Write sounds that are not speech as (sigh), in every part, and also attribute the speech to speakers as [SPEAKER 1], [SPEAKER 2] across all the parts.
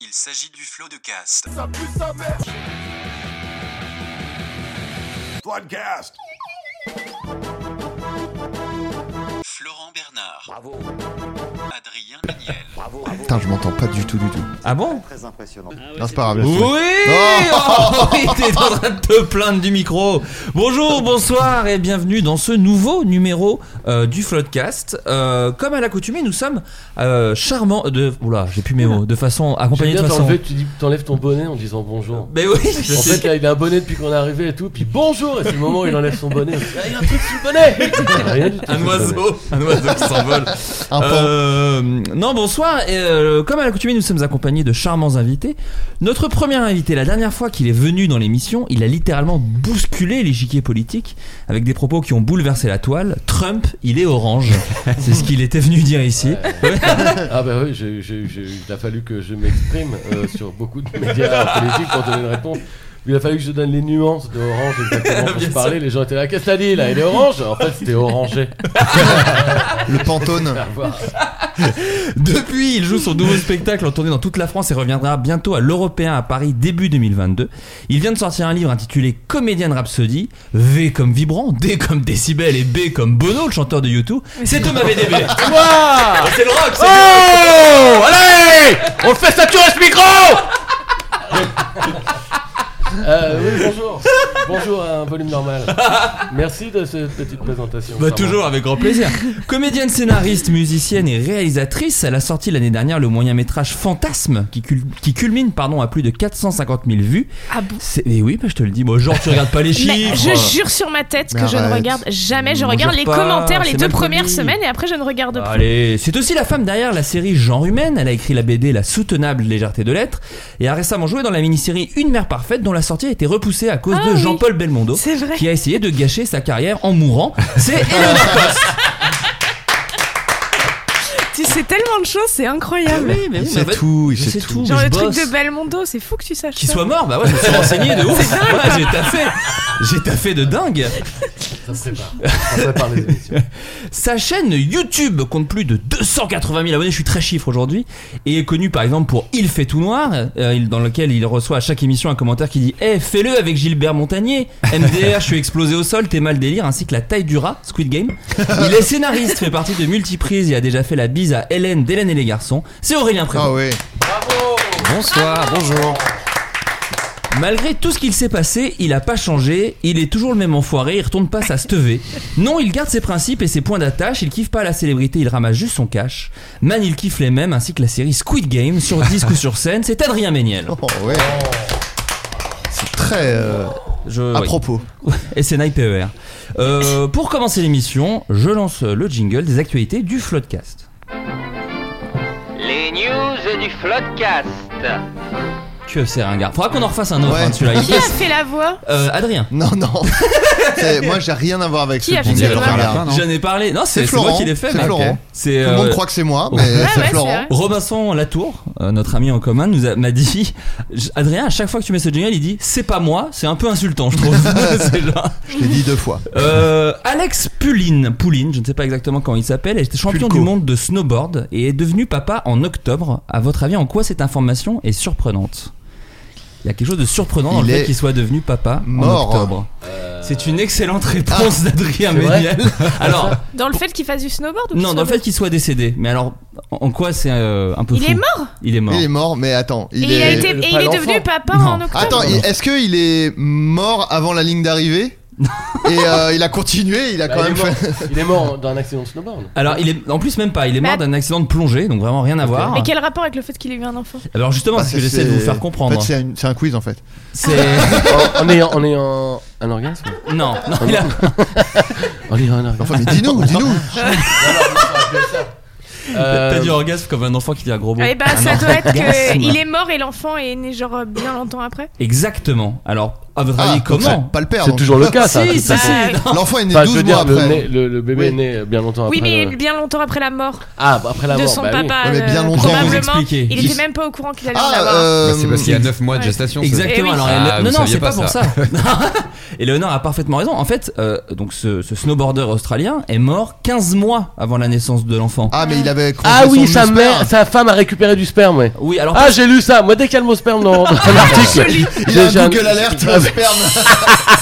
[SPEAKER 1] Il s'agit du flot de cast.
[SPEAKER 2] Podcast.
[SPEAKER 1] Florent Bernard. Bravo.
[SPEAKER 2] (laughs)
[SPEAKER 1] Adrien Méniel.
[SPEAKER 3] Putain, je m'entends pas du tout, du tout.
[SPEAKER 4] Ah bon
[SPEAKER 3] Non, c'est pas grave.
[SPEAKER 4] Oui Oh, (laughs) il était en train de te plaindre du micro. Bonjour, bonsoir et bienvenue dans ce nouveau numéro euh, du Floodcast. Euh, comme à l'accoutumée, nous sommes euh, charmants de... Oula, j'ai plus mes mots. De façon
[SPEAKER 5] J'aime
[SPEAKER 4] accompagnée de
[SPEAKER 5] bien
[SPEAKER 4] façon...
[SPEAKER 5] t'enlever, tu dis, t'enlèves ton bonnet en disant bonjour.
[SPEAKER 4] Mais oui, je
[SPEAKER 5] En
[SPEAKER 4] sais.
[SPEAKER 5] fait, là, il a un bonnet depuis qu'on est arrivé et tout, puis bonjour Et c'est le moment où il enlève son bonnet. Ah, il y a un truc sous le bonnet Rien du tout sous
[SPEAKER 4] Un
[SPEAKER 5] le bonnet.
[SPEAKER 4] oiseau, un oiseau qui s'envole.
[SPEAKER 3] Un pan.
[SPEAKER 4] Euh, non, bonsoir. Et, euh, comme à l'accoutumée, nous sommes accompagnés de charmants invités. Notre premier invité, la dernière fois qu'il est venu dans l'émission, il a littéralement bousculé l'échiquier politique avec des propos qui ont bouleversé la toile. Trump, il est orange. C'est ce qu'il était venu dire ici.
[SPEAKER 5] Ah, bah oui, j'ai- j'ai- j'ai- il a fallu que je m'exprime euh, sur beaucoup de médias politiques pour donner une réponse. Il a fallu que je donne les nuances de orange exactement pour
[SPEAKER 4] Bien
[SPEAKER 5] se
[SPEAKER 4] sûr.
[SPEAKER 5] parler. Les gens étaient là, qu'est-ce que t'as dit là Il est orange En fait, c'était orangé.
[SPEAKER 3] Le pantone.
[SPEAKER 5] À voir.
[SPEAKER 4] Depuis, il joue son nouveau spectacle en tournée dans toute la France et reviendra bientôt à l'Européen à Paris début 2022. Il vient de sortir un livre intitulé Comédienne Rhapsody, V comme vibrant, D comme décibel et B comme Bono, le chanteur de YouTube. C'est Thomas (laughs) VDB. C'est moi C'est le rock, c'est
[SPEAKER 5] Oh Allez On le fait saturer ce micro Euh, oui, bonjour. Bonjour à un volume normal. Merci de cette petite présentation.
[SPEAKER 4] Bah,
[SPEAKER 5] Sarah.
[SPEAKER 4] toujours avec grand plaisir. Comédienne, scénariste, musicienne et réalisatrice, elle a sorti l'année dernière le moyen métrage Fantasme qui, cul- qui culmine pardon, à plus de 450 000 vues.
[SPEAKER 6] Ah bon
[SPEAKER 4] C'est- Et oui, bah, je te le dis, moi, genre tu regardes (laughs) pas les
[SPEAKER 6] mais
[SPEAKER 4] chiffres.
[SPEAKER 6] je jure sur ma tête
[SPEAKER 3] Mais
[SPEAKER 6] que je ne
[SPEAKER 3] arrête.
[SPEAKER 6] regarde jamais. Je
[SPEAKER 4] Moi,
[SPEAKER 6] regarde
[SPEAKER 4] je
[SPEAKER 6] les
[SPEAKER 4] pas,
[SPEAKER 6] commentaires les
[SPEAKER 4] c'est Bah,
[SPEAKER 6] deux
[SPEAKER 4] mal
[SPEAKER 6] premières
[SPEAKER 4] poli.
[SPEAKER 6] semaines et après je ne regarde plus.
[SPEAKER 4] Allez, c'est aussi la femme derrière la série Genre humaine. Elle a écrit la BD La soutenable légèreté de l'être et a récemment joué dans la mini-série Une mère parfaite dont la sortie a été repoussée à cause
[SPEAKER 6] Ah
[SPEAKER 4] de
[SPEAKER 6] oui.
[SPEAKER 4] Jean-Paul Belmondo
[SPEAKER 6] C'est vrai. Ah,
[SPEAKER 4] qui a essayé de gâcher sa carrière en mourant.
[SPEAKER 6] (laughs)
[SPEAKER 4] C'est Eleonore Cos.
[SPEAKER 6] Tu sais tellement de choses, c'est incroyable.
[SPEAKER 4] mais
[SPEAKER 3] Il
[SPEAKER 4] mais en
[SPEAKER 3] sait
[SPEAKER 4] fait,
[SPEAKER 3] tout, il
[SPEAKER 4] je
[SPEAKER 3] sait
[SPEAKER 4] sais
[SPEAKER 3] tout.
[SPEAKER 4] tout.
[SPEAKER 6] Genre
[SPEAKER 4] je
[SPEAKER 6] le truc
[SPEAKER 4] bosse.
[SPEAKER 6] de Belmondo, c'est fou que tu saches.
[SPEAKER 4] Qu'il
[SPEAKER 6] ça.
[SPEAKER 4] soit mort, bah ouais, je me suis renseigné de
[SPEAKER 6] (laughs)
[SPEAKER 4] ouf. Ouais, j'ai taffé. J'ai taffé de dingue.
[SPEAKER 5] Ça me prépare. Ça me prépare les émissions.
[SPEAKER 4] Sa chaîne YouTube compte plus de 280 000 abonnés, je suis très chiffre aujourd'hui, et est connue par exemple pour Il fait tout noir, euh, il- dans lequel il reçoit à chaque émission un commentaire qui dit Eh, fais-le avec Gilbert Montagnier, MDR, je suis explosé au sol, t'es mal délire, ainsi que la taille du rat, Squid Game. Il est scénariste, fait partie de Multiprise et a déjà fait la bise à Hélène d'Hélène et les garçons. C'est Aurélien Prévost.
[SPEAKER 3] Ah ouais.
[SPEAKER 4] Bonsoir, bonjour. Malgré tout ce qu'il s'est passé, il a pas changé, il est toujours le même enfoiré, il retourne pas sa stevée. Non, il garde ses principes et ses points d'attache, il kiffe pas la célébrité, il ramasse juste son cash. Man, il kiffe les mêmes, ainsi que la série Squid Game,
[SPEAKER 3] (laughs)
[SPEAKER 4] sur disque ou sur scène, c'est Adrien Méniel.
[SPEAKER 3] Oh ouais. C'est très euh,
[SPEAKER 4] Je,
[SPEAKER 3] à
[SPEAKER 4] oui.
[SPEAKER 3] propos.
[SPEAKER 4] SNI PER. E Euh, pour commencer l'émission, je lance le jingle des actualités du Floodcast.
[SPEAKER 7] Les news du Floodcast.
[SPEAKER 4] Que c'est ringard. Faudra qu'on en refasse un autre,
[SPEAKER 3] Ouais.
[SPEAKER 4] hein, celui-là.
[SPEAKER 3] (laughs)
[SPEAKER 6] Qui a fait la voix
[SPEAKER 4] Euh, Adrien.
[SPEAKER 3] Non, non. C'est- Moi, j'ai rien à voir avec
[SPEAKER 6] Qui
[SPEAKER 3] ce
[SPEAKER 6] a
[SPEAKER 3] qu'on
[SPEAKER 6] fait
[SPEAKER 3] dit à
[SPEAKER 6] cette blague
[SPEAKER 3] l'heure.
[SPEAKER 4] J'en ai parlé. Non, c'est
[SPEAKER 3] C'est
[SPEAKER 4] c'est moi
[SPEAKER 3] Florent.
[SPEAKER 4] qui l'ai fait.
[SPEAKER 3] C'est
[SPEAKER 4] mais-
[SPEAKER 3] Florent.
[SPEAKER 4] C'est,
[SPEAKER 3] Tout le monde
[SPEAKER 4] euh,
[SPEAKER 3] croit que c'est moi, mais
[SPEAKER 4] Ouais.
[SPEAKER 6] Ouais,
[SPEAKER 3] c'est
[SPEAKER 6] ouais, c'est
[SPEAKER 3] Florent.
[SPEAKER 6] vrai.
[SPEAKER 4] Robinson Latour, euh, notre ami en commun, nous a, m'a dit J- Adrien, à chaque fois que tu mets ce jingle, il dit c'est pas moi, c'est un peu insultant, je
[SPEAKER 3] (laughs)
[SPEAKER 4] trouve. (laughs) C'est genre-
[SPEAKER 3] Je l'ai dit deux fois.
[SPEAKER 4] Euh, Alex Pullin, Pullin, je ne sais pas exactement comment il s'appelle, était champion
[SPEAKER 3] Pulco.
[SPEAKER 4] du monde de snowboard et est devenu papa en octobre. À votre avis, en quoi cette information est surprenante Il y a quelque chose de surprenant dans
[SPEAKER 3] Il
[SPEAKER 4] le fait
[SPEAKER 3] est
[SPEAKER 4] qu'il soit devenu papa
[SPEAKER 3] mort. Euh, Ah,
[SPEAKER 4] en octobre. C'est une excellente réponse d'Adrien
[SPEAKER 5] c'est vrai
[SPEAKER 3] (laughs)
[SPEAKER 4] Méniel. Alors,
[SPEAKER 6] Dans le fait qu'il fasse du snowboard ou qu'il
[SPEAKER 4] non, dans le fait
[SPEAKER 6] snowboard
[SPEAKER 4] qu'il soit décédé. Mais alors, en- en quoi c'est euh, un peu
[SPEAKER 6] Il
[SPEAKER 4] fou
[SPEAKER 6] est mort
[SPEAKER 4] Il est mort.
[SPEAKER 3] Il est mort, mais attends.
[SPEAKER 6] Et
[SPEAKER 3] Il
[SPEAKER 6] il,
[SPEAKER 3] est...
[SPEAKER 6] a été, et il
[SPEAKER 5] pas
[SPEAKER 6] est
[SPEAKER 5] l'enfant.
[SPEAKER 6] devenu papa
[SPEAKER 4] Non.
[SPEAKER 6] en octobre.
[SPEAKER 3] Attends, il- est-ce qu'il est mort avant la ligne d'arrivée Et euh, il a continué, il a
[SPEAKER 5] Bah,
[SPEAKER 3] quand
[SPEAKER 5] il,
[SPEAKER 3] même
[SPEAKER 5] est mort,
[SPEAKER 3] fait.
[SPEAKER 5] il est mort d'un accident de snowboard.
[SPEAKER 4] Alors, il est en plus même pas. Il est
[SPEAKER 6] Mais
[SPEAKER 4] mort
[SPEAKER 6] att-
[SPEAKER 4] d'un accident de plongée, donc vraiment rien à voir.
[SPEAKER 6] Bah, Mais quel rapport avec le fait qu'il ait eu un enfant
[SPEAKER 4] Alors justement,
[SPEAKER 3] Bah,
[SPEAKER 4] c'est ce que j'essaie de vous faire comprendre.
[SPEAKER 3] En fait, c'est une- c'est un quiz en fait.
[SPEAKER 4] C'est
[SPEAKER 5] (laughs) en, en ayant, en ayant un orgasme
[SPEAKER 4] non, non, il a-
[SPEAKER 5] En ayant un orgasme.
[SPEAKER 3] Enfin, mais Ah, dis-nous, dis-nous.
[SPEAKER 4] T'as
[SPEAKER 5] Euh,
[SPEAKER 4] dit orgasme comme un enfant qui dit un gros mot.
[SPEAKER 6] Eh ben,
[SPEAKER 4] Un
[SPEAKER 6] ça doit être
[SPEAKER 4] Ah (laughs) orgasme.
[SPEAKER 6] qu'il est mort et l'enfant est né genre bien longtemps après.
[SPEAKER 4] Exactement. Alors, à votre
[SPEAKER 3] Ah,
[SPEAKER 4] avis,
[SPEAKER 3] donc
[SPEAKER 4] comment
[SPEAKER 3] c'est Pas le père.
[SPEAKER 5] c'est
[SPEAKER 3] donc.
[SPEAKER 5] toujours le
[SPEAKER 8] Ah,
[SPEAKER 5] cas, ça. de
[SPEAKER 4] Si,
[SPEAKER 5] toute
[SPEAKER 4] ça
[SPEAKER 6] si.
[SPEAKER 5] façon.
[SPEAKER 4] c'est.
[SPEAKER 3] L'enfant est né
[SPEAKER 5] Enfin, je veux
[SPEAKER 3] 12 mois
[SPEAKER 5] dire, le,
[SPEAKER 3] après.
[SPEAKER 5] né- le- le bébé
[SPEAKER 3] Oui.
[SPEAKER 5] est né bien longtemps
[SPEAKER 6] Oui,
[SPEAKER 5] après.
[SPEAKER 6] mais
[SPEAKER 5] le-
[SPEAKER 6] bien longtemps après la mort
[SPEAKER 5] Ah, bah, après la
[SPEAKER 6] de
[SPEAKER 5] mort.
[SPEAKER 6] son
[SPEAKER 5] bah oui.
[SPEAKER 6] papa.
[SPEAKER 3] Ouais, mais bien
[SPEAKER 6] euh,
[SPEAKER 3] longtemps.
[SPEAKER 4] Vous
[SPEAKER 6] Probablement.
[SPEAKER 4] expliquez.
[SPEAKER 6] Il
[SPEAKER 4] Juste-
[SPEAKER 6] était même pas au courant qu'il allait en
[SPEAKER 3] Ah,
[SPEAKER 6] avoir.
[SPEAKER 3] euh,
[SPEAKER 2] Bah, c'est parce qu'il y a 9 mois de
[SPEAKER 6] Ouais.
[SPEAKER 2] gestation. c'est-
[SPEAKER 4] Exactement.
[SPEAKER 6] Eh oui.
[SPEAKER 4] Alors,
[SPEAKER 2] Ah,
[SPEAKER 4] Eleanor-
[SPEAKER 2] vous
[SPEAKER 4] non, non,
[SPEAKER 2] saviez
[SPEAKER 4] c'est pas,
[SPEAKER 2] pas
[SPEAKER 4] pour ça. Eleanor a parfaitement raison. En fait, euh, donc ce, ce snowboarder australien est mort 15 mois avant la naissance de l'enfant.
[SPEAKER 3] Ah, mais il avait. croisé
[SPEAKER 5] Ah oui,
[SPEAKER 3] son
[SPEAKER 5] sa
[SPEAKER 3] sperme.
[SPEAKER 5] mère,
[SPEAKER 3] (laughs)
[SPEAKER 5] sa femme a récupéré du sperme, ouais.
[SPEAKER 4] Oui, alors
[SPEAKER 5] Ah, j'ai lu ça. Moi, dès qu'il y a le mot sperme (laughs) dans, dans l'article,
[SPEAKER 3] Il a
[SPEAKER 5] j'ai
[SPEAKER 3] un Google
[SPEAKER 5] (laughs)
[SPEAKER 3] alerte
[SPEAKER 5] Ah, mais
[SPEAKER 3] sperme.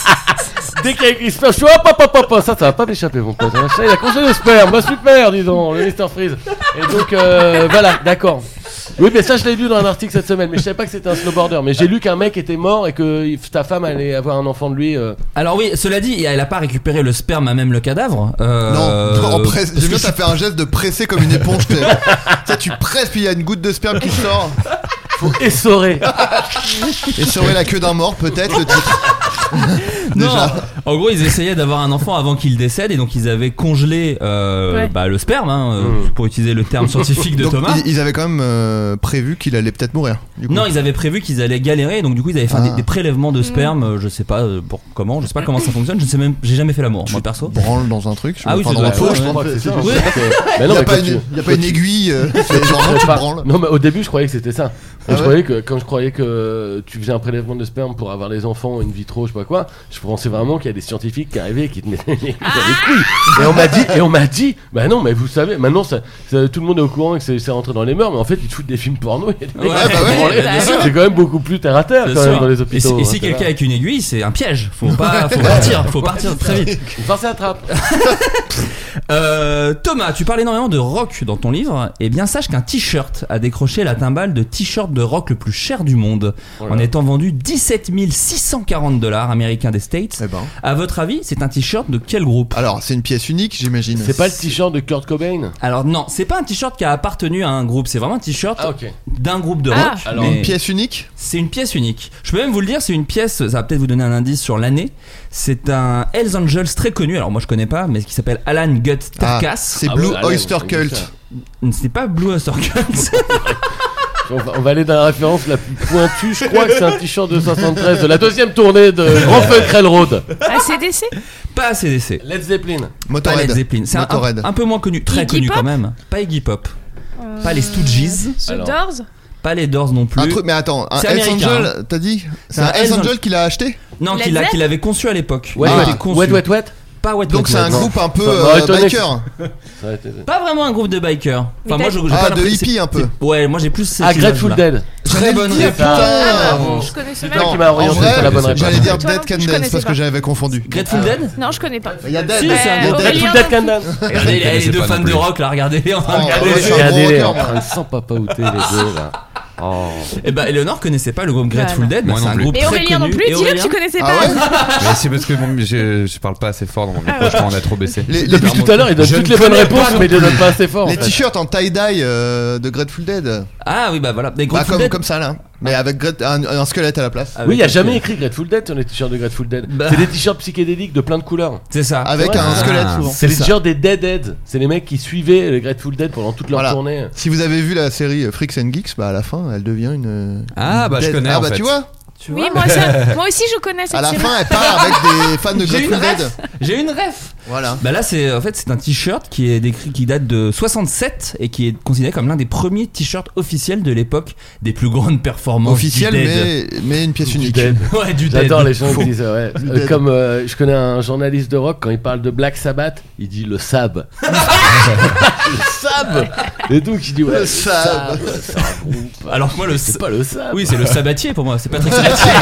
[SPEAKER 5] Dès qu'il y a écrit sperme, je suis hop, hop, hop, hop, hop. Ça, ça va pas m'échapper, mon pote. hein. Ça, il a consommé le sperme. Bah, super, dis donc, le Mr. Freeze. Et donc, euh, voilà, d'accord. Oui, mais ça, je l'ai lu dans un article cette semaine. Mais je savais pas que c'était un snowboarder. Mais j'ai lu qu'un mec était mort et que il- ta femme allait avoir un enfant de lui. euh.
[SPEAKER 4] Alors oui, cela dit, elle a pas récupéré le sperme à même le cadavre. Euh,
[SPEAKER 3] Non, en presse-
[SPEAKER 4] parce
[SPEAKER 3] j'aime
[SPEAKER 4] que
[SPEAKER 3] bien, t'as fait un geste de presser comme une éponge.
[SPEAKER 5] (laughs)
[SPEAKER 3] t'es- tu sais, tu presses, puis il y a une goutte de sperme qui sort.
[SPEAKER 5] Faut essorer.
[SPEAKER 3] Et ça aurait la queue d'un mort, peut-être, le titre.
[SPEAKER 4] Non,
[SPEAKER 3] Déjà.
[SPEAKER 4] en gros, ils essayaient d'avoir un enfant avant qu'il décède et donc ils avaient congelé euh,
[SPEAKER 6] Ouais.
[SPEAKER 4] bah, le sperme, hein, euh,
[SPEAKER 5] Mm.
[SPEAKER 4] pour utiliser le terme scientifique de
[SPEAKER 3] Hmm. Donc,
[SPEAKER 4] Thomas.
[SPEAKER 3] Ils, ils avaient quand même euh, prévu qu'il allait peut-être mourir. du coup.
[SPEAKER 4] Non, ils avaient prévu qu'ils allaient galérer, donc du coup ils avaient fait
[SPEAKER 3] Ah.
[SPEAKER 4] des, des prélèvements de sperme, euh, je sais pas euh, pour comment, je sais pas comment ça fonctionne, je ne sais même, j'ai jamais fait l'amour,
[SPEAKER 3] Tu
[SPEAKER 4] moi perso.
[SPEAKER 3] branles dans un truc. je
[SPEAKER 4] Ah oui,
[SPEAKER 3] enfin,
[SPEAKER 4] ça
[SPEAKER 3] dans un
[SPEAKER 4] doit-
[SPEAKER 3] pot,
[SPEAKER 4] ouais,
[SPEAKER 3] je
[SPEAKER 4] ouais.
[SPEAKER 3] crois.
[SPEAKER 5] c'est ça.
[SPEAKER 4] Oui.
[SPEAKER 5] Mais
[SPEAKER 3] Il
[SPEAKER 5] non,
[SPEAKER 3] n'y a,
[SPEAKER 5] mais
[SPEAKER 3] pas
[SPEAKER 5] quand
[SPEAKER 3] une-
[SPEAKER 5] tu-
[SPEAKER 3] il y a pas une aiguille. euh,
[SPEAKER 5] (laughs)
[SPEAKER 3] c'est genre, non, tu
[SPEAKER 5] Enfin,
[SPEAKER 3] branles.
[SPEAKER 5] Non mais au début je croyais que c'était ça.
[SPEAKER 3] Ah
[SPEAKER 5] Quand je
[SPEAKER 3] ouais
[SPEAKER 5] croyais que quand je croyais que tu faisais un prélèvement de sperme pour avoir les enfants une vitro je sais pas quoi, je pensais vraiment qu'il y a des scientifiques qui arrivaient et qui te mettaient les couilles dans les
[SPEAKER 4] Ah
[SPEAKER 5] couilles. Et on m'a dit et on m'a dit bah non mais vous savez maintenant ça, ça- tout le monde est au courant et que c'est- c'est rentré dans les mœurs mais en fait ils te foutent des films porno et des mecs
[SPEAKER 4] Ouais,
[SPEAKER 5] qui
[SPEAKER 3] bah
[SPEAKER 5] se
[SPEAKER 3] ouais,
[SPEAKER 5] branlent.
[SPEAKER 4] bah (laughs) bien sûr.
[SPEAKER 5] C'est quand même beaucoup plus terre à terre
[SPEAKER 4] Bien
[SPEAKER 5] quand
[SPEAKER 4] sûr.
[SPEAKER 5] même dans les
[SPEAKER 4] et si,
[SPEAKER 5] hôpitaux. hein,
[SPEAKER 4] et si quelqu'un avec une aiguille, c'est un piège.
[SPEAKER 3] (laughs)
[SPEAKER 4] Faut pas, faut partir, faut partir très vite.
[SPEAKER 5] Farce à trappe.
[SPEAKER 4] Euh, Thomas, tu parles énormément de rock dans ton livre. Eh bien, sache qu'un t-shirt a décroché la timbale de t-shirt de rock le plus cher du monde,
[SPEAKER 3] Oh
[SPEAKER 5] Voilà.
[SPEAKER 4] en étant vendu 17 640 dollars américains des States.
[SPEAKER 3] Eh ben.
[SPEAKER 4] À votre avis, c'est un t-shirt de quel groupe
[SPEAKER 3] Alors, c'est une pièce unique, j'imagine.
[SPEAKER 5] C'est pas le t-shirt de Kurt Cobain
[SPEAKER 4] Alors non, c'est pas un t-shirt qui a appartenu à un groupe. C'est vraiment un t-shirt
[SPEAKER 5] Ah ok.
[SPEAKER 4] d'un groupe de rock.
[SPEAKER 6] Ah.
[SPEAKER 5] Alors,
[SPEAKER 4] mais
[SPEAKER 3] Une pièce unique
[SPEAKER 4] C'est une pièce unique. Je peux même vous le dire, c'est une pièce. Ça va peut-être vous donner un indice sur l'année. C'est un Hells Angels très connu. Alors moi je connais pas, mais qui s'appelle Alan Gut
[SPEAKER 3] Ah,
[SPEAKER 4] Tarkas.
[SPEAKER 3] C'est
[SPEAKER 5] Ah
[SPEAKER 3] Blue
[SPEAKER 5] ouais, allez,
[SPEAKER 3] Oyster
[SPEAKER 5] on- on dit ça.
[SPEAKER 3] Cult.
[SPEAKER 4] c'est pas Blue
[SPEAKER 3] (laughs)
[SPEAKER 4] Oyster Cult.
[SPEAKER 5] On va, on va aller dans la référence la plus pointue, je crois que c'est un t-shirt de 73 de la deuxième tournée de Grand Funk Railroad.
[SPEAKER 6] ACDC
[SPEAKER 4] pas ACDC.
[SPEAKER 5] Let's Zeppelin.
[SPEAKER 4] Pas Led
[SPEAKER 3] Motorhead.
[SPEAKER 4] Zeppelin, c'est un,
[SPEAKER 3] Motorhead.
[SPEAKER 4] un- un peu moins connu, très
[SPEAKER 6] Iggy
[SPEAKER 4] connu
[SPEAKER 6] Pop
[SPEAKER 4] quand même. Pas Iggy Pop, pas les Stooges,
[SPEAKER 6] The
[SPEAKER 5] Alors.
[SPEAKER 6] Doors
[SPEAKER 4] pas les Doors non plus.
[SPEAKER 3] Un truc, mais attends, un
[SPEAKER 4] C'est
[SPEAKER 3] Hells
[SPEAKER 4] américain,
[SPEAKER 3] Angel, t'as dit
[SPEAKER 4] C'est
[SPEAKER 3] C'est
[SPEAKER 4] un
[SPEAKER 3] un Hells
[SPEAKER 4] Hells
[SPEAKER 3] Angel qu'il a acheté
[SPEAKER 4] non,
[SPEAKER 6] Led
[SPEAKER 4] qu'il a-
[SPEAKER 6] Zepp
[SPEAKER 4] qu'il avait conçu à l'époque.
[SPEAKER 5] Wet,
[SPEAKER 4] Il
[SPEAKER 3] Ah.
[SPEAKER 4] était
[SPEAKER 5] wet,
[SPEAKER 4] conçu.
[SPEAKER 5] wet, wet, wet.
[SPEAKER 4] Pas Wet,
[SPEAKER 3] Donc
[SPEAKER 4] Wet,
[SPEAKER 3] c'est un
[SPEAKER 4] Wet.
[SPEAKER 3] groupe un peu
[SPEAKER 5] Ça m'aurait
[SPEAKER 3] euh,
[SPEAKER 5] étonné que-
[SPEAKER 3] biker.
[SPEAKER 5] Ça a été-
[SPEAKER 4] Pas vraiment un groupe de bikers. Enfin,
[SPEAKER 6] Mais
[SPEAKER 4] moi,
[SPEAKER 6] t'as-
[SPEAKER 4] je, j'ai
[SPEAKER 3] Ah,
[SPEAKER 4] pas
[SPEAKER 3] de
[SPEAKER 4] l'impression-
[SPEAKER 3] hippie un peu.
[SPEAKER 4] c'est- Ouais, moi j'ai plus cette
[SPEAKER 5] Ah,
[SPEAKER 4] image-là.
[SPEAKER 5] Grateful Dead.
[SPEAKER 4] Très bonne
[SPEAKER 3] J'allais le dire,
[SPEAKER 5] réponse.
[SPEAKER 6] Ah, bah,
[SPEAKER 3] Putain
[SPEAKER 6] je connaissais
[SPEAKER 5] Putain,
[SPEAKER 6] même
[SPEAKER 5] qui m'a
[SPEAKER 3] En
[SPEAKER 5] orienté sur la bonne
[SPEAKER 3] vrai,
[SPEAKER 5] réponse.
[SPEAKER 3] j'allais dire
[SPEAKER 6] Toi non
[SPEAKER 3] Dead
[SPEAKER 6] plus,
[SPEAKER 3] Can
[SPEAKER 6] je
[SPEAKER 3] Dance
[SPEAKER 6] connaissais
[SPEAKER 3] parce que
[SPEAKER 6] pas.
[SPEAKER 3] j'avais confondu.
[SPEAKER 4] Grateful Dead
[SPEAKER 6] Non, je connais pas.
[SPEAKER 3] Il y a Dead.
[SPEAKER 4] Si, c'est un
[SPEAKER 6] Euh,
[SPEAKER 4] groupe de-
[SPEAKER 6] Aurélien-
[SPEAKER 5] Grateful Dead Can Dance.
[SPEAKER 4] Regardez,
[SPEAKER 2] Je
[SPEAKER 4] les- les
[SPEAKER 2] connaissais
[SPEAKER 4] deux
[SPEAKER 2] pas
[SPEAKER 4] fans
[SPEAKER 2] non
[SPEAKER 4] de
[SPEAKER 2] plus.
[SPEAKER 4] rock là, regardez.
[SPEAKER 3] Ah, ouais,
[SPEAKER 5] Regardez,
[SPEAKER 3] je suis un
[SPEAKER 5] regardez,
[SPEAKER 3] gros
[SPEAKER 5] en
[SPEAKER 3] rocker,
[SPEAKER 5] train de s'empapauter les deux là. Oh.
[SPEAKER 4] Et bah, Eleanor connaissait pas le groupe Grateful
[SPEAKER 6] Voilà.
[SPEAKER 4] Dead, mais
[SPEAKER 2] Moi
[SPEAKER 4] c'est
[SPEAKER 2] non
[SPEAKER 4] un
[SPEAKER 2] plus.
[SPEAKER 4] groupe
[SPEAKER 6] Et
[SPEAKER 4] très
[SPEAKER 6] Aurélien non
[SPEAKER 4] connu.
[SPEAKER 6] plus,
[SPEAKER 4] Et
[SPEAKER 6] dis-le,
[SPEAKER 4] Aurélien
[SPEAKER 6] tu connaissais
[SPEAKER 3] Ah
[SPEAKER 6] pas.
[SPEAKER 3] ouais
[SPEAKER 2] Mais c'est parce que mon- je, je parle pas assez fort dans mon micro, je crois qu'on a trop baissé.
[SPEAKER 3] Les- les-
[SPEAKER 5] Depuis tout à l'heure, il donne
[SPEAKER 2] Je
[SPEAKER 5] toutes
[SPEAKER 2] ne
[SPEAKER 5] les bonnes
[SPEAKER 2] connais
[SPEAKER 5] réponses,
[SPEAKER 2] pas
[SPEAKER 5] mais il les donne pas assez fort. en
[SPEAKER 3] Les
[SPEAKER 5] fait.
[SPEAKER 3] t-shirts en tie-dye euh, de Grateful Dead.
[SPEAKER 4] Ah oui, bah voilà. Des
[SPEAKER 3] Bah,
[SPEAKER 4] Grateful
[SPEAKER 3] comme,
[SPEAKER 4] Dead.
[SPEAKER 3] comme ça là. Mais avec Gret- un, un squelette à la place.
[SPEAKER 4] avec-
[SPEAKER 5] Oui, il y a jamais écrit Grateful Dead sur les t-shirts de Grateful Dead.
[SPEAKER 4] Bah.
[SPEAKER 5] C'est des t-shirts psychédéliques de plein de couleurs.
[SPEAKER 4] C'est ça.
[SPEAKER 3] Avec
[SPEAKER 5] c'est vrai,
[SPEAKER 3] un
[SPEAKER 5] c'est
[SPEAKER 3] squelette
[SPEAKER 4] ça.
[SPEAKER 3] souvent.
[SPEAKER 5] C'est les
[SPEAKER 3] ça.
[SPEAKER 5] t-shirts euh, des Dead Dead. C'est les mecs qui suivaient les Grateful Dead pendant toute leur
[SPEAKER 3] Voilà.
[SPEAKER 5] tournée.
[SPEAKER 3] Si vous avez vu la série Freaks and Geeks, bah à la fin elle devient une.
[SPEAKER 2] Ah,
[SPEAKER 3] une
[SPEAKER 2] bah, je
[SPEAKER 3] Dead.
[SPEAKER 2] connais,
[SPEAKER 3] Ah
[SPEAKER 2] en
[SPEAKER 3] bah
[SPEAKER 2] fait.
[SPEAKER 3] tu vois,
[SPEAKER 4] Tu
[SPEAKER 6] Oui,
[SPEAKER 4] vois
[SPEAKER 3] (laughs)
[SPEAKER 6] moi aussi, moi aussi, je connais
[SPEAKER 3] à
[SPEAKER 6] cette
[SPEAKER 3] la
[SPEAKER 4] (laughs)
[SPEAKER 6] série.
[SPEAKER 3] fin elle part avec des fans de
[SPEAKER 4] J'ai une
[SPEAKER 3] Grateful Dead.
[SPEAKER 4] ref. J'ai une ref.
[SPEAKER 3] Voilà.
[SPEAKER 4] Bah là, c'est en fait c'est un t-shirt qui est décrit, qui date de 67 et qui est considéré comme l'un des premiers t-shirts officiels de l'époque des plus grandes performances
[SPEAKER 3] Officiel,
[SPEAKER 4] du Dead. (laughs)
[SPEAKER 3] mais, mais une pièce
[SPEAKER 8] Du
[SPEAKER 3] unique.
[SPEAKER 8] Dead.
[SPEAKER 4] ouais du Dead.
[SPEAKER 8] J'adore les gens
[SPEAKER 3] Faux.
[SPEAKER 8] qui disent ça, ouais.
[SPEAKER 3] Du
[SPEAKER 8] Euh,
[SPEAKER 3] dead.
[SPEAKER 8] Comme euh, je connais un journaliste de rock, quand il parle de Black Sabbath, il dit le Sab. (laughs) le Sab Et donc il dit ouais,
[SPEAKER 3] Le
[SPEAKER 8] le Sab.
[SPEAKER 3] Sab.
[SPEAKER 8] C'est un groupe.
[SPEAKER 4] Alors que moi le
[SPEAKER 8] C'est pas le Sab.
[SPEAKER 4] oui c'est le Sabatier pour moi
[SPEAKER 3] (laughs)
[SPEAKER 4] c'est Patrick Sabatier.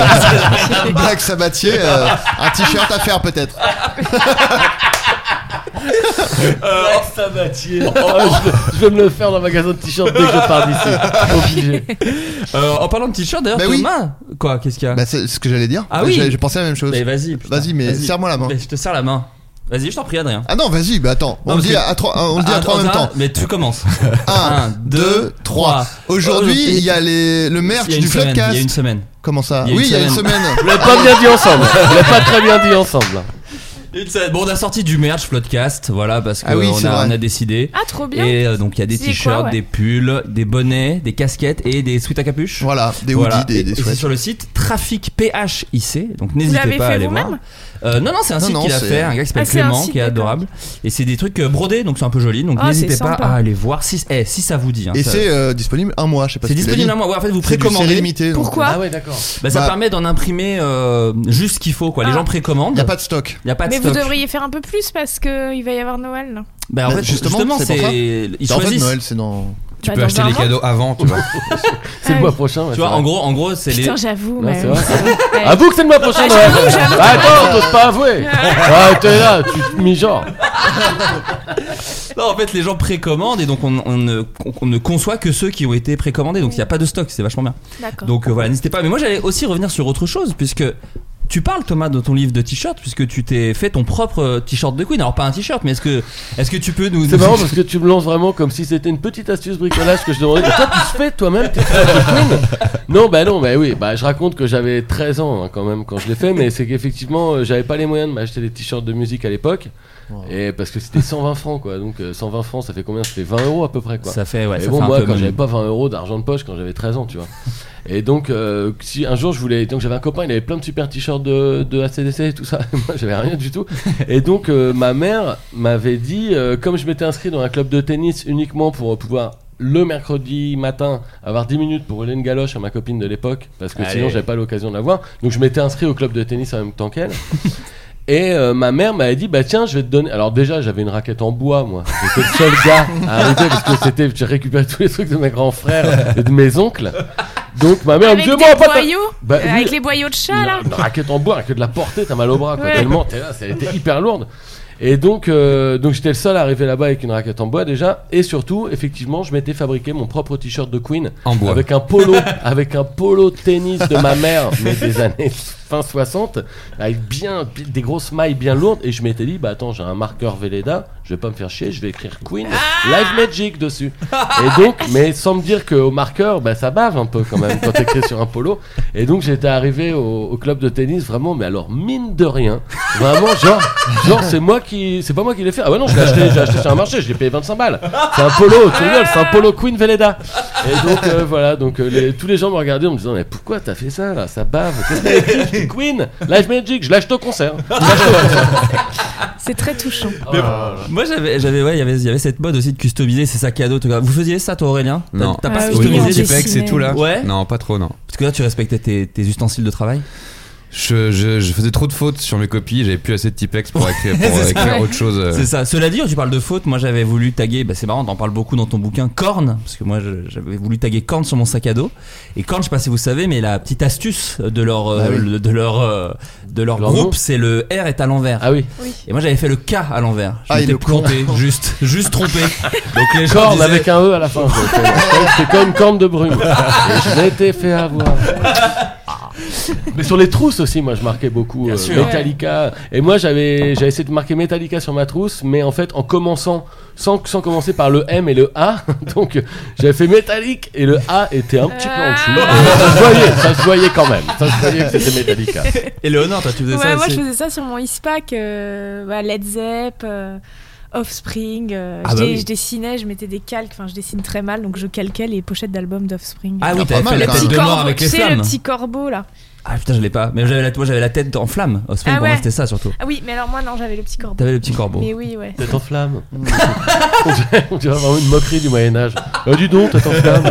[SPEAKER 3] Black
[SPEAKER 4] (laughs)
[SPEAKER 3] Sabatier, euh, un t-shirt à faire peut-être.
[SPEAKER 4] Ah. Euh,
[SPEAKER 8] Black Sabbatier. Oh, je, vais- je vais me le faire dans un magasin de t-shirts dès que je pars d'ici. Obligé.
[SPEAKER 4] Euh, en parlant de t-shirt d'ailleurs
[SPEAKER 3] Bah oui.
[SPEAKER 4] Thomas quoi qu'est-ce qu'il y a
[SPEAKER 3] Bah, c'est ce que j'allais dire.
[SPEAKER 4] Ah oui.
[SPEAKER 3] J'ai- J'ai pensé à la même chose.
[SPEAKER 4] Mais vas-y putain.
[SPEAKER 3] Vas-y, mais serre-moi la main.
[SPEAKER 4] Mais je te serre la main. Vas-y je t'en prie Adrien.
[SPEAKER 3] Ah non, vas-y, bah attends.
[SPEAKER 4] Non,
[SPEAKER 3] on le
[SPEAKER 4] parce
[SPEAKER 3] dit
[SPEAKER 4] que-
[SPEAKER 3] à trois, on le dit à
[SPEAKER 4] Ah,
[SPEAKER 3] trois en même
[SPEAKER 4] Adrien,
[SPEAKER 3] temps.
[SPEAKER 4] Mais tu commences. Un,
[SPEAKER 3] 1,
[SPEAKER 4] deux,
[SPEAKER 3] 2, 3.
[SPEAKER 4] trois.
[SPEAKER 3] Aujourd'hui,
[SPEAKER 4] Aujourd'hui,
[SPEAKER 3] il y a les, le merch
[SPEAKER 4] Il y a une
[SPEAKER 3] du
[SPEAKER 4] semaine, Il y a
[SPEAKER 3] Floodcast.
[SPEAKER 4] une semaine.
[SPEAKER 3] Comment ça
[SPEAKER 4] il y a
[SPEAKER 3] Oui,
[SPEAKER 4] une
[SPEAKER 3] il y a une semaine.
[SPEAKER 4] (laughs)
[SPEAKER 8] Vous l'avez pas bien dit ensemble. Vous l'avez pas très bien dit ensemble.
[SPEAKER 4] Une semaine. Bon on a sorti du merch Floodcast voilà parce qu'on
[SPEAKER 3] Ah oui, c'est
[SPEAKER 4] a,
[SPEAKER 3] vrai.
[SPEAKER 4] on a décidé.
[SPEAKER 6] Ah, trop bien.
[SPEAKER 4] Et euh, donc il y a des
[SPEAKER 6] C'est quoi,
[SPEAKER 4] t-shirts,
[SPEAKER 6] ouais.
[SPEAKER 4] des pulls, des bonnets, des casquettes et des sweats à capuche.
[SPEAKER 3] voilà, des hoodies,
[SPEAKER 4] Voilà.
[SPEAKER 3] des,
[SPEAKER 4] Et-
[SPEAKER 3] des
[SPEAKER 4] et c'est
[SPEAKER 3] sweats.
[SPEAKER 4] sur le site Trafic PHIC, donc n'hésitez
[SPEAKER 6] l'avez
[SPEAKER 4] pas à
[SPEAKER 6] fait
[SPEAKER 4] aller
[SPEAKER 6] vous-même
[SPEAKER 4] voir. Euh, non, non, c'est un
[SPEAKER 3] Non,
[SPEAKER 4] site
[SPEAKER 3] non,
[SPEAKER 4] qu'il a
[SPEAKER 3] c'est-
[SPEAKER 4] fait, un gars qui s'appelle
[SPEAKER 6] Ah, c'est un
[SPEAKER 4] Clément,
[SPEAKER 6] site,
[SPEAKER 4] qui est
[SPEAKER 6] d'accord.
[SPEAKER 4] adorable. Et c'est des trucs euh, brodés, donc c'est un peu joli, donc
[SPEAKER 6] Ah,
[SPEAKER 4] n'hésitez
[SPEAKER 6] c'est
[SPEAKER 4] pas
[SPEAKER 6] sympa.
[SPEAKER 4] à aller voir. Si, eh, si ça vous dit. hein,
[SPEAKER 3] Et
[SPEAKER 4] ça-
[SPEAKER 3] c'est euh, disponible un mois, je sais pas
[SPEAKER 4] c'est
[SPEAKER 3] si tu l'as
[SPEAKER 4] disponible
[SPEAKER 3] dit.
[SPEAKER 4] à moi. Ouais, en fait, vous
[SPEAKER 3] C'est du série
[SPEAKER 4] précommandez.
[SPEAKER 3] limitée, donc,
[SPEAKER 6] Pourquoi
[SPEAKER 8] Ah ouais, d'accord.
[SPEAKER 4] Bah, ça
[SPEAKER 3] Bah.
[SPEAKER 4] permet d'en imprimer euh, juste ce qu'il faut, quoi. Les
[SPEAKER 6] Ah.
[SPEAKER 4] gens précommandent.
[SPEAKER 3] Il n'y a pas de stock.
[SPEAKER 4] Y a pas de
[SPEAKER 6] Mais vous
[SPEAKER 4] stock.
[SPEAKER 6] devriez faire un peu plus parce que il va y avoir Noël. là.
[SPEAKER 4] Bah, en
[SPEAKER 3] Bah,
[SPEAKER 4] fait,
[SPEAKER 3] justement,
[SPEAKER 4] justement,
[SPEAKER 3] c'est pour ça.
[SPEAKER 9] Bah,
[SPEAKER 4] c'est. Ils
[SPEAKER 3] C'est en fait,
[SPEAKER 4] choisissent.
[SPEAKER 3] Noël, c'est dans.
[SPEAKER 9] Tu
[SPEAKER 6] Bah,
[SPEAKER 9] peux
[SPEAKER 6] dans
[SPEAKER 9] acheter
[SPEAKER 6] un
[SPEAKER 9] les
[SPEAKER 6] mois.
[SPEAKER 9] cadeaux avant, tu vois.
[SPEAKER 8] C'est le
[SPEAKER 6] Ah
[SPEAKER 8] mois
[SPEAKER 6] oui.
[SPEAKER 8] prochain. ouais,
[SPEAKER 4] (laughs) Tu vois,
[SPEAKER 8] c'est
[SPEAKER 4] en
[SPEAKER 8] vrai.
[SPEAKER 4] gros, en gros, c'est les.
[SPEAKER 6] Putain, j'avoue.
[SPEAKER 8] Non,
[SPEAKER 6] mais
[SPEAKER 8] c'est
[SPEAKER 6] ouais.
[SPEAKER 8] vrai.
[SPEAKER 6] Ouais.
[SPEAKER 8] Avoue que c'est le mois prochain
[SPEAKER 6] Ah,
[SPEAKER 8] Noël.
[SPEAKER 6] j'avoue, j'avoue.
[SPEAKER 8] Ah, Attends, t'oses pas avouer.
[SPEAKER 6] (laughs)
[SPEAKER 8] Ah, t'es là, tu te mis-genre.
[SPEAKER 4] Non, en fait, les gens précommandent et donc on, on ne, on ne conçoit que ceux qui ont été précommandés. Donc il n'y a pas de stock, c'est vachement bien.
[SPEAKER 6] D'accord.
[SPEAKER 4] Donc euh, voilà, n'hésitez pas. Mais moi, j'allais aussi revenir sur autre chose puisque tu parles Thomas de ton livre de t-shirt puisque tu t'es fait ton propre euh, t-shirt de Queen. Alors pas un t-shirt, mais est-ce que est-ce que tu peux nous
[SPEAKER 8] C'est marrant parce que tu me lances vraiment comme si c'était une petite astuce bricolage que je demandais. Mais toi, tu se fais toi-même tes trucs de Queen Non, bah non, bah oui, bah je raconte que j'avais 13 ans hein, quand même quand je l'ai fait, mais c'est qu'effectivement, euh, j'avais pas les moyens de m'acheter des t-shirts de musique à l'époque. Et parce que c'était 120 francs quoi, donc euh, 120 francs ça fait combien Ça fait 20 euros à peu près quoi.
[SPEAKER 4] Ça fait ouais.
[SPEAKER 8] Mais
[SPEAKER 4] ça
[SPEAKER 8] bon,
[SPEAKER 4] fait un
[SPEAKER 8] moi,
[SPEAKER 4] peu
[SPEAKER 8] quand
[SPEAKER 4] mal.
[SPEAKER 8] j'avais pas 20 euros d'argent de poche quand j'avais 13 ans, tu
[SPEAKER 4] (laughs)
[SPEAKER 8] vois. Et donc, euh, si un jour je voulais. Donc, j'avais un copain, il avait plein de super t-shirts de, de ACDC et tout ça. (laughs) Moi, j'avais rien du
[SPEAKER 4] (laughs)
[SPEAKER 8] tout. Et donc, euh, ma mère m'avait dit, euh, comme je m'étais inscrit dans un club de tennis uniquement pour pouvoir le mercredi matin avoir 10 minutes pour rouler une galoche à ma copine de l'époque, parce que sinon,
[SPEAKER 4] Allez.
[SPEAKER 8] j'avais pas l'occasion de la voir. Donc, je m'étais inscrit au club de tennis en même temps qu'elle. Et euh, ma mère m'avait dit bah tiens je vais te donner alors déjà j'avais une raquette en bois moi j'étais le seul gars à arriver parce que c'était j'ai récupéré tous les trucs de mes grands frères et de mes oncles donc ma mère
[SPEAKER 6] avec
[SPEAKER 8] me
[SPEAKER 6] des
[SPEAKER 8] dit bon pas
[SPEAKER 6] boyaux,
[SPEAKER 8] Bah,
[SPEAKER 6] euh, avec
[SPEAKER 8] oui.
[SPEAKER 6] les boyaux de chat là.
[SPEAKER 8] une, une raquette en bois avec de la portée t'as mal au bras quoi,
[SPEAKER 6] Ouais.
[SPEAKER 8] tellement t'es là ça a été hyper lourde et donc euh, donc j'étais le seul à arriver là-bas avec une raquette en bois déjà et surtout effectivement je m'étais fabriqué mon propre t-shirt de Queen
[SPEAKER 9] En bois.
[SPEAKER 8] avec un polo (laughs) avec un polo tennis de ma mère mais
[SPEAKER 9] (laughs)
[SPEAKER 8] des années fin 60 avec bien des grosses mailles bien lourdes et je m'étais dit bah attends j'ai un marqueur Velleda je vais pas me faire chier je vais écrire Queen
[SPEAKER 9] Ah
[SPEAKER 8] Live Magic dessus
[SPEAKER 9] (laughs)
[SPEAKER 8] et donc mais sans me dire qu'au marqueur bah ça bave un peu quand même quand t'écris sur un polo et donc j'étais arrivé au, au club de tennis vraiment mais alors mine de rien vraiment genre genre c'est moi qui c'est pas moi qui l'ai fait ah ouais non je l'ai acheté j'ai acheté sur un marché je l'ai payé 25 balles c'est un polo tu rigoles c'est un polo Queen Velleda et donc euh, voilà, donc euh, les- tous les gens me regardaient en me disant mais pourquoi t'as fait ça là, ça bave. Qu'est-ce que t'as écrit Je dis, Queen, Live Magic, je l'achète au concert.
[SPEAKER 6] C'est très touchant.
[SPEAKER 4] Moi j'avais j'avais ouais il y avait il y avait cette mode aussi de customiser ses sacs à dos. tout ça. Vous faisiez ça toi Aurélien T'as-
[SPEAKER 9] Non.
[SPEAKER 4] T'as pas
[SPEAKER 6] Ah oui,
[SPEAKER 9] Au niveau des
[SPEAKER 4] customisé
[SPEAKER 6] customisé des
[SPEAKER 4] des
[SPEAKER 6] pecs.
[SPEAKER 9] pecs et tout là
[SPEAKER 4] Ouais.
[SPEAKER 9] Non, pas trop, non.
[SPEAKER 4] parce que là tu respectais tes, tes ustensiles de travail.
[SPEAKER 9] Je, je, je faisais trop de fautes sur mes copies, j'avais plus assez de typex
[SPEAKER 4] (laughs)
[SPEAKER 9] pour écrire, pour
[SPEAKER 4] C'est ça.
[SPEAKER 9] écrire autre chose. euh.
[SPEAKER 4] C'est ça. Cela dit, tu parles de faute. Moi, j'avais voulu taguer. Bah, c'est marrant, t'en parles beaucoup dans ton bouquin Corne, parce que moi, je- j'avais voulu taguer Corne sur mon sac à dos. Et Corne, je sais pas si vous savez, mais la petite astuce de leur euh,
[SPEAKER 3] Ah oui.
[SPEAKER 4] le- de leur euh, de leur
[SPEAKER 8] Leur nom.
[SPEAKER 4] groupe, c'est le R est à l'envers.
[SPEAKER 8] Ah oui,
[SPEAKER 4] Et moi, j'avais fait le K à l'envers. Je
[SPEAKER 3] Ah, il
[SPEAKER 4] m'étais
[SPEAKER 3] est con.
[SPEAKER 4] planté, juste juste
[SPEAKER 3] (laughs)
[SPEAKER 4] trompé. Donc les gens
[SPEAKER 8] corne
[SPEAKER 4] disaient-
[SPEAKER 8] avec un E à la (laughs) fin. C'était comme une corne de brume. Et je m'étais fait avoir. Mais sur les trousses aussi, moi je marquais beaucoup euh,
[SPEAKER 4] sûr.
[SPEAKER 8] Metallica. Et moi j'avais j'avais essayé de marquer Metallica sur ma trousse, mais en fait en commençant sans, sans commencer par le M et le A, (laughs) donc euh, j'avais fait Metallic et le A était un petit peu en dessous.
[SPEAKER 3] Euh.
[SPEAKER 8] Et ça se voyait, ça se voyait quand même. Ça se voyait que c'était Metallica.
[SPEAKER 4] Et Léonore, toi, tu faisais
[SPEAKER 6] Ouais,
[SPEAKER 4] ça
[SPEAKER 6] moi je
[SPEAKER 4] aussi.
[SPEAKER 6] faisais ça sur mon ISPAC, euh, bah, Led Zepp, euh, Offspring. euh,
[SPEAKER 4] Ah
[SPEAKER 6] je,
[SPEAKER 4] bah
[SPEAKER 6] dé-
[SPEAKER 4] oui.
[SPEAKER 6] je dessinais, je mettais des calques, enfin je dessine très mal, donc je calquais les pochettes d'albums d'Offspring.
[SPEAKER 4] Ah oui,
[SPEAKER 3] Ah,
[SPEAKER 4] t'avais
[SPEAKER 3] pas
[SPEAKER 4] fait
[SPEAKER 3] mal,
[SPEAKER 4] la
[SPEAKER 3] quand
[SPEAKER 4] tête
[SPEAKER 3] même.
[SPEAKER 4] de mort avec les
[SPEAKER 6] tu sais, le
[SPEAKER 4] flammes.
[SPEAKER 6] petit corbeau là.
[SPEAKER 4] Ah putain, je l'ai pas. Mais j'avais la, moi, j'avais la tête en flamme. Offspring,
[SPEAKER 6] Ah
[SPEAKER 4] pour
[SPEAKER 6] ouais.
[SPEAKER 4] moi, c'était ça surtout.
[SPEAKER 6] Ah oui, mais alors moi, non, j'avais le petit corbeau.
[SPEAKER 4] T'avais le petit corbeau.
[SPEAKER 6] Mais oui, ouais.
[SPEAKER 5] Tête
[SPEAKER 8] (laughs)
[SPEAKER 5] en flamme. on, dirait, on dirait vraiment une moquerie du Moyen-Âge.
[SPEAKER 8] Euh,
[SPEAKER 5] Ah, dis donc, tête en flamme.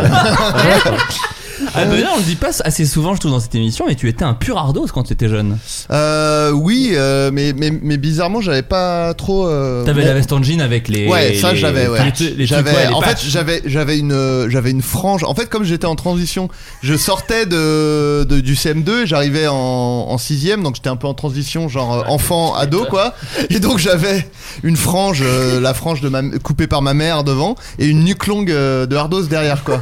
[SPEAKER 4] Ah, bah, non, on le dit pas assez souvent, je trouve, dans cette émission, mais tu étais un pur ardos quand tu étais jeune.
[SPEAKER 3] Euh, oui, euh, mais, mais, mais bizarrement, j'avais pas trop. euh,
[SPEAKER 4] T'avais
[SPEAKER 3] mon-
[SPEAKER 4] la veste en jean avec les.
[SPEAKER 3] Ouais, ça
[SPEAKER 4] les-
[SPEAKER 3] j'avais.
[SPEAKER 4] les-
[SPEAKER 3] Ouais.
[SPEAKER 4] les trucs, les trucs,
[SPEAKER 3] J'avais-
[SPEAKER 4] ouais, les
[SPEAKER 3] en fait,
[SPEAKER 4] patchs.
[SPEAKER 3] j'avais, j'avais une, euh, j'avais une frange. En fait, comme j'étais en transition, je sortais de, de- du CM2, et j'arrivais en, en sixième, donc j'étais un peu en transition, genre euh,
[SPEAKER 4] Ah,
[SPEAKER 3] enfant, ado, quoi. Et donc j'avais une frange, euh, la frange de ma, coupée par ma mère devant, et une nuque longue euh, de hardos derrière, quoi.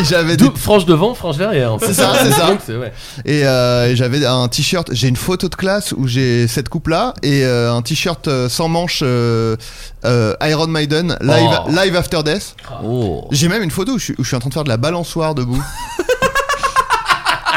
[SPEAKER 3] et j'avais des-
[SPEAKER 5] Dou- franche devant, franche derrière. en fait.
[SPEAKER 3] C'est ça, c'est ça.
[SPEAKER 5] Donc, ouais.
[SPEAKER 3] et, euh, et j'avais un t-shirt. J'ai une photo de classe où j'ai cette coupe là et euh, un t-shirt euh, sans manches euh, euh, Iron Maiden live,
[SPEAKER 4] Oh.
[SPEAKER 3] live After Death.
[SPEAKER 4] Oh.
[SPEAKER 3] J'ai même une photo où je, suis, où je suis en train de faire de la balançoire
[SPEAKER 4] (laughs)
[SPEAKER 3] debout.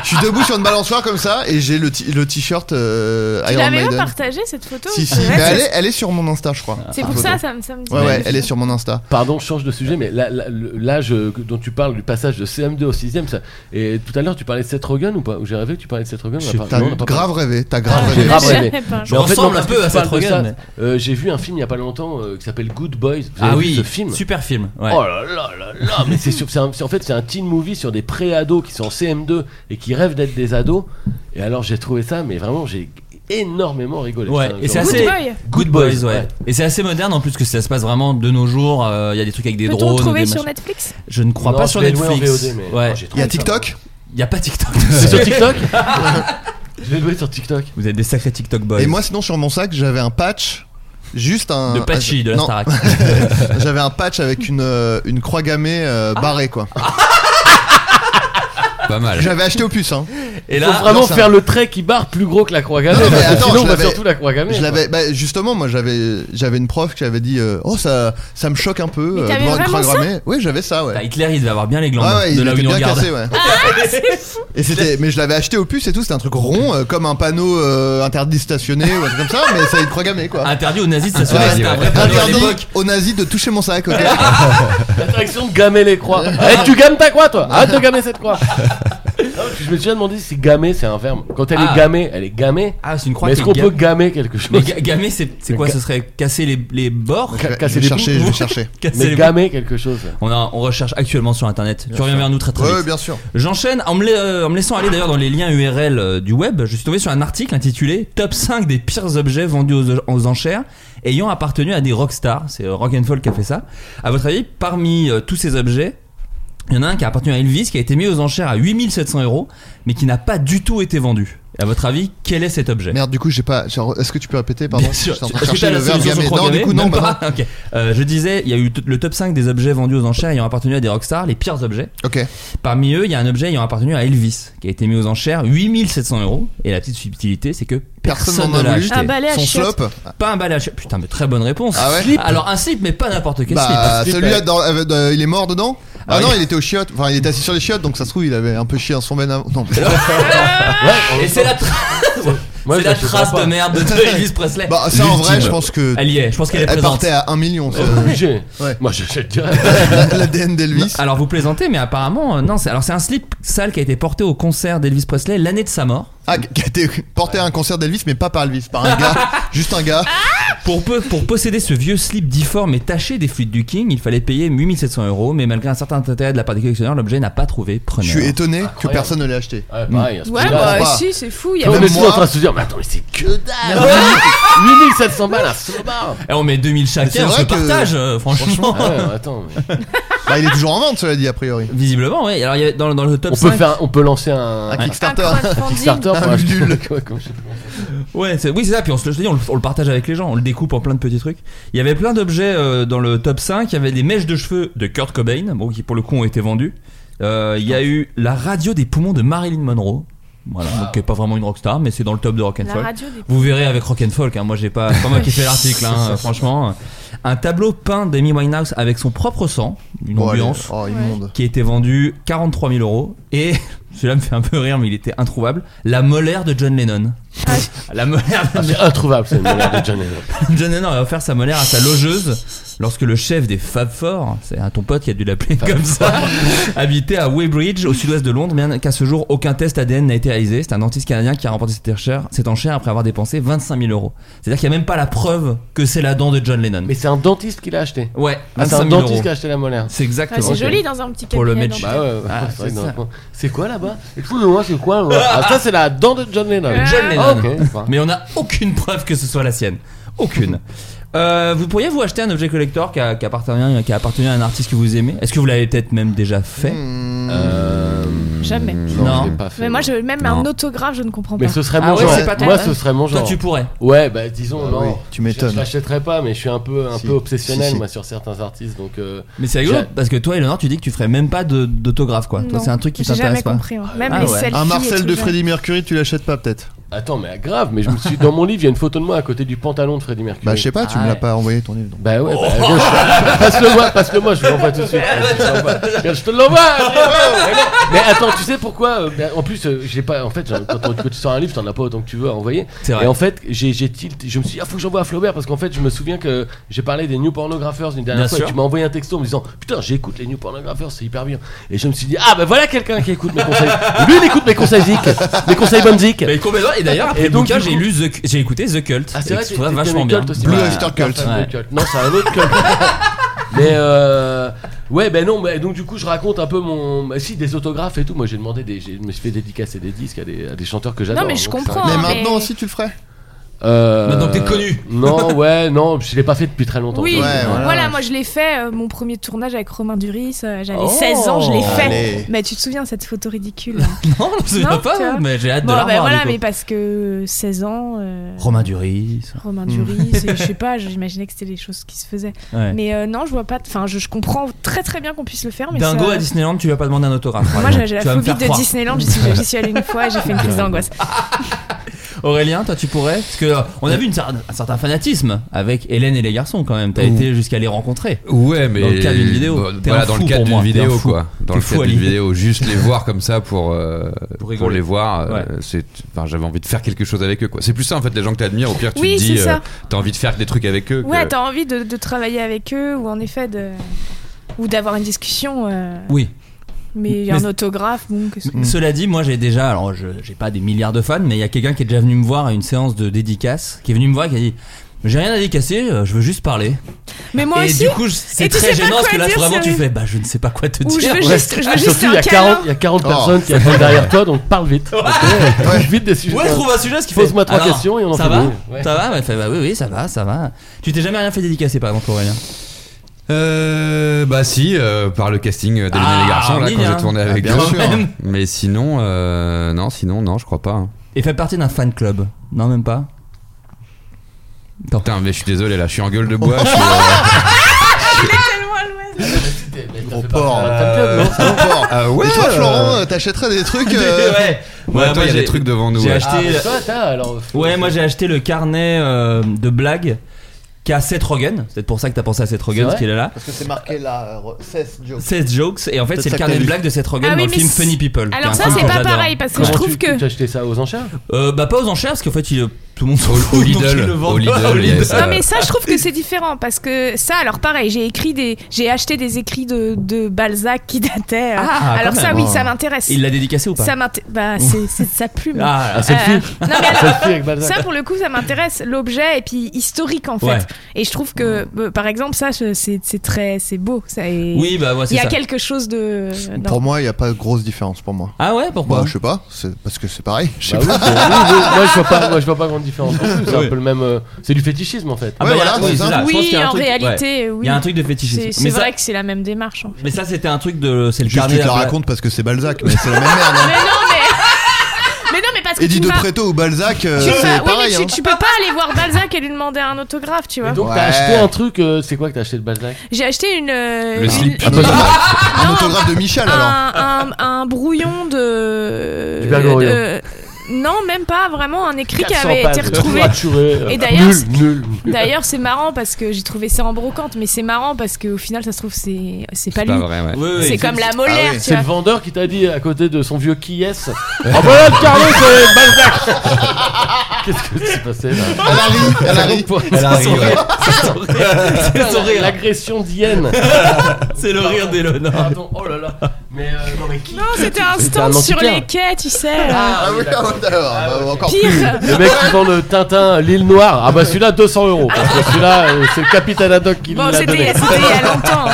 [SPEAKER 3] je suis debout sur une balançoire comme ça et j'ai le ti- le t-shirt euh,
[SPEAKER 6] Tu
[SPEAKER 3] Iron
[SPEAKER 6] l'avais pas
[SPEAKER 3] Maiden.
[SPEAKER 6] partagé cette photo
[SPEAKER 3] Si, si,
[SPEAKER 6] Ouais,
[SPEAKER 3] mais
[SPEAKER 6] c'est-
[SPEAKER 3] elle est, elle est sur mon Insta, je crois.
[SPEAKER 6] C'est
[SPEAKER 3] la
[SPEAKER 6] pour
[SPEAKER 3] photo.
[SPEAKER 6] ça, ça me, ça me dit.
[SPEAKER 3] Ouais, ouais, elle est sur mon Insta.
[SPEAKER 5] Pardon, je change de sujet, mais la- la- le- l'âge euh, que- dont tu parles, du passage de CM2 au 6ème, ça... et tout à l'heure, tu parlais de Seth Rogen ou pas Ou J'ai rêvé que tu parlais de Seth Rogen on a
[SPEAKER 4] Je
[SPEAKER 5] pas-
[SPEAKER 3] T'as
[SPEAKER 5] non, on a pas parlé.
[SPEAKER 3] grave rêvé, t'as
[SPEAKER 5] Ah,
[SPEAKER 3] grave
[SPEAKER 5] j'ai
[SPEAKER 3] rêvé.
[SPEAKER 5] grave
[SPEAKER 6] Je
[SPEAKER 5] rêvé.
[SPEAKER 6] savais pas.
[SPEAKER 4] Je ressemble
[SPEAKER 5] parce
[SPEAKER 4] un
[SPEAKER 5] que
[SPEAKER 4] peu
[SPEAKER 5] tu
[SPEAKER 4] à Seth
[SPEAKER 5] parles de
[SPEAKER 4] Rogen,
[SPEAKER 5] ça, euh, J'ai vu un film il y a pas longtemps euh, qui s'appelle Good Boys. Vous avez
[SPEAKER 4] Ah
[SPEAKER 5] vu
[SPEAKER 4] oui,
[SPEAKER 5] ce film
[SPEAKER 4] super film. ouais.
[SPEAKER 5] Oh là là là là, mais c'est sur- c'est un- c'est- en fait c'est un teen movie sur des pré-ados qui sont en CM2 et qui rêvent d'être des ados. Et alors j'ai trouvé ça, mais vraiment j'ai énormément rigolé.
[SPEAKER 4] Ouais,
[SPEAKER 5] un
[SPEAKER 4] et c'est
[SPEAKER 5] genre-
[SPEAKER 6] Good
[SPEAKER 4] assez.
[SPEAKER 6] Boy.
[SPEAKER 4] Good Boys, ouais.
[SPEAKER 5] ouais.
[SPEAKER 4] Et c'est assez moderne en plus que ça se passe vraiment de nos jours. euh, Il y a des trucs avec des
[SPEAKER 6] Peut-on
[SPEAKER 4] drones.
[SPEAKER 6] le trouver
[SPEAKER 4] des
[SPEAKER 6] sur
[SPEAKER 4] machins.
[SPEAKER 6] Netflix
[SPEAKER 4] Je ne crois
[SPEAKER 5] Non,
[SPEAKER 4] pas
[SPEAKER 5] je
[SPEAKER 4] sur
[SPEAKER 5] l'ai loué en
[SPEAKER 4] Netflix.
[SPEAKER 5] VOD, mais-
[SPEAKER 4] ouais.
[SPEAKER 5] oh, j'ai
[SPEAKER 3] Il y
[SPEAKER 5] trouvé
[SPEAKER 3] a
[SPEAKER 5] ça.
[SPEAKER 3] TikTok
[SPEAKER 4] Il y a pas TikTok.
[SPEAKER 5] C'est (laughs) sur TikTok
[SPEAKER 4] (laughs)
[SPEAKER 5] Je l'ai loué sur TikTok.
[SPEAKER 4] Vous êtes des sacrés TikTok boys.
[SPEAKER 3] et moi sinon sur mon sac j'avais un patch, juste un...
[SPEAKER 4] de Pachi, de la
[SPEAKER 3] Non,
[SPEAKER 4] Starac.
[SPEAKER 3] (laughs) J'avais un patch avec une, euh, une croix gammée euh, barrée quoi.
[SPEAKER 2] Pas mal.
[SPEAKER 3] J'avais acheté au puce hein.
[SPEAKER 4] Et
[SPEAKER 5] Faut
[SPEAKER 4] là,
[SPEAKER 5] vraiment
[SPEAKER 3] non, ça-
[SPEAKER 5] faire le trait qui barre plus gros que la croix gammée.
[SPEAKER 3] Non, mais
[SPEAKER 5] parce que
[SPEAKER 3] attends,
[SPEAKER 5] sinon,
[SPEAKER 3] je
[SPEAKER 5] on va
[SPEAKER 3] l'avais-
[SPEAKER 5] surtout la croix gammée.
[SPEAKER 3] Je
[SPEAKER 5] quoi.
[SPEAKER 3] l'avais, bah, justement, moi j'avais, j'avais une prof qui avait dit, euh, oh ça, ça me choque un peu
[SPEAKER 6] Mais
[SPEAKER 3] euh,
[SPEAKER 6] t'avais
[SPEAKER 3] de voir une croix
[SPEAKER 6] vraiment ça
[SPEAKER 3] grammée. Oui, j'avais ça,
[SPEAKER 4] bah,
[SPEAKER 3] ouais.
[SPEAKER 4] Hitler, il devait avoir bien les glandes hein,
[SPEAKER 3] Ah ouais,
[SPEAKER 4] de
[SPEAKER 3] il
[SPEAKER 4] là où
[SPEAKER 3] était
[SPEAKER 4] il
[SPEAKER 3] bien
[SPEAKER 4] regarde.
[SPEAKER 3] cassé, ouais.
[SPEAKER 6] C'est fou.
[SPEAKER 3] Et c'était, mais je l'avais acheté au puce et tout, c'était un truc rond, euh, comme un panneau euh, interdit de stationner ou un truc comme ça, mais ça a une croix gammée quoi.
[SPEAKER 4] Interdit aux nazis de
[SPEAKER 3] Ouais,
[SPEAKER 4] s'assurer. C'était Ah, un vrai problème à
[SPEAKER 3] interdit
[SPEAKER 4] l'époque.
[SPEAKER 3] aux nazis de toucher mon sac, ok
[SPEAKER 5] Attraction de gammer les croix. Eh, tu gammes ta croix, toi Arrête de gammer cette croix Non, parce que Je me suis déjà demandé si gammer c'est un verbe. Quand elle
[SPEAKER 4] Ah.
[SPEAKER 5] est gammée, elle est gammée.
[SPEAKER 4] Ah, c'est une croix
[SPEAKER 5] Mais
[SPEAKER 4] qui
[SPEAKER 5] est-ce qu'on
[SPEAKER 4] est
[SPEAKER 5] peut
[SPEAKER 4] ga-
[SPEAKER 5] gammer quelque
[SPEAKER 4] Mais
[SPEAKER 5] chose
[SPEAKER 4] ga- gammer, c'est c'est quoi
[SPEAKER 5] Mais
[SPEAKER 4] Ce serait casser les, les bords
[SPEAKER 5] Ca-
[SPEAKER 3] Je
[SPEAKER 5] Casser
[SPEAKER 3] vais
[SPEAKER 5] les
[SPEAKER 3] chercher,
[SPEAKER 5] bouts
[SPEAKER 3] je vais chercher.
[SPEAKER 4] (laughs) Casser
[SPEAKER 5] Mais
[SPEAKER 4] les
[SPEAKER 5] gammer quelque chose.
[SPEAKER 4] on, a- on recherche actuellement sur internet. tu reviens vers nous très très
[SPEAKER 3] Ouais,
[SPEAKER 4] vite.
[SPEAKER 3] bien sûr.
[SPEAKER 4] J'enchaîne en me, la- euh, en me laissant aller d'ailleurs dans les liens URL euh, du web. Je suis tombé sur un article intitulé Top 5 des pires objets vendus aux, aux enchères ayant appartenu à des rockstars. C'est euh, Rock and Folk qui a fait ça. À votre avis, parmi euh, tous ces objets, il y en a un qui a appartenu à Elvis qui a été mis aux enchères à 8700 euros mais qui n'a pas du tout été vendu. À votre avis, quel est cet objet
[SPEAKER 3] Eh, Merde, du coup, j'ai pas. genre, Est-ce que tu peux répéter, pardon
[SPEAKER 4] Bien sûr.
[SPEAKER 3] Je suis en train de
[SPEAKER 4] Est-ce que
[SPEAKER 3] chercher le
[SPEAKER 4] t'as la
[SPEAKER 3] verbe
[SPEAKER 4] solution sur
[SPEAKER 3] gammé.
[SPEAKER 4] croix
[SPEAKER 3] Non, du
[SPEAKER 4] gammée
[SPEAKER 3] coup, non,
[SPEAKER 4] Même
[SPEAKER 3] bah non.
[SPEAKER 4] pas Ok. Euh, je disais, il y a eu t- le top 5 des objets vendus aux enchères ayant appartenu à des rockstars, les pires objets.
[SPEAKER 3] Ok.
[SPEAKER 4] Parmi eux, il y a un objet ayant appartenu à Elvis, qui a été mis aux enchères 8700 euros. Et la petite subtilité, c'est que personne,
[SPEAKER 3] Personne
[SPEAKER 4] ne
[SPEAKER 3] n'en
[SPEAKER 4] l'a
[SPEAKER 3] a voulu.
[SPEAKER 4] acheté.
[SPEAKER 6] Un balai à
[SPEAKER 3] Son
[SPEAKER 6] chiottes.
[SPEAKER 3] slop,
[SPEAKER 4] Pas un balai à chiottes. Putain, mais très bonne réponse.
[SPEAKER 3] Ah ouais
[SPEAKER 4] Slip. Alors un slip, mais pas n'importe quel
[SPEAKER 3] bah
[SPEAKER 4] slip.
[SPEAKER 3] celui-là, dans- euh, euh, il est mort dedans
[SPEAKER 4] Ah
[SPEAKER 3] Ah non,
[SPEAKER 4] oui.
[SPEAKER 3] il était aux chiottes, enfin il était assis sur les chiottes, donc ça se trouve, il avait un peu chié dans son venin. Non,
[SPEAKER 4] (laughs) Et c'est la, tra-
[SPEAKER 5] Moi,
[SPEAKER 4] c'est
[SPEAKER 5] je
[SPEAKER 4] la
[SPEAKER 5] l'achèterai
[SPEAKER 4] trace
[SPEAKER 5] pas.
[SPEAKER 4] de merde
[SPEAKER 3] (laughs)
[SPEAKER 4] de Elvis Presley.
[SPEAKER 3] Bah ça en vrai je
[SPEAKER 4] L'ultime.
[SPEAKER 3] pense que
[SPEAKER 4] Elle y est, je pense qu'elle est
[SPEAKER 3] elle
[SPEAKER 4] présente.
[SPEAKER 3] partait à 1 million ça.
[SPEAKER 5] Obligé.
[SPEAKER 3] Ouais.
[SPEAKER 5] Moi, j'achète direct.
[SPEAKER 3] L'ADN d'Elvis.
[SPEAKER 4] Alors vous plaisantez, mais apparemment, euh, non. c'est- Alors c'est un slip sale qui a été porté au concert d'Elvis Presley l'année de sa mort.
[SPEAKER 3] Ah, qui a été porté à un concert d'Elvis mais pas par Elvis, par un gars,
[SPEAKER 4] (laughs)
[SPEAKER 3] juste un gars.
[SPEAKER 4] Ah. Pour, peu- pour posséder ce vieux slip difforme et taché des fluides du King, il fallait payer 8700 euros, mais malgré un certain intérêt de la part des collectionneurs, l'objet n'a pas trouvé
[SPEAKER 3] Je
[SPEAKER 4] preneur.
[SPEAKER 3] suis étonné que
[SPEAKER 5] Incroyable.
[SPEAKER 3] personne ne l'ait acheté.
[SPEAKER 5] Ouais, pareil. à ce
[SPEAKER 6] Ouais,
[SPEAKER 5] prix-là.
[SPEAKER 3] comprends
[SPEAKER 6] bah
[SPEAKER 3] pas.
[SPEAKER 6] si, c'est fou. Il y
[SPEAKER 5] Et on
[SPEAKER 6] a
[SPEAKER 3] Même
[SPEAKER 5] est tous
[SPEAKER 3] moi-
[SPEAKER 5] en train de se dire, mais attends, mais c'est que dalle 8700 balles à Sobar
[SPEAKER 4] Eh, on met 2000
[SPEAKER 3] Mais c'est
[SPEAKER 4] chacun, on se
[SPEAKER 3] vrai que-
[SPEAKER 4] partage, euh, franchement.
[SPEAKER 5] Ah ouais, attends, mais-
[SPEAKER 3] Bah il est toujours en vente cela dit a priori.
[SPEAKER 4] (laughs) Visiblement, ouais. Alors, il y avait dans, le- dans le top
[SPEAKER 5] on,
[SPEAKER 4] 5.
[SPEAKER 5] peut faire, on peut lancer un,
[SPEAKER 3] Un
[SPEAKER 5] un
[SPEAKER 3] Kickstarter.
[SPEAKER 5] Kickstarter pour
[SPEAKER 3] Un
[SPEAKER 5] acheter-
[SPEAKER 3] nul.
[SPEAKER 5] Ouais, comme je-
[SPEAKER 4] Ouais, c'est- oui, c'est ça. Puis on se le, je te dis, on le, on le partage avec les gens, on le découpe en plein de petits trucs. Il y avait plein d'objets euh, dans le top 5. Il y avait des mèches de cheveux de Kurt Cobain, bon, qui pour le coup ont été vendues. Euh, il y a eu la radio des poumons de Marilyn Monroe. Voilà, donc qui est pas vraiment une rockstar, mais c'est dans le top de Rock and
[SPEAKER 6] La
[SPEAKER 4] Folk.
[SPEAKER 6] radio des
[SPEAKER 4] Vous verrez avec Rock and Folk, hein, moi j'ai pas, c'est pas moi qui ai fait l'article, hein, euh,
[SPEAKER 3] (laughs)
[SPEAKER 4] franchement. Un tableau peint d'Amy Winehouse avec son propre sang, une
[SPEAKER 3] Oh, Bon, allez.
[SPEAKER 4] ambiance,
[SPEAKER 3] Oh immonde.
[SPEAKER 4] qui a été vendu 43 000 euros. Et (laughs) Celui-là me fait un peu rire, mais il était introuvable. La molaire de John Lennon. La molaire de
[SPEAKER 5] Ah, c'est introuvable, c'est une manière de John Lennon.
[SPEAKER 4] John Lennon a offert sa molaire à sa logeuse lorsque le chef des Fab Four, c'est un ton pote qui a dû l'appeler comme ça, (laughs) habitait à Weybridge, au sud-ouest de Londres, bien qu'à ce jour, aucun test ADN n'a été réalisé. C'est un dentiste canadien qui a remporté cette enchère, cette enchère après avoir dépensé 25 000 euros. C'est-à-dire qu'il n'y a même pas la preuve que c'est la dent de John Lennon.
[SPEAKER 5] Mais c'est un dentiste qui l'a acheté.
[SPEAKER 4] Ouais,
[SPEAKER 5] Ah, c'est
[SPEAKER 4] 25
[SPEAKER 5] un
[SPEAKER 4] 000
[SPEAKER 5] dentiste
[SPEAKER 4] euros.
[SPEAKER 5] qui a acheté la molaire.
[SPEAKER 4] C'est
[SPEAKER 6] Ah,
[SPEAKER 4] exactement.
[SPEAKER 6] c'est joli dans un petit
[SPEAKER 4] Pour le
[SPEAKER 6] cabinet.
[SPEAKER 4] mettre
[SPEAKER 6] d'enfant.
[SPEAKER 5] Bah ouais, ouais,
[SPEAKER 4] Ah,
[SPEAKER 5] c'est vrai
[SPEAKER 4] c'est
[SPEAKER 5] que
[SPEAKER 4] ça.
[SPEAKER 5] dans- C'est quoi là-bas Excusez-moi, c'est quoi là-bas Ah, ça, c'est la dent de John Lennon.
[SPEAKER 4] John
[SPEAKER 5] Ah,
[SPEAKER 4] Lennon.
[SPEAKER 5] ok. enfin.
[SPEAKER 4] Mais on n'a aucune preuve que ce soit la sienne. Aucune. Euh, vous pourriez vous acheter un objet collector qui, a- qui appartient, qui appartient à un artiste que vous aimez Est-ce que vous l'avez peut-être même déjà fait
[SPEAKER 5] Hmm.
[SPEAKER 6] Jamais.
[SPEAKER 4] Non.
[SPEAKER 5] je l'ai euh, pas fait,
[SPEAKER 6] Mais moi, je, même
[SPEAKER 2] Non.
[SPEAKER 6] un autographe, je ne comprends
[SPEAKER 5] Mais
[SPEAKER 6] pas.
[SPEAKER 5] ce serait
[SPEAKER 4] Ah
[SPEAKER 5] mon
[SPEAKER 4] ouais,
[SPEAKER 5] genre.
[SPEAKER 4] c'est pas
[SPEAKER 5] Moi,
[SPEAKER 4] toi.
[SPEAKER 5] ce serait mon
[SPEAKER 4] Toi,
[SPEAKER 5] genre.
[SPEAKER 4] tu pourrais.
[SPEAKER 5] Ouais, bah disons,
[SPEAKER 3] Bah
[SPEAKER 5] non.
[SPEAKER 3] oui, tu
[SPEAKER 5] Je-
[SPEAKER 3] m'étonnes.
[SPEAKER 5] Je, l'achèterais pas, mais je suis un peu, un
[SPEAKER 3] Si.
[SPEAKER 5] peu obsessionnel,
[SPEAKER 3] Si, si.
[SPEAKER 5] moi, sur certains artistes. Donc, euh,
[SPEAKER 4] Mais c'est rigolo
[SPEAKER 5] J'ai-
[SPEAKER 4] parce que toi, Eleanor, tu dis que tu ferais même pas de- d'autographe quoi. Toi,
[SPEAKER 6] Non.
[SPEAKER 4] c'est un truc qui
[SPEAKER 6] J'ai
[SPEAKER 4] t'intéresse
[SPEAKER 6] jamais
[SPEAKER 4] pas.
[SPEAKER 6] compris. hein. Même
[SPEAKER 4] Ah
[SPEAKER 6] les
[SPEAKER 4] ouais.
[SPEAKER 6] selfies.
[SPEAKER 3] Un
[SPEAKER 6] et
[SPEAKER 3] Marcel
[SPEAKER 6] tout,
[SPEAKER 3] de
[SPEAKER 6] je-
[SPEAKER 3] Freddie Mercury, tu l'achètes pas peut-être
[SPEAKER 5] attends, mais grave, mais je me suis. Dans mon livre, il y a une photo de moi à côté du pantalon de Freddie Mercury.
[SPEAKER 3] Bah je sais pas, tu
[SPEAKER 4] Ah
[SPEAKER 3] me l'as
[SPEAKER 4] ouais.
[SPEAKER 3] pas envoyé ton livre. donc.
[SPEAKER 5] Bah ouais, bah, gauche. (laughs) passe-le-moi, passe-le-moi, je vous l'envoie tout de suite. Je te l'envoie. Regarde, je te l'envoie. allez, allez. Mais attends, tu sais pourquoi euh, mais En plus, euh, j'ai pas. En fait, j'en- quand on- quand tu sors un livre, t'en as pas autant que tu veux à envoyer.
[SPEAKER 4] C'est vrai.
[SPEAKER 5] Et en fait, j'ai, j'ai tilt. Je me suis dit, ah, faut que j'envoie à Flaubert parce qu'en fait, je me souviens que j'ai parlé des New Pornographers une dernière
[SPEAKER 4] Bien
[SPEAKER 5] fois.
[SPEAKER 4] sûr.
[SPEAKER 5] Et tu m'as envoyé un texto en me disant, putain, j'écoute les New Pornographers, c'est hyper bien. Et je me suis dit, ah, bah voilà quelqu'un qui écoute mes conseils. Lui, il écoute mes conseils zik, mes conseils bonnes zik.
[SPEAKER 4] Mais complètement. Et d'ailleurs, après
[SPEAKER 5] Et
[SPEAKER 4] le
[SPEAKER 5] donc,
[SPEAKER 4] bouquin,
[SPEAKER 5] du
[SPEAKER 4] j'ai
[SPEAKER 5] coup-
[SPEAKER 4] lu The- j'ai écouté The Cult.
[SPEAKER 5] Ah, c'est vrai,
[SPEAKER 4] Et je
[SPEAKER 5] c'est
[SPEAKER 4] trouvais vachement bien.
[SPEAKER 5] Cult aussi.
[SPEAKER 3] Blue
[SPEAKER 5] Bah,
[SPEAKER 3] Oyster Cult.
[SPEAKER 5] enfin,
[SPEAKER 4] Ouais.
[SPEAKER 5] Blue Cult. Non, c'est un autre cult. (laughs) mais euh, ouais, ben non, mais donc du coup, je raconte un peu mon. bah, si, des autographes et tout. Moi, j'ai demandé des. j'ai- Je me suis fait dédicacer des disques à des, à des chanteurs que j'adore.
[SPEAKER 6] Non, mais je
[SPEAKER 5] donc ça-
[SPEAKER 6] comprends.
[SPEAKER 3] Mais
[SPEAKER 6] Non,
[SPEAKER 3] maintenant
[SPEAKER 6] mais-
[SPEAKER 3] aussi tu le ferais
[SPEAKER 5] Euh,
[SPEAKER 4] Maintenant que t'es connu.
[SPEAKER 5] Non, ouais, non, je l'ai pas fait depuis très longtemps. euh,
[SPEAKER 6] Oui,
[SPEAKER 5] tu vois.
[SPEAKER 3] Ouais,
[SPEAKER 6] voilà.
[SPEAKER 3] voilà.
[SPEAKER 6] moi je l'ai fait, euh, mon premier tournage avec Romain Duris, euh, j'avais
[SPEAKER 4] Oh,
[SPEAKER 6] 16 ans, je l'ai fait.
[SPEAKER 3] allez.
[SPEAKER 6] Mais tu te souviens cette
[SPEAKER 4] (laughs)
[SPEAKER 6] photo ridicule
[SPEAKER 4] (laughs) Non, je me souviens
[SPEAKER 6] Non,
[SPEAKER 4] pas,
[SPEAKER 6] tu vois.
[SPEAKER 4] mais j'ai hâte
[SPEAKER 6] Bon,
[SPEAKER 4] de la
[SPEAKER 6] bah,
[SPEAKER 4] revoir.
[SPEAKER 6] voilà,
[SPEAKER 4] du coup.
[SPEAKER 6] mais parce que 16 ans, euh,
[SPEAKER 4] Romain Duris.
[SPEAKER 6] Romain Duris,
[SPEAKER 4] (laughs)
[SPEAKER 6] et je sais pas, j'imaginais que c'était des choses qui se faisaient.
[SPEAKER 4] Hmm. Ouais.
[SPEAKER 6] Mais euh, non, je vois pas, enfin, je, je comprends très très bien qu'on puisse le faire, mais
[SPEAKER 4] Dingo
[SPEAKER 6] ça-
[SPEAKER 4] à Disneyland, tu lui as pas demandé un autographe. par
[SPEAKER 6] Moi,
[SPEAKER 4] exemple.
[SPEAKER 6] j'ai la
[SPEAKER 4] Tu vas me
[SPEAKER 6] phobie
[SPEAKER 4] faire
[SPEAKER 6] de
[SPEAKER 4] croire.
[SPEAKER 6] Disneyland, j'y suis, j'y suis allée une fois et j'ai
[SPEAKER 4] (laughs)
[SPEAKER 6] fait une crise d'angoisse.
[SPEAKER 4] Aurélien, toi, tu pourrais Parce que euh, on a vu une cer- un certain fanatisme avec Hélène et les garçons quand même. T'as
[SPEAKER 2] Ouh.
[SPEAKER 4] été jusqu'à les rencontrer.
[SPEAKER 2] Ouais, mais
[SPEAKER 4] Dans le cadre d'une vidéo.
[SPEAKER 2] Bon,
[SPEAKER 4] T'es
[SPEAKER 2] voilà,
[SPEAKER 4] un
[SPEAKER 2] dans
[SPEAKER 4] fou
[SPEAKER 2] le cadre
[SPEAKER 4] pour
[SPEAKER 2] d'une
[SPEAKER 4] moi. T'es un
[SPEAKER 2] vidéo,
[SPEAKER 4] fou.
[SPEAKER 2] quoi. Dans
[SPEAKER 4] T'es
[SPEAKER 2] le
[SPEAKER 4] fou,
[SPEAKER 2] cadre d'une
[SPEAKER 4] Ali.
[SPEAKER 5] oh,
[SPEAKER 2] vidéo, juste les voir comme ça pour euh,
[SPEAKER 4] Pour
[SPEAKER 2] pour,
[SPEAKER 4] rigoler.
[SPEAKER 2] les voir. euh,
[SPEAKER 4] Ouais.
[SPEAKER 2] c'est, enfin, j'avais envie de faire quelque chose avec eux, quoi. C'est plus ça en fait, les gens que t'admires. Au pire, tu
[SPEAKER 6] Oui,
[SPEAKER 2] te dis,
[SPEAKER 6] c'est
[SPEAKER 2] euh,
[SPEAKER 6] ça.
[SPEAKER 2] t'as envie de faire des trucs avec eux.
[SPEAKER 6] Ouais,
[SPEAKER 4] euh,
[SPEAKER 5] Bah
[SPEAKER 2] que-
[SPEAKER 6] t'as envie de, de travailler avec eux ou en effet de ou d'avoir une discussion. euh,
[SPEAKER 4] Oui.
[SPEAKER 6] Mais
[SPEAKER 4] Mais- Mm.
[SPEAKER 6] un autographe, bon, qu'est-ce
[SPEAKER 5] Mm.
[SPEAKER 6] que-
[SPEAKER 4] Cela dit, moi j'ai déjà, alors je j'ai pas des milliards de fans, mais il y a quelqu'un qui est déjà venu me voir à une séance de dédicace, qui est venu me voir et qui a dit j'ai rien à dédicacer, euh, je veux juste parler.
[SPEAKER 6] Mais moi
[SPEAKER 4] et
[SPEAKER 6] aussi.
[SPEAKER 4] du coup, je- c'est
[SPEAKER 6] Et tu
[SPEAKER 4] très
[SPEAKER 6] sais pas
[SPEAKER 4] gênant parce
[SPEAKER 6] quoi
[SPEAKER 4] que là
[SPEAKER 6] dire,
[SPEAKER 4] vraiment tu
[SPEAKER 6] sérieux.
[SPEAKER 4] fais bah je ne sais pas quoi te
[SPEAKER 6] Ou je
[SPEAKER 4] dire.
[SPEAKER 6] veux
[SPEAKER 5] Ouais.
[SPEAKER 6] juste, je veux juste
[SPEAKER 5] Surtout, il y
[SPEAKER 6] un
[SPEAKER 5] a 40,
[SPEAKER 6] câlin.
[SPEAKER 5] il y a 40
[SPEAKER 3] Oh.
[SPEAKER 5] personnes qui attendent derrière toi, donc parle vite. Ok, Trouve vite des
[SPEAKER 4] (laughs)
[SPEAKER 5] sujets.
[SPEAKER 4] Ouais, trouve un sujet, ce qui fait.
[SPEAKER 5] Pose-moi trois
[SPEAKER 4] Alors,
[SPEAKER 5] questions et on en
[SPEAKER 4] Ça
[SPEAKER 5] fait
[SPEAKER 4] va
[SPEAKER 5] deux. Ouais.
[SPEAKER 4] Ça va Elle fait, Bah oui, oui, ça va, ça va. Tu t'es jamais rien fait dédicacer par exemple, Aurélien
[SPEAKER 2] (laughs) Euh, bah si, euh, par le casting euh, d'Hélène
[SPEAKER 4] Ah,
[SPEAKER 2] et les garçons là
[SPEAKER 4] oui,
[SPEAKER 2] quand
[SPEAKER 4] hein.
[SPEAKER 2] j'ai tourné
[SPEAKER 3] Ah,
[SPEAKER 2] avec
[SPEAKER 3] bien
[SPEAKER 2] eux.
[SPEAKER 3] sûr.
[SPEAKER 2] (laughs) Mais sinon, euh, non, sinon, non, je crois pas. hein.
[SPEAKER 4] Et fait partie d'un fan club Non, même pas
[SPEAKER 2] Putain, mais je suis désolé là, je suis en gueule de bois. (laughs) je suis, euh,
[SPEAKER 3] Au port.
[SPEAKER 5] Euh,
[SPEAKER 3] Au port.
[SPEAKER 2] euh, ouais.
[SPEAKER 3] Et toi
[SPEAKER 2] euh,
[SPEAKER 3] Florent, euh, t'achèterais des (laughs) trucs euh,
[SPEAKER 4] (laughs) Ouais,
[SPEAKER 2] Ouais,
[SPEAKER 4] Ouais,
[SPEAKER 2] toi, il y a
[SPEAKER 4] j'ai-
[SPEAKER 2] des trucs devant nous.
[SPEAKER 4] J'ai
[SPEAKER 2] ouais.
[SPEAKER 5] Ah,
[SPEAKER 4] acheté.
[SPEAKER 5] mais toi, t'as alors.
[SPEAKER 4] Ouais, moi j'ai acheté le carnet euh, de blagues qu'a Seth Rogen. C'est peut-être pour ça que t'as pensé à Seth
[SPEAKER 5] C'est
[SPEAKER 4] Rogen,
[SPEAKER 5] vrai
[SPEAKER 4] parce qu'il est là.
[SPEAKER 3] Parce que c'est marqué là, 16 jokes.
[SPEAKER 4] 16 jokes, et en fait,
[SPEAKER 3] Peut-être
[SPEAKER 4] c'est le
[SPEAKER 3] ça que
[SPEAKER 4] carnet
[SPEAKER 3] t'as
[SPEAKER 4] de
[SPEAKER 3] lu.
[SPEAKER 4] blagues de Seth Rogen
[SPEAKER 6] Ah
[SPEAKER 4] dans
[SPEAKER 6] oui,
[SPEAKER 4] le
[SPEAKER 6] mais
[SPEAKER 4] film
[SPEAKER 6] c'est-
[SPEAKER 4] Funny People. qui est un
[SPEAKER 6] Alors ça,
[SPEAKER 4] film
[SPEAKER 6] c'est
[SPEAKER 4] que
[SPEAKER 6] pas
[SPEAKER 4] j'adore.
[SPEAKER 6] pareil parce que
[SPEAKER 5] Comment
[SPEAKER 6] je trouve
[SPEAKER 5] tu,
[SPEAKER 6] que Ah,
[SPEAKER 5] Tu as acheté ça aux enchères
[SPEAKER 4] Euh, bah, pas aux enchères, parce qu'en fait, il, tout le monde s'en fout.
[SPEAKER 2] Au
[SPEAKER 4] donc
[SPEAKER 2] Lidl,
[SPEAKER 4] il le vend
[SPEAKER 2] au Lidl,
[SPEAKER 4] pas.
[SPEAKER 2] il y a ça.
[SPEAKER 6] non mais ça je trouve
[SPEAKER 4] euh,
[SPEAKER 6] que c'est différent parce que ça alors pareil j'ai écrit des j'ai acheté des écrits de, de Balzac qui dataient euh,
[SPEAKER 4] Ah,
[SPEAKER 6] alors
[SPEAKER 4] quand
[SPEAKER 6] ça
[SPEAKER 4] même.
[SPEAKER 6] oui ça m'intéresse
[SPEAKER 4] Il l'a dédicacé ou pas
[SPEAKER 6] ça m'intéresse bah c'est c'est de sa plume
[SPEAKER 4] Ah,
[SPEAKER 5] Ah, c'est
[SPEAKER 6] Euh,
[SPEAKER 5] le
[SPEAKER 6] non
[SPEAKER 4] (laughs)
[SPEAKER 6] mais alors,
[SPEAKER 5] Selfie avec Balzac.
[SPEAKER 6] Ça, pour le coup, ça m'intéresse l'objet et puis historique en fait.
[SPEAKER 4] Ouais.
[SPEAKER 6] Et je trouve que, euh, par exemple, ça, je- c'est c'est très, c'est beau. Ça, et
[SPEAKER 4] oui, bah, moi,
[SPEAKER 6] il
[SPEAKER 4] c'est
[SPEAKER 6] y a
[SPEAKER 4] ça.
[SPEAKER 6] quelque chose de. Euh, non.
[SPEAKER 3] Pour moi, il y a pas de grosse différence pour moi.
[SPEAKER 4] Ah ouais, pourquoi
[SPEAKER 3] Bah, je sais pas, c'est parce que c'est pareil. Je sais
[SPEAKER 5] Bah oui,
[SPEAKER 3] pas.
[SPEAKER 5] c'est- oui, oui,
[SPEAKER 2] (laughs)
[SPEAKER 5] moi je vois pas, moi je vois pas grande différence. non plus, C'est
[SPEAKER 4] Oui.
[SPEAKER 5] un peu le même, euh, c'est du fétichisme en fait.
[SPEAKER 4] Ah,
[SPEAKER 3] Ouais,
[SPEAKER 4] bah, il y a-
[SPEAKER 3] voilà,
[SPEAKER 4] oui,
[SPEAKER 3] c'est
[SPEAKER 4] c'est
[SPEAKER 3] ça.
[SPEAKER 4] ça. Je pense
[SPEAKER 6] oui,
[SPEAKER 4] qu'il y a un
[SPEAKER 6] en
[SPEAKER 4] truc- ouais.
[SPEAKER 6] réalité, oui.
[SPEAKER 4] Il y a un truc de
[SPEAKER 6] C'est
[SPEAKER 4] fétichisme.
[SPEAKER 6] c'est
[SPEAKER 4] Mais ça-
[SPEAKER 6] vrai que c'est la même démarche. hein.
[SPEAKER 4] (laughs)
[SPEAKER 6] en fait.
[SPEAKER 4] Mais ça, c'était un truc de. C'est le
[SPEAKER 3] Juste,
[SPEAKER 4] carnet
[SPEAKER 3] tu te
[SPEAKER 4] à
[SPEAKER 3] la
[SPEAKER 4] blagues.
[SPEAKER 3] racontes parce que c'est Balzac, mais c'est la même merde.
[SPEAKER 6] (laughs) Mais
[SPEAKER 3] hein.
[SPEAKER 6] non, mais. (laughs) mais non, mais parce que
[SPEAKER 3] Eddie
[SPEAKER 6] tu
[SPEAKER 3] de
[SPEAKER 6] vas.
[SPEAKER 3] Preto ou Balzac, euh,
[SPEAKER 6] tu vas-
[SPEAKER 3] c'est
[SPEAKER 6] oui,
[SPEAKER 3] pareil.
[SPEAKER 6] mais tu,
[SPEAKER 3] hein.
[SPEAKER 6] tu peux pas aller voir Balzac et lui demander un autographe, tu vois.
[SPEAKER 5] Et donc
[SPEAKER 3] Ouais.
[SPEAKER 5] t'as acheté un truc, euh, c'est quoi que t'as acheté de Balzac
[SPEAKER 6] J'ai acheté une. euh,
[SPEAKER 2] Le
[SPEAKER 3] (laughs)
[SPEAKER 6] une-
[SPEAKER 2] slip.
[SPEAKER 3] Un
[SPEAKER 6] une-
[SPEAKER 3] autographe- un
[SPEAKER 6] Non, Ah.
[SPEAKER 3] autographe de Michel alors.
[SPEAKER 6] un, un, un brouillon de.
[SPEAKER 5] Du Bergoglio.
[SPEAKER 6] de- (laughs) Non, même pas vraiment un écrit qui
[SPEAKER 5] 400
[SPEAKER 6] avait été
[SPEAKER 5] pages.
[SPEAKER 4] (laughs)
[SPEAKER 6] retrouvé.
[SPEAKER 5] Raturé.
[SPEAKER 6] Et d'ailleurs,
[SPEAKER 5] Nul, nul.
[SPEAKER 6] D'ailleurs, c'est marrant parce que j'ai trouvé ça en brocante, mais c'est marrant parce qu'au final, ça se trouve, c'est c'est pas
[SPEAKER 2] C'est
[SPEAKER 6] lui.
[SPEAKER 2] pas vrai, ouais.
[SPEAKER 4] Oui, oui,
[SPEAKER 6] C'est comme la molaire,
[SPEAKER 3] Ah oui.
[SPEAKER 6] tu
[SPEAKER 5] C'est le
[SPEAKER 6] vois.
[SPEAKER 5] vendeur qui t'a dit à côté de son vieux qui est. Ah voilà le carnet, c'est Balzac Qu'est-ce que s'est passé là
[SPEAKER 3] Elle arrive, elle arrive.
[SPEAKER 4] C'est son
[SPEAKER 2] arrive, ouais.
[SPEAKER 4] rire. C'est son rire. C'est son rire.
[SPEAKER 5] L'agression d'Ienne.
[SPEAKER 4] C'est le rire d'Elona.
[SPEAKER 5] Pardon, oh là là. Mais euh, non, mais qui
[SPEAKER 6] Non, c'était un
[SPEAKER 5] C'était
[SPEAKER 6] stand
[SPEAKER 5] un
[SPEAKER 6] sur
[SPEAKER 5] antiquaire.
[SPEAKER 6] les quais, tu sais.
[SPEAKER 3] Ah oui, d'accord. Bah, Encore
[SPEAKER 4] (laughs)
[SPEAKER 6] Pire.
[SPEAKER 5] Le mec qui vend le Tintin, l'île noire. Ah bah celui-là, 200 euros. Parce que celui-là, euh, c'est le capitaine Haddock qui
[SPEAKER 6] Bon,
[SPEAKER 5] l'a
[SPEAKER 6] c'était il y
[SPEAKER 5] donné.
[SPEAKER 6] a- c'était il y a longtemps.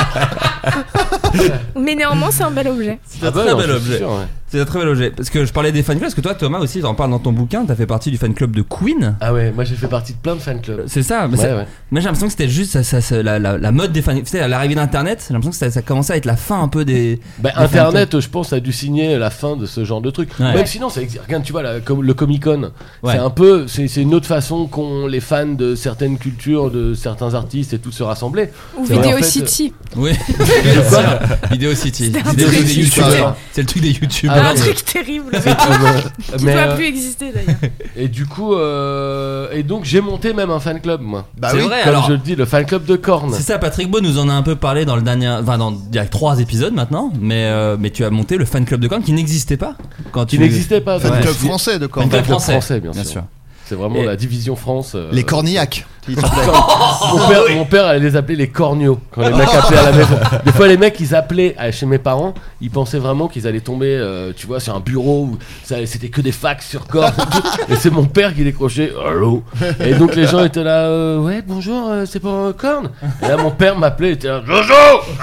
[SPEAKER 5] (laughs)
[SPEAKER 6] mais néanmoins, c'est un bel objet.
[SPEAKER 5] Ah bah
[SPEAKER 4] très
[SPEAKER 5] non,
[SPEAKER 4] bel
[SPEAKER 5] je suis
[SPEAKER 4] objet.
[SPEAKER 5] sûr, ouais.
[SPEAKER 4] C'est un très bel objet. Parce que je parlais des fan clubs. Parce que toi, Thomas aussi, t'en parles dans ton bouquin. T'as fait partie du fan club de Queen.
[SPEAKER 5] Ah ouais, moi j'ai fait partie de plein de fan clubs.
[SPEAKER 4] C'est ça. Mais
[SPEAKER 5] Ouais,
[SPEAKER 4] c'est-
[SPEAKER 5] ouais.
[SPEAKER 4] Moi j'ai l'impression que c'était juste ça, ça- ça- la, la- la mode des fan Tu sais, à l'arrivée d'Internet, j'ai l'impression que ça, ça commençait à être la fin un peu des.
[SPEAKER 5] Bah,
[SPEAKER 4] Des
[SPEAKER 5] Internet, je pense, a dû signer la fin de ce genre de truc.
[SPEAKER 4] Ouais.
[SPEAKER 5] Même sinon, ça existe. Regarde, tu vois, la- comme le Comic Con,
[SPEAKER 4] Ouais.
[SPEAKER 5] c'est un peu, c'est c'est une autre façon qu'ont les fans de certaines cultures, de certains artistes et tout se rassembler.
[SPEAKER 6] Ou
[SPEAKER 5] C'est vrai,
[SPEAKER 6] Vidéo
[SPEAKER 5] en fait, euh,
[SPEAKER 6] City.
[SPEAKER 4] Oui. (laughs) Vidéo City.
[SPEAKER 6] C'était un
[SPEAKER 4] Vidéo
[SPEAKER 6] truc
[SPEAKER 4] des
[SPEAKER 6] de
[SPEAKER 4] youtubeurs.
[SPEAKER 5] youtubeurs.
[SPEAKER 4] C'est le truc des youtubeurs.
[SPEAKER 5] Ah
[SPEAKER 6] un
[SPEAKER 5] ouais.
[SPEAKER 6] truc terrible qui
[SPEAKER 5] Mais,
[SPEAKER 6] doit
[SPEAKER 5] euh,
[SPEAKER 6] plus exister d'ailleurs.
[SPEAKER 5] (laughs) et du coup, euh, et donc j'ai monté même un fan club, moi.
[SPEAKER 3] Bah
[SPEAKER 4] c'est
[SPEAKER 3] oui.
[SPEAKER 4] vrai.
[SPEAKER 5] Comme
[SPEAKER 4] alors,
[SPEAKER 5] je le dis, le fan club de Korn.
[SPEAKER 4] C'est ça, Patrick Beau nous en a un peu parlé dans le dernier. Enfin, dans, il y a trois épisodes maintenant, mais, euh, mais tu as monté le fan club de Corne qui n'existait pas quand
[SPEAKER 5] Qui
[SPEAKER 4] tu-
[SPEAKER 5] n'existait pas.
[SPEAKER 3] Fan
[SPEAKER 5] ça.
[SPEAKER 3] club français de
[SPEAKER 4] Fan
[SPEAKER 3] Cornillac.
[SPEAKER 4] club
[SPEAKER 5] club
[SPEAKER 4] français,
[SPEAKER 5] français, bien sûr. C'est vraiment
[SPEAKER 4] Et-
[SPEAKER 5] la division France. euh,
[SPEAKER 3] Les Cornillacs. Ils sont-
[SPEAKER 5] Mon père, mon père, elle les appelait les cornios quand les mecs appelaient à la maison. Des fois, les mecs, ils appelaient à- chez mes parents, ils pensaient vraiment qu'ils allaient tomber, euh, tu vois, sur un bureau où ça- c'était que des fax sur corps. et c'est mon père qui décrochait Allô Et donc, les gens étaient là, euh, ouais, bonjour, euh, c'est pour euh, corne Et là, mon père m'appelait, il était là, Jojo,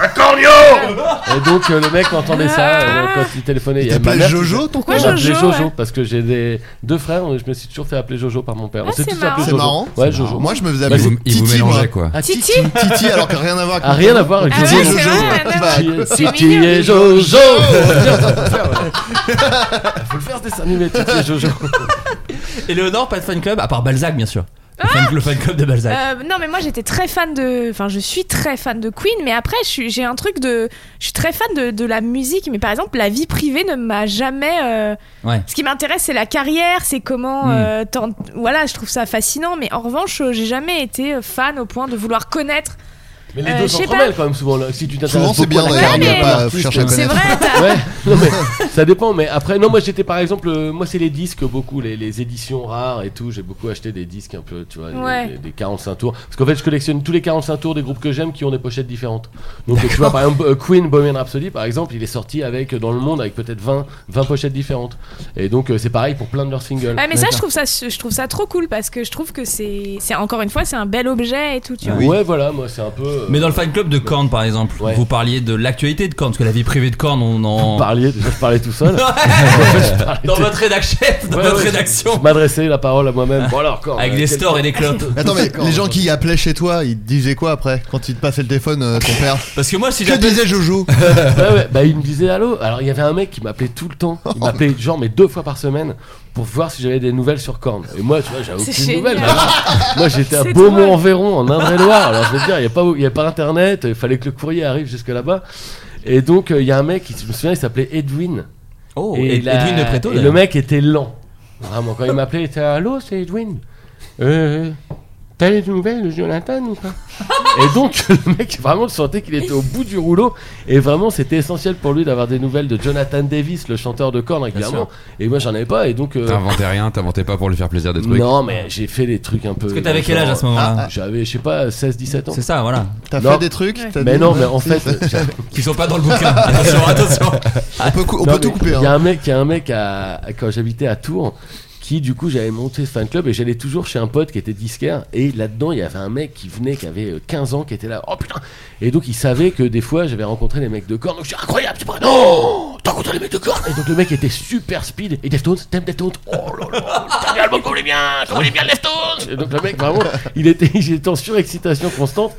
[SPEAKER 5] un cornio Et donc, euh, le mec entendait ça euh, quand il téléphonait. Il y avait ma
[SPEAKER 3] T'appelles
[SPEAKER 5] mère qui-
[SPEAKER 3] Jojo ton
[SPEAKER 6] Ouais,
[SPEAKER 3] con
[SPEAKER 5] on m'appelait
[SPEAKER 6] Jojo,
[SPEAKER 5] Jojo,
[SPEAKER 6] ouais.
[SPEAKER 5] parce que j'ai des deux frères, on- je me suis toujours fait appeler Jojo par mon père.
[SPEAKER 6] Ah,
[SPEAKER 5] on s'est
[SPEAKER 6] c'est
[SPEAKER 5] tous
[SPEAKER 6] marrant.
[SPEAKER 5] appelés
[SPEAKER 3] C'est
[SPEAKER 5] Jojo.
[SPEAKER 3] marrant.
[SPEAKER 5] Ouais, Jojo.
[SPEAKER 3] Moi je me faisais
[SPEAKER 5] Bah,
[SPEAKER 2] Ils
[SPEAKER 3] appeler
[SPEAKER 2] vous, ils vous
[SPEAKER 3] Ah, Titi, moi.
[SPEAKER 2] mélangeaient quoi.
[SPEAKER 5] Ah,
[SPEAKER 6] Titi
[SPEAKER 3] Titi alors que rien à voir
[SPEAKER 5] Ah,
[SPEAKER 3] avec
[SPEAKER 5] rien à voir avec
[SPEAKER 6] Ah
[SPEAKER 5] Jojo.
[SPEAKER 6] ouais, c'est vrai,
[SPEAKER 3] Jojo.
[SPEAKER 6] ouais, ouais.
[SPEAKER 5] Si
[SPEAKER 6] C'est
[SPEAKER 5] tu
[SPEAKER 6] mignon.
[SPEAKER 5] es (laughs) Jojo Faut le faire ce dessin animé, Titi et Jojo
[SPEAKER 4] Et Léonore, pas de fan club, à part Balzac, bien sûr. Le,
[SPEAKER 6] Ah
[SPEAKER 4] fan, le fan club de Balzac.
[SPEAKER 6] Euh, non mais moi j'étais très fan de, enfin je suis très fan de Queen, mais après je suis- j'ai un truc de, je suis très fan de, de la musique, mais par exemple la vie privée ne m'a jamais. euh,
[SPEAKER 4] Ouais.
[SPEAKER 6] Ce qui m'intéresse c'est la carrière, c'est comment,
[SPEAKER 4] Mm.
[SPEAKER 6] euh, t'en- voilà je trouve ça fascinant, mais en revanche euh, j'ai jamais été euh, fan au point de vouloir connaître.
[SPEAKER 5] Mais les
[SPEAKER 6] Euh,
[SPEAKER 5] deux
[SPEAKER 6] je sais
[SPEAKER 5] s'entremêlent quand même souvent. Là. Si tu t'intéresses
[SPEAKER 3] Souvent c'est bien
[SPEAKER 5] beaucoup à la
[SPEAKER 3] d'ailleurs, il
[SPEAKER 5] carrière
[SPEAKER 3] n'y a
[SPEAKER 6] mais-
[SPEAKER 5] d'un
[SPEAKER 3] pas à
[SPEAKER 5] artiste,
[SPEAKER 3] chercher à
[SPEAKER 5] hein.
[SPEAKER 6] C'est
[SPEAKER 3] connaître.
[SPEAKER 6] vrai, t'as-
[SPEAKER 5] Ouais, (laughs) non mais ça dépend. Mais après, non, moi j'étais par exemple, euh, moi c'est les disques beaucoup, les, les éditions rares et tout. J'ai beaucoup acheté des disques un peu, tu vois, des-
[SPEAKER 6] Ouais.
[SPEAKER 5] des, des 45 tours. Parce qu'en fait, je collectionne tous les 45 tours des groupes que j'aime qui ont des pochettes différentes. Donc tu vois,
[SPEAKER 6] (laughs)
[SPEAKER 5] par exemple, euh, Queen Bohemian Rhapsody, par exemple, il est sorti avec dans le monde avec peut-être 20, 20 pochettes différentes. Et donc euh, c'est pareil pour plein de leurs singles.
[SPEAKER 6] Ouais, Ah, mais ça je trouve ça, je trouve ça trop cool parce que je trouve que c'est, c'est encore une fois c'est un bel objet et tout. Tu vois.
[SPEAKER 5] Ouais, voilà, moi c'est un peu. euh,
[SPEAKER 4] Mais dans le fan club de Korn, par exemple,
[SPEAKER 5] Ouais.
[SPEAKER 4] vous parliez de l'actualité de Korn, parce que la vie privée de Korn, on
[SPEAKER 5] vous
[SPEAKER 4] en.
[SPEAKER 5] parliez, déjà je parlais tout seul.
[SPEAKER 4] dans votre rédaction, dans
[SPEAKER 5] Ouais,
[SPEAKER 4] votre
[SPEAKER 5] ouais, je-
[SPEAKER 4] rédaction,
[SPEAKER 5] je m'adressais la parole à euh, moi-même. Bon alors, encore.
[SPEAKER 4] avec
[SPEAKER 5] euh,
[SPEAKER 4] des
[SPEAKER 5] quel-
[SPEAKER 4] stores et des clopes.
[SPEAKER 3] Attends mais
[SPEAKER 5] D'accord,
[SPEAKER 3] les gens
[SPEAKER 5] ouais.
[SPEAKER 3] qui appelaient chez toi, ils te disaient quoi après quand ils te passaient le téléphone euh, ton père
[SPEAKER 4] Parce que moi, si
[SPEAKER 3] Que
[SPEAKER 4] j'appelle-
[SPEAKER 3] disait Jojo
[SPEAKER 5] Ouais, ouais, bah il me disait allô. Alors il y avait un mec qui m'appelait tout le temps.
[SPEAKER 4] (laughs)
[SPEAKER 5] Il m'appelait genre mais deux fois par semaine pour voir si j'avais des nouvelles sur Corne. Et moi, tu vois,
[SPEAKER 4] (laughs)
[SPEAKER 5] j'avais
[SPEAKER 6] C'est
[SPEAKER 5] aucune
[SPEAKER 6] génial.
[SPEAKER 5] nouvelle. hein. Moi, moi, j'étais à
[SPEAKER 6] C'est
[SPEAKER 5] Beaumont-en-Véron, en Indre-et-Loire. Alors je
[SPEAKER 4] (laughs)
[SPEAKER 5] veux (laughs) dire, il n'y a pas, il y a pas internet. Il fallait que le courrier arrive jusque là-bas. Et donc euh, il y a un mec, qui- je me souviens, il s'appelait Edwin.
[SPEAKER 4] Oh,
[SPEAKER 5] et
[SPEAKER 4] et
[SPEAKER 5] il a-
[SPEAKER 4] Edwin de Préto.
[SPEAKER 5] et le
[SPEAKER 4] d'ailleurs.
[SPEAKER 5] mec était lent. Vraiment, quand il m'appelait, il était allô, c'est Edwin. Euh, T'as les nouvelles de Jonathan ou pas Et donc, le mec, vraiment, je sentais qu'il était au bout du rouleau. Et vraiment, c'était essentiel pour lui d'avoir des nouvelles de Jonathan Davis, le chanteur de Korn, régulièrement. Et moi, j'en avais pas. Et donc, euh,
[SPEAKER 4] Ah,
[SPEAKER 2] T'inventais rien, t'inventais pas pour lui faire plaisir des trucs.
[SPEAKER 5] non, mais j'ai fait des trucs un peu.
[SPEAKER 4] Parce que t'avais quel
[SPEAKER 5] genre,
[SPEAKER 4] âge à ce moment-là
[SPEAKER 5] J'avais, je sais pas, 16-17 ans.
[SPEAKER 4] C'est ça, voilà.
[SPEAKER 3] T'as
[SPEAKER 5] Non.
[SPEAKER 3] fait des trucs T'as
[SPEAKER 5] Mais
[SPEAKER 3] dit-
[SPEAKER 5] non, mais en fait,
[SPEAKER 4] Qui sont pas dans le bouquin.
[SPEAKER 5] (laughs)
[SPEAKER 4] attention, attention.
[SPEAKER 3] on peut, cou- on
[SPEAKER 5] Non,
[SPEAKER 3] peut tout
[SPEAKER 5] mais
[SPEAKER 3] couper.
[SPEAKER 5] Il y
[SPEAKER 3] hein.
[SPEAKER 5] a un mec, il y a un mec à, à- quand j'habitais à Tours qui du coup j'avais monté ce fan club et j'allais toujours chez un pote qui était disquaire et là-dedans il y avait un mec qui venait qui avait euh, 15 ans qui était là oh putain et donc il savait que des fois j'avais rencontré les mecs de corps donc je suis incroyable tu vois non t'as rencontré les mecs de corps et donc le mec était super speed et Deftones t'aimes Deftones oh là là t'as vu l'album qu'on est bien qu'on est bien Deftones et donc le mec vraiment il était il était en surexcitation constante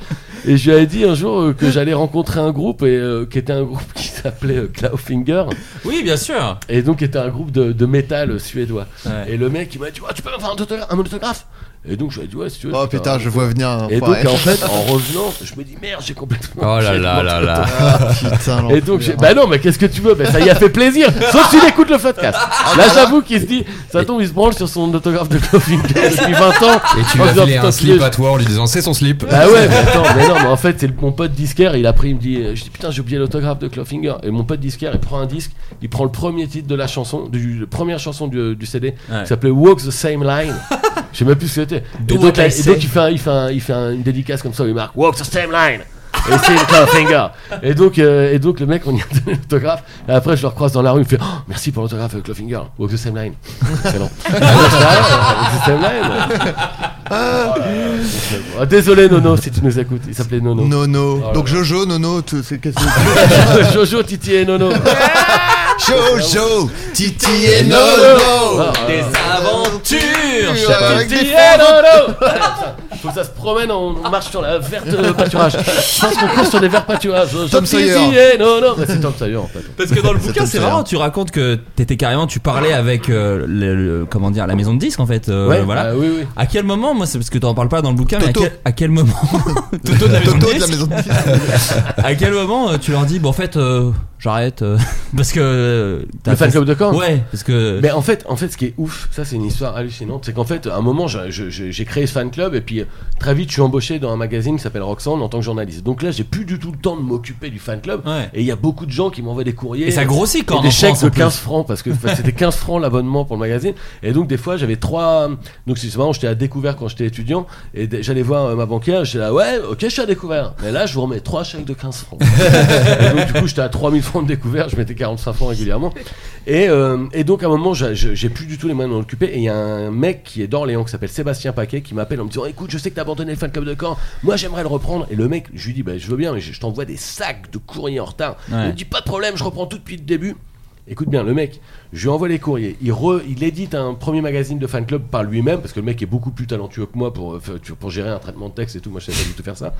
[SPEAKER 5] et je lui avais dit un jour euh, que j'allais rencontrer un groupe et euh, qui était un groupe (laughs) qui s'appelait euh, Clawfinger
[SPEAKER 4] Oui, bien sûr.
[SPEAKER 5] et donc était un groupe de, de métal suédois.
[SPEAKER 4] Ouais.
[SPEAKER 5] Ah, Et le mec il m'a dit Oh, tu peux me faire un autogra- un autographe, Et donc, je lui ai dit, ouais, si tu veux.
[SPEAKER 3] Oh
[SPEAKER 5] putain,
[SPEAKER 3] putain, je vois venir. un
[SPEAKER 5] Et donc, hein.
[SPEAKER 3] enfoiré.
[SPEAKER 5] en fait, en revenant, je me dis, merde, j'ai complètement.
[SPEAKER 2] Oh là
[SPEAKER 5] (laughs) j'ai
[SPEAKER 2] là là là.
[SPEAKER 3] Ah, putain,
[SPEAKER 5] Et donc, j'ai-
[SPEAKER 3] l'enfoiré.
[SPEAKER 5] bah non, mais qu'est-ce que tu veux Bah ça y a fait plaisir Sauf s'il écoute le podcast Là, j'avoue qu'il se dit, ça tombe, il se branle sur son autographe de Govinga depuis 20 ans.
[SPEAKER 2] Et tu
[SPEAKER 5] Oh,
[SPEAKER 2] lui as
[SPEAKER 5] putain,
[SPEAKER 2] filé
[SPEAKER 5] putain,
[SPEAKER 2] un slip
[SPEAKER 5] stylé.
[SPEAKER 2] à toi en lui disant c'est son slip.
[SPEAKER 5] Bah ouais, mais attends, mais non, mais en fait, c'est le- mon pote disquaire, il a pris, il me dit, euh, je dis putain, j'ai oublié l'autographe de Clawfinger. Et mon pote disquaire, il prend un disque, il prend le premier titre de la chanson, du, la première chanson du, du CD,
[SPEAKER 4] Ouais.
[SPEAKER 5] qui s'appelait Walk the Same Line. Je sais même plus ce que c'était. Et
[SPEAKER 4] Do
[SPEAKER 5] donc,
[SPEAKER 4] what I
[SPEAKER 5] là- et donc,
[SPEAKER 4] say.
[SPEAKER 5] il fait, un- il fait, un- il fait un- une dédicace comme ça, où il marque Walk the Same Line. Et c'est le Clawfinger. Et donc, euh, et donc, le mec, on y a donné l'autographe. Et après, je le recroise dans la rue, il me fait, Oh, merci pour l'autographe, euh, Clawfinger. Walk the Same Line. Excellent. Ah non, c'est vrai, euh, Walk the Same Line. Ah, Désolé Nono si tu nous écoutes, il
[SPEAKER 3] (laughs)
[SPEAKER 5] s'appelait Nono.
[SPEAKER 3] Oh, Nono.
[SPEAKER 5] oh là
[SPEAKER 3] Donc
[SPEAKER 5] là.
[SPEAKER 3] Jojo, Nono, tu- c'est qu'est-ce que
[SPEAKER 5] (laughs) Jojo, Titi et Nono.
[SPEAKER 3] Jojo, Titi et
[SPEAKER 5] Ah,
[SPEAKER 3] Nono.
[SPEAKER 5] ah,
[SPEAKER 4] Des aventures
[SPEAKER 3] Ouais, avec
[SPEAKER 5] Titi
[SPEAKER 3] des
[SPEAKER 5] et Nono (laughs) Ah, putain, Faut que ça se promène, on on marche sur la verte euh, pâturage. Je pense qu'on court sur des verts pâturages. Jojo,
[SPEAKER 3] Tom
[SPEAKER 5] Titi
[SPEAKER 3] Sawyer.
[SPEAKER 5] et Nono. Bah, c'est Tom Sawyer en fait.
[SPEAKER 4] Parce que dans le
[SPEAKER 3] C'est
[SPEAKER 4] bouquin,
[SPEAKER 3] Tom
[SPEAKER 4] c'est
[SPEAKER 3] Sawyer.
[SPEAKER 4] marrant, tu racontes que t'étais carrément, tu parlais avec euh, le, le- comment dire, la maison de disques en fait. euh, voilà.
[SPEAKER 5] Ah, oui, oui.
[SPEAKER 4] à quel moment, moi, c'est parce que t'en parles pas dans le bouquin,
[SPEAKER 3] Toto.
[SPEAKER 4] mais à quel, à quel moment, Toto de la maison de
[SPEAKER 3] Toto de la
[SPEAKER 4] disques,
[SPEAKER 3] maison de disques.
[SPEAKER 4] à quel moment euh, tu leur dis, bon, en fait, euh, j'arrête, euh, (laughs) parce que euh, t'as
[SPEAKER 5] Le fan
[SPEAKER 4] fait-
[SPEAKER 5] club de Caen
[SPEAKER 4] Ouais, parce que
[SPEAKER 5] Mais en fait, en fait, ce qui est ouf, ça c'est une histoire hallucinante, c'est qu'en fait, à un moment, je- je- je- j'ai créé ce fan club et puis euh, très vite, je suis embauché dans un magazine qui s'appelle Roxanne en tant que journaliste. Donc là, j'ai plus du tout le temps de m'occuper du fan club.
[SPEAKER 4] Ouais.
[SPEAKER 5] Et il y a beaucoup de gens qui m'envoient des courriers.
[SPEAKER 4] et ça grossit
[SPEAKER 5] Et
[SPEAKER 4] quand
[SPEAKER 5] des
[SPEAKER 4] en
[SPEAKER 5] chèques
[SPEAKER 4] France,
[SPEAKER 5] de
[SPEAKER 4] en plus.
[SPEAKER 5] 15 francs parce que enfin, c'était 15 francs l'abonnement pour le magazine et donc des fois j'avais trois donc c'est marrant j'étais à découvert quand j'étais étudiant et d- j'allais voir euh, ma banquière j'étais là ouais ok je suis à découvert mais là je vous remets trois chèques de 15 francs et donc du coup j'étais à 3000 francs de découvert je mettais 45 francs régulièrement et, euh, et donc à un moment j'a- je- j'ai plus du tout les moyens de m'en occuper et il y a un mec qui est d'Orléans qui s'appelle Sébastien Paquet qui m'appelle en me disant écoute je sais que t'as abandonné le fan club de Caen moi j'aimerais le reprendre et le mec je lui dis bah je veux bien mais je, je t'envoie des sacs de courriers en retard
[SPEAKER 4] Ouais.
[SPEAKER 5] il me dit pas de problème je reprends tout depuis le début Écoute bien, le mec, je lui envoie les courriers. Il, re- il édite un premier magazine de fan club par lui-même, parce que le mec est beaucoup plus talentueux que moi pour, euh, f- tu- pour gérer un traitement de texte et tout. Moi, je savais pas du tout faire ça.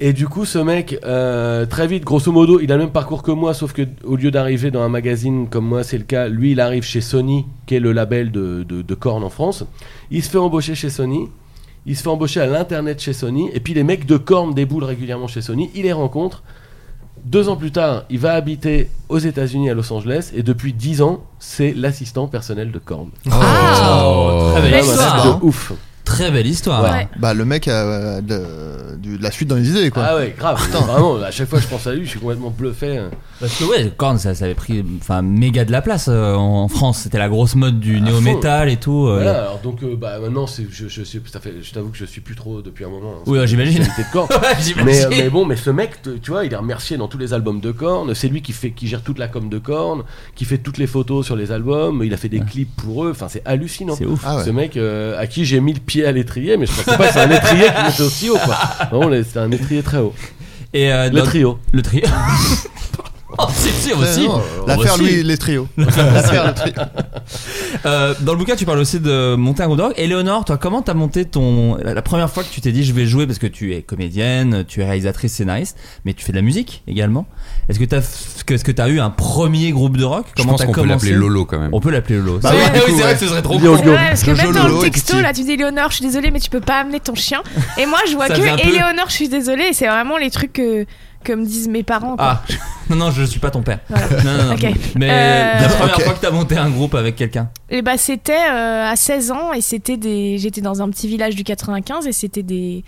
[SPEAKER 5] Et du coup, ce mec, euh, très vite, grosso modo, il a le même parcours que moi, sauf que au lieu d'arriver dans un magazine comme moi, c'est le cas, lui, il arrive chez Sony, qui est le label de, de, de Korn en France. Il se fait embaucher chez Sony. Il se fait embaucher à l'internet chez Sony. Et puis les mecs de Korn déboulent régulièrement chez Sony. Il les rencontre. Deux ans plus tard, il va habiter aux États-Unis à Los Angeles et depuis dix ans, c'est l'assistant personnel de Korn. Ah,
[SPEAKER 4] Oh, très
[SPEAKER 6] Ouais,
[SPEAKER 4] belle
[SPEAKER 6] bah,
[SPEAKER 4] histoire,
[SPEAKER 3] c'est
[SPEAKER 4] hein.
[SPEAKER 5] De ouf.
[SPEAKER 4] très belle histoire.
[SPEAKER 6] Ouais.
[SPEAKER 3] Bah le mec a euh, de, du- de la suite dans les idées quoi.
[SPEAKER 5] Ah ouais, grave. Vraiment, à chaque fois que je pense à lui, je suis complètement bluffé. hein.
[SPEAKER 4] Parce que ouais, Korn, ça, ça avait pris, enfin, méga de la place euh, en France. C'était la grosse mode du néo metal et tout. euh,
[SPEAKER 5] Ah, Voilà, alors donc euh, bah, maintenant, c'est- je, je, suis- ça fait- je t'avoue que je suis plus trop depuis un moment. hein.
[SPEAKER 4] Oui, ouais, j'imagine. (laughs)
[SPEAKER 5] C'était de Korn.
[SPEAKER 4] Ouais,
[SPEAKER 5] Mais, euh,
[SPEAKER 4] j'imagine.
[SPEAKER 5] mais bon, mais ce mec, tu tu vois, il est remercié dans tous les albums de Korn. C'est lui qui fait, qui gère toute la com de Korn, qui fait toutes les photos sur les albums. Il a fait des clips pour eux. Enfin, c'est hallucinant.
[SPEAKER 4] C'est ouf.
[SPEAKER 3] Ah ouais.
[SPEAKER 5] Ce mec euh, à qui j'ai mis le pied à l'étrier, mais je pensais pas que c'est un étrier qui montait aussi haut. Quoi. Vraiment, les- c'est un étrier très haut.
[SPEAKER 4] Et euh,
[SPEAKER 5] Le
[SPEAKER 4] dans-
[SPEAKER 5] trio.
[SPEAKER 4] Le trio. (laughs) Oh, c'est sûr aussi.
[SPEAKER 3] Non,
[SPEAKER 4] Oh,
[SPEAKER 3] L'affaire
[SPEAKER 4] aussi.
[SPEAKER 3] lui les trios. L'affaire les trios.
[SPEAKER 4] Euh, dans le bouquin, tu parles aussi de monter un groupe de rock. Éléonore, toi, comment t'as monté ton. La, la première fois que tu t'es dit, je vais jouer parce que tu es comédienne, tu es réalisatrice, scénariste, mais tu fais de la musique également. Est-ce que t'as est que t'as eu un premier groupe de rock
[SPEAKER 2] Je
[SPEAKER 4] Comment
[SPEAKER 2] pense
[SPEAKER 4] t'as
[SPEAKER 2] qu'on peut
[SPEAKER 4] commencé
[SPEAKER 2] l'appeler Lolo quand même.
[SPEAKER 4] On peut l'appeler Lolo.
[SPEAKER 3] Bah
[SPEAKER 4] C'est-
[SPEAKER 3] oui, du coup, ouais.
[SPEAKER 2] serait
[SPEAKER 5] trop con.
[SPEAKER 6] Ouais, parce que
[SPEAKER 3] Jojo,
[SPEAKER 6] même dans
[SPEAKER 3] Lolo
[SPEAKER 6] le
[SPEAKER 3] et
[SPEAKER 6] texto,
[SPEAKER 3] Titi.
[SPEAKER 6] là, tu dis Éléonore, je suis désolée, mais tu peux pas amener ton chien. Et moi, je vois
[SPEAKER 4] Ça
[SPEAKER 6] que
[SPEAKER 4] faisait un peu-
[SPEAKER 6] Éléonore, je suis désolée. Et c'est vraiment les trucs que, que me disent mes parents. quoi.
[SPEAKER 4] Ah, non, non, je suis pas ton père.
[SPEAKER 6] Voilà.
[SPEAKER 4] Non, non, non.
[SPEAKER 6] Ok.
[SPEAKER 4] Mais
[SPEAKER 6] Euh,
[SPEAKER 4] la première
[SPEAKER 3] Ok.
[SPEAKER 4] fois que t'as monté un groupe avec quelqu'un.
[SPEAKER 6] Et bah c'était euh, à 16 ans et c'était des j'étais dans un petit village du 95 et c'était des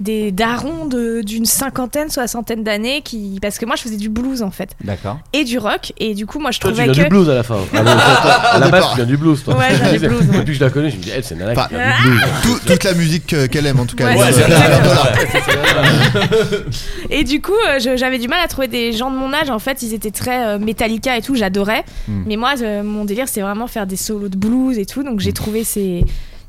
[SPEAKER 6] des darons de- d'une cinquantaine, soixantaine d'années qui parce que moi je faisais du blues en fait
[SPEAKER 4] D'accord.
[SPEAKER 6] et du rock et du coup moi je
[SPEAKER 5] Toi, tu
[SPEAKER 6] trouvais
[SPEAKER 5] viens
[SPEAKER 6] que
[SPEAKER 5] du blues à la fin. (laughs)
[SPEAKER 2] (laughs)
[SPEAKER 5] Ah, non, toi, toi, à la base, tu viens du blues, toi.
[SPEAKER 6] Ouais,
[SPEAKER 5] (laughs)
[SPEAKER 6] je viens du blues, ouais.
[SPEAKER 5] Depuis que je la connais, je me dis, elle, c'est Nana
[SPEAKER 3] Enfin,
[SPEAKER 5] qui vient du blues.
[SPEAKER 3] Tout- toute la musique euh, qu'elle aime en tout cas.
[SPEAKER 6] Ah Ouais,
[SPEAKER 3] Elle-
[SPEAKER 6] c'est
[SPEAKER 3] elle-
[SPEAKER 6] ça.
[SPEAKER 3] voilà.
[SPEAKER 6] (laughs) Et du coup, euh, je- j'avais du mal à trouver des gens de mon âge. En fait, ils étaient très euh, Metallica et tout, j'adorais.
[SPEAKER 4] Mm.
[SPEAKER 6] Mais moi, euh, mon délire, c'est vraiment faire des solos de blues et tout. Donc j'ai trouvé ces,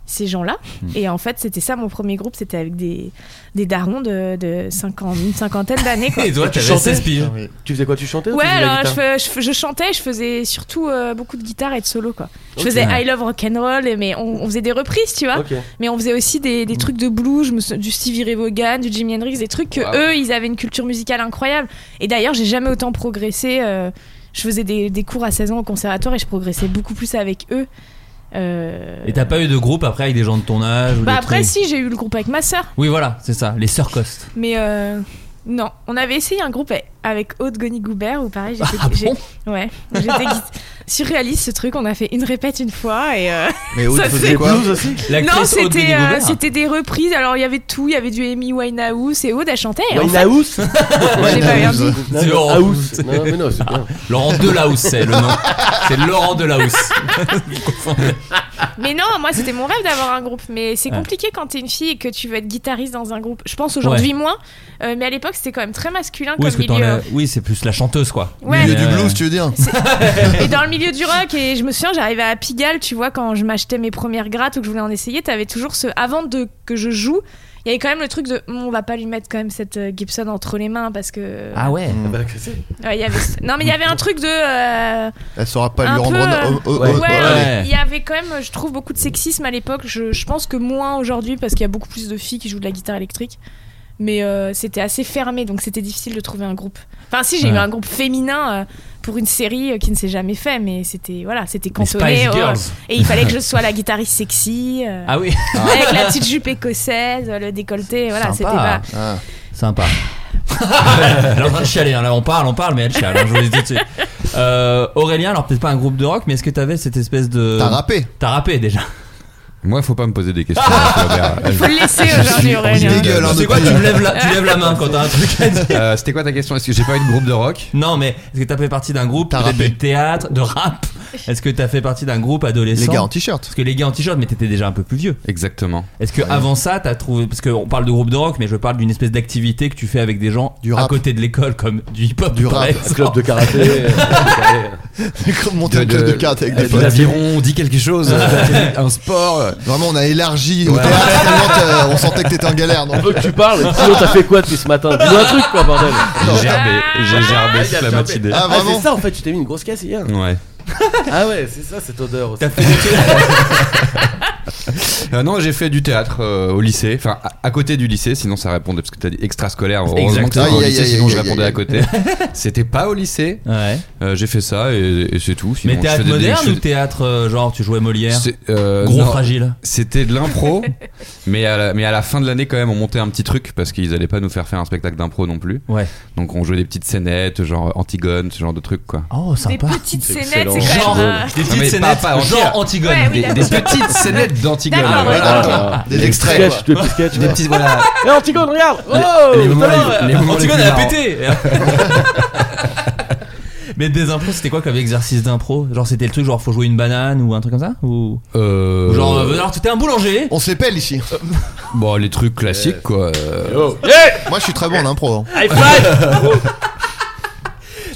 [SPEAKER 6] ces gens-là. Et en fait, c'était ça mon premier groupe. C'était avec des, des darons de, de 50 une cinquantaine d'années.
[SPEAKER 4] (laughs)
[SPEAKER 6] quoi.
[SPEAKER 4] Et toi,
[SPEAKER 5] Tu
[SPEAKER 4] t'avais
[SPEAKER 5] chantais
[SPEAKER 4] 16 piges.
[SPEAKER 5] Tu faisais quoi Tu chantais ou
[SPEAKER 6] Ouais,
[SPEAKER 5] tu faisais la
[SPEAKER 6] alors je,
[SPEAKER 5] guitare
[SPEAKER 6] fais- je, fais- je chantais, je faisais surtout euh, beaucoup de guitare et de solo quoi. Je
[SPEAKER 5] Ok.
[SPEAKER 6] faisais I Love Rock'n'Roll, et- mais on, on faisait des reprises, tu vois.
[SPEAKER 5] Ok.
[SPEAKER 6] Mais on faisait aussi des, des trucs de blues, je me sou- du Stevie Ray Vaughan, du Jimi Hendrix, des trucs que eux, ils avaient une culture musicale incroyable. Et d'ailleurs, j'ai jamais autant progressé. euh, je faisais des, des cours à 16 ans au conservatoire et je progressais beaucoup plus avec eux. Euh,
[SPEAKER 4] Et t'as pas eu de groupe après avec des gens de ton âge ou
[SPEAKER 6] bah
[SPEAKER 4] des
[SPEAKER 6] après,
[SPEAKER 4] trucs
[SPEAKER 6] si, j'ai eu le groupe avec ma sœur,
[SPEAKER 4] Oui, voilà, c'est ça, les sœurs Coste.
[SPEAKER 6] mais euh, non, on avait essayé un groupe avec Aude Goni Goubert où pareil, j'étais
[SPEAKER 4] Ah
[SPEAKER 6] j'ai-
[SPEAKER 4] bon
[SPEAKER 6] ouais,
[SPEAKER 4] (laughs)
[SPEAKER 6] j'étais guide- surréaliste ce truc. On a fait une répète une fois et euh,
[SPEAKER 3] Mais où
[SPEAKER 6] Ça
[SPEAKER 3] tu faisais
[SPEAKER 6] fait
[SPEAKER 3] quoi
[SPEAKER 5] aussi
[SPEAKER 4] L'actrice
[SPEAKER 6] non,
[SPEAKER 4] Aude Denis
[SPEAKER 6] c'était euh,
[SPEAKER 4] Goubert
[SPEAKER 6] c'était des reprises. Alors il y avait tout, il y avait du Amy Winehouse et Aude hein. à chanter. et en
[SPEAKER 5] Wine
[SPEAKER 6] fait,
[SPEAKER 5] House
[SPEAKER 6] j'ai pas rien dit.
[SPEAKER 5] Non,
[SPEAKER 4] C'est
[SPEAKER 5] non,
[SPEAKER 4] horrible.
[SPEAKER 5] House. Non, mais non, c'est bien.
[SPEAKER 4] Laurent Delahousse, c'est le nom. C'est Laurent
[SPEAKER 6] (laughs)
[SPEAKER 4] Delahousse.
[SPEAKER 6] Mais non, moi c'était mon rêve d'avoir un groupe. Mais c'est
[SPEAKER 4] Ouais.
[SPEAKER 6] compliqué quand t'es une fille et que tu veux être guitariste dans un groupe. Je pense aujourd'hui moins, euh, mais à l'époque c'était quand même très masculin
[SPEAKER 4] Oui,
[SPEAKER 6] comme
[SPEAKER 4] est-ce que
[SPEAKER 6] milieu. hein.
[SPEAKER 4] t'en as- oui, c'est plus la chanteuse, quoi.
[SPEAKER 6] Ouais.
[SPEAKER 3] Milieu
[SPEAKER 4] Mais,
[SPEAKER 3] du
[SPEAKER 4] euh,
[SPEAKER 3] blues, tu veux dire
[SPEAKER 6] Et dans le milieu du rock, et je me souviens, j'arrivais à Pigalle, tu vois, quand je m'achetais mes premières grattes ou que je voulais en essayer, t'avais toujours ce. Avant de que je joue, il y avait quand même le truc de. Bon, on va pas lui mettre quand même cette euh, Gibson entre les mains parce que.
[SPEAKER 4] Ah ouais
[SPEAKER 5] Bah, que c'est-
[SPEAKER 6] Ouais, il y avait... Non, mais il y avait un truc de. euh,
[SPEAKER 3] Elle saura pas
[SPEAKER 6] Un
[SPEAKER 3] lui rendre
[SPEAKER 6] peu,
[SPEAKER 3] honneur. Oh, oh,
[SPEAKER 5] ouais.
[SPEAKER 3] oh,
[SPEAKER 6] Ouais,
[SPEAKER 3] allez.
[SPEAKER 6] il y avait quand même, je trouve, beaucoup de sexisme à l'époque. Je, je pense que moins aujourd'hui parce qu'il y a beaucoup plus de filles qui jouent de la guitare électrique. Mais euh, c'était assez fermé, donc c'était difficile de trouver un groupe. Enfin, si j'ai
[SPEAKER 4] Ouais.
[SPEAKER 6] eu un groupe féminin euh, pour une série euh, qui ne s'est jamais fait, mais c'était voilà, c'était
[SPEAKER 4] Les
[SPEAKER 6] cantonné.
[SPEAKER 4] Spice
[SPEAKER 6] au-
[SPEAKER 4] Girls.
[SPEAKER 6] et il fallait que je sois la guitariste sexy, euh,
[SPEAKER 4] Ah oui,
[SPEAKER 6] avec la petite jupe écossaise, euh, le décolleté. Voilà,
[SPEAKER 4] Sympa.
[SPEAKER 6] c'était pas.
[SPEAKER 3] Ah.
[SPEAKER 4] sympa. Elle est en train de chialer, hein. là on parle, on parle, mais elle chiale, hein, je vous le dis tout de suite. Euh, Aurélien, alors peut-être pas un groupe de rock, mais est-ce que t'avais cette espèce de.
[SPEAKER 3] T'as rappé
[SPEAKER 4] T'as rappé déjà.
[SPEAKER 2] Moi, faut pas me poser des questions. bah, Robert.
[SPEAKER 4] (laughs)
[SPEAKER 6] Faut le laisser aujourd'hui, Aurélien.
[SPEAKER 3] dégueu. gueule, hein,
[SPEAKER 4] C'est quoi, tu
[SPEAKER 3] depuis.
[SPEAKER 4] me, lèves la, tu lèves la main quand t'as un truc à dire.
[SPEAKER 2] Euh, C'était quoi ta question Est-ce que j'ai pas eu de groupe de rock
[SPEAKER 4] Non, mais est-ce que t'as fait partie d'un groupe
[SPEAKER 3] T'as
[SPEAKER 4] peut-être
[SPEAKER 3] rappé.
[SPEAKER 4] de théâtre, de rap Est-ce que t'as fait partie d'un groupe adolescent
[SPEAKER 3] Les gars en t-shirt.
[SPEAKER 4] (laughs) Parce que les gars en t-shirt, mais t'étais déjà un peu plus vieux.
[SPEAKER 2] Exactement.
[SPEAKER 4] Est-ce que avant ça, t'as trouvé Parce qu'on parle de groupe de rock, mais je parle d'une espèce d'activité que tu fais avec des gens
[SPEAKER 3] Du
[SPEAKER 4] à
[SPEAKER 3] rap.
[SPEAKER 4] côté de l'école, comme du hip-hop,
[SPEAKER 3] Du rap.
[SPEAKER 4] par
[SPEAKER 5] Un
[SPEAKER 4] exemple.
[SPEAKER 5] club de karaté. euh,
[SPEAKER 3] C'est comme monter une club de cartes avec des
[SPEAKER 2] de
[SPEAKER 3] potes.
[SPEAKER 2] l'aviron, on dit quelque chose, un sport.
[SPEAKER 3] Vraiment, on a élargi au théâtre tellement t'as- on sentait que t'étais en galère.
[SPEAKER 5] On
[SPEAKER 3] Donc.
[SPEAKER 5] veut que tu parles. Sinon, t'as fait quoi depuis ce matin Dis-nous un truc, quoi, bordel.
[SPEAKER 2] J'ai
[SPEAKER 6] Ah.
[SPEAKER 2] gerbé, j'ai gerbé toute la matinée.
[SPEAKER 3] Ah,
[SPEAKER 5] Ah, c'est
[SPEAKER 3] vraiment
[SPEAKER 5] ça, en fait, tu t'es mis une grosse caisse hier.
[SPEAKER 2] Ouais.
[SPEAKER 5] Ah, ouais, c'est ça, cette odeur aussi.
[SPEAKER 4] T'as fait des trucs-
[SPEAKER 2] Euh, non, j'ai fait du théâtre euh, au lycée, enfin à, à côté du lycée, sinon ça répondait parce que t'as dit extrascolaire. Heureusement que
[SPEAKER 4] Exactement.
[SPEAKER 2] c'était pas au
[SPEAKER 3] Aïe, aïe,
[SPEAKER 2] lycée,
[SPEAKER 3] aïe,
[SPEAKER 2] sinon je
[SPEAKER 3] aïe, aïe,
[SPEAKER 2] répondais
[SPEAKER 3] aïe.
[SPEAKER 2] à côté.
[SPEAKER 4] (laughs)
[SPEAKER 2] C'était pas au lycée.
[SPEAKER 4] Ouais.
[SPEAKER 2] Euh, j'ai fait ça et, et c'est tout. Sinon,
[SPEAKER 4] mais
[SPEAKER 2] je
[SPEAKER 4] théâtre
[SPEAKER 2] faisais des-
[SPEAKER 4] moderne
[SPEAKER 2] je
[SPEAKER 4] ou
[SPEAKER 2] faisais-
[SPEAKER 4] théâtre euh, genre tu jouais Molière
[SPEAKER 2] C'est, euh,
[SPEAKER 4] Gros
[SPEAKER 2] non,
[SPEAKER 4] fragile.
[SPEAKER 2] C'était de
[SPEAKER 4] (laughs)
[SPEAKER 2] l'impro, mais, à la, mais à la fin de l'année, quand même, on montait un petit truc parce qu'ils allaient pas nous faire faire un spectacle d'impro non plus.
[SPEAKER 4] Ouais.
[SPEAKER 2] Donc on jouait des petites scénettes, genre Antigone, ce genre de trucs quoi.
[SPEAKER 4] Oh,
[SPEAKER 6] Des
[SPEAKER 4] sympa.
[SPEAKER 6] petites
[SPEAKER 5] C'est
[SPEAKER 6] scénettes, c'est
[SPEAKER 4] Genre,
[SPEAKER 6] quand même. euh,
[SPEAKER 4] des
[SPEAKER 2] Non, mais
[SPEAKER 4] petites
[SPEAKER 2] pas-
[SPEAKER 4] scénettes,
[SPEAKER 2] pas entière.
[SPEAKER 4] genre Antigone.
[SPEAKER 6] Ouais, oui,
[SPEAKER 2] Des, des petites scénettes d'Antigone.
[SPEAKER 6] D'accord,
[SPEAKER 2] voilà.
[SPEAKER 3] d'accord.
[SPEAKER 5] Ah,
[SPEAKER 3] Des
[SPEAKER 5] des
[SPEAKER 3] extraits,
[SPEAKER 5] sketchs, des petits sketchs.
[SPEAKER 2] Des petites, voilà.
[SPEAKER 5] Eh, Antigone, regarde Oh
[SPEAKER 2] les
[SPEAKER 5] tout à
[SPEAKER 2] moments
[SPEAKER 5] l'heure,
[SPEAKER 2] les-
[SPEAKER 5] euh,
[SPEAKER 2] les moments les
[SPEAKER 4] Antigone
[SPEAKER 2] plus
[SPEAKER 4] elle a
[SPEAKER 2] marrants.
[SPEAKER 4] pété (laughs) Mais des impros, c'était quoi comme exercice d'impro Genre c'était le truc genre faut jouer une banane ou un truc comme ça Ou
[SPEAKER 2] Euh,
[SPEAKER 4] genre euh, alors t'étais un boulanger
[SPEAKER 3] On se les pèle ici.
[SPEAKER 2] Bon, les trucs classiques quoi. Euh,
[SPEAKER 5] Yo.
[SPEAKER 4] (laughs)
[SPEAKER 5] Yeah
[SPEAKER 3] Moi, je suis très bon en impro. hein.
[SPEAKER 5] High five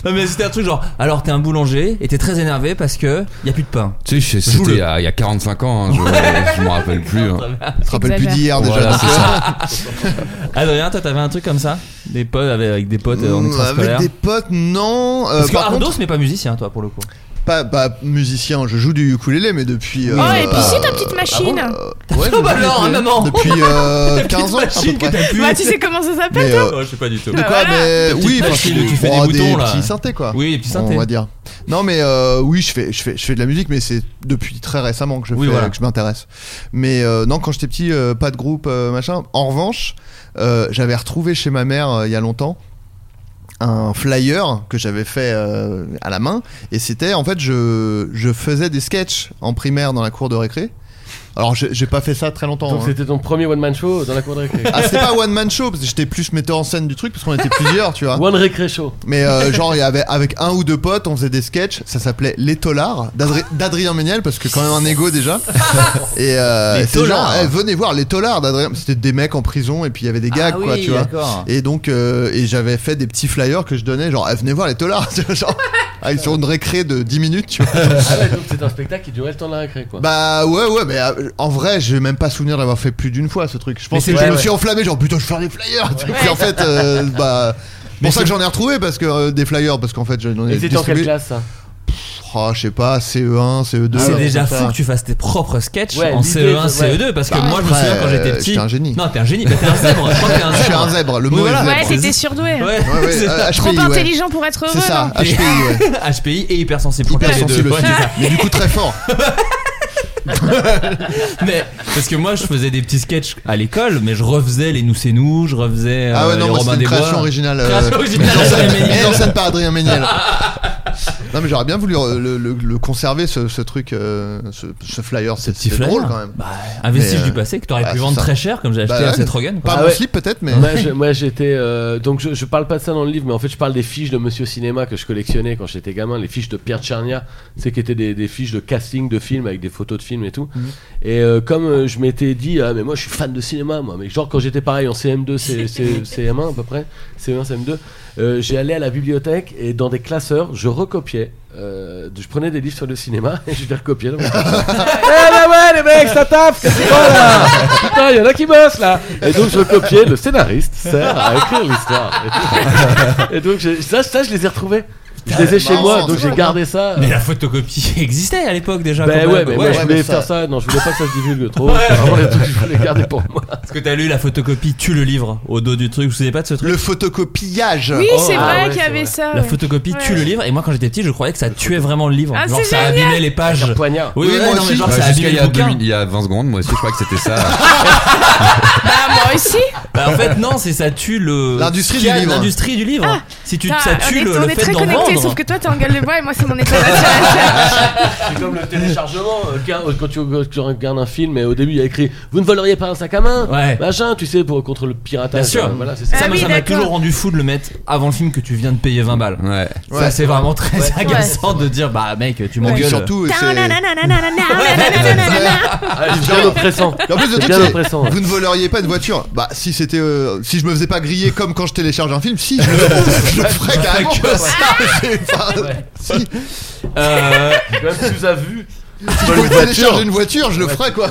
[SPEAKER 4] Non mais c'était un truc genre alors t'es un boulanger et t'es très énervé parce que y a plus de pain.
[SPEAKER 2] Tu sais, je-
[SPEAKER 4] Joue-le.
[SPEAKER 2] c'était il y a il y a 45 ans, hein,
[SPEAKER 5] (laughs)
[SPEAKER 2] je, je m'en rappelle plus. hein.
[SPEAKER 3] Tu te rappelles plus d'hier
[SPEAKER 6] J'exagère.
[SPEAKER 3] déjà.
[SPEAKER 2] Voilà,
[SPEAKER 3] donc,
[SPEAKER 2] c'est
[SPEAKER 3] euh,
[SPEAKER 2] ça.
[SPEAKER 4] Adrien, toi t'avais un truc comme ça Des potes avec, avec des potes euh, en
[SPEAKER 3] Mmh,
[SPEAKER 4] extrascolaire
[SPEAKER 3] Avec des potes, non. Euh,
[SPEAKER 4] Parce que
[SPEAKER 3] par
[SPEAKER 4] Ardos
[SPEAKER 3] contre,
[SPEAKER 4] n'est pas musicien toi pour le coup.
[SPEAKER 3] pas, pas musicien. Je joue du ukulélé, mais depuis.
[SPEAKER 6] Oh,
[SPEAKER 3] euh,
[SPEAKER 6] et puis si ta
[SPEAKER 4] ah
[SPEAKER 6] petite machine
[SPEAKER 3] euh, ouais,
[SPEAKER 4] Oh, bah
[SPEAKER 3] je joue
[SPEAKER 4] alors,
[SPEAKER 3] du ukulélé.
[SPEAKER 4] maman.
[SPEAKER 3] Depuis euh,
[SPEAKER 6] (laughs)
[SPEAKER 3] 15 ans, à
[SPEAKER 4] machine que
[SPEAKER 3] peu près.
[SPEAKER 4] t'as pu.
[SPEAKER 6] Bah, tu sais comment ça s'appelle
[SPEAKER 3] Mais euh,
[SPEAKER 4] Oh, je sais pas du tout.
[SPEAKER 3] de quoi
[SPEAKER 6] voilà.
[SPEAKER 3] mais
[SPEAKER 4] Des petites
[SPEAKER 3] oui parce
[SPEAKER 4] machines
[SPEAKER 3] que-
[SPEAKER 4] où tu fais des
[SPEAKER 3] oh,
[SPEAKER 4] boutons, là.
[SPEAKER 3] petits synthés quoi
[SPEAKER 4] Ah. Oui, et puis ça
[SPEAKER 3] on va dire non mais euh, oui je fais je fais je fais de la musique mais c'est depuis très récemment que je
[SPEAKER 4] Oui,
[SPEAKER 3] fais-
[SPEAKER 4] voilà.
[SPEAKER 3] que je m'intéresse mais euh, non quand j'étais petit euh, pas de groupe euh, machin en revanche euh, j'avais retrouvé chez ma mère euh, il y a longtemps un flyer que j'avais fait euh, à la main et c'était en fait je je faisais des sketchs en primaire dans la cour de récré alors j'ai j'ai pas fait ça très longtemps
[SPEAKER 5] Donc
[SPEAKER 3] hein.
[SPEAKER 5] c'était ton premier one-man show dans la cour de récré.
[SPEAKER 3] ah c'était pas one man show parce que j'étais plus metteur en scène du truc parce qu'on était plusieurs tu vois
[SPEAKER 5] One récré show.
[SPEAKER 3] mais
[SPEAKER 4] (laughs)
[SPEAKER 3] euh, genre, il y avait avec un ou deux potes, on faisait des sketchs. Ça s'appelait Les Tolards d'Adri- d'Adrien Méniel parce que quand même un ego
[SPEAKER 4] (laughs)
[SPEAKER 3] déjà. Et euh,
[SPEAKER 4] Les
[SPEAKER 3] c'est genre,
[SPEAKER 4] Taulards.
[SPEAKER 3] eh, venez voir Les Tolards d'Adrien. C'était des mecs en prison et puis il y avait des
[SPEAKER 4] Ah
[SPEAKER 5] Ah
[SPEAKER 3] gags quoi, tu vois. Et donc, euh, et j'avais fait des petits flyers que je donnais, genre, eh, venez voir les Tolards, (laughs) tu vois, genre, ah, sur une récré de 10 minutes, tu
[SPEAKER 4] (laughs)
[SPEAKER 3] vois.
[SPEAKER 5] Ah ouais, donc c'est un spectacle qui durait le temps de la récré quoi.
[SPEAKER 3] Bah ouais, ouais, mais euh, en vrai, j'ai même pas souvenir d'avoir fait plus d'une fois ce truc. Je pense que
[SPEAKER 4] c'est-
[SPEAKER 3] je
[SPEAKER 4] ouais,
[SPEAKER 3] me
[SPEAKER 4] ouais.
[SPEAKER 3] suis enflammé, genre, putain, je vais faire des flyers, tu vois. Puis en fait, euh,
[SPEAKER 4] (laughs)
[SPEAKER 3] bah. C'est pour ça que j'en ai retrouvé parce que euh, des flyers parce qu'en fait j'en ai
[SPEAKER 5] Et c'était en quelle
[SPEAKER 3] distribué.
[SPEAKER 5] classe ça
[SPEAKER 3] Oh, je sais pas, CE1, CE2.
[SPEAKER 4] C'est
[SPEAKER 3] un
[SPEAKER 4] déjà
[SPEAKER 3] truc comme
[SPEAKER 4] fou
[SPEAKER 3] ça.
[SPEAKER 4] que tu fasses tes propres sketchs
[SPEAKER 5] Ouais,
[SPEAKER 4] en
[SPEAKER 5] l'idée,
[SPEAKER 4] CE1,
[SPEAKER 5] c'est- ouais.
[SPEAKER 4] CE2 parce que
[SPEAKER 3] Bah,
[SPEAKER 4] moi je me
[SPEAKER 3] après,
[SPEAKER 4] souviens quand j'étais
[SPEAKER 3] euh,
[SPEAKER 4] petit.
[SPEAKER 3] j'étais un génie.
[SPEAKER 4] Non, t'es un génie, mais t'es un zèbre. Je crois que t'es
[SPEAKER 3] (laughs)
[SPEAKER 4] un
[SPEAKER 3] Je suis un
[SPEAKER 4] zèbre.
[SPEAKER 3] zèbre, le
[SPEAKER 4] Oui,
[SPEAKER 3] mot
[SPEAKER 4] voilà.
[SPEAKER 3] est
[SPEAKER 6] Ouais,
[SPEAKER 3] zèbre.
[SPEAKER 6] t'étais surdoué.
[SPEAKER 4] Ouais,
[SPEAKER 3] Ouais, ouais,
[SPEAKER 4] c'est ça.
[SPEAKER 3] euh,
[SPEAKER 6] Trop
[SPEAKER 3] HPI, ouais.
[SPEAKER 6] intelligent pour être hein. heureux.
[SPEAKER 3] C'est ça,
[SPEAKER 6] non (laughs)
[SPEAKER 3] HPI, ouais.
[SPEAKER 4] HPI et hypersensible. Je crois que
[SPEAKER 3] Hyper
[SPEAKER 4] les deux.
[SPEAKER 3] sensible
[SPEAKER 4] Ouais, Ah
[SPEAKER 3] aussi.
[SPEAKER 4] c'est ça.
[SPEAKER 3] Mais du coup, très fort.
[SPEAKER 4] Mais parce que moi je faisais des petits sketchs à l'école, mais je refaisais les nous c'est nous, je refaisais euh,
[SPEAKER 3] Ah ouais, non,
[SPEAKER 4] les
[SPEAKER 3] moi,
[SPEAKER 4] Robin
[SPEAKER 3] c'est une
[SPEAKER 4] des Bois.
[SPEAKER 3] création originale. euh, (laughs)
[SPEAKER 4] Création originale,
[SPEAKER 3] mise en scène-
[SPEAKER 4] Adrien Méniel.
[SPEAKER 3] mise en scène par Adrien
[SPEAKER 4] (laughs)
[SPEAKER 3] Méniel. Non, mais j'aurais bien voulu euh, le, le- le conserver, ce, ce truc, euh, ce, ce flyer. C'est
[SPEAKER 4] petit
[SPEAKER 3] c'est
[SPEAKER 4] flyer.
[SPEAKER 3] drôle quand même.
[SPEAKER 4] Bah, Investige
[SPEAKER 3] Mais, euh,
[SPEAKER 4] du passé que t'aurais
[SPEAKER 3] bah,
[SPEAKER 4] pu
[SPEAKER 3] c'est
[SPEAKER 4] vendre
[SPEAKER 3] ça.
[SPEAKER 4] très cher comme j'ai acheté
[SPEAKER 3] Bah
[SPEAKER 4] à
[SPEAKER 3] ouais.
[SPEAKER 4] Seth Rogen. quoi.
[SPEAKER 3] Pas
[SPEAKER 5] Ah
[SPEAKER 3] mon
[SPEAKER 5] ouais.
[SPEAKER 3] slip peut-être, mais.
[SPEAKER 4] Bah,
[SPEAKER 5] Moi, je- moi, j'étais. euh, donc, je, je parle pas de ça dans le livre, mais en fait, je parle des fiches de Monsieur Cinéma que je collectionnais quand j'étais gamin, les fiches de Pierre Tchernia, c'est qui étaient des, des fiches de casting de films avec des photos de films et tout. Et euh, comme euh, je m'étais dit, ah, mais moi, je suis fan de cinéma, moi, mais genre quand j'étais pareil en CM2, C- (laughs) C- CM1 à peu près, CM1, CM2, euh, j'ai allé à la bibliothèque et dans des classeurs, je recopiais. euh, je prenais des livres sur le cinéma (laughs) et je les recopiais. dans mon classeur. (laughs) Eh bah ouais, les mecs, ça tape, c'est quoi là Putain, y en a qui bossent là Et donc je copiais, le scénariste sert à écrire l'histoire. Et donc j'ai- ça, ça, je les ai retrouvés. Je les ai chez
[SPEAKER 3] marrant,
[SPEAKER 5] moi, donc
[SPEAKER 3] c'est
[SPEAKER 5] j'ai
[SPEAKER 3] cool,
[SPEAKER 5] gardé ça.
[SPEAKER 4] Mais la photocopie (laughs) existait à l'époque déjà.
[SPEAKER 5] Ben
[SPEAKER 4] quand
[SPEAKER 5] ouais,
[SPEAKER 4] même.
[SPEAKER 5] mais
[SPEAKER 3] ouais,
[SPEAKER 5] moi, je
[SPEAKER 3] mais
[SPEAKER 5] voulais
[SPEAKER 3] ça-
[SPEAKER 5] faire ça. Non, je voulais pas que ça se divulgue trop. C'est vraiment les trucs que je voulais garder pour moi.
[SPEAKER 4] Parce que t'as lu la photocopie tue le livre au dos du truc. Vous savez pas de ce truc
[SPEAKER 3] Le photocopillage.
[SPEAKER 6] Oui,
[SPEAKER 4] Oh,
[SPEAKER 6] c'est
[SPEAKER 4] ah
[SPEAKER 6] vrai
[SPEAKER 5] ouais,
[SPEAKER 6] qu'il y
[SPEAKER 5] c'est
[SPEAKER 6] avait
[SPEAKER 5] vrai.
[SPEAKER 6] ça.
[SPEAKER 4] La
[SPEAKER 6] ouais.
[SPEAKER 4] photocopie
[SPEAKER 6] Ouais.
[SPEAKER 4] tue le livre. Et moi quand j'étais petit, je croyais que ça tuait vraiment le livre.
[SPEAKER 6] Ah,
[SPEAKER 4] genre
[SPEAKER 6] c'est
[SPEAKER 4] ça
[SPEAKER 6] génial
[SPEAKER 4] abîmait les pages.
[SPEAKER 5] Un poignard.
[SPEAKER 4] Oui,
[SPEAKER 3] Oui,
[SPEAKER 4] oui,
[SPEAKER 3] moi
[SPEAKER 4] non, mais
[SPEAKER 3] aussi.
[SPEAKER 4] genre
[SPEAKER 2] Ouais,
[SPEAKER 4] ça
[SPEAKER 2] Jusqu'à
[SPEAKER 4] abîmait
[SPEAKER 2] il, y
[SPEAKER 4] le
[SPEAKER 2] a
[SPEAKER 4] bouquin.
[SPEAKER 2] deux min- il y a 20 secondes, moi aussi, je crois que c'était
[SPEAKER 4] (laughs)
[SPEAKER 2] ça.
[SPEAKER 6] Bah, moi aussi.
[SPEAKER 4] Bah, en fait non, c'est ça tue le
[SPEAKER 3] L'industrie
[SPEAKER 4] ce qu'il y a
[SPEAKER 3] du
[SPEAKER 4] de
[SPEAKER 3] livre.
[SPEAKER 4] l'industrie du livre. Si tu
[SPEAKER 6] Ah,
[SPEAKER 4] ça
[SPEAKER 6] on
[SPEAKER 4] tue
[SPEAKER 6] est,
[SPEAKER 4] le,
[SPEAKER 6] on
[SPEAKER 4] le
[SPEAKER 6] est
[SPEAKER 4] fait
[SPEAKER 6] très
[SPEAKER 4] d'en
[SPEAKER 6] connectés,
[SPEAKER 4] vendre.
[SPEAKER 6] sauf que toi, t'es en gueule de bois et moi,
[SPEAKER 4] (laughs)
[SPEAKER 6] c'est mon école nationale.
[SPEAKER 5] C'est comme le téléchargement. euh, quand, quand tu, quand tu regardes un film et au début il y a écrit Vous ne voleriez pas un sac à main
[SPEAKER 4] Ouais.
[SPEAKER 5] Machin, tu sais, pour, contre le piratage.
[SPEAKER 4] Bien sûr.
[SPEAKER 5] Euh, Voilà, c'est ça.
[SPEAKER 4] Ça,
[SPEAKER 6] Ah
[SPEAKER 4] moi,
[SPEAKER 6] oui,
[SPEAKER 4] ça m'a
[SPEAKER 6] d'accord.
[SPEAKER 4] toujours rendu fou de le mettre avant le film que tu viens de payer 20 balles.
[SPEAKER 2] Ouais.
[SPEAKER 3] Ouais.
[SPEAKER 4] ça, c'est vraiment très agaçant de dire bah mec, tu
[SPEAKER 3] Et puis
[SPEAKER 4] m'engueules.
[SPEAKER 3] Oh, surtout, c'est.
[SPEAKER 5] Ah, c'est bien oppressant.
[SPEAKER 3] En plus, le
[SPEAKER 5] C'est
[SPEAKER 3] truc,
[SPEAKER 5] (laughs) bien
[SPEAKER 3] c'est-
[SPEAKER 5] oppressant.
[SPEAKER 3] Vous ne voleriez pas une voiture Bah, si c'était. euh, si je me faisais pas griller comme quand je télécharge un film, si, je le, je le ferais carrément.
[SPEAKER 4] que
[SPEAKER 3] quoi.
[SPEAKER 4] ça.
[SPEAKER 3] C'est pas-
[SPEAKER 5] Ouais.
[SPEAKER 3] Si,
[SPEAKER 4] Euh,
[SPEAKER 5] C'est quand même plus à vue.
[SPEAKER 3] si je
[SPEAKER 5] Voler une
[SPEAKER 3] pouvais télécharger une voiture, je le ferais quoi.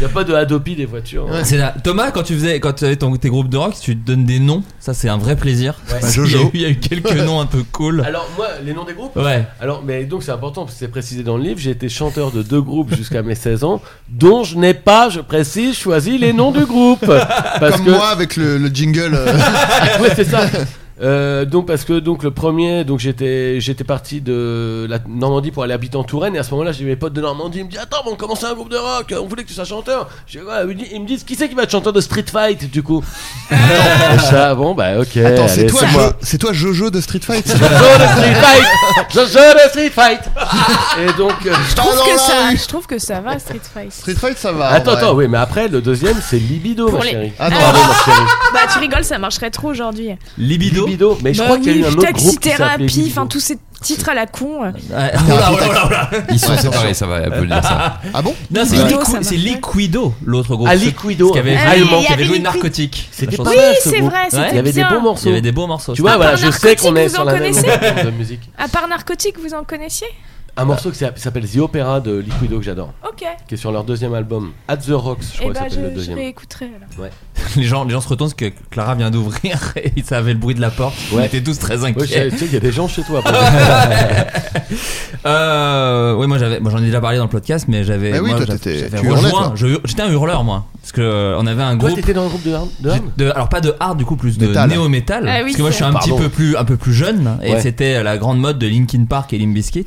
[SPEAKER 5] Il a pas de Adopi des voitures. hein.
[SPEAKER 4] c'est là. Thomas, quand tu faisais, quand tu avais ton- tes groupes de rock, tu te donnes des noms. Ça, c'est un vrai plaisir.
[SPEAKER 3] Bah,
[SPEAKER 4] Il, y a eu,
[SPEAKER 3] Jojo.
[SPEAKER 4] il y a eu quelques noms un peu cool.
[SPEAKER 5] Alors, moi, les noms des groupes
[SPEAKER 4] Ouais.
[SPEAKER 5] Alors, mais donc c'est important, parce que c'est précisé dans le livre, j'ai été chanteur de deux groupes jusqu'à mes 16 ans, dont je n'ai pas, je précise, choisi les noms du groupe.
[SPEAKER 3] (laughs)
[SPEAKER 5] Parce
[SPEAKER 3] Comme
[SPEAKER 5] que,
[SPEAKER 3] moi avec le, le jingle. euh,
[SPEAKER 5] (laughs) Ouais, c'est ça. Euh, donc parce que donc le premier donc j'étais j'étais parti de la Normandie pour aller habiter en Touraine et à ce moment-là j'ai mes potes de Normandie ils me disent attends bon, on commence un groupe de rock on voulait que tu sois chanteur je, dis, Ouais, ils me disent- ils me disent qui c'est qui va être chanteur de Street Fight
[SPEAKER 3] (laughs)
[SPEAKER 5] du coup Et ça bon bah ok
[SPEAKER 3] Attends, c'est
[SPEAKER 5] allez,
[SPEAKER 3] toi,
[SPEAKER 5] c'est moi.
[SPEAKER 3] Jo- c'est toi Jojo de Street Fight
[SPEAKER 5] Jojo de Street Fight Jojo de Street Fight et donc euh,
[SPEAKER 6] Je trouve
[SPEAKER 3] Dans
[SPEAKER 6] que
[SPEAKER 3] la
[SPEAKER 6] ça,
[SPEAKER 3] rue.
[SPEAKER 6] je trouve que ça va, Street Fight.
[SPEAKER 3] Street Fight, ça va. en
[SPEAKER 5] Attends,
[SPEAKER 3] vrai.
[SPEAKER 5] attends, oui, mais après, le deuxième, c'est libido,
[SPEAKER 6] Pour
[SPEAKER 5] ma
[SPEAKER 6] les-
[SPEAKER 5] chérie.
[SPEAKER 3] Ah non.
[SPEAKER 5] Pardon, ma chérie.
[SPEAKER 6] Bah, tu rigoles, ça marcherait trop aujourd'hui.
[SPEAKER 4] Libido.
[SPEAKER 5] Libido, mais je
[SPEAKER 6] Bah
[SPEAKER 5] crois qu'il y a
[SPEAKER 6] oui,
[SPEAKER 5] eu un autre groupe qui s'appelait
[SPEAKER 6] Taxithérapie,
[SPEAKER 5] Libido.
[SPEAKER 6] enfin, tous ces titres à la con. euh.
[SPEAKER 4] Ouais. Oh là, oh là, oh là, oh là.
[SPEAKER 2] Ils sont
[SPEAKER 3] Ouais,
[SPEAKER 2] séparés, ça va, elle peut le dire ça.
[SPEAKER 3] Ah bon
[SPEAKER 4] Non, c'est
[SPEAKER 6] Libido,
[SPEAKER 4] Liqui-
[SPEAKER 6] ça
[SPEAKER 4] c'est
[SPEAKER 6] marche.
[SPEAKER 4] Liquido, l'autre groupe.
[SPEAKER 5] Ah,
[SPEAKER 4] Ceux-
[SPEAKER 5] Liquido,
[SPEAKER 4] qui avait,
[SPEAKER 6] Ah oui,
[SPEAKER 4] allemand,
[SPEAKER 6] il
[SPEAKER 4] qui
[SPEAKER 6] y
[SPEAKER 4] avait
[SPEAKER 6] avait
[SPEAKER 4] joué
[SPEAKER 6] Liquid.
[SPEAKER 4] Narcotique.
[SPEAKER 5] C'était
[SPEAKER 4] La
[SPEAKER 5] pas
[SPEAKER 4] chanson.
[SPEAKER 5] mal, Ah, ce
[SPEAKER 6] C'est
[SPEAKER 5] groupe.
[SPEAKER 6] vrai, c'était
[SPEAKER 4] Ouais.
[SPEAKER 6] bien.
[SPEAKER 5] Il y avait des bons
[SPEAKER 4] Il y
[SPEAKER 5] morceaux.
[SPEAKER 4] avait des beaux morceaux.
[SPEAKER 5] Tu vois,
[SPEAKER 6] À
[SPEAKER 5] voilà,
[SPEAKER 6] part
[SPEAKER 5] je sais qu'on est
[SPEAKER 6] Narcotique,
[SPEAKER 5] sur
[SPEAKER 6] vous
[SPEAKER 5] la
[SPEAKER 6] en
[SPEAKER 5] même (laughs) longueur de musique.
[SPEAKER 6] À part Narcotique, vous en connaissiez
[SPEAKER 5] Un morceau qui s'appelle- s'appelle The Opera de Liquido que j'adore,
[SPEAKER 6] Ok.
[SPEAKER 5] qui est sur leur deuxième album, At the Rocks, je
[SPEAKER 6] Eh
[SPEAKER 5] crois que
[SPEAKER 6] bah,
[SPEAKER 5] s'appelle le
[SPEAKER 6] je, je
[SPEAKER 5] deuxième.
[SPEAKER 6] réécouterai alors.
[SPEAKER 4] les gens, les gens se retournent parce que Clara vient d'ouvrir (laughs) et ça avait le bruit de la porte. On
[SPEAKER 5] Ouais.
[SPEAKER 4] était tous très
[SPEAKER 5] Ouais, je
[SPEAKER 4] inquiets.
[SPEAKER 5] sais, tu sais, il y a des gens chez toi. après.
[SPEAKER 4] (laughs) Euh, oui, moi j'avais, moi j'en ai déjà parlé dans le podcast, mais j'avais,
[SPEAKER 3] Bah oui,
[SPEAKER 4] moi,
[SPEAKER 3] toi,
[SPEAKER 4] j'avais-
[SPEAKER 3] t'étais-
[SPEAKER 4] j'avais
[SPEAKER 3] tu hurlais,
[SPEAKER 4] rejoint,
[SPEAKER 3] toi.
[SPEAKER 4] je hur- j'étais un hurleur moi, parce que euh, on avait un
[SPEAKER 5] Toi,
[SPEAKER 4] groupe,
[SPEAKER 5] t'étais dans le groupe de Harm de Harm
[SPEAKER 4] de- alors pas de hard du coup, plus de
[SPEAKER 3] Métal.
[SPEAKER 4] néo métal,
[SPEAKER 6] Ah oui,
[SPEAKER 4] parce que moi je
[SPEAKER 6] c'est
[SPEAKER 4] suis un
[SPEAKER 5] vrai.
[SPEAKER 4] petit
[SPEAKER 5] Pardon.
[SPEAKER 4] peu plus, un peu plus jeune, et
[SPEAKER 5] Ouais.
[SPEAKER 4] c'était euh, la grande mode de Linkin Park et Limp Bizkit.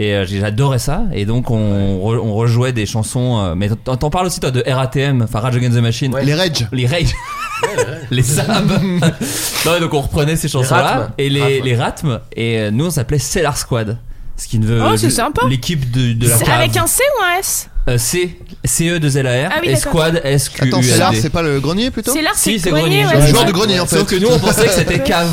[SPEAKER 4] Et euh, j'ai- j'adorais ça, et donc on, re- on rejouait des chansons. euh, mais t'en t'en parles aussi toi de RATM, enfin Rage Against the Machine,
[SPEAKER 5] Ouais.
[SPEAKER 3] Les Rage.
[SPEAKER 4] les raids les sabs (laughs) non et donc on reprenait ces chansons là
[SPEAKER 5] ratmes.
[SPEAKER 4] et les
[SPEAKER 5] Ratmes.
[SPEAKER 4] les ratmes et euh, nous on s'appelait Cellar Squad ce qui ne veut
[SPEAKER 6] Oh, c'est sympa.
[SPEAKER 4] l'équipe de, de la
[SPEAKER 6] C'est
[SPEAKER 4] cave
[SPEAKER 6] Avec un C ou un S
[SPEAKER 4] Euh, C C E 2 L A R
[SPEAKER 6] Ah oui,
[SPEAKER 4] et
[SPEAKER 6] d'accord.
[SPEAKER 4] Squad S Q
[SPEAKER 3] Attends,
[SPEAKER 4] U
[SPEAKER 3] c'est
[SPEAKER 4] L
[SPEAKER 3] l'art,
[SPEAKER 4] D
[SPEAKER 3] c'est pas le grenier plutôt
[SPEAKER 6] C'est l'art,
[SPEAKER 4] si
[SPEAKER 6] c'est
[SPEAKER 4] c'est
[SPEAKER 6] grenier,
[SPEAKER 4] grenier
[SPEAKER 6] ouais.
[SPEAKER 3] Le
[SPEAKER 6] c'est
[SPEAKER 3] genre
[SPEAKER 6] ça.
[SPEAKER 3] de grenier en fait.
[SPEAKER 4] sauf que nous on pensait que c'était cave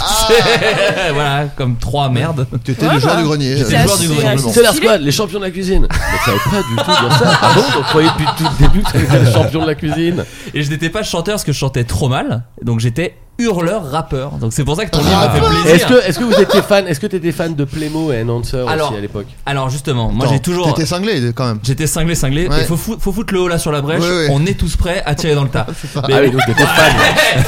[SPEAKER 3] Ah
[SPEAKER 4] (laughs) voilà comme trois merdes
[SPEAKER 3] Tu étais
[SPEAKER 6] Ouais,
[SPEAKER 3] le joueur
[SPEAKER 6] bah.
[SPEAKER 3] du grenier.
[SPEAKER 4] J'étais le joueur du grenier.
[SPEAKER 3] simplement.
[SPEAKER 5] C'est la squad, les champions de la cuisine. Mais ça savais pas du tout dire ça. Ah bon, on croyait depuis tout le début que t'étais le champion de la cuisine.
[SPEAKER 4] et je n'étais pas chanteur parce que je chantais trop mal donc j'étais hurleur rappeur donc c'est pour ça que
[SPEAKER 3] Ah.
[SPEAKER 4] ton livre m'a fait plaisir
[SPEAKER 5] Est-ce que, est-ce que vous étiez fan, est-ce que t'étais fan de Playmo et Enhancer
[SPEAKER 4] Alors,
[SPEAKER 5] aussi à l'époque
[SPEAKER 4] alors justement moi j'ai
[SPEAKER 3] Attends,
[SPEAKER 4] toujours
[SPEAKER 3] T'étais cinglé quand même.
[SPEAKER 4] J'étais cinglé, cinglé.
[SPEAKER 3] Ouais.
[SPEAKER 4] Et faut, fou- faut foutre le haut là sur la brèche.
[SPEAKER 3] Ouais, ouais.
[SPEAKER 4] On est tous prêts à tirer dans le
[SPEAKER 3] (laughs)
[SPEAKER 4] tas. Mais-
[SPEAKER 5] Ah oui, donc t'étais fan.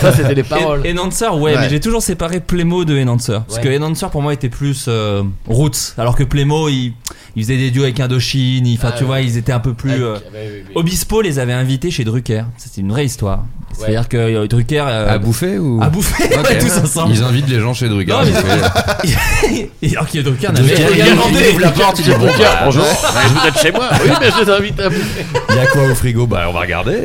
[SPEAKER 5] Ça, c'était les paroles.
[SPEAKER 4] En- Enhancer, ouais,
[SPEAKER 3] Ouais.
[SPEAKER 4] mais j'ai toujours séparé Plémo de Enhancer. Parce
[SPEAKER 5] Ouais.
[SPEAKER 4] que Enhancer pour moi était plus euh, Roots. Alors que Plémo, il, il faisait des duos avec Indochine. il- Enfin,
[SPEAKER 5] Ah
[SPEAKER 4] tu
[SPEAKER 5] ouais.
[SPEAKER 4] vois, ils étaient un peu plus. euh,
[SPEAKER 5] Ah, oui, oui, oui.
[SPEAKER 4] Obispo les avait invités chez Drucker. C'était une vraie histoire. C'est-à-dire que euh, Drucker euh,
[SPEAKER 2] À bouffer ou
[SPEAKER 4] à bouffer
[SPEAKER 2] Ok.
[SPEAKER 4] ouais, tous ensemble.
[SPEAKER 2] Ils invitent les gens chez Drucker. euh,
[SPEAKER 4] Non,
[SPEAKER 2] à
[SPEAKER 4] mais-
[SPEAKER 2] bouffer.
[SPEAKER 4] (laughs) Et alors qu'il y a Drucker n'avait
[SPEAKER 5] Drucker,
[SPEAKER 4] rien
[SPEAKER 5] il-
[SPEAKER 4] demandé.
[SPEAKER 5] il ouvre la porte, il dit bon tiens, bonjour, je vous êtes chez moi. Oui, mais je les invite à bouffer.
[SPEAKER 2] Il y a quoi au frigo Bah on va regarder.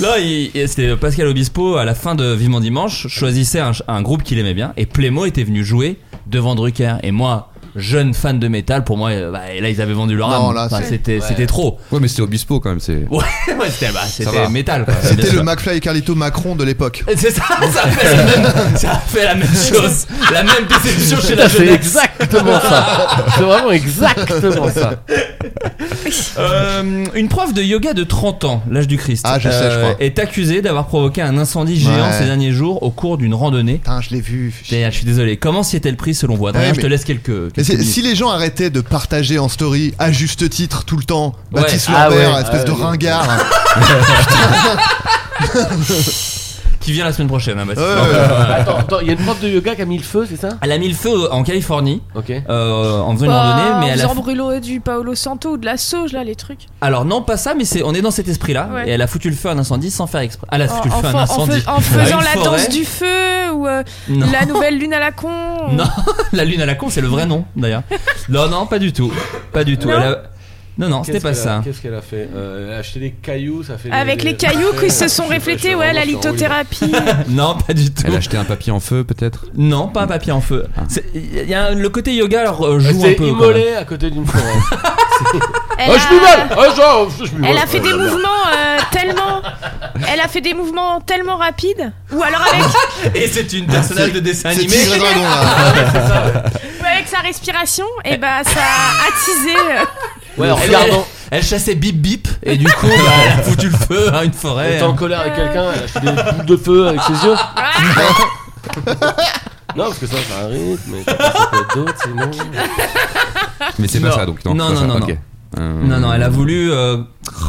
[SPEAKER 4] Là, il- et c'était Pascal Obispo à la fin de Vivement Dimanche choisissait un, un groupe qu'il aimait bien et Plémo était venu jouer devant Drucker et moi. Jeune fan de métal, pour moi, euh, bah, et là ils avaient vendu leur âme.
[SPEAKER 3] Non, là,
[SPEAKER 4] Enfin,
[SPEAKER 3] c'est-
[SPEAKER 4] c'était c'était trop. (laughs)
[SPEAKER 2] Ouais mais c'était Obispo quand même. C'est.
[SPEAKER 4] Ouais, ouais, c'était bah, c'était
[SPEAKER 2] va.
[SPEAKER 4] métal. quoi. Bien
[SPEAKER 3] C'était
[SPEAKER 4] sûr.
[SPEAKER 3] le McFly et Carlito Macron de l'époque.
[SPEAKER 4] C'est ça, ça a fait la même, ça a fait
[SPEAKER 3] (laughs)
[SPEAKER 4] la même chose, la même déception chez la
[SPEAKER 5] Putain, C'est
[SPEAKER 4] jeunesse.
[SPEAKER 5] exactement ça. C'est vraiment exactement ça.
[SPEAKER 4] Euh, une prof de yoga de 30 ans, l'âge du Christ, euh,
[SPEAKER 3] Ah, je sais, je crois.
[SPEAKER 4] est accusée d'avoir provoqué un incendie géant
[SPEAKER 3] Ouais.
[SPEAKER 4] ces derniers jours au cours d'une randonnée.
[SPEAKER 3] Putain, je l'ai vu.
[SPEAKER 4] D'ailleurs, je suis désolé. Comment s'y est-elle prise selon vous Adrien,
[SPEAKER 3] Ouais,
[SPEAKER 4] je te
[SPEAKER 3] mais-
[SPEAKER 4] laisse quelques.
[SPEAKER 3] Mais
[SPEAKER 4] quelques
[SPEAKER 3] c'est-
[SPEAKER 4] minutes.
[SPEAKER 3] si les gens arrêtaient de partager en story à juste titre tout le temps,
[SPEAKER 4] Ouais.
[SPEAKER 3] Baptiste
[SPEAKER 5] Ah
[SPEAKER 3] Lambert,
[SPEAKER 5] ouais,
[SPEAKER 3] espèce
[SPEAKER 5] ah
[SPEAKER 3] de
[SPEAKER 4] (laughs)
[SPEAKER 5] ouais.
[SPEAKER 3] ringard.
[SPEAKER 4] Qui vient la semaine prochaine, hein, Baptiste.
[SPEAKER 3] Ouais,
[SPEAKER 4] Donc,
[SPEAKER 3] ouais,
[SPEAKER 4] euh,
[SPEAKER 5] Attends, attends, il y a une prof de yoga qui a mis le feu, c'est ça
[SPEAKER 4] Elle a mis le feu en Californie
[SPEAKER 5] Ok.
[SPEAKER 4] euh, en faisant une
[SPEAKER 6] Bah,
[SPEAKER 4] randonnée, mais
[SPEAKER 6] en
[SPEAKER 4] elle a.
[SPEAKER 6] faisant brûler du Paolo Santo ou de la sauge, là, les trucs.
[SPEAKER 4] Alors non, pas ça, mais c'est on est dans cet esprit-là.
[SPEAKER 6] Ouais.
[SPEAKER 4] Et elle a foutu le feu à un incendie sans faire exprès. Ah, Elle a foutu le feu à un
[SPEAKER 6] fa- en
[SPEAKER 4] incendie.
[SPEAKER 6] fais- en faisant
[SPEAKER 4] Une
[SPEAKER 6] la
[SPEAKER 4] forêt.
[SPEAKER 6] danse du feu ou euh,
[SPEAKER 4] Non.
[SPEAKER 6] la nouvelle lune à la
[SPEAKER 5] (laughs)
[SPEAKER 6] con.
[SPEAKER 4] Non, (laughs) la lune à la con, c'est le vrai nom d'ailleurs. Non, non, pas du tout. Pas du tout.
[SPEAKER 6] Non.
[SPEAKER 4] Elle a- Non, non, c'était pas ça.
[SPEAKER 5] Qu'est-ce qu'elle a fait Euh, Elle a acheté des cailloux, ça fait.
[SPEAKER 6] Avec les cailloux
[SPEAKER 5] euh,
[SPEAKER 6] qui se sont reflétés, ouais,
[SPEAKER 5] (laughs)
[SPEAKER 6] la lithothérapie.
[SPEAKER 4] Non, pas du tout.
[SPEAKER 2] Elle a acheté un papier en feu peut-être. Mm. Ah.
[SPEAKER 4] Non, pas un papier en feu. C'est- Il y a un- le côté yoga alors, euh, joue un
[SPEAKER 5] J'étais
[SPEAKER 4] peu. quand même.
[SPEAKER 5] Ah, immolé à côté d'une forêt.
[SPEAKER 6] Elle
[SPEAKER 5] Oh, je
[SPEAKER 6] a-
[SPEAKER 5] m'immole Oh, genre, je m'immole
[SPEAKER 6] Elle a fait des mouvements euh, tellement. Elle a fait des mouvements tellement rapides. Ou alors
[SPEAKER 5] (laughs)
[SPEAKER 6] avec,
[SPEAKER 4] (laughs) Et c'est une personnage de dessin
[SPEAKER 3] C'est
[SPEAKER 4] animé.
[SPEAKER 3] Tigre et Dragon
[SPEAKER 4] (laughs)
[SPEAKER 3] là.
[SPEAKER 6] ou avec sa respiration, et bah ça a attisé. euh,
[SPEAKER 5] Ouais, en
[SPEAKER 4] Elle,
[SPEAKER 5] regardant.
[SPEAKER 4] elle chassait bip bip et du coup bah,
[SPEAKER 2] (laughs)
[SPEAKER 4] elle a foutu le feu à une
[SPEAKER 5] Elle
[SPEAKER 4] forêt.
[SPEAKER 5] était en colère avec quelqu'un, elle a acheté des boules de feu avec ses yeux. Ah. Non, parce que ça, c'est un rythme, mais ça peut être d'autres, c'est non.
[SPEAKER 2] Mais c'est pas
[SPEAKER 4] Non.
[SPEAKER 2] ça donc.
[SPEAKER 4] Non,
[SPEAKER 2] c'est pas
[SPEAKER 4] non,
[SPEAKER 2] ça.
[SPEAKER 4] non,
[SPEAKER 2] Ok. Euh,
[SPEAKER 4] Non non, elle a voulu. euh,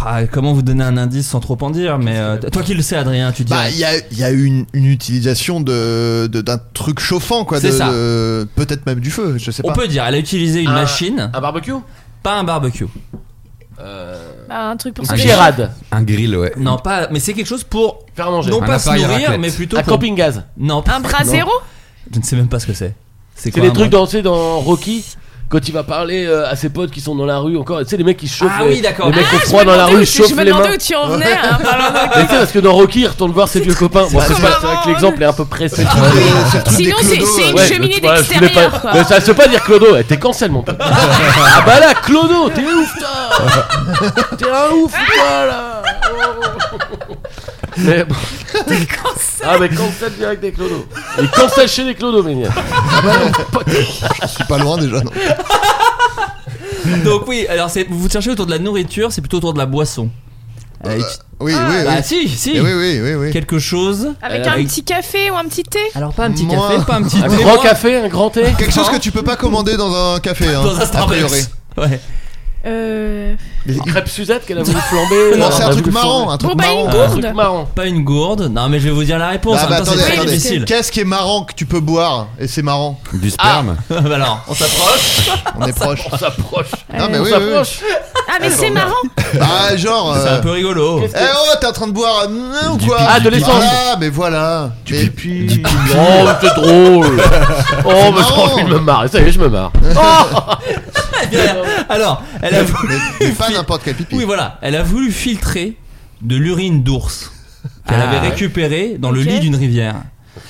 [SPEAKER 4] ah, comment vous donner un indice sans trop en dire Mais euh, toi qui le sais, Adrien, tu dis.
[SPEAKER 3] Bah, il y a, il y a eu une, une utilisation de de- d'un truc chauffant quoi, de,
[SPEAKER 4] C'est ça.
[SPEAKER 3] de- peut-être même du feu, je sais
[SPEAKER 4] On
[SPEAKER 3] pas.
[SPEAKER 4] peut dire, elle a utilisé
[SPEAKER 2] Ah.
[SPEAKER 4] une
[SPEAKER 5] Un-
[SPEAKER 4] machine,
[SPEAKER 5] Un barbecue
[SPEAKER 4] pas un barbecue.
[SPEAKER 5] euh,
[SPEAKER 6] bah, un truc pour se
[SPEAKER 5] Une
[SPEAKER 2] Un
[SPEAKER 6] déchirer.
[SPEAKER 5] gérade.
[SPEAKER 2] Un grill ouais.
[SPEAKER 4] Non, pas. Mais c'est quelque chose pour
[SPEAKER 5] Faire à manger.
[SPEAKER 4] non
[SPEAKER 2] Un
[SPEAKER 4] pas se
[SPEAKER 2] appareil à
[SPEAKER 4] nourrir,
[SPEAKER 2] raclette.
[SPEAKER 4] mais plutôt
[SPEAKER 5] Un
[SPEAKER 4] pour-
[SPEAKER 5] camping-gaz.
[SPEAKER 4] Non,
[SPEAKER 6] Un bras zéro
[SPEAKER 4] Je ne sais même pas ce que c'est.
[SPEAKER 5] C'est
[SPEAKER 4] quoi
[SPEAKER 5] les
[SPEAKER 4] un
[SPEAKER 5] trucs
[SPEAKER 4] bras-
[SPEAKER 5] dansés dans Rocky. Quand il va parler euh, à ses potes qui sont dans la rue encore, tu sais, les mecs qui chauffent.
[SPEAKER 4] Ah
[SPEAKER 5] les,
[SPEAKER 4] oui, d'accord. Ah,
[SPEAKER 5] Les mecs
[SPEAKER 6] Ah,
[SPEAKER 5] qui ont
[SPEAKER 6] je
[SPEAKER 5] froid
[SPEAKER 6] me
[SPEAKER 5] dans la
[SPEAKER 6] demandais
[SPEAKER 5] rue,
[SPEAKER 6] où-
[SPEAKER 5] chauffent
[SPEAKER 6] Je me
[SPEAKER 5] les mains.
[SPEAKER 6] demandais où tu en venais. hein, par là.
[SPEAKER 5] Mais tu sais, parce que dans Rocky, il retourne voir ses vieux copains. Bon, c'est
[SPEAKER 6] trop
[SPEAKER 5] pas- c'est vrai
[SPEAKER 6] marrant.
[SPEAKER 5] que l'exemple est un peu pressé.
[SPEAKER 3] C'est le truc des
[SPEAKER 6] Sinon, c'est
[SPEAKER 3] clodos,
[SPEAKER 6] c'est
[SPEAKER 3] ouais.
[SPEAKER 6] une
[SPEAKER 5] Ouais,
[SPEAKER 6] cheminée
[SPEAKER 5] je- voilà, je voulais
[SPEAKER 6] d'extérieur,
[SPEAKER 5] pas-
[SPEAKER 6] quoi.
[SPEAKER 5] Mais Euh, ça se peut pas dire Clodo, eh, t'es cancel mon pote.
[SPEAKER 3] (laughs)
[SPEAKER 5] ah bah là, Clodo, t'es ouf, toi. T'es un ouf,
[SPEAKER 3] (laughs)
[SPEAKER 5] toi, là. Oh. Mais bon. Ah, mais cancel direct des Clodo. Il cancel chez les Clodo, Ménia.
[SPEAKER 3] Je suis pas loin déjà.
[SPEAKER 4] (laughs)
[SPEAKER 3] Non.
[SPEAKER 4] Donc oui, alors c'est vous cherchez autour de la nourriture, c'est plutôt autour de la boisson. Euh, et tu-
[SPEAKER 3] Oui, oui, oui.
[SPEAKER 4] bah si, si.
[SPEAKER 3] Eh oui, oui, oui, oui.
[SPEAKER 4] Quelque chose.
[SPEAKER 6] Avec
[SPEAKER 4] Euh,
[SPEAKER 6] un petit café ou un petit thé.
[SPEAKER 4] Alors pas un petit
[SPEAKER 3] Moi.
[SPEAKER 4] café, pas un petit
[SPEAKER 5] Un
[SPEAKER 4] thé,
[SPEAKER 5] grand
[SPEAKER 4] moi,
[SPEAKER 5] café, un grand thé.
[SPEAKER 3] Quelque chose que tu peux pas commander dans un café. Hein,
[SPEAKER 4] (laughs) dans un
[SPEAKER 3] a
[SPEAKER 4] Starbucks.
[SPEAKER 3] priori.
[SPEAKER 4] Ouais.
[SPEAKER 6] Euh,
[SPEAKER 5] Une crêpe Suzette qu'elle a voulu flamber.
[SPEAKER 3] Non,
[SPEAKER 5] euh,
[SPEAKER 3] c'est
[SPEAKER 5] elle a
[SPEAKER 3] un truc
[SPEAKER 5] voulu
[SPEAKER 3] marrant, hein.
[SPEAKER 5] flamber.
[SPEAKER 3] un truc
[SPEAKER 6] Bon, bah,
[SPEAKER 3] marrant.
[SPEAKER 6] une
[SPEAKER 5] Un
[SPEAKER 6] gourde.
[SPEAKER 5] truc marrant.
[SPEAKER 4] Pas une gourde. Non, mais je vais vous dire la réponse.
[SPEAKER 3] Ah,
[SPEAKER 4] en
[SPEAKER 3] bah,
[SPEAKER 4] même temps,
[SPEAKER 3] attendez,
[SPEAKER 4] c'est très
[SPEAKER 3] attendez.
[SPEAKER 4] difficile.
[SPEAKER 3] Qu'est-ce qui est marrant que tu peux boire et c'est marrant
[SPEAKER 2] Du sperme.
[SPEAKER 4] (laughs) Bah, alors, on s'approche.
[SPEAKER 3] On
[SPEAKER 4] (laughs)
[SPEAKER 3] est proche.
[SPEAKER 5] On s'approche.
[SPEAKER 3] Non mais
[SPEAKER 5] On
[SPEAKER 3] oui, oui,
[SPEAKER 5] s'approche.
[SPEAKER 6] Euh, Ah, mais c'est marrant.
[SPEAKER 3] oui. Bah genre.
[SPEAKER 4] C'est
[SPEAKER 3] euh,
[SPEAKER 4] un peu rigolo.
[SPEAKER 5] hein.
[SPEAKER 3] Eh oh, t'es en train de boire euh, ou
[SPEAKER 2] Du
[SPEAKER 3] quoi
[SPEAKER 2] pipi,
[SPEAKER 5] Ah, de
[SPEAKER 3] du
[SPEAKER 5] l'essence.
[SPEAKER 3] pipi. Ah, mais voilà. Mais
[SPEAKER 5] pipi.
[SPEAKER 3] (laughs)
[SPEAKER 5] Oh, mais c'est drôle. Oh, mais j'ai
[SPEAKER 3] marrant.
[SPEAKER 5] envie de me marrer. Ça y est, je
[SPEAKER 3] (laughs)
[SPEAKER 5] me marre.
[SPEAKER 4] (laughs) Alors, elle a voulu.
[SPEAKER 3] mais
[SPEAKER 4] (laughs)
[SPEAKER 3] pas n'importe quel pipi.
[SPEAKER 4] Oui, voilà. Elle a voulu filtrer de l'urine d'ours qu'elle avait récupérée dans le
[SPEAKER 6] Ok.
[SPEAKER 4] lit d'une rivière.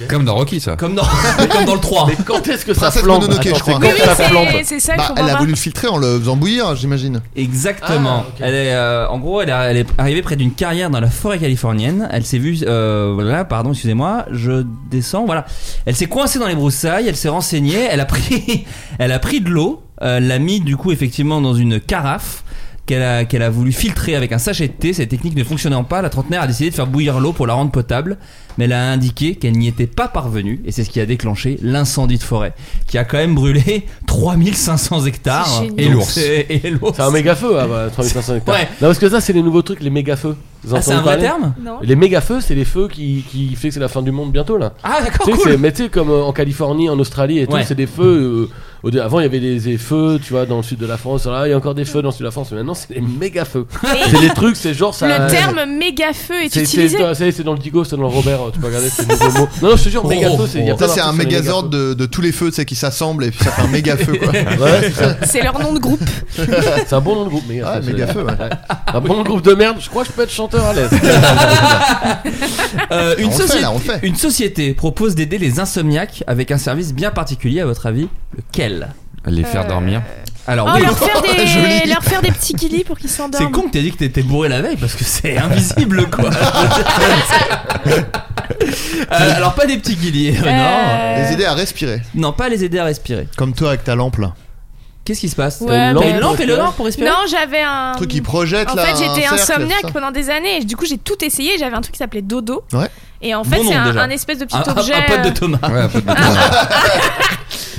[SPEAKER 2] Comme dans Rocky ça.
[SPEAKER 4] Comme dans, (laughs) comme dans le 3.
[SPEAKER 5] Mais quand est-ce que ça
[SPEAKER 3] Princesse
[SPEAKER 5] flambe
[SPEAKER 3] Mononoke,
[SPEAKER 5] Attends,
[SPEAKER 3] je crois.
[SPEAKER 5] c'est
[SPEAKER 6] Oui,
[SPEAKER 5] quand
[SPEAKER 6] oui,
[SPEAKER 5] ça
[SPEAKER 6] c'est-
[SPEAKER 5] flambe
[SPEAKER 6] c'est ça qu'il
[SPEAKER 3] Bah,
[SPEAKER 6] faut
[SPEAKER 3] elle a
[SPEAKER 6] voir.
[SPEAKER 3] voulu le filtrer en le faisant bouillir, j'imagine.
[SPEAKER 4] Exactement.
[SPEAKER 5] Ah, ok.
[SPEAKER 4] Elle est, euh, en gros, elle, a- elle est arrivée près d'une carrière dans la forêt californienne. Elle s'est vue, euh, voilà, pardon, excusez-moi, je descends, voilà. Elle s'est coincée dans les broussailles. Elle s'est renseignée. Elle a pris, (laughs) elle a pris de l'eau. euh, Elle l'a mis du coup effectivement dans une carafe qu'elle a, qu'elle a voulu filtrer avec un sachet de thé. Cette technique ne fonctionnant pas, la trentenaire a décidé de faire bouillir l'eau pour la rendre potable, mais elle a indiqué qu'elle n'y était pas parvenue, et c'est ce qui a déclenché l'incendie de forêt, qui a quand même brûlé (laughs) 3500 hectares.
[SPEAKER 6] C'est génial.
[SPEAKER 2] Et
[SPEAKER 4] Donc,
[SPEAKER 2] l'ours.
[SPEAKER 4] c'est- Et l'ours.
[SPEAKER 5] C'est un méga feu, ah, bah, 3500 hectares.
[SPEAKER 4] Ouais.
[SPEAKER 5] Non, parce que ça, c'est les nouveaux trucs, les méga feux. Vous
[SPEAKER 4] Ah, c'est
[SPEAKER 5] entendez
[SPEAKER 4] un vrai
[SPEAKER 5] parler
[SPEAKER 4] terme
[SPEAKER 6] Non.
[SPEAKER 5] Les méga feux, c'est les feux qui, qui fait que c'est la fin du monde bientôt là.
[SPEAKER 4] Ah, d'accord,
[SPEAKER 5] tu sais, c'est-
[SPEAKER 4] cool.
[SPEAKER 5] mais tu sais, comme euh, en Californie, en Australie et tout,
[SPEAKER 4] Ouais.
[SPEAKER 5] c'est des feux. euh, au dé- avant, il y avait des, des feux, tu vois, dans le sud de la France. Là, il y a encore des feux dans le sud de la France. Mais maintenant, c'est des méga feux. c'est des trucs, c'est genre ça. euh,
[SPEAKER 6] Le terme méga feu est
[SPEAKER 5] C'est
[SPEAKER 6] utilisé.
[SPEAKER 5] c'est- c'est- c'est dans le Digo, c'est dans le Robert. euh, Tu peux regarder ces nouveaux mots. Non, non, je te jure, méga feu, c'est. il y a plein
[SPEAKER 3] Ça, c'est un
[SPEAKER 5] d'articles sur les
[SPEAKER 3] mégazord
[SPEAKER 5] mégafeux.
[SPEAKER 3] de, de tous les feux, tu sais, qui s'assemblent et puis ça fait un méga feu, (laughs) quoi.
[SPEAKER 5] Ouais, c'est ça.
[SPEAKER 6] C'est leur nom de groupe.
[SPEAKER 4] (laughs)
[SPEAKER 5] c'est un bon nom de groupe, méga
[SPEAKER 3] Ah,
[SPEAKER 5] feu.
[SPEAKER 3] méga
[SPEAKER 5] c'est-
[SPEAKER 3] feu, ouais.
[SPEAKER 5] Un bon nom de groupe de merde. Je crois que je peux être chanteur
[SPEAKER 3] (laughs)
[SPEAKER 5] à l'aise.
[SPEAKER 4] Euh, une,
[SPEAKER 3] on le fait,
[SPEAKER 4] société,
[SPEAKER 3] là, on le fait.
[SPEAKER 4] une société propose d'aider les insomniaques avec un service bien particulier, à votre avis, lequel
[SPEAKER 2] Les faire dormir.
[SPEAKER 4] Alors,
[SPEAKER 6] Oh,
[SPEAKER 4] oui,
[SPEAKER 3] (laughs)
[SPEAKER 4] (laughs)
[SPEAKER 6] leur faire
[SPEAKER 3] Joli.
[SPEAKER 6] des, leur faire des petits kilis pour qu'ils
[SPEAKER 4] c'est
[SPEAKER 6] s'endorment.
[SPEAKER 4] con que t'aies dit que t'étais bourré la veille parce que c'est invisible quoi. Euh, alors, pas des petits guilliers, euh, non.
[SPEAKER 6] Euh,
[SPEAKER 3] Les aider à respirer.
[SPEAKER 4] Non, pas les aider à respirer.
[SPEAKER 3] Comme toi avec ta lampe là.
[SPEAKER 4] Qu'est-ce qui se passe
[SPEAKER 6] Ouais,
[SPEAKER 4] T'as une
[SPEAKER 6] mais-
[SPEAKER 4] lampe- T'as une lampe et le nord pour respirer
[SPEAKER 6] Non, j'avais un.
[SPEAKER 3] Un truc qui projette
[SPEAKER 6] Ah, En
[SPEAKER 3] là.
[SPEAKER 6] fait, j'étais
[SPEAKER 3] un cercle,
[SPEAKER 6] insomniaque
[SPEAKER 3] ça.
[SPEAKER 6] pendant des années et du coup, j'ai tout essayé. J'avais un truc qui s'appelait Dodo.
[SPEAKER 3] Ouais.
[SPEAKER 6] Et en fait,
[SPEAKER 4] Bon
[SPEAKER 6] c'est
[SPEAKER 4] nom,
[SPEAKER 6] un,
[SPEAKER 4] déjà.
[SPEAKER 6] un espèce de petit
[SPEAKER 4] Un, un- un
[SPEAKER 6] objet.
[SPEAKER 4] pote de
[SPEAKER 6] euh,
[SPEAKER 4] Thomas.
[SPEAKER 2] Ouais,
[SPEAKER 6] (laughs)
[SPEAKER 2] un peu de-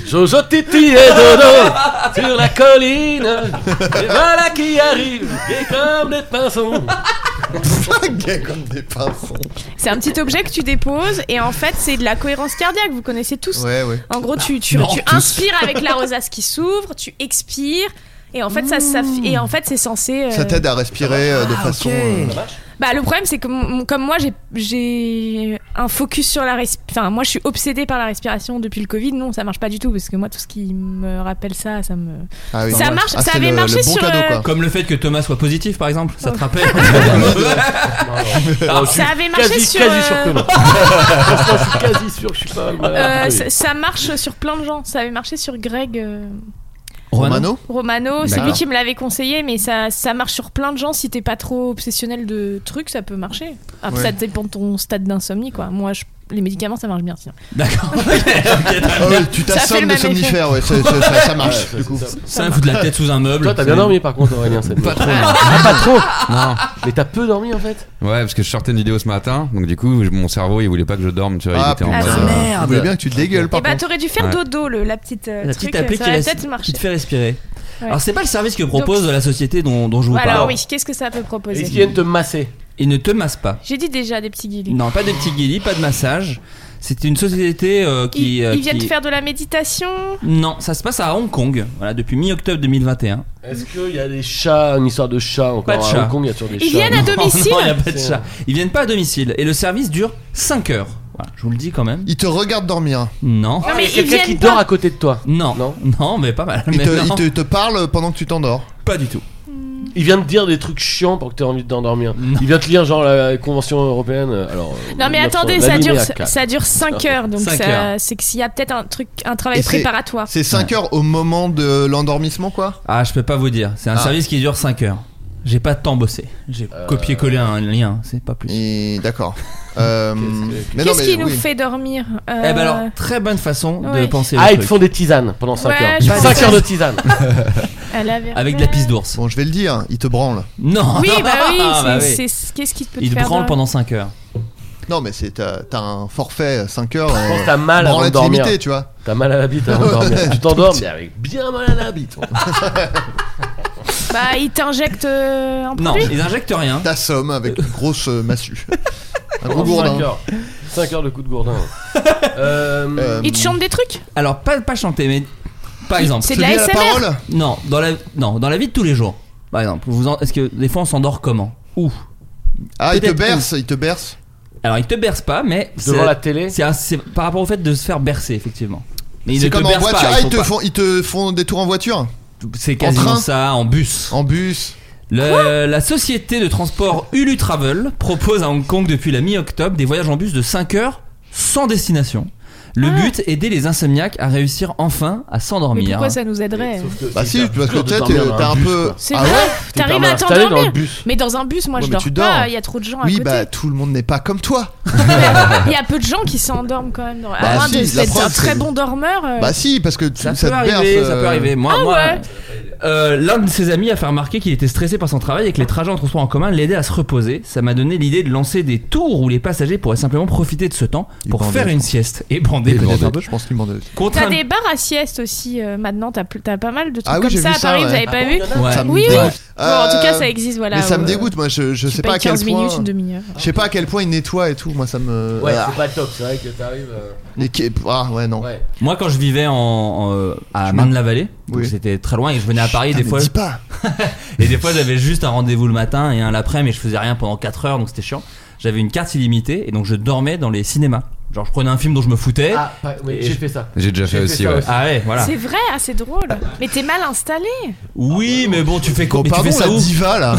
[SPEAKER 5] Jojo Titi et Dodo sur la colline. Et voilà qui arrive, et comme des
[SPEAKER 6] (laughs)
[SPEAKER 5] pinsons.
[SPEAKER 3] Gay Ah, comme des pinsons.
[SPEAKER 6] C'est un petit objet que tu déposes et en fait, c'est de la cohérence cardiaque. Vous connaissez tous.
[SPEAKER 3] Ouais, ouais.
[SPEAKER 6] En gros, tu, tu,
[SPEAKER 4] Non,
[SPEAKER 6] tu
[SPEAKER 4] tous.
[SPEAKER 6] inspires avec la rosace qui s'ouvre, tu expires. Et en fait, ça, ça et en fait, c'est censé. euh,
[SPEAKER 3] Mmh.
[SPEAKER 6] ah,
[SPEAKER 3] Ça t'aide à respirer euh, de façon. euh,
[SPEAKER 6] Bah, le problème, c'est que mon- comme moi, j'ai- j'ai un focus sur la respiration. Enfin, moi, je suis obsédée par la respiration depuis le Covid. Non, ça marche pas du tout parce que moi, tout ce qui me rappelle ça, ça me.
[SPEAKER 3] ah oui.
[SPEAKER 6] Ça marche-
[SPEAKER 3] Ah,
[SPEAKER 6] ça
[SPEAKER 3] c'est
[SPEAKER 6] avait
[SPEAKER 3] le-
[SPEAKER 6] marché
[SPEAKER 3] le bon
[SPEAKER 6] sur,
[SPEAKER 3] cadeau, quoi.
[SPEAKER 4] Comme le fait que Thomas soit positif, par exemple,
[SPEAKER 6] Oh.
[SPEAKER 4] ça te
[SPEAKER 6] (laughs)
[SPEAKER 4] rappelle (laughs)
[SPEAKER 6] Ça avait marché
[SPEAKER 5] Quasi,
[SPEAKER 6] sur.
[SPEAKER 5] quasi
[SPEAKER 6] euh,
[SPEAKER 5] sûr que
[SPEAKER 6] (laughs)
[SPEAKER 5] non. Franchement, je suis quasi sûr que je suis pas
[SPEAKER 6] euh,
[SPEAKER 5] malade. Oui.
[SPEAKER 6] ça, ça marche sur plein de gens. Ça avait marché sur Greg euh,
[SPEAKER 3] Romano
[SPEAKER 6] Romano, c'est
[SPEAKER 3] D'accord.
[SPEAKER 6] lui qui me l'avait conseillé, mais ça, ça marche sur plein de gens. Si t'es pas trop obsessionnel de trucs, ça peut marcher. Après,
[SPEAKER 3] Ouais.
[SPEAKER 6] ça dépend de ton stade d'insomnie, quoi. Moi, je- les médicaments, ça marche bien. tiens.
[SPEAKER 4] D'accord. Ok, très bien.
[SPEAKER 3] Ah ouais, Tu
[SPEAKER 6] Ça fait
[SPEAKER 3] t'assommes
[SPEAKER 6] le
[SPEAKER 3] de
[SPEAKER 6] même effet.
[SPEAKER 3] somnifères, ouais, ça- ça ça- ça marche.
[SPEAKER 5] Ah
[SPEAKER 3] du
[SPEAKER 5] Ouais, ça,
[SPEAKER 3] coup.
[SPEAKER 5] c'est ça.
[SPEAKER 4] Ça me fout de la tête sous un meuble.
[SPEAKER 5] Toi, t'as bien
[SPEAKER 4] C'est-
[SPEAKER 5] dormi par contre, Aurélien. Cette
[SPEAKER 4] Pas
[SPEAKER 5] nuit.
[SPEAKER 4] trop.
[SPEAKER 5] Ah, pas trop.
[SPEAKER 2] Non.
[SPEAKER 5] Mais t'as peu dormi en fait.
[SPEAKER 2] Ouais, parce que je sortais une vidéo ce matin, donc du coup, mon cerveau, il voulait pas que je dorme, tu vois,
[SPEAKER 3] Ah,
[SPEAKER 2] il était en
[SPEAKER 3] putain.
[SPEAKER 2] mode.
[SPEAKER 6] Ah,
[SPEAKER 2] euh,
[SPEAKER 4] merde.
[SPEAKER 3] Je voulais bien que tu te dégueules
[SPEAKER 6] Et
[SPEAKER 3] par
[SPEAKER 6] bah,
[SPEAKER 3] contre.
[SPEAKER 6] t'aurais dû faire
[SPEAKER 2] Ouais.
[SPEAKER 6] dodo, le, la petite, euh,
[SPEAKER 4] La
[SPEAKER 6] truc,
[SPEAKER 4] petite appli
[SPEAKER 6] ça
[SPEAKER 4] qui,
[SPEAKER 6] aurait
[SPEAKER 4] laisse-
[SPEAKER 6] peut-être marché.
[SPEAKER 4] qui te fait respirer.
[SPEAKER 6] Ouais.
[SPEAKER 4] Alors c'est pas le service que propose la société dont, dont je vous
[SPEAKER 6] Alors
[SPEAKER 4] parle.
[SPEAKER 6] oui, qu'est-ce que ça peut
[SPEAKER 5] Est-ce
[SPEAKER 6] proposer
[SPEAKER 5] qu'ils viennent te masser
[SPEAKER 4] Il ne te masse pas.
[SPEAKER 6] J'ai dit déjà des petits guillis.
[SPEAKER 4] Non, pas de petits guillis, pas de massage. C'était une société euh, qui.
[SPEAKER 6] Ils,
[SPEAKER 4] euh,
[SPEAKER 6] ils viennent
[SPEAKER 4] qui-
[SPEAKER 6] te faire de la méditation.
[SPEAKER 4] Non, ça se passe à Hong Kong. Voilà, depuis mi-octobre 2021.
[SPEAKER 5] Est-ce qu'il y a des chats Une histoire de chat encore
[SPEAKER 4] Pas de chat.
[SPEAKER 5] À Hong Kong, il y a toujours des
[SPEAKER 6] Ils
[SPEAKER 5] chats.
[SPEAKER 6] viennent
[SPEAKER 4] (laughs)
[SPEAKER 6] à
[SPEAKER 4] Non,
[SPEAKER 6] domicile
[SPEAKER 4] Non, il n'y a pas de
[SPEAKER 5] C'est-
[SPEAKER 4] chat. Ils viennent pas à domicile. Et le service dure 5 heures. Voilà, je vous le dis quand même.
[SPEAKER 3] Ils te regardent
[SPEAKER 6] (laughs)
[SPEAKER 3] dormir.
[SPEAKER 4] Non.
[SPEAKER 6] Non, mais
[SPEAKER 5] Il y a
[SPEAKER 6] ils
[SPEAKER 5] quelqu'un qui
[SPEAKER 6] viennent
[SPEAKER 5] dort
[SPEAKER 6] pas.
[SPEAKER 5] à côté de toi.
[SPEAKER 4] Non,
[SPEAKER 5] Non.
[SPEAKER 4] non, mais pas mal.
[SPEAKER 3] Ils
[SPEAKER 4] Mais
[SPEAKER 3] te,
[SPEAKER 4] non,
[SPEAKER 3] ils te- te parlent pendant que tu t'endors.
[SPEAKER 4] Pas du tout.
[SPEAKER 5] Il vient te dire des trucs chiants pour que t'aies envie de t'endormir.
[SPEAKER 4] Non.
[SPEAKER 5] Il vient te lire genre la convention européenne. euh, Alors, euh,
[SPEAKER 6] Non mais
[SPEAKER 5] 1900,
[SPEAKER 6] attendez, ça
[SPEAKER 5] l'alinéa
[SPEAKER 6] dure,
[SPEAKER 5] 4.
[SPEAKER 6] ça dure 5 heures, donc
[SPEAKER 4] Cinq
[SPEAKER 6] ça-
[SPEAKER 4] heures.
[SPEAKER 6] c'est que s'il y a peut-être un truc, un travail
[SPEAKER 3] Et c'est-
[SPEAKER 6] préparatoire.
[SPEAKER 3] C'est 5 heures au moment de l'endormissement, quoi
[SPEAKER 4] Ah, je peux pas vous dire. C'est un
[SPEAKER 3] Ah. Euh.
[SPEAKER 4] service qui dure 5 heures. J'ai pas tant bossé. J'ai copié-collé un lien, c'est pas plus.
[SPEAKER 3] Et- D'accord. Euh,
[SPEAKER 5] Qu'est-ce
[SPEAKER 3] mais non,
[SPEAKER 6] Qu'est-ce
[SPEAKER 3] mais
[SPEAKER 6] qui nous
[SPEAKER 3] oui.
[SPEAKER 6] fait dormir Euh,
[SPEAKER 4] Eh ben alors, très bonne façon de
[SPEAKER 6] Ouais.
[SPEAKER 4] penser le
[SPEAKER 5] Ah, ils
[SPEAKER 4] truc.
[SPEAKER 5] te font des tisanes pendant 5
[SPEAKER 6] Ouais,
[SPEAKER 5] heures.
[SPEAKER 6] je
[SPEAKER 5] 5
[SPEAKER 6] pense.
[SPEAKER 5] heures de tisane.
[SPEAKER 6] à la verveine.
[SPEAKER 4] Avec de la pisse d'ours.
[SPEAKER 3] Bon, je vais le dire, ils te branlent.
[SPEAKER 4] Non (laughs)
[SPEAKER 6] Oui, bah oui,
[SPEAKER 4] Ah, bah
[SPEAKER 6] c'est-
[SPEAKER 4] oui.
[SPEAKER 6] c'est- qu'est-ce qui peut te
[SPEAKER 4] Il
[SPEAKER 6] faire
[SPEAKER 4] branle
[SPEAKER 6] dormir
[SPEAKER 4] pendant 5 heures.
[SPEAKER 3] Non, mais c'est t'as t'as un forfait 5 heures.
[SPEAKER 5] Je pense
[SPEAKER 3] euh,
[SPEAKER 5] que t'as mal avant de
[SPEAKER 3] branlette
[SPEAKER 5] dormir.
[SPEAKER 3] limitée, tu vois.
[SPEAKER 5] T'as mal à la bite avant de dormir. tu t'endors, mais avec bien mal à la bite.
[SPEAKER 6] Bah, il t'injecte euh, un
[SPEAKER 4] Non,
[SPEAKER 6] produit.
[SPEAKER 4] ils injectent rien.
[SPEAKER 3] T'assommes avec une grosse euh, massue. Un gros
[SPEAKER 5] 5
[SPEAKER 3] gourdin.
[SPEAKER 5] heures. 5 heures de coup de (laughs) gourdin. Euh,
[SPEAKER 3] Euh,
[SPEAKER 6] Il te chante des trucs
[SPEAKER 4] Alors pas pas chanter mais par exemple.
[SPEAKER 6] c'est
[SPEAKER 3] je
[SPEAKER 6] de la
[SPEAKER 3] dis à la
[SPEAKER 6] ASMR.
[SPEAKER 3] parole
[SPEAKER 4] Non, dans la non, dans la vie de tous les jours. Par exemple, vous en- est-ce que des fois on s'endort comment Où
[SPEAKER 3] Ah, il te
[SPEAKER 4] Peut-être
[SPEAKER 3] berce, il te berce.
[SPEAKER 4] Alors il te berce pas mais
[SPEAKER 5] Devant
[SPEAKER 4] c'est-
[SPEAKER 5] la télé.
[SPEAKER 4] c'est un- c'est par rapport au fait de se faire bercer effectivement. Mais ils ne
[SPEAKER 3] C'est
[SPEAKER 4] te
[SPEAKER 3] comme en
[SPEAKER 4] bercent pas,
[SPEAKER 3] voiture.
[SPEAKER 4] ils
[SPEAKER 3] Ah, ils
[SPEAKER 4] font
[SPEAKER 3] te
[SPEAKER 4] pas-
[SPEAKER 3] font- ils te font des tours en voiture
[SPEAKER 4] c'est quasiment
[SPEAKER 3] train
[SPEAKER 4] ça en bus.
[SPEAKER 3] En bus
[SPEAKER 4] Le- la société de transport Ulu Travel propose à Hong Kong depuis la mi-octobre des voyages en bus de 5 heures sans destination. Le but, aider les insomniaques à réussir enfin à
[SPEAKER 6] Ah. Mais
[SPEAKER 4] s'endormir.
[SPEAKER 6] pourquoi ça nous aiderait
[SPEAKER 5] Sauf que
[SPEAKER 3] Bah
[SPEAKER 5] c'est
[SPEAKER 3] si,
[SPEAKER 5] hyper
[SPEAKER 3] parce que
[SPEAKER 5] dur de
[SPEAKER 3] tu sais,
[SPEAKER 5] dormir hein. dans
[SPEAKER 3] t'es- t'as un
[SPEAKER 5] bus,
[SPEAKER 3] peu.
[SPEAKER 5] quoi.
[SPEAKER 6] C'est
[SPEAKER 3] Ah
[SPEAKER 6] vrai
[SPEAKER 3] ouais
[SPEAKER 5] T'es
[SPEAKER 6] T'arrives
[SPEAKER 5] pas
[SPEAKER 6] à
[SPEAKER 5] mal installé dans le
[SPEAKER 6] t'endormir
[SPEAKER 5] bus.
[SPEAKER 6] Mais dans un bus, moi
[SPEAKER 3] Ouais,
[SPEAKER 6] je
[SPEAKER 3] mais
[SPEAKER 6] dors
[SPEAKER 3] tu
[SPEAKER 6] pas,
[SPEAKER 3] dors.
[SPEAKER 6] il y a trop de gens
[SPEAKER 3] Oui,
[SPEAKER 6] à côté.
[SPEAKER 3] bah tout le monde n'est pas comme toi.
[SPEAKER 6] (laughs) Il y a peu de gens qui s'endorment quand même. dans-
[SPEAKER 3] Bah,
[SPEAKER 6] À moins
[SPEAKER 3] si,
[SPEAKER 6] de
[SPEAKER 3] la
[SPEAKER 6] d'être
[SPEAKER 3] preuve,
[SPEAKER 6] un
[SPEAKER 3] c'est-
[SPEAKER 6] très bon dormeur. euh,
[SPEAKER 3] Bah si, parce que tu-
[SPEAKER 4] Ça,
[SPEAKER 3] ça
[SPEAKER 4] peut
[SPEAKER 3] te berce.
[SPEAKER 4] arriver, ça
[SPEAKER 3] euh,
[SPEAKER 4] peut arriver. Moi,
[SPEAKER 6] Ah
[SPEAKER 4] moi,
[SPEAKER 6] ouais.
[SPEAKER 4] euh, l'un de ses amis a fait remarquer qu'il était stressé par son travail et que les trajets en transport en commun l'aidaient à se reposer. Ça m'a donné l'idée de lancer des tours où les passagers pourraient simplement profiter de ce temps
[SPEAKER 3] Ils
[SPEAKER 4] pour
[SPEAKER 3] brandaient,
[SPEAKER 4] faire
[SPEAKER 3] je
[SPEAKER 4] une
[SPEAKER 3] pense.
[SPEAKER 4] sieste et brander peut-être un peu.
[SPEAKER 3] je pense qu'il bandait.
[SPEAKER 4] Contraint-
[SPEAKER 6] T'as des bars à sieste aussi euh, maintenant, t'as pl- t'as pas mal de trucs
[SPEAKER 3] Ah oui,
[SPEAKER 6] comme
[SPEAKER 3] j'ai
[SPEAKER 6] ça
[SPEAKER 3] vu
[SPEAKER 6] à
[SPEAKER 3] ça,
[SPEAKER 6] Paris,
[SPEAKER 3] ouais.
[SPEAKER 6] vous avez
[SPEAKER 3] Ah
[SPEAKER 6] pas
[SPEAKER 5] bon,
[SPEAKER 6] vu
[SPEAKER 5] y en a
[SPEAKER 4] Ouais.
[SPEAKER 3] Ça me
[SPEAKER 6] Oui, oui.
[SPEAKER 3] dégoûte.
[SPEAKER 6] Bon, en tout cas,
[SPEAKER 3] Euh,
[SPEAKER 6] ça existe, voilà.
[SPEAKER 3] mais ça me
[SPEAKER 6] ouais.
[SPEAKER 3] dégoûte, moi je, je
[SPEAKER 6] Tu
[SPEAKER 3] sais
[SPEAKER 6] payes
[SPEAKER 3] pas à quel
[SPEAKER 6] 15
[SPEAKER 3] point. euh.
[SPEAKER 6] minutes, une demi-heure.
[SPEAKER 3] Je sais pas à quel point ils nettoient et tout, moi ça me.
[SPEAKER 5] Ouais,
[SPEAKER 3] Ah,
[SPEAKER 5] c'est pas top, c'est vrai que t'arrives. euh,
[SPEAKER 3] les quais- Ah ouais, non.
[SPEAKER 5] Ouais.
[SPEAKER 4] Moi, quand je vivais en, en, euh, à
[SPEAKER 3] Je
[SPEAKER 4] Marne-la-Vallée, donc
[SPEAKER 3] Oui.
[SPEAKER 4] c'était très loin et je venais à Paris
[SPEAKER 3] Putain, Ah,
[SPEAKER 4] des
[SPEAKER 3] mais
[SPEAKER 4] fois.
[SPEAKER 3] Dis pas
[SPEAKER 4] Et des fois, j'avais juste un rendez-vous le matin et un l'après, mais je faisais rien pendant 4 heures, donc c'était chiant. J'avais une carte illimitée et donc je dormais dans les cinémas. Genre, je prenais un film dont je me foutais. Ah,
[SPEAKER 5] Ah, pas- oui,
[SPEAKER 4] Et
[SPEAKER 5] j'ai
[SPEAKER 4] je-
[SPEAKER 5] fait ça.
[SPEAKER 2] J'ai déjà
[SPEAKER 5] J'ai
[SPEAKER 2] fait,
[SPEAKER 5] fait
[SPEAKER 2] aussi,
[SPEAKER 5] ça
[SPEAKER 2] ouais.
[SPEAKER 5] aussi.
[SPEAKER 4] ouais, voilà.
[SPEAKER 6] C'est vrai, ah, c'est drôle. Mais t'es mal installé.
[SPEAKER 4] Oui, mais bon, tu fais quoi
[SPEAKER 3] Bon,
[SPEAKER 4] mais tu
[SPEAKER 3] pardon,
[SPEAKER 4] fais ça
[SPEAKER 3] la
[SPEAKER 4] où
[SPEAKER 3] diva
[SPEAKER 4] (laughs)
[SPEAKER 3] là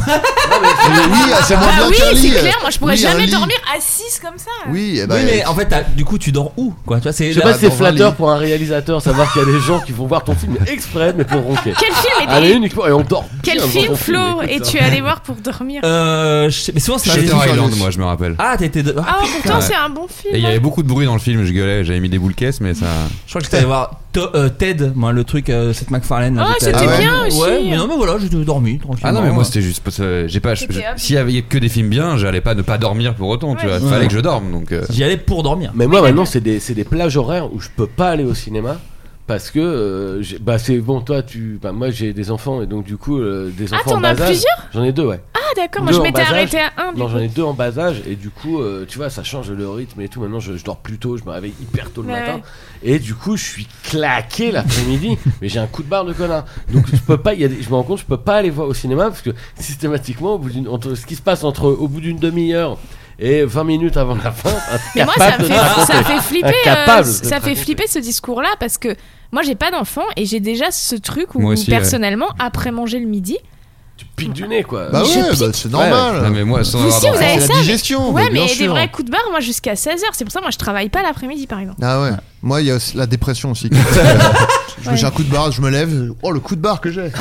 [SPEAKER 3] Oui, ah, c'est moins
[SPEAKER 6] Bah
[SPEAKER 3] bien
[SPEAKER 6] oui,
[SPEAKER 3] qu'un
[SPEAKER 6] c'est
[SPEAKER 3] lit.
[SPEAKER 6] clair, moi je pourrais
[SPEAKER 3] Oui, un
[SPEAKER 6] jamais
[SPEAKER 3] lit.
[SPEAKER 6] dormir assise comme ça.
[SPEAKER 3] Oui, eh ben,
[SPEAKER 4] Oui, mais en fait, t'as- du coup, tu dors où quoi Tu vois, c'est
[SPEAKER 5] Je sais pas
[SPEAKER 3] Là,
[SPEAKER 5] si c'est
[SPEAKER 3] dans un
[SPEAKER 5] flatteur
[SPEAKER 3] lit.
[SPEAKER 5] pour un réalisateur savoir qu'il y a des gens qui vont voir ton film exprès mais pour ronquer.
[SPEAKER 6] Quel
[SPEAKER 3] Ah,
[SPEAKER 6] film est-
[SPEAKER 5] Allez uniquement et on dort.
[SPEAKER 6] Quel
[SPEAKER 5] bien dans
[SPEAKER 6] film,
[SPEAKER 5] ton film,
[SPEAKER 6] Flo
[SPEAKER 5] écoute
[SPEAKER 6] Et
[SPEAKER 5] ça.
[SPEAKER 6] tu es allé voir pour dormir
[SPEAKER 4] Euh, je sais- mais souvent, c'est dans les
[SPEAKER 2] Shutter
[SPEAKER 3] J'étais
[SPEAKER 4] films.
[SPEAKER 3] en-
[SPEAKER 2] Island, moi, je me rappelle.
[SPEAKER 4] Ah, t'étais. de- Ah,
[SPEAKER 6] Ah, pourtant,
[SPEAKER 2] Ouais.
[SPEAKER 6] c'est un bon
[SPEAKER 2] Et il
[SPEAKER 6] film.
[SPEAKER 2] y
[SPEAKER 6] hein.
[SPEAKER 2] avait beaucoup de bruit dans le film, je gueulais, j'avais mis des boules caisses, mais ça.
[SPEAKER 4] je crois que j'étais allé voir To- euh, Ted, moi, le truc, euh, cette McFarlane. là,
[SPEAKER 6] Ah,
[SPEAKER 4] j'étais-
[SPEAKER 6] c'était
[SPEAKER 3] Ah ouais.
[SPEAKER 6] bien aussi.
[SPEAKER 4] Ouais, mais non, mais voilà, j'ai dormi tranquillement.
[SPEAKER 2] Ah non, mais moi, c'était juste. parce que J'ai pas. je-
[SPEAKER 6] C'était hop.
[SPEAKER 2] S'il y avait que des films bien, j'allais pas ne pas dormir pour autant, tu
[SPEAKER 6] Ouais.
[SPEAKER 2] vois.
[SPEAKER 4] Ouais.
[SPEAKER 2] Fallait que je dorme, donc. euh,
[SPEAKER 4] J'y allais pour dormir.
[SPEAKER 5] Mais moi maintenant c'est des, c'est des plages horaires où je peux pas aller au cinéma parce que euh, j'ai- bah c'est bon toi tu bah moi j'ai des enfants et donc du coup euh, des
[SPEAKER 6] Ah,
[SPEAKER 5] enfants
[SPEAKER 6] t'en
[SPEAKER 5] en bas
[SPEAKER 6] as
[SPEAKER 5] âge.
[SPEAKER 6] plusieurs
[SPEAKER 5] J'en ai deux ouais.
[SPEAKER 6] Ah, d'accord, moi
[SPEAKER 5] Deux
[SPEAKER 6] je
[SPEAKER 5] en
[SPEAKER 6] m'étais
[SPEAKER 5] bas âge.
[SPEAKER 6] arrêté à un. du
[SPEAKER 5] Non
[SPEAKER 6] coup.
[SPEAKER 5] j'en ai deux en bas âge et du coup euh, tu vois ça change le rythme et tout maintenant je, je dors plus tôt je me réveille hyper tôt le
[SPEAKER 6] Ouais,
[SPEAKER 5] matin
[SPEAKER 6] ouais.
[SPEAKER 5] et du coup je suis claqué
[SPEAKER 6] (laughs)
[SPEAKER 5] l'après-midi mais j'ai un coup de barre de connard donc je peux pas il y a des- je me rends compte je peux pas aller voir au cinéma parce que systématiquement au bout d'une entre ce qui se passe entre au bout d'une demi-heure et 20 minutes avant la fin
[SPEAKER 6] Mais moi, ça
[SPEAKER 5] incapable
[SPEAKER 6] me
[SPEAKER 5] de
[SPEAKER 6] fait,
[SPEAKER 5] te raconter.
[SPEAKER 6] ça fait flipper. euh,
[SPEAKER 5] Incapable de
[SPEAKER 6] ça
[SPEAKER 5] te
[SPEAKER 6] fait
[SPEAKER 5] raconter.
[SPEAKER 6] flipper ce discours-là parce que moi, j'ai pas d'enfant et j'ai déjà ce truc où,
[SPEAKER 2] Moi aussi,
[SPEAKER 6] personnellement, après manger le midi.
[SPEAKER 5] tu piques du nez quoi
[SPEAKER 3] Bah
[SPEAKER 6] Je
[SPEAKER 3] ouais,
[SPEAKER 6] pique.
[SPEAKER 3] bah, c'est
[SPEAKER 2] Non,
[SPEAKER 3] normal.
[SPEAKER 2] mais moi, sans
[SPEAKER 6] Vous
[SPEAKER 2] avoir
[SPEAKER 6] aussi, vous
[SPEAKER 2] d'enfant-
[SPEAKER 6] avez
[SPEAKER 3] C'est la
[SPEAKER 6] ça, mais-
[SPEAKER 3] digestion.
[SPEAKER 6] ouais,
[SPEAKER 3] bah, bien
[SPEAKER 6] mais des
[SPEAKER 3] sûr.
[SPEAKER 6] vrais coups de barre, moi, jusqu'à 16h. C'est pour ça, moi, je travaille pas l'après-midi, par exemple.
[SPEAKER 3] Ah ouais. Moi, il y a aussi la dépression aussi. Je- J'ai un coup de barre, je me lève. Oh, le coup de barre que j'ai.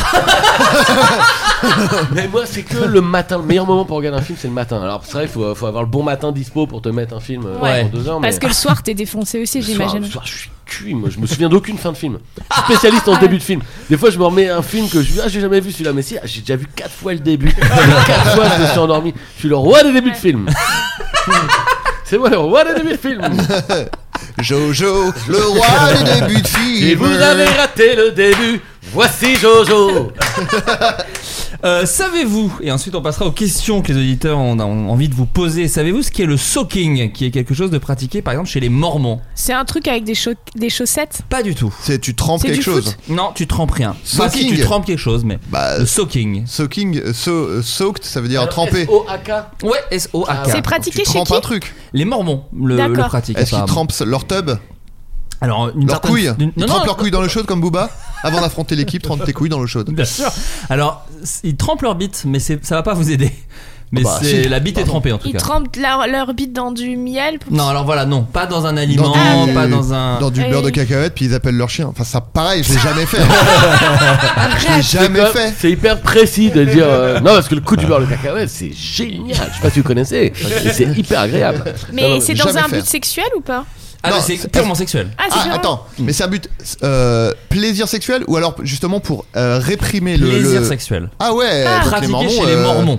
[SPEAKER 5] Mais moi, c'est que le matin. Le meilleur moment pour regarder un film, c'est le matin. Alors, c'est vrai, il faut, faut avoir le bon matin dispo pour te mettre un film euh,
[SPEAKER 4] Ouais.
[SPEAKER 5] en deux heures.
[SPEAKER 6] Parce
[SPEAKER 5] mais
[SPEAKER 6] que le soir, t'es défoncé aussi,
[SPEAKER 5] le soir,
[SPEAKER 6] j'imagine.
[SPEAKER 5] le soir, je suis cuit. Moi, je me souviens d'aucune fin de film. Je suis spécialiste en début de film. Des fois, je me remets un film que je dis, ah, j'ai jamais vu celui-là, mais si, ah, j'ai déjà vu quatre fois le début. (laughs) quatre fois, je me suis endormi. Je suis le roi des débuts de film. C'est moi le roi des débuts de film.
[SPEAKER 3] Jojo, le roi du début de film.
[SPEAKER 5] Et vous avez raté le début. Voici Jojo.
[SPEAKER 4] Euh, savez-vous, et ensuite on passera aux questions que les auditeurs ont, ont envie de vous poser, savez-vous ce qu'est le soaking, qui est quelque chose de pratiqué par exemple chez les mormons
[SPEAKER 6] C'est un truc avec des, cho- des chaussettes.
[SPEAKER 4] Pas du tout.
[SPEAKER 3] C'est tu trempes
[SPEAKER 6] C'est
[SPEAKER 3] quelque
[SPEAKER 6] du
[SPEAKER 3] chose.
[SPEAKER 6] foot.
[SPEAKER 4] Non, tu trempes rien. Enfin, si,
[SPEAKER 3] Soaking.
[SPEAKER 4] tu trempes quelque chose, mais.
[SPEAKER 3] Bah,
[SPEAKER 4] Le soaking.
[SPEAKER 3] soaking, euh, so- euh, soaked, ça veut dire trempé.
[SPEAKER 5] O-A-K.
[SPEAKER 4] Ouais,
[SPEAKER 5] Ah
[SPEAKER 4] S-O-A-K.
[SPEAKER 6] C'est
[SPEAKER 3] Tu
[SPEAKER 6] pratiqué chez
[SPEAKER 3] trempes
[SPEAKER 6] qui
[SPEAKER 3] un truc.
[SPEAKER 4] Les mormons le,
[SPEAKER 6] D'accord.
[SPEAKER 4] le pratiquent.
[SPEAKER 3] Est-ce qu'ils
[SPEAKER 4] apparemment.
[SPEAKER 3] trempent leur tub,
[SPEAKER 4] Alors, une
[SPEAKER 3] leurs
[SPEAKER 4] certaine-
[SPEAKER 3] couilles
[SPEAKER 4] d'une-
[SPEAKER 3] Ils
[SPEAKER 4] Non,
[SPEAKER 3] trempent
[SPEAKER 4] non,
[SPEAKER 3] leurs couilles dans l'eau chaude comme Booba Avant d'affronter l'équipe, trempe tes couilles dans l'eau chaude.
[SPEAKER 4] (laughs) Bien sûr. Alors, c- ils trempent leur bite, mais c'est- ça va pas vous aider. Mais
[SPEAKER 3] Bah,
[SPEAKER 4] c'est
[SPEAKER 3] si.
[SPEAKER 4] la bite est trempée en tout
[SPEAKER 6] Ils
[SPEAKER 4] cas.
[SPEAKER 6] trempent leur, leur bite dans du miel. pour-
[SPEAKER 4] Non, alors voilà, non, pas dans un aliment,
[SPEAKER 3] du-
[SPEAKER 4] pas dans un.
[SPEAKER 3] dans du
[SPEAKER 6] Euh,
[SPEAKER 3] beurre de
[SPEAKER 6] il-
[SPEAKER 3] cacahuète, puis ils appellent leur chien. Enfin, ça, pareil, je l'ai jamais
[SPEAKER 6] (laughs)
[SPEAKER 3] fait. je l'ai jamais
[SPEAKER 5] Comme-
[SPEAKER 3] fait.
[SPEAKER 5] C'est hyper précis de dire. euh, non, parce que le coup du beurre de cacahuète, c'est génial. Je sais pas si vous connaissez. mais C'est hyper agréable.
[SPEAKER 6] Mais c'est dans
[SPEAKER 3] jamais
[SPEAKER 6] un
[SPEAKER 3] fait.
[SPEAKER 6] but sexuel ou pas
[SPEAKER 4] Ah,
[SPEAKER 3] Non,
[SPEAKER 4] mais c'est
[SPEAKER 3] c'est-
[SPEAKER 4] purement sexuel.
[SPEAKER 6] Ah, c'est
[SPEAKER 3] Ah,
[SPEAKER 6] vraiment-
[SPEAKER 3] attends,
[SPEAKER 4] Hmm.
[SPEAKER 3] mais c'est un but euh, plaisir sexuel ou alors justement pour euh, réprimer le.
[SPEAKER 4] Plaisir
[SPEAKER 3] le-
[SPEAKER 4] sexuel.
[SPEAKER 3] Ah ouais,
[SPEAKER 6] Ah.
[SPEAKER 3] donc
[SPEAKER 4] Pratiqué
[SPEAKER 3] les mormons,
[SPEAKER 4] chez les
[SPEAKER 3] euh,
[SPEAKER 4] mormons.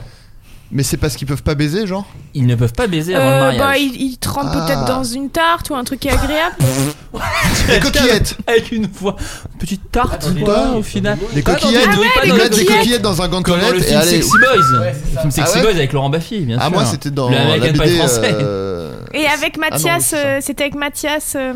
[SPEAKER 3] Mais c'est parce qu'ils peuvent pas baiser,
[SPEAKER 4] (laughs)
[SPEAKER 3] genre
[SPEAKER 4] Ils ne peuvent pas baiser avant le
[SPEAKER 6] Euh,
[SPEAKER 4] mariage.
[SPEAKER 6] bah, ils, ils trempent
[SPEAKER 3] Ah.
[SPEAKER 6] peut-être dans une tarte ou un truc qui est agréable.
[SPEAKER 3] Des coquillettes
[SPEAKER 4] Avec une voix. Petite tarte,
[SPEAKER 3] Attends,
[SPEAKER 4] quoi,
[SPEAKER 3] attends.
[SPEAKER 4] au final.
[SPEAKER 3] Des
[SPEAKER 4] Pas dans
[SPEAKER 3] coquillettes
[SPEAKER 4] des trucs, pas
[SPEAKER 3] Ils
[SPEAKER 4] dans des
[SPEAKER 3] mettent des
[SPEAKER 4] trucs.
[SPEAKER 3] coquillettes dans un gant de
[SPEAKER 4] Comme dans le
[SPEAKER 3] toilette et
[SPEAKER 4] film
[SPEAKER 3] allez.
[SPEAKER 4] Sexy Boys. le film Sexy
[SPEAKER 3] Ah ouais
[SPEAKER 4] Boys avec Laurent Baffy, bien
[SPEAKER 3] Ah,
[SPEAKER 4] sûr.
[SPEAKER 3] moi c'était dans
[SPEAKER 4] Le
[SPEAKER 3] la
[SPEAKER 4] American Pie
[SPEAKER 3] BD.
[SPEAKER 4] français.
[SPEAKER 3] euh,
[SPEAKER 6] Et avec
[SPEAKER 3] non,
[SPEAKER 6] Mathias,
[SPEAKER 3] c'est ça.
[SPEAKER 6] euh, c'était avec Mathias. euh,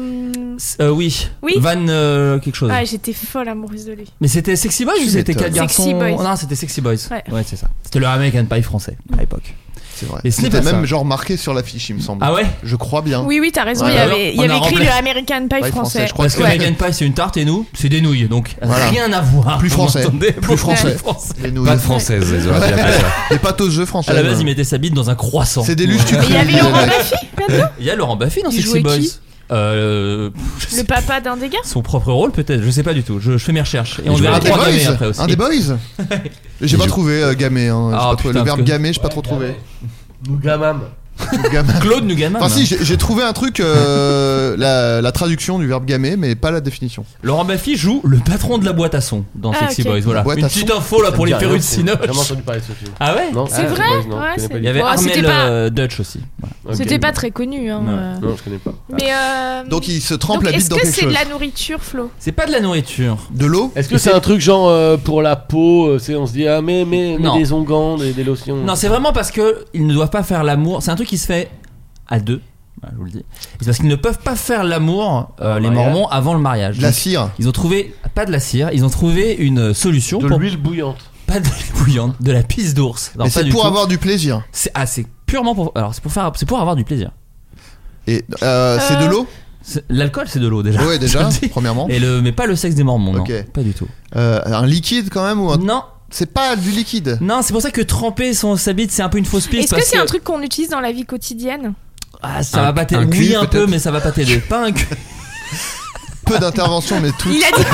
[SPEAKER 4] Euh, oui.
[SPEAKER 6] Oui.
[SPEAKER 4] Van euh, quelque chose.
[SPEAKER 6] Ah, j'étais folle amoureuse de lui.
[SPEAKER 4] Mais c'était Sexy Boys
[SPEAKER 3] Tu
[SPEAKER 4] ou c'était quatre
[SPEAKER 3] m'étonnes.
[SPEAKER 4] garçons
[SPEAKER 6] Sexy Boys.
[SPEAKER 4] Non, c'était Sexy Boys.
[SPEAKER 6] Ouais.
[SPEAKER 4] c'est ça. C'était le American Pie français à l'époque.
[SPEAKER 3] C'est vrai.
[SPEAKER 4] Et ce n'est
[SPEAKER 3] C'était
[SPEAKER 4] pas
[SPEAKER 3] même
[SPEAKER 4] ça.
[SPEAKER 3] genre marqué sur l'affiche, il me semble.
[SPEAKER 4] Ah ouais
[SPEAKER 3] Je crois bien.
[SPEAKER 6] Oui, oui, t'as raison.
[SPEAKER 4] Ouais,
[SPEAKER 6] il y
[SPEAKER 3] bah,
[SPEAKER 4] alors,
[SPEAKER 6] avait, il
[SPEAKER 4] on
[SPEAKER 6] y
[SPEAKER 4] a
[SPEAKER 6] avait écrit
[SPEAKER 4] remplacé-
[SPEAKER 6] le American Pie
[SPEAKER 3] Pie
[SPEAKER 6] français.
[SPEAKER 3] français, je crois.
[SPEAKER 4] Parce que
[SPEAKER 3] Ouais.
[SPEAKER 4] American Pie c'est une tarte et nous c'est des nouilles donc
[SPEAKER 3] Voilà.
[SPEAKER 4] rien à voir.
[SPEAKER 3] Plus
[SPEAKER 4] Vous
[SPEAKER 3] français.
[SPEAKER 4] m'entendez
[SPEAKER 3] Plus français.
[SPEAKER 4] français.
[SPEAKER 3] Les nouilles.
[SPEAKER 2] Pas de française, ils auraient bien
[SPEAKER 3] (laughs)
[SPEAKER 2] fait ça.
[SPEAKER 3] Des pâtes aux jeux français. hein.
[SPEAKER 4] À la base il mettait sa bite dans un croissant.
[SPEAKER 3] C'est des luges tu
[SPEAKER 6] Mais il
[SPEAKER 4] (laughs)
[SPEAKER 6] y avait Laurent Baffy là-dedans
[SPEAKER 4] Il y a Laurent Baffy dans
[SPEAKER 6] Il
[SPEAKER 4] Sexy
[SPEAKER 6] jouait
[SPEAKER 4] Boys.
[SPEAKER 6] qui
[SPEAKER 4] euh, je sais
[SPEAKER 6] Le papa d'un des gars
[SPEAKER 4] son propre rôle peut-être, je sais pas du tout. Je, je fais mes recherches et on
[SPEAKER 3] Je vois
[SPEAKER 4] verra
[SPEAKER 3] un des
[SPEAKER 4] trois gamins après
[SPEAKER 3] boys
[SPEAKER 4] aussi.
[SPEAKER 3] Un des boys
[SPEAKER 6] (laughs)
[SPEAKER 3] J'ai pas trouvé euh, gamé. hein. J'ai
[SPEAKER 4] Ah,
[SPEAKER 3] pas trouvé.
[SPEAKER 4] putain,
[SPEAKER 3] Le verbe
[SPEAKER 4] parce que-
[SPEAKER 3] gamé, j'ai pas trop trouvé.
[SPEAKER 5] Mougamam.
[SPEAKER 3] Gamé.
[SPEAKER 4] (laughs) Claude Nugaman.
[SPEAKER 3] Enfin si, j'ai j'ai trouvé un truc euh, euh, la, la traduction du verbe gamer, mais pas la définition.
[SPEAKER 4] Laurent Baffy joue le patron de la boîte à son dans
[SPEAKER 6] Ah,
[SPEAKER 4] Sexy
[SPEAKER 6] ok.
[SPEAKER 4] Boys. Voilà,
[SPEAKER 3] Boîte
[SPEAKER 4] une
[SPEAKER 3] à
[SPEAKER 4] petite
[SPEAKER 3] son
[SPEAKER 4] info là
[SPEAKER 5] Ça
[SPEAKER 4] pour
[SPEAKER 5] me
[SPEAKER 4] les
[SPEAKER 5] dit rien,
[SPEAKER 4] férues de
[SPEAKER 5] c'est- J'ai jamais
[SPEAKER 4] Sinoche.
[SPEAKER 5] entendu parler de ce film.
[SPEAKER 4] Ah ouais
[SPEAKER 5] Non,
[SPEAKER 6] C'est
[SPEAKER 5] ah,
[SPEAKER 6] vrai
[SPEAKER 5] je- non, je
[SPEAKER 6] Ouais,
[SPEAKER 5] connais
[SPEAKER 6] c'est-
[SPEAKER 5] pas
[SPEAKER 4] Il
[SPEAKER 5] du
[SPEAKER 4] y avait
[SPEAKER 6] Oh,
[SPEAKER 4] Armel
[SPEAKER 6] c'était pas-
[SPEAKER 4] euh, Dutch aussi. Voilà.
[SPEAKER 5] tout. Ok.
[SPEAKER 6] C'était pas très connu. Hein,
[SPEAKER 4] Non.
[SPEAKER 6] euh.
[SPEAKER 5] Non, je connais pas.
[SPEAKER 6] Mais euh,
[SPEAKER 3] Donc il se trempe
[SPEAKER 6] donc,
[SPEAKER 3] la bite
[SPEAKER 6] est-ce
[SPEAKER 3] dans
[SPEAKER 6] que
[SPEAKER 3] quelque
[SPEAKER 6] c'est de
[SPEAKER 3] chose.
[SPEAKER 6] la nourriture, Flo
[SPEAKER 4] C'est pas de la nourriture.
[SPEAKER 3] De l'eau
[SPEAKER 5] Est-ce que c'est un truc genre euh, pour la peau euh, c'est- On se dit, ah, mais, mais, mais
[SPEAKER 4] Non.
[SPEAKER 5] des onguents, des, des lotions.
[SPEAKER 4] Non, c'est vraiment parce que ils ne doivent pas faire l'amour. C'est un truc qui se fait à deux. Voilà, je vous le dis. C'est parce qu'ils ne peuvent pas faire l'amour, euh, les
[SPEAKER 5] mariage.
[SPEAKER 4] Mormons, avant le mariage.
[SPEAKER 3] De la
[SPEAKER 4] Donc,
[SPEAKER 3] cire
[SPEAKER 4] ils ont trouvé pas de la cire, ils ont trouvé une solution
[SPEAKER 5] de
[SPEAKER 4] pour
[SPEAKER 5] l'huile bouillante.
[SPEAKER 4] pas de l'huile bouillante, de la pisse d'ours. Non,
[SPEAKER 3] Mais
[SPEAKER 4] pas
[SPEAKER 3] c'est
[SPEAKER 4] du
[SPEAKER 3] pour
[SPEAKER 4] tout.
[SPEAKER 3] avoir du plaisir.
[SPEAKER 4] C'est ah, c'est purement pour. Alors c'est pour faire, c'est pour avoir du plaisir.
[SPEAKER 3] Et euh, c'est de
[SPEAKER 6] Euh,
[SPEAKER 3] l'eau
[SPEAKER 4] C'est- L'alcool, c'est (laughs) de l'eau déjà.
[SPEAKER 3] Ouais,
[SPEAKER 4] (laughs)
[SPEAKER 3] déjà,
[SPEAKER 4] Je le dis.
[SPEAKER 3] premièrement.
[SPEAKER 4] Et le, mais pas le sexe des Mormons,
[SPEAKER 3] Ok.
[SPEAKER 4] non, pas du tout.
[SPEAKER 3] Euh, un liquide quand même ou un-
[SPEAKER 4] Non,
[SPEAKER 3] C'est pas du liquide.
[SPEAKER 4] non, c'est pour ça que tremper son sa bite, c'est un peu une fausse piste.
[SPEAKER 6] Est-ce que
[SPEAKER 4] parce
[SPEAKER 6] c'est un truc qu'on utilise dans la vie quotidienne
[SPEAKER 4] Ah, ça va
[SPEAKER 2] Un-
[SPEAKER 4] pas
[SPEAKER 2] un
[SPEAKER 4] t'aider.
[SPEAKER 2] cul,
[SPEAKER 4] Oui, un peu,
[SPEAKER 2] peut-être
[SPEAKER 4] mais ça va pas t'aider. Pas un cul.
[SPEAKER 3] Peu d'intervention, mais
[SPEAKER 4] (laughs)
[SPEAKER 3] tout.
[SPEAKER 6] Il a dit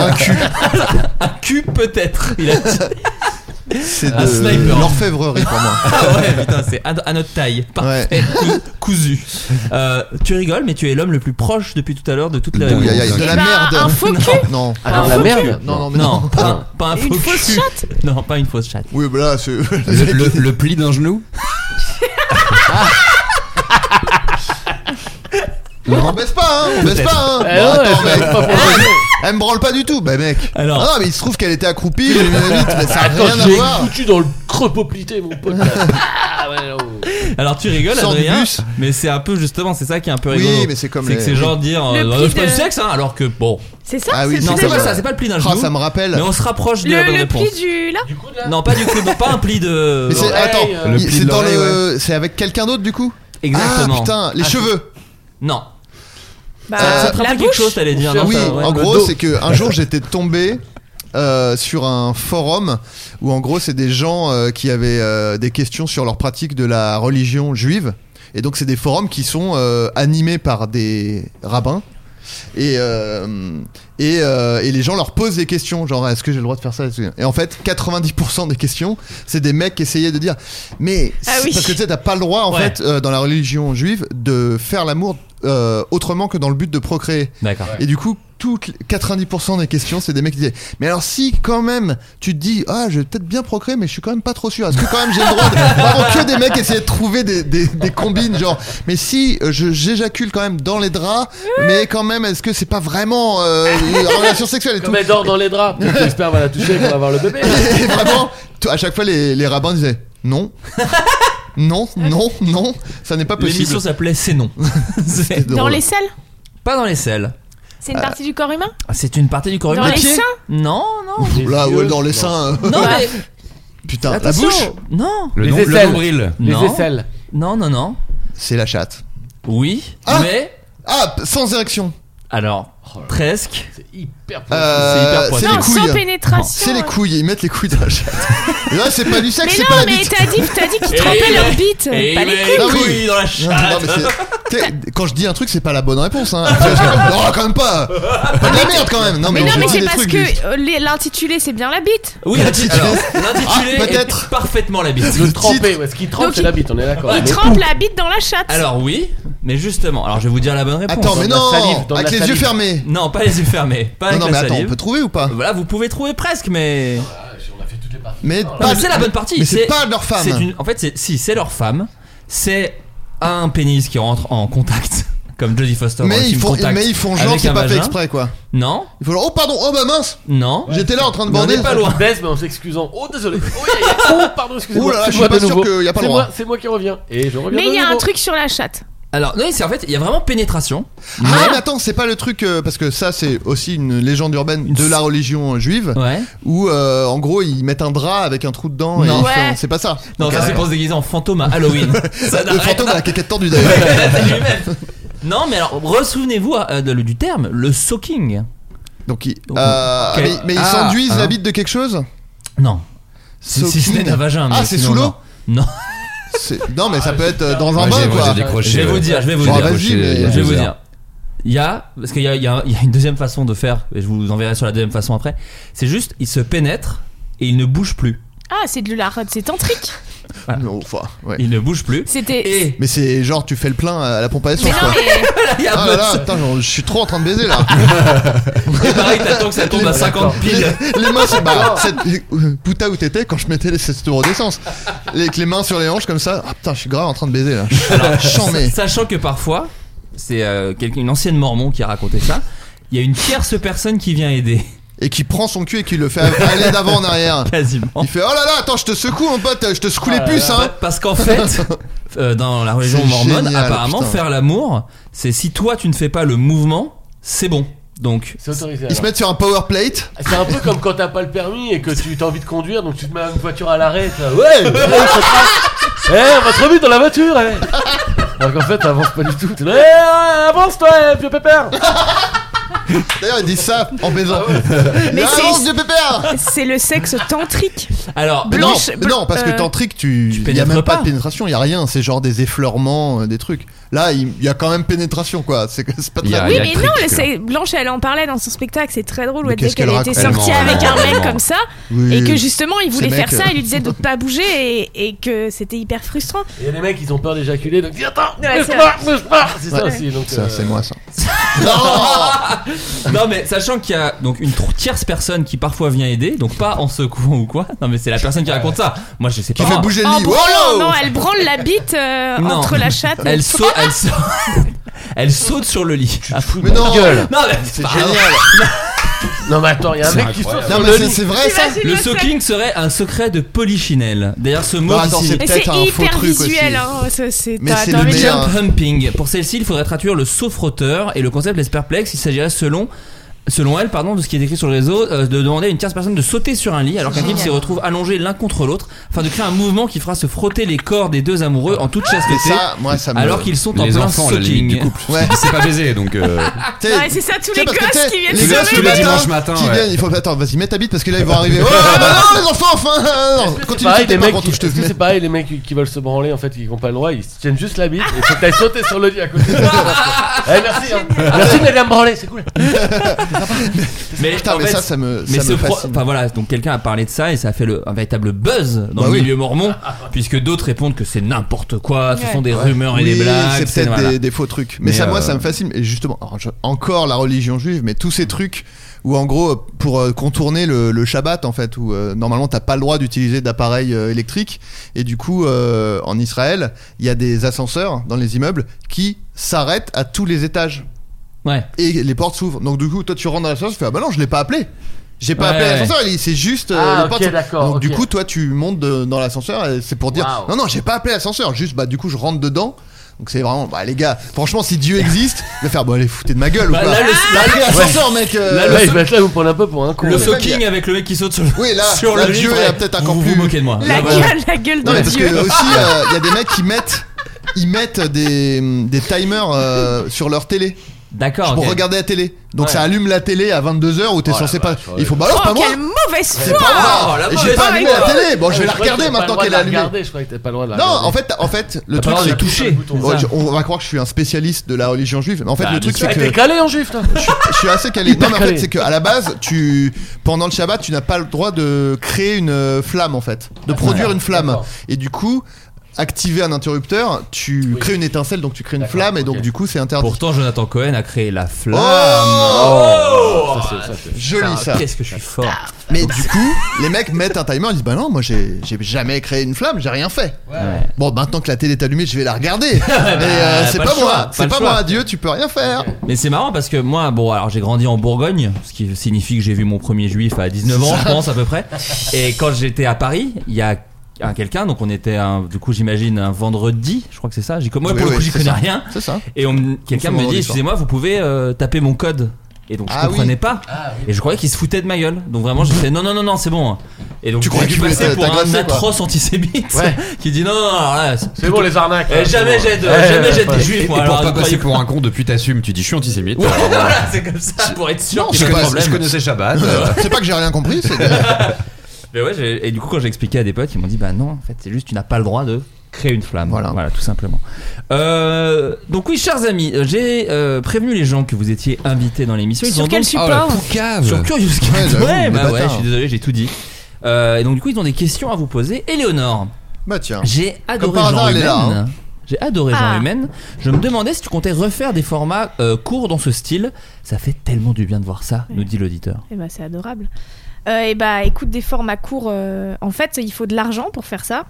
[SPEAKER 3] un cul.
[SPEAKER 4] Un cul peut-être.
[SPEAKER 3] (laughs)
[SPEAKER 4] Il a dit-
[SPEAKER 3] C'est
[SPEAKER 4] Un
[SPEAKER 3] de
[SPEAKER 4] sniper.
[SPEAKER 3] l'orfèvrerie pour moi.
[SPEAKER 4] (laughs) Ah ouais, putain, c'est à, à notre taille. Parfait. (laughs) Cou- cousu. Euh, tu rigoles, mais tu es l'homme le plus proche depuis tout à l'heure de toute la.
[SPEAKER 3] Ouh, aïe, aïe, de
[SPEAKER 6] Eh
[SPEAKER 3] la
[SPEAKER 6] ben,
[SPEAKER 3] merde.
[SPEAKER 6] un
[SPEAKER 3] (laughs)
[SPEAKER 6] faux
[SPEAKER 3] Non,
[SPEAKER 6] cul.
[SPEAKER 3] Non.
[SPEAKER 5] Alors Ah, la merde Ah,
[SPEAKER 3] Non, non, mais non.
[SPEAKER 4] Non, pas, un- pas un
[SPEAKER 6] Une
[SPEAKER 4] faux
[SPEAKER 6] fausse
[SPEAKER 4] cul.
[SPEAKER 6] chatte
[SPEAKER 4] Non, pas une fausse chatte.
[SPEAKER 3] Oui, bah là, c'est.
[SPEAKER 2] Le, le-
[SPEAKER 3] (laughs)
[SPEAKER 2] le pli d'un genou
[SPEAKER 3] on baisse pas, hein. On baisse
[SPEAKER 4] Peut-être.
[SPEAKER 3] pas, hein. Bon,
[SPEAKER 5] Eh ouais,
[SPEAKER 3] attends,
[SPEAKER 5] c'est
[SPEAKER 3] mec.
[SPEAKER 5] pas pour-
[SPEAKER 3] (laughs) Elle me branle pas du tout, bah mec.
[SPEAKER 4] Alors.
[SPEAKER 3] Ah, mais il se trouve qu'elle était accroupie, j'ai mis la bite, mais ça a
[SPEAKER 5] Attends,
[SPEAKER 3] rien à
[SPEAKER 5] j'ai
[SPEAKER 3] voir.
[SPEAKER 5] foutu dans le creux poplité, mon pote. là. ah ouais, là, oh.
[SPEAKER 4] Alors tu rigoles,
[SPEAKER 3] Sors du
[SPEAKER 4] Adrien,
[SPEAKER 3] bus.
[SPEAKER 4] mais c'est un peu justement, c'est ça qui est un peu
[SPEAKER 3] Oui,
[SPEAKER 4] rigolo.
[SPEAKER 3] mais c'est comme
[SPEAKER 4] que
[SPEAKER 3] les-
[SPEAKER 4] c'est genre dire. euh,
[SPEAKER 6] Le
[SPEAKER 4] bah,
[SPEAKER 6] prix
[SPEAKER 4] c'est pas du
[SPEAKER 6] de-
[SPEAKER 4] sexe, hein, alors que bon.
[SPEAKER 6] C'est ça
[SPEAKER 3] Ah oui,
[SPEAKER 6] C'est
[SPEAKER 3] c'est
[SPEAKER 4] Non,
[SPEAKER 6] le-
[SPEAKER 4] c'est
[SPEAKER 3] ça,
[SPEAKER 4] pas
[SPEAKER 3] ouais.
[SPEAKER 4] ça, c'est pas le pli d'un
[SPEAKER 3] Ah,
[SPEAKER 4] genou.
[SPEAKER 3] ça me rappelle.
[SPEAKER 4] Mais on se rapproche de la
[SPEAKER 6] le,
[SPEAKER 4] bonne
[SPEAKER 6] le
[SPEAKER 4] réponse.
[SPEAKER 6] pli du là
[SPEAKER 5] Du coup, là,
[SPEAKER 4] Non, pas du coup, non, pas un pli de.
[SPEAKER 3] Mais c'est.
[SPEAKER 5] L'oreille,
[SPEAKER 3] Attends,
[SPEAKER 5] euh,
[SPEAKER 2] le
[SPEAKER 3] il-
[SPEAKER 2] pli
[SPEAKER 3] c'est
[SPEAKER 2] de
[SPEAKER 3] dans
[SPEAKER 2] l'oreille,
[SPEAKER 3] le. C'est avec quelqu'un d'autre du coup
[SPEAKER 4] Exactement.
[SPEAKER 3] Ah putain, les
[SPEAKER 4] Ah,
[SPEAKER 3] cheveux.
[SPEAKER 4] Non.
[SPEAKER 6] Bah,
[SPEAKER 4] ça ça te
[SPEAKER 6] La
[SPEAKER 4] rappelle quelque
[SPEAKER 6] bouche
[SPEAKER 4] chose, t'allais dire. non,
[SPEAKER 3] oui,
[SPEAKER 4] ça, ouais.
[SPEAKER 3] en
[SPEAKER 4] Le
[SPEAKER 3] gros,
[SPEAKER 4] dos.
[SPEAKER 3] c'est que un jour j'étais tombé. euh, sur un forum où en gros c'est des gens euh, qui avaient euh, des questions sur leur pratique de la religion juive et donc c'est des forums qui sont euh, animés par des rabbins et euh, et, euh, et les gens leur posent des questions genre est-ce que j'ai le droit de faire ça Est-ce que- et en fait 90% des questions c'est des mecs qui essayaient de dire mais
[SPEAKER 6] Ah
[SPEAKER 3] c'est-
[SPEAKER 6] oui.
[SPEAKER 3] parce que tu sais t'as pas le droit en
[SPEAKER 4] Ouais.
[SPEAKER 3] fait euh, dans la religion juive de faire l'amour euh, autrement que dans le but de procréer
[SPEAKER 4] D'accord.
[SPEAKER 3] et du coup, toutes les- 90% des questions, c'est des mecs qui disaient Mais alors, si quand même tu te dis Ah, je vais peut-être bien procréer, mais je suis quand même pas trop sûr. Est-ce que quand même j'ai le droit de. Vraiment, que des mecs essayaient de trouver des, des, des combines, genre Mais si euh, je- j'éjacule quand même dans les draps, mais quand même, est-ce que c'est pas vraiment euh, une relation sexuelle et tout
[SPEAKER 5] Comme elle dort dans
[SPEAKER 2] (laughs)
[SPEAKER 5] les draps, donc j'espère va la toucher et qu'on va voir le bébé.
[SPEAKER 3] Et vraiment, tout- à chaque fois, les, les rabbins disaient Non, non, non, non, ça n'est pas possible.
[SPEAKER 4] L'émission s'appelait
[SPEAKER 3] (laughs)
[SPEAKER 4] C'est non. C'est-
[SPEAKER 3] C'était
[SPEAKER 6] Dans
[SPEAKER 3] drôle.
[SPEAKER 6] les selles
[SPEAKER 4] Pas dans les selles.
[SPEAKER 6] C'est une partie du corps humain
[SPEAKER 4] Ah, C'est une partie du corps
[SPEAKER 6] Dans
[SPEAKER 4] humain.
[SPEAKER 6] les seins
[SPEAKER 4] Non, non.
[SPEAKER 3] Là, ouais, dans les
[SPEAKER 5] Non.
[SPEAKER 3] seins. euh,
[SPEAKER 4] Non, mais.
[SPEAKER 3] Putain, la
[SPEAKER 4] attention.
[SPEAKER 3] bouche,
[SPEAKER 4] Non.
[SPEAKER 2] Le,
[SPEAKER 5] Les
[SPEAKER 2] nom- le
[SPEAKER 5] aisselles.
[SPEAKER 2] nombril
[SPEAKER 5] Les
[SPEAKER 4] non.
[SPEAKER 5] aisselles.
[SPEAKER 4] Non, non, non.
[SPEAKER 3] c'est la chatte.
[SPEAKER 4] Oui,
[SPEAKER 3] Ah. Oh
[SPEAKER 4] mais.
[SPEAKER 3] Ah, sans érection.
[SPEAKER 4] Alors, presque.
[SPEAKER 5] C'est hyper.
[SPEAKER 4] C'est hyper
[SPEAKER 3] Euh,
[SPEAKER 4] pointu.
[SPEAKER 3] c'est les
[SPEAKER 6] Non, sans
[SPEAKER 3] couilles.
[SPEAKER 6] pénétration. euh. hein.
[SPEAKER 3] C'est les couilles, ils mettent les couilles dans la
[SPEAKER 6] (laughs)
[SPEAKER 3] chatte. Et là, c'est pas du sexe,
[SPEAKER 6] Mais
[SPEAKER 3] c'est pas
[SPEAKER 6] non,
[SPEAKER 3] la
[SPEAKER 6] mais
[SPEAKER 3] bite.
[SPEAKER 6] t'as dit, t'as dit qu'ils
[SPEAKER 4] Et
[SPEAKER 6] trempaient
[SPEAKER 4] il
[SPEAKER 6] leur
[SPEAKER 4] met-
[SPEAKER 6] bite,
[SPEAKER 4] Et
[SPEAKER 6] pas
[SPEAKER 4] il
[SPEAKER 6] les
[SPEAKER 4] met
[SPEAKER 6] couilles.
[SPEAKER 3] Ah oui.
[SPEAKER 4] couilles Eh, dans la
[SPEAKER 3] Non,
[SPEAKER 4] chatte.
[SPEAKER 3] mais c'est- t'sais, quand je dis un truc, c'est pas la bonne réponse. Hein. Après, je me dis, oh, quand même pas. Pas de la merde quand même. Non, mais,
[SPEAKER 6] Mais non,
[SPEAKER 3] on
[SPEAKER 6] mais
[SPEAKER 3] fait
[SPEAKER 6] c'est
[SPEAKER 3] des
[SPEAKER 6] parce
[SPEAKER 3] trucs
[SPEAKER 6] que
[SPEAKER 3] juste.
[SPEAKER 6] euh, les- l'intitulé, c'est bien la bite.
[SPEAKER 4] Oui,
[SPEAKER 3] L'intitulé.
[SPEAKER 4] alors, l'intitulé
[SPEAKER 3] Ah,
[SPEAKER 4] est
[SPEAKER 3] peut-être.
[SPEAKER 4] parfaitement la bite.
[SPEAKER 3] Le
[SPEAKER 5] Trempé,
[SPEAKER 3] titre.
[SPEAKER 5] ouais, ce qui trempe,
[SPEAKER 6] Donc,
[SPEAKER 5] c'est la bite, on est d'accord.
[SPEAKER 6] Ils
[SPEAKER 5] Mais
[SPEAKER 6] trempent la bite dans la chatte.
[SPEAKER 4] Alors oui, mais justement, alors je vais vous dire la bonne réponse.
[SPEAKER 3] Attends, mais
[SPEAKER 5] de la
[SPEAKER 3] non,
[SPEAKER 5] salive, dans de
[SPEAKER 3] avec
[SPEAKER 5] la
[SPEAKER 3] les yeux
[SPEAKER 5] salive.
[SPEAKER 3] fermés.
[SPEAKER 4] Non, pas les yeux fermés, pas
[SPEAKER 3] Non,
[SPEAKER 4] avec
[SPEAKER 3] non,
[SPEAKER 4] la
[SPEAKER 3] mais attends, on
[SPEAKER 4] salive.
[SPEAKER 3] peut trouver ou pas
[SPEAKER 4] Voilà, vous pouvez trouver presque, mais,
[SPEAKER 3] Mais
[SPEAKER 4] Non,
[SPEAKER 3] pas.
[SPEAKER 4] mais c'est la bonne partie.
[SPEAKER 3] Mais c'est pas leur femme.
[SPEAKER 4] c'est une- En fait, c'est si c'est leur femme, c'est un pénis qui rentre en contact, (laughs) comme Jodie Foster dans le
[SPEAKER 3] Mais ils
[SPEAKER 4] film
[SPEAKER 3] font,
[SPEAKER 4] Contact.
[SPEAKER 3] mais ils font genre
[SPEAKER 4] avec
[SPEAKER 3] c'est
[SPEAKER 4] un
[SPEAKER 3] pas fait
[SPEAKER 4] vagin.
[SPEAKER 3] exprès quoi.
[SPEAKER 4] Non,
[SPEAKER 3] Ils font genre, oh pardon, oh bah mince,
[SPEAKER 4] non.
[SPEAKER 3] j'étais là en train de
[SPEAKER 4] Mais on
[SPEAKER 3] bander.
[SPEAKER 4] n'est pas loin.
[SPEAKER 5] On baise, mais en s'excusant. Oh, désolé. Oh, y a- y a- oh, pardon, excusez-moi.
[SPEAKER 3] Ouh là là,
[SPEAKER 5] C'est
[SPEAKER 3] je
[SPEAKER 5] moi
[SPEAKER 3] suis pas
[SPEAKER 5] de
[SPEAKER 3] sûr
[SPEAKER 5] nouveau.
[SPEAKER 3] qu'il y a pas le
[SPEAKER 5] C'est
[SPEAKER 3] droit.
[SPEAKER 5] moi- C'est moi qui reviens. Et je reviens.
[SPEAKER 6] Mais
[SPEAKER 5] de
[SPEAKER 6] il y a un
[SPEAKER 5] nouveau.
[SPEAKER 6] truc sur la chatte.
[SPEAKER 4] Alors, non, c'est en fait, il y a vraiment pénétration.
[SPEAKER 3] Ah, mais attends, c'est pas le truc euh, parce que ça c'est aussi une légende urbaine de la religion juive
[SPEAKER 4] Ouais.
[SPEAKER 3] où euh, en gros ils mettent un drap avec un trou dedans et
[SPEAKER 4] Non.
[SPEAKER 3] ils
[SPEAKER 6] Ouais.
[SPEAKER 3] font- c'est pas ça.
[SPEAKER 4] Non,
[SPEAKER 3] Ok,
[SPEAKER 4] ça c'est
[SPEAKER 3] d'accord.
[SPEAKER 4] pour se déguiser en fantôme à
[SPEAKER 3] (laughs)
[SPEAKER 4] Halloween. ça
[SPEAKER 3] le
[SPEAKER 4] n'arrête
[SPEAKER 3] fantôme
[SPEAKER 4] pas.
[SPEAKER 3] à la caquette tendue d'ailleurs.
[SPEAKER 4] C'est lui-même. (laughs) Non, mais alors, ressouvenez-vous euh, de- du terme, le soaking.
[SPEAKER 3] Donc, ils,
[SPEAKER 4] Donc,
[SPEAKER 3] euh,
[SPEAKER 4] ok.
[SPEAKER 3] mais, mais ils
[SPEAKER 4] Ah,
[SPEAKER 3] s'enduisent
[SPEAKER 4] hein.
[SPEAKER 3] la bite de quelque chose
[SPEAKER 4] Non. Si, si ce
[SPEAKER 3] Soaking.
[SPEAKER 4] n'est d'un vagin.
[SPEAKER 3] Ah,
[SPEAKER 4] mais
[SPEAKER 3] c'est
[SPEAKER 4] sinon,
[SPEAKER 3] sous l'eau
[SPEAKER 4] non. Non.
[SPEAKER 3] C'est- Non, mais ça peut être euh, dans un
[SPEAKER 2] Ouais,
[SPEAKER 3] bain
[SPEAKER 2] j'ai-
[SPEAKER 3] quoi.
[SPEAKER 2] j'ai décroché.
[SPEAKER 4] Je vais
[SPEAKER 2] ouais.
[SPEAKER 4] vous dire, je vais vous
[SPEAKER 3] Bon,
[SPEAKER 4] dire.
[SPEAKER 3] vas-y, mais-
[SPEAKER 2] il y a
[SPEAKER 4] Je vais
[SPEAKER 2] deux
[SPEAKER 4] vous
[SPEAKER 2] heures.
[SPEAKER 4] dire. Il y a, parce qu'il y a, il y a- il y a une deuxième façon de faire, et je vous enverrai sur la deuxième façon après. C'est juste, ils se pénètrent et ils ne bougent plus.
[SPEAKER 6] Ah, c'est de la c'est tantrique.
[SPEAKER 4] Voilà.
[SPEAKER 3] Non, Oh, enfin, ouais.
[SPEAKER 4] Il ne bouge plus.
[SPEAKER 6] C'était.
[SPEAKER 4] Et
[SPEAKER 3] Mais c'est genre, tu fais le plein à la pompe à
[SPEAKER 6] Mais
[SPEAKER 3] essence,
[SPEAKER 6] non,
[SPEAKER 3] quoi.
[SPEAKER 6] mais.
[SPEAKER 4] il y a un
[SPEAKER 3] Ah
[SPEAKER 4] peu
[SPEAKER 3] là
[SPEAKER 4] de
[SPEAKER 3] là,
[SPEAKER 4] ça.
[SPEAKER 3] putain, j'en- je suis trop en train de baiser là.
[SPEAKER 4] Et pareil, t'attends que ça tombe à 50 piles.
[SPEAKER 3] Les, les mains, c'est bah, cette- Putain où t'étais quand je mettais les 16 euros d'essence. Avec les mains sur les hanches comme ça. Ah putain, je suis grave en train de baiser là. Chant, mais.
[SPEAKER 4] (laughs) Sachant que parfois, c'est euh, quelqu'un- une ancienne mormon qui a raconté ça, il y a une tierce personne qui vient aider,
[SPEAKER 3] Et qui prend son cul et qui le fait aller d'avant en arrière.
[SPEAKER 4] quasiment.
[SPEAKER 3] Il fait oh là là, attends, je te secoue mon pote, je te secoue les puces hein.
[SPEAKER 4] Parce qu'en fait, euh, dans la religion
[SPEAKER 3] C'est
[SPEAKER 4] mormone,
[SPEAKER 3] génial,
[SPEAKER 4] apparemment,
[SPEAKER 3] putain.
[SPEAKER 4] faire l'amour, c'est si toi tu ne fais pas le mouvement, c'est bon. Donc,
[SPEAKER 5] C'est autorisé.
[SPEAKER 3] Ils se
[SPEAKER 5] alors.
[SPEAKER 3] mettent sur un power plate.
[SPEAKER 5] C'est un peu comme quand t'as pas le permis et que tu t'as envie de conduire, donc tu te mets une voiture à l'arrêt. t'as- Ouais, ouais, ça trace. Eh, on va trop vite dans la voiture. eh. Alors qu'en fait, avance pas du tout. T'es là, Eh, ouais, avance toi, eh, vieux pépère.
[SPEAKER 3] D'ailleurs, ils disent ça en baisant. Mais
[SPEAKER 6] Mais c'est-
[SPEAKER 3] avance de pépère.
[SPEAKER 6] C'est le sexe tantrique.
[SPEAKER 4] alors,
[SPEAKER 3] Mais non,
[SPEAKER 6] Blanche-
[SPEAKER 3] mais non, parce que
[SPEAKER 6] euh,
[SPEAKER 3] tantrique, tu,
[SPEAKER 4] tu
[SPEAKER 3] y a
[SPEAKER 4] pénètres
[SPEAKER 3] même pas,
[SPEAKER 4] pas.
[SPEAKER 3] de pénétration, y a rien, c'est genre des effleurements, euh, des trucs. Là, il y a quand même pénétration quoi. C'est que- c'est pas de
[SPEAKER 2] Il y
[SPEAKER 3] la-
[SPEAKER 2] a-
[SPEAKER 6] Oui,
[SPEAKER 2] il y a
[SPEAKER 6] mais
[SPEAKER 2] le
[SPEAKER 6] non,
[SPEAKER 2] truc,
[SPEAKER 6] le
[SPEAKER 2] quoi.
[SPEAKER 6] sexe- Blanche, elle en parlait dans son spectacle, c'est très drôle.
[SPEAKER 3] Mais
[SPEAKER 6] Elle disait
[SPEAKER 3] qu'est-ce qu'elle
[SPEAKER 6] qu'elle était
[SPEAKER 3] raconte
[SPEAKER 6] sortie
[SPEAKER 2] Tellement,
[SPEAKER 6] avec un mec
[SPEAKER 2] tellement.
[SPEAKER 6] comme ça
[SPEAKER 3] Oui.
[SPEAKER 6] et que justement, il voulait
[SPEAKER 3] Ces
[SPEAKER 6] faire
[SPEAKER 3] mecs,
[SPEAKER 6] ça,
[SPEAKER 3] euh.
[SPEAKER 6] il lui disait de pas bouger et, et que c'était hyper frustrant. Euh,
[SPEAKER 5] Il y a des mecs, ils ont peur d'éjaculer, donc dis attends,
[SPEAKER 6] Ouais, c'est
[SPEAKER 5] bouge-moi, bouge-moi. C'est ça
[SPEAKER 3] Ouais.
[SPEAKER 5] aussi. Donc,
[SPEAKER 3] Ça,
[SPEAKER 5] euh,
[SPEAKER 3] c'est moi ça.
[SPEAKER 4] (laughs) non mais sachant qu'il y a donc une tr- tierce personne qui parfois vient aider, donc pas en secouant ou quoi. Non mais c'est la personne qui raconte ça. Moi je sais pas.
[SPEAKER 3] Qui fait bouger le
[SPEAKER 6] En
[SPEAKER 3] lit. Oh,
[SPEAKER 6] branlant,
[SPEAKER 3] Wow
[SPEAKER 6] oh, non, elle branle la bite euh,
[SPEAKER 4] Non.
[SPEAKER 6] entre la chatte.
[SPEAKER 4] Elle saute, elle saute, (laughs) elle saute sur le lit. Ah,
[SPEAKER 3] Mais non,
[SPEAKER 4] Non mais Ah, c'est
[SPEAKER 3] c'est génial.
[SPEAKER 5] Non, mais attends, il y a un
[SPEAKER 2] C'est
[SPEAKER 5] mec qui saute.
[SPEAKER 2] incroyable.
[SPEAKER 3] Non,
[SPEAKER 5] sur
[SPEAKER 3] mais
[SPEAKER 5] le
[SPEAKER 3] c'est-
[SPEAKER 5] lit.
[SPEAKER 3] c'est vrai ça.
[SPEAKER 6] T'imagines
[SPEAKER 4] Le
[SPEAKER 6] sexe
[SPEAKER 4] socking serait un secret de polychinelle. D'ailleurs, ce mot
[SPEAKER 3] Bah, attends,
[SPEAKER 4] d'ici.
[SPEAKER 6] Mais
[SPEAKER 3] Peut-être
[SPEAKER 6] c'est
[SPEAKER 3] un faux
[SPEAKER 6] hyper
[SPEAKER 3] truc aussi.
[SPEAKER 6] visuel, hein. ça, c'est-
[SPEAKER 3] Mais
[SPEAKER 6] t'as-
[SPEAKER 3] c'est
[SPEAKER 6] t'as
[SPEAKER 3] le
[SPEAKER 6] envie de-
[SPEAKER 3] meilleur.
[SPEAKER 4] Jump humping. Pour celle-ci, il faudrait traduire le saut frotteur et le concept laisse perplexe. Il s'agirait selon. Selon elle, pardon, de ce qui est écrit sur le réseau, euh, de demander à une tierce personne de sauter sur un lit alors qu'un couple s'y retrouve allongé l'un contre l'autre afin de créer un mouvement qui fera se frotter les corps des deux amoureux en toute
[SPEAKER 3] Mais
[SPEAKER 4] chasteté
[SPEAKER 3] ça, euh, moi ça me.
[SPEAKER 4] alors qu'ils sont en
[SPEAKER 2] Les
[SPEAKER 4] plein
[SPEAKER 2] enfants, la limite du
[SPEAKER 4] socking.
[SPEAKER 2] couple.
[SPEAKER 3] Ouais.
[SPEAKER 2] C'est pas baisé donc. euh,
[SPEAKER 3] T'sais,
[SPEAKER 6] Ouais, c'est ça, tous
[SPEAKER 3] t'sais,
[SPEAKER 6] les
[SPEAKER 3] parce que,
[SPEAKER 6] gosses
[SPEAKER 3] t'sais,
[SPEAKER 6] qui viennent
[SPEAKER 3] Bah, les
[SPEAKER 6] se
[SPEAKER 2] lever.
[SPEAKER 3] gosses le
[SPEAKER 2] Tous les
[SPEAKER 3] matin,
[SPEAKER 2] dimanches matin,
[SPEAKER 3] qui
[SPEAKER 2] ouais.
[SPEAKER 3] viennent, il faut attends, vas-y, mets ta bite parce que là (laughs) ils vont arriver. Oh, bah non, les enfants, enfin, euh, (laughs) non,
[SPEAKER 5] Est-ce que c'est
[SPEAKER 3] continue,
[SPEAKER 5] pareil,
[SPEAKER 3] c'était
[SPEAKER 5] les
[SPEAKER 3] pas
[SPEAKER 5] mecs
[SPEAKER 3] quand
[SPEAKER 5] qui-
[SPEAKER 3] je te
[SPEAKER 5] est-ce que
[SPEAKER 3] venais.
[SPEAKER 5] c'est pareil, les mecs qui, qui veulent se branler en fait, qui n'ont pas le droit, ils se tiennent juste la bite et faut que t'ailles sauter sur le lit à côté. Eh, merci, hein. merci de m'aider à me branler, c'est cool.
[SPEAKER 3] Euh,
[SPEAKER 4] Mais,
[SPEAKER 3] Putain,
[SPEAKER 4] en
[SPEAKER 3] mais
[SPEAKER 4] fait,
[SPEAKER 3] ça, ça me,
[SPEAKER 4] Mais
[SPEAKER 3] ça
[SPEAKER 4] ce
[SPEAKER 3] me
[SPEAKER 4] pro-
[SPEAKER 3] fascine.
[SPEAKER 4] enfin voilà, donc quelqu'un a parlé de ça et ça a fait le, un véritable buzz dans
[SPEAKER 3] Bah
[SPEAKER 4] le
[SPEAKER 3] oui.
[SPEAKER 4] milieu mormon, puisque d'autres répondent que c'est n'importe quoi, ce
[SPEAKER 6] Ouais.
[SPEAKER 4] sont des rumeurs et
[SPEAKER 3] Oui,
[SPEAKER 4] des blagues.
[SPEAKER 3] C'est peut-être
[SPEAKER 4] voilà.
[SPEAKER 3] des, des faux trucs. Mais,
[SPEAKER 4] Mais,
[SPEAKER 3] ça, moi,
[SPEAKER 4] euh,
[SPEAKER 3] ça me fascine. Et justement, alors, je- encore la religion juive, mais tous ces trucs où, en gros, pour euh, contourner le, le Shabbat, en fait, où euh, normalement, t'as pas le droit d'utiliser d'appareil euh, électrique. Et du coup, euh, en Israël, il y a des ascenseurs dans les immeubles qui s'arrêtent à tous les étages.
[SPEAKER 4] Ouais.
[SPEAKER 3] Et les portes s'ouvrent. Donc, du coup, toi, tu rentres dans l'ascenseur, tu fais Ah bah non, je l'ai pas appelé. J'ai pas
[SPEAKER 4] Ouais,
[SPEAKER 3] appelé
[SPEAKER 4] ouais.
[SPEAKER 3] l'ascenseur, il- c'est juste. euh,
[SPEAKER 5] Ah,
[SPEAKER 3] les
[SPEAKER 5] ok,
[SPEAKER 3] portes s'ouvrent.
[SPEAKER 5] d'accord,
[SPEAKER 3] Donc, du
[SPEAKER 5] ok.
[SPEAKER 3] coup, toi, tu montes de- dans l'ascenseur, et c'est pour dire
[SPEAKER 5] Waouh.
[SPEAKER 3] Non, non, j'ai pas appelé l'ascenseur, juste, bah, du coup, je rentre dedans. Donc c'est vraiment, bah les gars, franchement, si Dieu
[SPEAKER 4] (laughs)
[SPEAKER 3] existe, il va faire, bon, allez, foutez de ma gueule
[SPEAKER 4] Bah,
[SPEAKER 3] ou
[SPEAKER 4] là,
[SPEAKER 3] pas
[SPEAKER 4] le- là,
[SPEAKER 3] Allez, ascenseur, mec euh,
[SPEAKER 4] Là, le-
[SPEAKER 5] Ouais, je vais être là, vous me prenez un peu pour un con.
[SPEAKER 4] Le
[SPEAKER 5] mais-
[SPEAKER 4] socking avec le mec qui saute sur le,
[SPEAKER 3] Oui, là,
[SPEAKER 4] (laughs) sur
[SPEAKER 3] là,
[SPEAKER 4] le lit,
[SPEAKER 3] Dieu
[SPEAKER 4] ouais.
[SPEAKER 3] est peut-être encore
[SPEAKER 4] vous,
[SPEAKER 3] plus-
[SPEAKER 4] Vous moquez de moi.
[SPEAKER 6] La
[SPEAKER 4] Là, bah,
[SPEAKER 6] gueule, la gueule
[SPEAKER 3] Non,
[SPEAKER 6] de
[SPEAKER 3] mais parce
[SPEAKER 6] Dieu.
[SPEAKER 3] que aussi,
[SPEAKER 4] (laughs)
[SPEAKER 3] euh, il y a des mecs qui mettent. Ils mettent des, des timers euh, sur leur télé
[SPEAKER 4] D'accord.
[SPEAKER 3] pour
[SPEAKER 4] ok.
[SPEAKER 3] regarder la télé. Donc
[SPEAKER 4] Ouais.
[SPEAKER 3] ça allume la télé à 22h où t'es
[SPEAKER 5] Oh la
[SPEAKER 3] censé pas.
[SPEAKER 5] vache, ouais. bah,
[SPEAKER 3] Il faut bah alors,
[SPEAKER 6] Oh,
[SPEAKER 3] pas moi
[SPEAKER 6] quelle mauvaise
[SPEAKER 3] C'est pas
[SPEAKER 6] foi
[SPEAKER 4] Oh,
[SPEAKER 3] moi
[SPEAKER 4] la
[SPEAKER 3] Et J'ai
[SPEAKER 4] mauvaise
[SPEAKER 3] pas allumé la
[SPEAKER 4] foi.
[SPEAKER 3] télé Bon,
[SPEAKER 5] Ah,
[SPEAKER 3] je
[SPEAKER 5] mais
[SPEAKER 3] vais la
[SPEAKER 5] crois que
[SPEAKER 3] regarder
[SPEAKER 5] t'as pas
[SPEAKER 3] maintenant
[SPEAKER 5] le droit
[SPEAKER 3] qu'elle
[SPEAKER 5] de
[SPEAKER 3] est
[SPEAKER 5] la
[SPEAKER 3] allumée.
[SPEAKER 5] regarder, Bah, Je crois que t'as pas le droit de la
[SPEAKER 3] Non,
[SPEAKER 5] regarder.
[SPEAKER 3] en fait, en fait le
[SPEAKER 4] T'as pas
[SPEAKER 3] truc
[SPEAKER 4] le droit de
[SPEAKER 3] c'est
[SPEAKER 4] la
[SPEAKER 3] que.
[SPEAKER 4] toucher.
[SPEAKER 5] bouton.
[SPEAKER 3] Ouais,
[SPEAKER 4] C'est
[SPEAKER 3] je-
[SPEAKER 4] ça.
[SPEAKER 3] on va croire que je suis un spécialiste de la religion juive, mais en fait
[SPEAKER 4] Bah,
[SPEAKER 3] le truc
[SPEAKER 4] bien
[SPEAKER 3] c'est
[SPEAKER 5] Ah,
[SPEAKER 4] sûr.
[SPEAKER 3] que
[SPEAKER 5] T'es calé en juif, toi
[SPEAKER 3] je suis assez calé. Non, mais en
[SPEAKER 5] calé.
[SPEAKER 3] fait, c'est que à la base, tu pendant le Shabbat, tu n'as pas le droit de créer une euh, flamme en fait, de produire une flamme.
[SPEAKER 5] d'accord.
[SPEAKER 3] Et du coup, activer un interrupteur, tu
[SPEAKER 5] Oui.
[SPEAKER 3] crées une étincelle, donc tu crées une
[SPEAKER 5] D'accord,
[SPEAKER 3] flamme, et donc
[SPEAKER 5] ok.
[SPEAKER 3] du coup, c'est interdit.
[SPEAKER 4] Pourtant, Jonathan Cohen a créé la flamme.
[SPEAKER 3] Oh
[SPEAKER 5] Ça, c'est- ça, c'est-
[SPEAKER 3] Joli ça.
[SPEAKER 4] Qu'est-ce que je suis fort.
[SPEAKER 3] Mais du coup, les mecs mettent un timer, ils disent bah non, moi j'ai j'ai jamais créé une flamme, j'ai rien fait. Bon, maintenant que la télé est allumée, je vais la
[SPEAKER 4] (laughs)
[SPEAKER 3] regarder. Mais euh, c'est
[SPEAKER 4] bah, pas
[SPEAKER 3] pas,
[SPEAKER 4] le choix,
[SPEAKER 3] moi,
[SPEAKER 4] pas
[SPEAKER 3] c'est
[SPEAKER 4] le
[SPEAKER 3] pas
[SPEAKER 4] choix.
[SPEAKER 3] moi, Dieu, tu peux rien faire.
[SPEAKER 4] Mais c'est marrant parce que moi, bon, alors j'ai grandi en Bourgogne, ce qui signifie que j'ai vu mon premier juif à 19 ans, je pense à peu près. Et quand j'étais à Paris, il y a un quelqu'un, donc on était, un- du coup, j'imagine un vendredi, je crois que c'est ça. J'ai comme moi,
[SPEAKER 3] Oui,
[SPEAKER 4] pour le
[SPEAKER 3] oui,
[SPEAKER 4] coup, j'y
[SPEAKER 3] c'est
[SPEAKER 4] connais
[SPEAKER 3] ça.
[SPEAKER 4] rien.
[SPEAKER 3] C'est ça.
[SPEAKER 4] Et on me- quelqu'un me dit,
[SPEAKER 3] vendredi soir.
[SPEAKER 4] excusez-moi, vous pouvez euh, taper mon code. Et donc je
[SPEAKER 3] Ah
[SPEAKER 4] comprenais
[SPEAKER 3] oui.
[SPEAKER 4] pas. Et je croyais qu'il se foutait de ma gueule. Donc vraiment, j'ai fait non, non, non, non, c'est bon. hein. Et donc
[SPEAKER 3] Tu
[SPEAKER 4] je
[SPEAKER 3] croyais
[SPEAKER 4] suis
[SPEAKER 3] qu'il voulait
[SPEAKER 4] passé pour un
[SPEAKER 3] t'agresser, quoi.
[SPEAKER 4] atroce antisémite
[SPEAKER 5] Ouais.
[SPEAKER 4] (laughs) qui dit non, non, non, alors là, c'est-
[SPEAKER 5] C'est bon, les arnaques.
[SPEAKER 4] Eh,
[SPEAKER 5] hein,
[SPEAKER 4] jamais
[SPEAKER 5] c'est
[SPEAKER 4] j'aide,
[SPEAKER 5] bon. Ouais,
[SPEAKER 4] jamais
[SPEAKER 5] ouais,
[SPEAKER 4] j'aide
[SPEAKER 5] ouais.
[SPEAKER 4] les juifs.
[SPEAKER 2] Et
[SPEAKER 4] Moi,
[SPEAKER 2] pour
[SPEAKER 4] alors,
[SPEAKER 2] pas
[SPEAKER 4] ne croyez
[SPEAKER 2] passer pour un con depuis t'assumes, tu dis je suis antisémite.
[SPEAKER 4] Ouais,
[SPEAKER 2] Alors, voilà.
[SPEAKER 4] (laughs) voilà, c'est comme ça pour être sûr
[SPEAKER 3] Non,
[SPEAKER 4] qu'il
[SPEAKER 3] je
[SPEAKER 4] y a pas de
[SPEAKER 3] connais-
[SPEAKER 4] problème.
[SPEAKER 2] Je connaissais Shabbat. euh,
[SPEAKER 3] Euh, (laughs) c'est pas que j'ai rien compris, c'est que-
[SPEAKER 4] Mais ouais, j'ai- et du coup, quand j'ai expliqué à des potes, ils m'ont dit Bah non, en fait, c'est juste, tu n'as pas le droit de créer une flamme.
[SPEAKER 3] Voilà.
[SPEAKER 4] tout simplement. Euh, donc, oui, chers amis, euh, j'ai euh, prévenu les gens que vous étiez invités dans l'émission. Ils
[SPEAKER 6] Sur
[SPEAKER 4] ont
[SPEAKER 6] quel
[SPEAKER 4] donc-
[SPEAKER 2] Oh la
[SPEAKER 6] support
[SPEAKER 2] poucave
[SPEAKER 4] Sur Curious Cat.
[SPEAKER 3] Ah, Ouais, j'avoue,
[SPEAKER 4] Ouais,
[SPEAKER 3] les
[SPEAKER 4] bah ouais,
[SPEAKER 3] bâtards.
[SPEAKER 4] je suis désolé, j'ai tout dit. Euh, et donc, du coup, ils ont des questions à vous poser. Éléonore,
[SPEAKER 3] Bah tiens.
[SPEAKER 4] J'ai adoré
[SPEAKER 3] par
[SPEAKER 4] Genre
[SPEAKER 3] hasard, elle est là,
[SPEAKER 4] Humaine.
[SPEAKER 3] hein.
[SPEAKER 4] J'ai adoré Genre
[SPEAKER 6] Ah.
[SPEAKER 4] Humaine. Je me demandais si tu comptais refaire des formats euh, courts dans ce style. Ça fait tellement du bien de voir ça, nous dit l'auditeur.
[SPEAKER 6] Eh ben, c'est adorable. Euh, eh ben, écoute, des formats courts, euh, en fait, il faut de l'argent pour faire ça.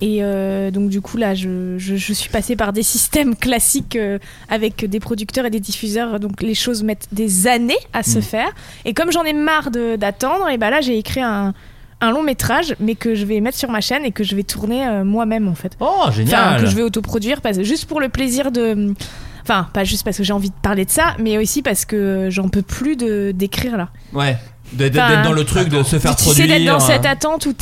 [SPEAKER 6] Et euh, donc, du coup, là, je, je- je suis passée par des systèmes (laughs) classiques euh, avec des producteurs et des diffuseurs. Donc, les choses mettent des années à se faire. Et comme j'en ai marre de- d'attendre, et ben là, j'ai écrit un, un long métrage, mais que je vais mettre sur ma chaîne et que je vais tourner euh, moi-même, en fait.
[SPEAKER 4] Oh,
[SPEAKER 6] Enfin,
[SPEAKER 4] génial
[SPEAKER 6] que je vais autoproduire parce, juste pour le plaisir de. Enfin, pas juste parce que j'ai envie de parler de ça, mais aussi parce que euh, j'en peux plus de d'écrire là.
[SPEAKER 4] Ouais. D- d- D'être
[SPEAKER 6] Enfin,
[SPEAKER 4] dans le truc, de se faire
[SPEAKER 6] tu
[SPEAKER 4] produire.
[SPEAKER 6] sais d'être dans cette
[SPEAKER 4] euh,
[SPEAKER 6] attente où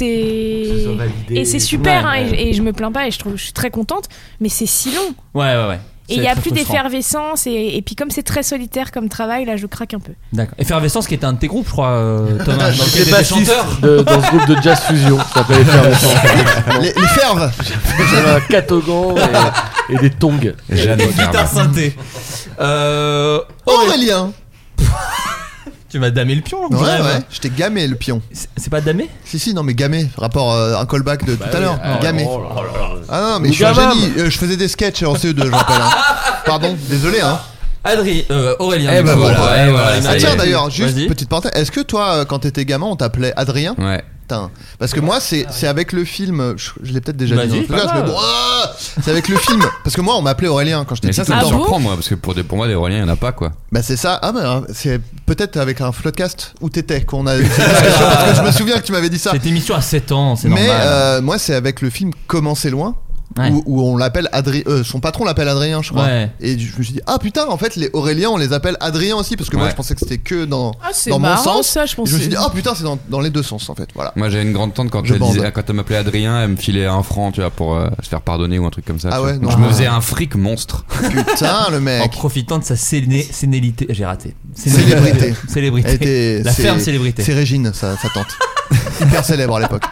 [SPEAKER 6] t'es et c'est super
[SPEAKER 4] Ouais,
[SPEAKER 6] hein,
[SPEAKER 4] ouais.
[SPEAKER 6] Et, et je me plains pas et je trouve je suis très contente mais c'est si long
[SPEAKER 4] Ouais, ouais, ouais. C'est
[SPEAKER 6] et il y a
[SPEAKER 4] très
[SPEAKER 6] plus
[SPEAKER 4] frustrant.
[SPEAKER 6] d'effervescence et, et puis comme c'est très solitaire comme travail là je craque un peu
[SPEAKER 4] D'accord. Effervescence qui était un de tes groupes, je
[SPEAKER 3] (laughs)
[SPEAKER 4] crois, euh, Thomas. dans lequel
[SPEAKER 5] J'étais
[SPEAKER 4] t'étais
[SPEAKER 5] bassiste
[SPEAKER 4] chanteur.
[SPEAKER 5] de- dans ce groupe de jazz fusion. Ça (laughs) s'appelait Effervescence.
[SPEAKER 3] Les, les ferves
[SPEAKER 5] J'avais un catogan et, et des tongs.
[SPEAKER 2] Jeanne
[SPEAKER 4] Guitare synthé. Euh,
[SPEAKER 3] Aurélien
[SPEAKER 4] tu m'as damé le pion,
[SPEAKER 3] Ouais,
[SPEAKER 4] bref.
[SPEAKER 3] ouais, je t'ai gamé le pion.
[SPEAKER 4] C'est c'est pas damé
[SPEAKER 3] Si, si, non, mais gamé, rapport euh, un callback de
[SPEAKER 4] Bah
[SPEAKER 3] tout à l'heure. gamé.
[SPEAKER 4] oh
[SPEAKER 3] Ah non, mais
[SPEAKER 5] Ou
[SPEAKER 3] je suis un
[SPEAKER 5] gamam.
[SPEAKER 3] génie, euh, je faisais des sketchs en CE2, je rappelle. hein. Pardon, désolé. Hein.
[SPEAKER 4] Adrien, euh, Aurélien.
[SPEAKER 2] Eh
[SPEAKER 4] du
[SPEAKER 2] ben
[SPEAKER 4] coup.
[SPEAKER 2] voilà,
[SPEAKER 4] Ouais,
[SPEAKER 2] eh
[SPEAKER 4] voilà,
[SPEAKER 2] voilà,
[SPEAKER 4] les
[SPEAKER 2] ça
[SPEAKER 3] Ah,
[SPEAKER 4] merveilles.
[SPEAKER 3] tiens, d'ailleurs, juste
[SPEAKER 4] Vas-y.
[SPEAKER 3] petite parenthèse, est-ce que toi, euh, quand t'étais gamin, on t'appelait Adrien
[SPEAKER 2] Ouais.
[SPEAKER 3] Putain. Parce que moi, c'est c'est avec le film. Je, je l'ai peut-être déjà
[SPEAKER 4] Vas-y,
[SPEAKER 3] dit. dans le
[SPEAKER 4] pas
[SPEAKER 3] podcast,
[SPEAKER 4] grave.
[SPEAKER 3] mais bon, ah c'est avec le film. Parce que moi, on m'appelait Aurélien quand j'étais
[SPEAKER 2] Mais ça,
[SPEAKER 3] petit.
[SPEAKER 2] ça me
[SPEAKER 6] Ah bon
[SPEAKER 2] surprend, moi, parce que pour, des- pour moi, des Aurélien, il n'y en a pas, quoi.
[SPEAKER 3] Bah c'est ça. Ah bah c'est peut-être avec un floodcast où t'étais qu'on
[SPEAKER 4] (laughs)
[SPEAKER 3] a. (laughs) parce que- parce que je me souviens que tu m'avais dit ça.
[SPEAKER 4] Cette émission à 7 ans, c'est
[SPEAKER 3] Mais
[SPEAKER 4] normal.
[SPEAKER 3] euh, moi, c'est avec le film Comment c'est loin.
[SPEAKER 4] Ouais.
[SPEAKER 3] Où, où on l'appelle Adrien, son patron l'appelle Adrien, je crois.
[SPEAKER 4] Ouais.
[SPEAKER 3] Et je me suis dit ah putain, en fait les Auréliens on les appelle Adrien aussi parce que moi
[SPEAKER 2] Ouais.
[SPEAKER 3] je pensais que c'était que dans
[SPEAKER 6] ah c'est
[SPEAKER 3] dans mon sens.
[SPEAKER 6] ça je
[SPEAKER 3] Et
[SPEAKER 6] pense
[SPEAKER 3] je me suis dit ah putain c'est dans, dans les deux sens en fait
[SPEAKER 4] (laughs)
[SPEAKER 3] voilà.
[SPEAKER 2] Moi, j'avais une grande tante quand
[SPEAKER 3] Je
[SPEAKER 2] elle,
[SPEAKER 3] bande.
[SPEAKER 2] disait- quand elle m'appelait Adrien, elle me filait un franc, tu vois, pour euh, se faire pardonner ou un truc comme ça.
[SPEAKER 3] Ah
[SPEAKER 2] tu vois.
[SPEAKER 3] ouais,
[SPEAKER 2] Donc,
[SPEAKER 3] non.
[SPEAKER 2] je me faisais un fric monstre.
[SPEAKER 3] Putain le
[SPEAKER 4] en
[SPEAKER 3] mec.
[SPEAKER 4] profitant de sa séné- sénélité. J'ai raté.
[SPEAKER 3] Célébrité.
[SPEAKER 4] (laughs) Célébrité.
[SPEAKER 3] Elle était-
[SPEAKER 4] La
[SPEAKER 3] c'est-
[SPEAKER 4] ferme célébrité.
[SPEAKER 3] C'est Régine sa, sa tante. (laughs) Hyper célèbre à l'époque.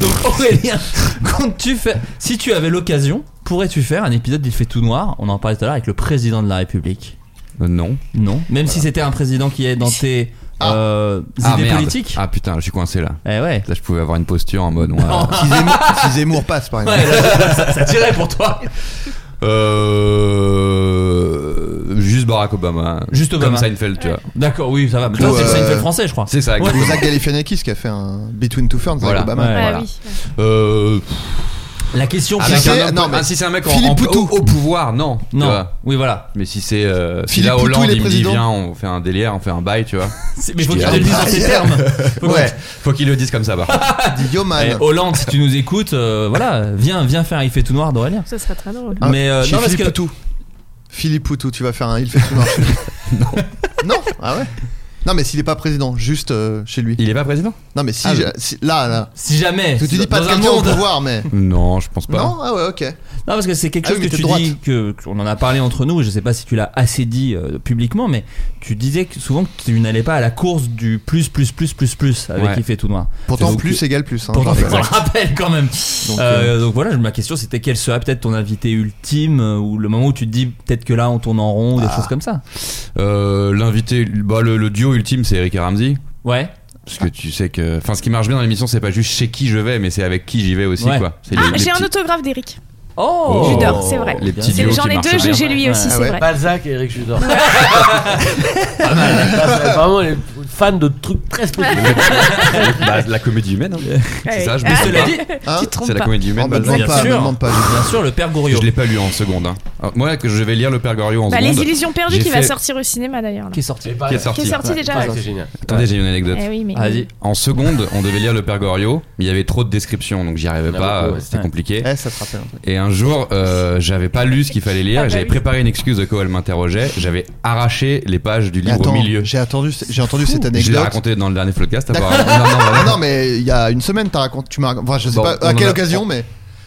[SPEAKER 4] Donc Aurélien, (laughs) comptes-tu faire Si tu avais l'occasion, pourrais-tu faire un épisode d'Il fait tout noir On en parlait tout à l'heure avec le président de la République.
[SPEAKER 2] Euh, non.
[SPEAKER 4] Non. Même si c'était un président qui est dans tes
[SPEAKER 3] Ah.
[SPEAKER 4] euh,
[SPEAKER 2] Ah,
[SPEAKER 4] idées
[SPEAKER 2] merde.
[SPEAKER 4] politiques.
[SPEAKER 2] Ah, putain, je suis coincé là.
[SPEAKER 4] Eh ouais.
[SPEAKER 2] Là, je pouvais avoir une posture en mode. ouais.
[SPEAKER 3] Si Zemmour, si Zemmour passe par exemple.
[SPEAKER 4] Ouais, (laughs) là, ça, ça tirait pour toi.
[SPEAKER 2] Euh, Juste Barack Obama.
[SPEAKER 4] Juste Obama.
[SPEAKER 2] Comme Seinfeld, tu vois.
[SPEAKER 4] D'accord, oui, ça va. Mais toi,
[SPEAKER 3] Ou,
[SPEAKER 4] c'est le
[SPEAKER 3] euh,
[SPEAKER 4] Seinfeld français, je crois.
[SPEAKER 2] C'est ça,
[SPEAKER 3] Ou
[SPEAKER 2] exactement.
[SPEAKER 3] Zach Galifianakis qui a fait un Between Two Ferns
[SPEAKER 2] Voilà.
[SPEAKER 3] avec Obama.
[SPEAKER 4] Ouais.
[SPEAKER 2] voilà.
[SPEAKER 6] Bah oui.
[SPEAKER 2] Euh,
[SPEAKER 4] La question qui
[SPEAKER 2] avec
[SPEAKER 3] c'est-
[SPEAKER 2] un homme-
[SPEAKER 3] non, mais
[SPEAKER 2] ah, si c'est un mec en,
[SPEAKER 3] Philippe
[SPEAKER 2] en-
[SPEAKER 3] Poutou.
[SPEAKER 2] au, au pouvoir, non. tu
[SPEAKER 4] Non.
[SPEAKER 2] vois.
[SPEAKER 4] Oui, voilà.
[SPEAKER 2] Mais si c'est euh, si
[SPEAKER 3] Philippe
[SPEAKER 2] là
[SPEAKER 3] Poutou,
[SPEAKER 2] Hollande,
[SPEAKER 3] il est
[SPEAKER 2] il me dit
[SPEAKER 3] président.
[SPEAKER 2] viens, on fait un délire, on fait un bail, tu vois.
[SPEAKER 4] C'est- Mais faut que
[SPEAKER 2] Je
[SPEAKER 4] tu te le dises dans ces termes. Faut que-
[SPEAKER 3] Ouais.
[SPEAKER 2] (laughs) Faut qu'il le dise comme ça, par contre.
[SPEAKER 3] Dit Yoman.
[SPEAKER 4] Eh, Hollande, si tu nous écoutes, euh, voilà, viens, viens faire Il fait tout noir d'Aurélien.
[SPEAKER 6] ça serait très drôle
[SPEAKER 3] Hein,
[SPEAKER 4] mais, euh,
[SPEAKER 3] chez
[SPEAKER 4] non, parce
[SPEAKER 3] Philippe
[SPEAKER 4] que-
[SPEAKER 3] Poutou. Philippe Poutou, tu vas faire un il fait tout noir. non. Non Ah ouais Non, mais s'il est pas président, juste euh, chez lui.
[SPEAKER 2] Il est pas président
[SPEAKER 3] Non, mais si,
[SPEAKER 2] Ah,
[SPEAKER 3] je- si- Là, là.
[SPEAKER 4] Si jamais.
[SPEAKER 3] Parce que tu
[SPEAKER 4] dans
[SPEAKER 3] dis pas
[SPEAKER 4] un
[SPEAKER 3] de quelqu'un au
[SPEAKER 4] monde-
[SPEAKER 3] pouvoir, mais.
[SPEAKER 2] Non, je pense pas.
[SPEAKER 3] Non Ah ouais, ok.
[SPEAKER 4] Non, parce que c'est quelque
[SPEAKER 3] Ah oui,
[SPEAKER 4] chose
[SPEAKER 3] mais
[SPEAKER 4] que
[SPEAKER 3] t'es
[SPEAKER 4] tu
[SPEAKER 3] droite.
[SPEAKER 4] dis, que, qu'on en a parlé entre nous, je sais pas si tu l'as assez dit euh, publiquement, mais tu disais que souvent que tu n'allais pas à la course du plus, plus, plus, plus, plus avec
[SPEAKER 2] Ouais.
[SPEAKER 4] Il fait tout noir.
[SPEAKER 3] Pourtant,
[SPEAKER 4] Donc,
[SPEAKER 3] plus égale plus. Hein,
[SPEAKER 4] Pourtant,
[SPEAKER 3] je
[SPEAKER 4] on le
[SPEAKER 3] rappelle.
[SPEAKER 4] rappelle quand même.
[SPEAKER 3] Donc, euh,
[SPEAKER 4] Euh, donc voilà, ma question c'était quel sera peut-être ton invité ultime euh, ou le moment où tu te dis peut-être que là on tourne en rond ou des
[SPEAKER 3] Ah.
[SPEAKER 4] choses comme ça.
[SPEAKER 2] Euh, L'invité, bah, le, le duo ultime, c'est Eric et Ramsey.
[SPEAKER 4] Ouais.
[SPEAKER 2] Parce que tu sais que. Enfin, ce qui marche bien dans l'émission, c'est pas juste chez qui je vais, mais c'est avec qui j'y vais aussi,
[SPEAKER 4] Ouais.
[SPEAKER 2] quoi. C'est
[SPEAKER 6] ah
[SPEAKER 2] les- les
[SPEAKER 6] j'ai un
[SPEAKER 2] petits-
[SPEAKER 6] autographe d'Eric
[SPEAKER 4] Oh,
[SPEAKER 6] Judor, c'est vrai.
[SPEAKER 2] Les petits
[SPEAKER 6] C'est-
[SPEAKER 2] duos
[SPEAKER 6] j'en
[SPEAKER 2] qui
[SPEAKER 6] ai
[SPEAKER 2] marchent
[SPEAKER 6] deux j'ai
[SPEAKER 2] bien.
[SPEAKER 6] j'ai lui
[SPEAKER 4] Ouais.
[SPEAKER 6] aussi
[SPEAKER 3] Ah
[SPEAKER 6] c'est
[SPEAKER 3] ouais.
[SPEAKER 6] vrai
[SPEAKER 5] Balzac et
[SPEAKER 4] (laughs)
[SPEAKER 5] Eric Judor. hein. Apparemment, elle est fan de trucs très spécifiques.
[SPEAKER 2] Bah, la comédie humaine, hein.
[SPEAKER 6] Ouais.
[SPEAKER 2] c'est ça, je me
[SPEAKER 6] Ah,
[SPEAKER 2] souviens.
[SPEAKER 4] dit,
[SPEAKER 3] hein
[SPEAKER 6] tu te trompes
[SPEAKER 2] C'est la
[SPEAKER 6] pas
[SPEAKER 2] comédie
[SPEAKER 3] On
[SPEAKER 2] humaine.
[SPEAKER 3] me
[SPEAKER 2] bah,
[SPEAKER 3] demande
[SPEAKER 4] bien
[SPEAKER 3] pas, on me
[SPEAKER 4] sûr.
[SPEAKER 3] demande
[SPEAKER 4] (laughs)
[SPEAKER 3] pas.
[SPEAKER 4] bien sûr le père
[SPEAKER 2] je
[SPEAKER 4] Goriot.
[SPEAKER 2] l'ai pas lu en seconde. hein. Alors, moi, que je vais lire le Père Goriot en
[SPEAKER 6] Bah, les
[SPEAKER 2] seconde.
[SPEAKER 6] illusions perdues
[SPEAKER 2] J'ai
[SPEAKER 6] qui va
[SPEAKER 2] fait-
[SPEAKER 6] sortir au cinéma d'ailleurs là.
[SPEAKER 4] qui est sorti.
[SPEAKER 2] Qui est sorti. Ah,
[SPEAKER 6] qui est sorti déjà
[SPEAKER 5] C'est génial.
[SPEAKER 2] Attendez, j'ai une anecdote.
[SPEAKER 6] Eh oui, mais-
[SPEAKER 4] Vas-y.
[SPEAKER 2] En seconde, on devait lire le Père Goriot, mais il y avait trop de descriptions, donc j'y arrivais
[SPEAKER 5] Il y en a
[SPEAKER 2] pas,
[SPEAKER 5] beaucoup, ouais.
[SPEAKER 2] euh, c'était
[SPEAKER 4] Ouais.
[SPEAKER 2] compliqué.
[SPEAKER 3] Eh, ça te rappelle.
[SPEAKER 2] Et un jour, euh, j'avais pas lu ce qu'il fallait lire,
[SPEAKER 6] Ah
[SPEAKER 2] et
[SPEAKER 6] bah
[SPEAKER 2] j'avais
[SPEAKER 6] oui.
[SPEAKER 2] préparé une excuse de quoi elle m'interrogeait, j'avais arraché les pages du
[SPEAKER 3] Mais
[SPEAKER 2] livre au
[SPEAKER 3] attends,
[SPEAKER 2] milieu.
[SPEAKER 3] j'ai attendu, j'ai entendu cette
[SPEAKER 2] Je l'ai
[SPEAKER 3] anecdote.
[SPEAKER 2] raconté dans le dernier podcast,
[SPEAKER 3] D'accord.
[SPEAKER 2] apparemment. Non, non, voilà.
[SPEAKER 3] Ah (laughs) Non, non, mais il y a une semaine, t'as raconté, tu m'as raconté. Enfin, je sais
[SPEAKER 2] Bon,
[SPEAKER 3] pas
[SPEAKER 2] on
[SPEAKER 3] à
[SPEAKER 2] en
[SPEAKER 3] quelle
[SPEAKER 2] a-
[SPEAKER 3] occasion, mais.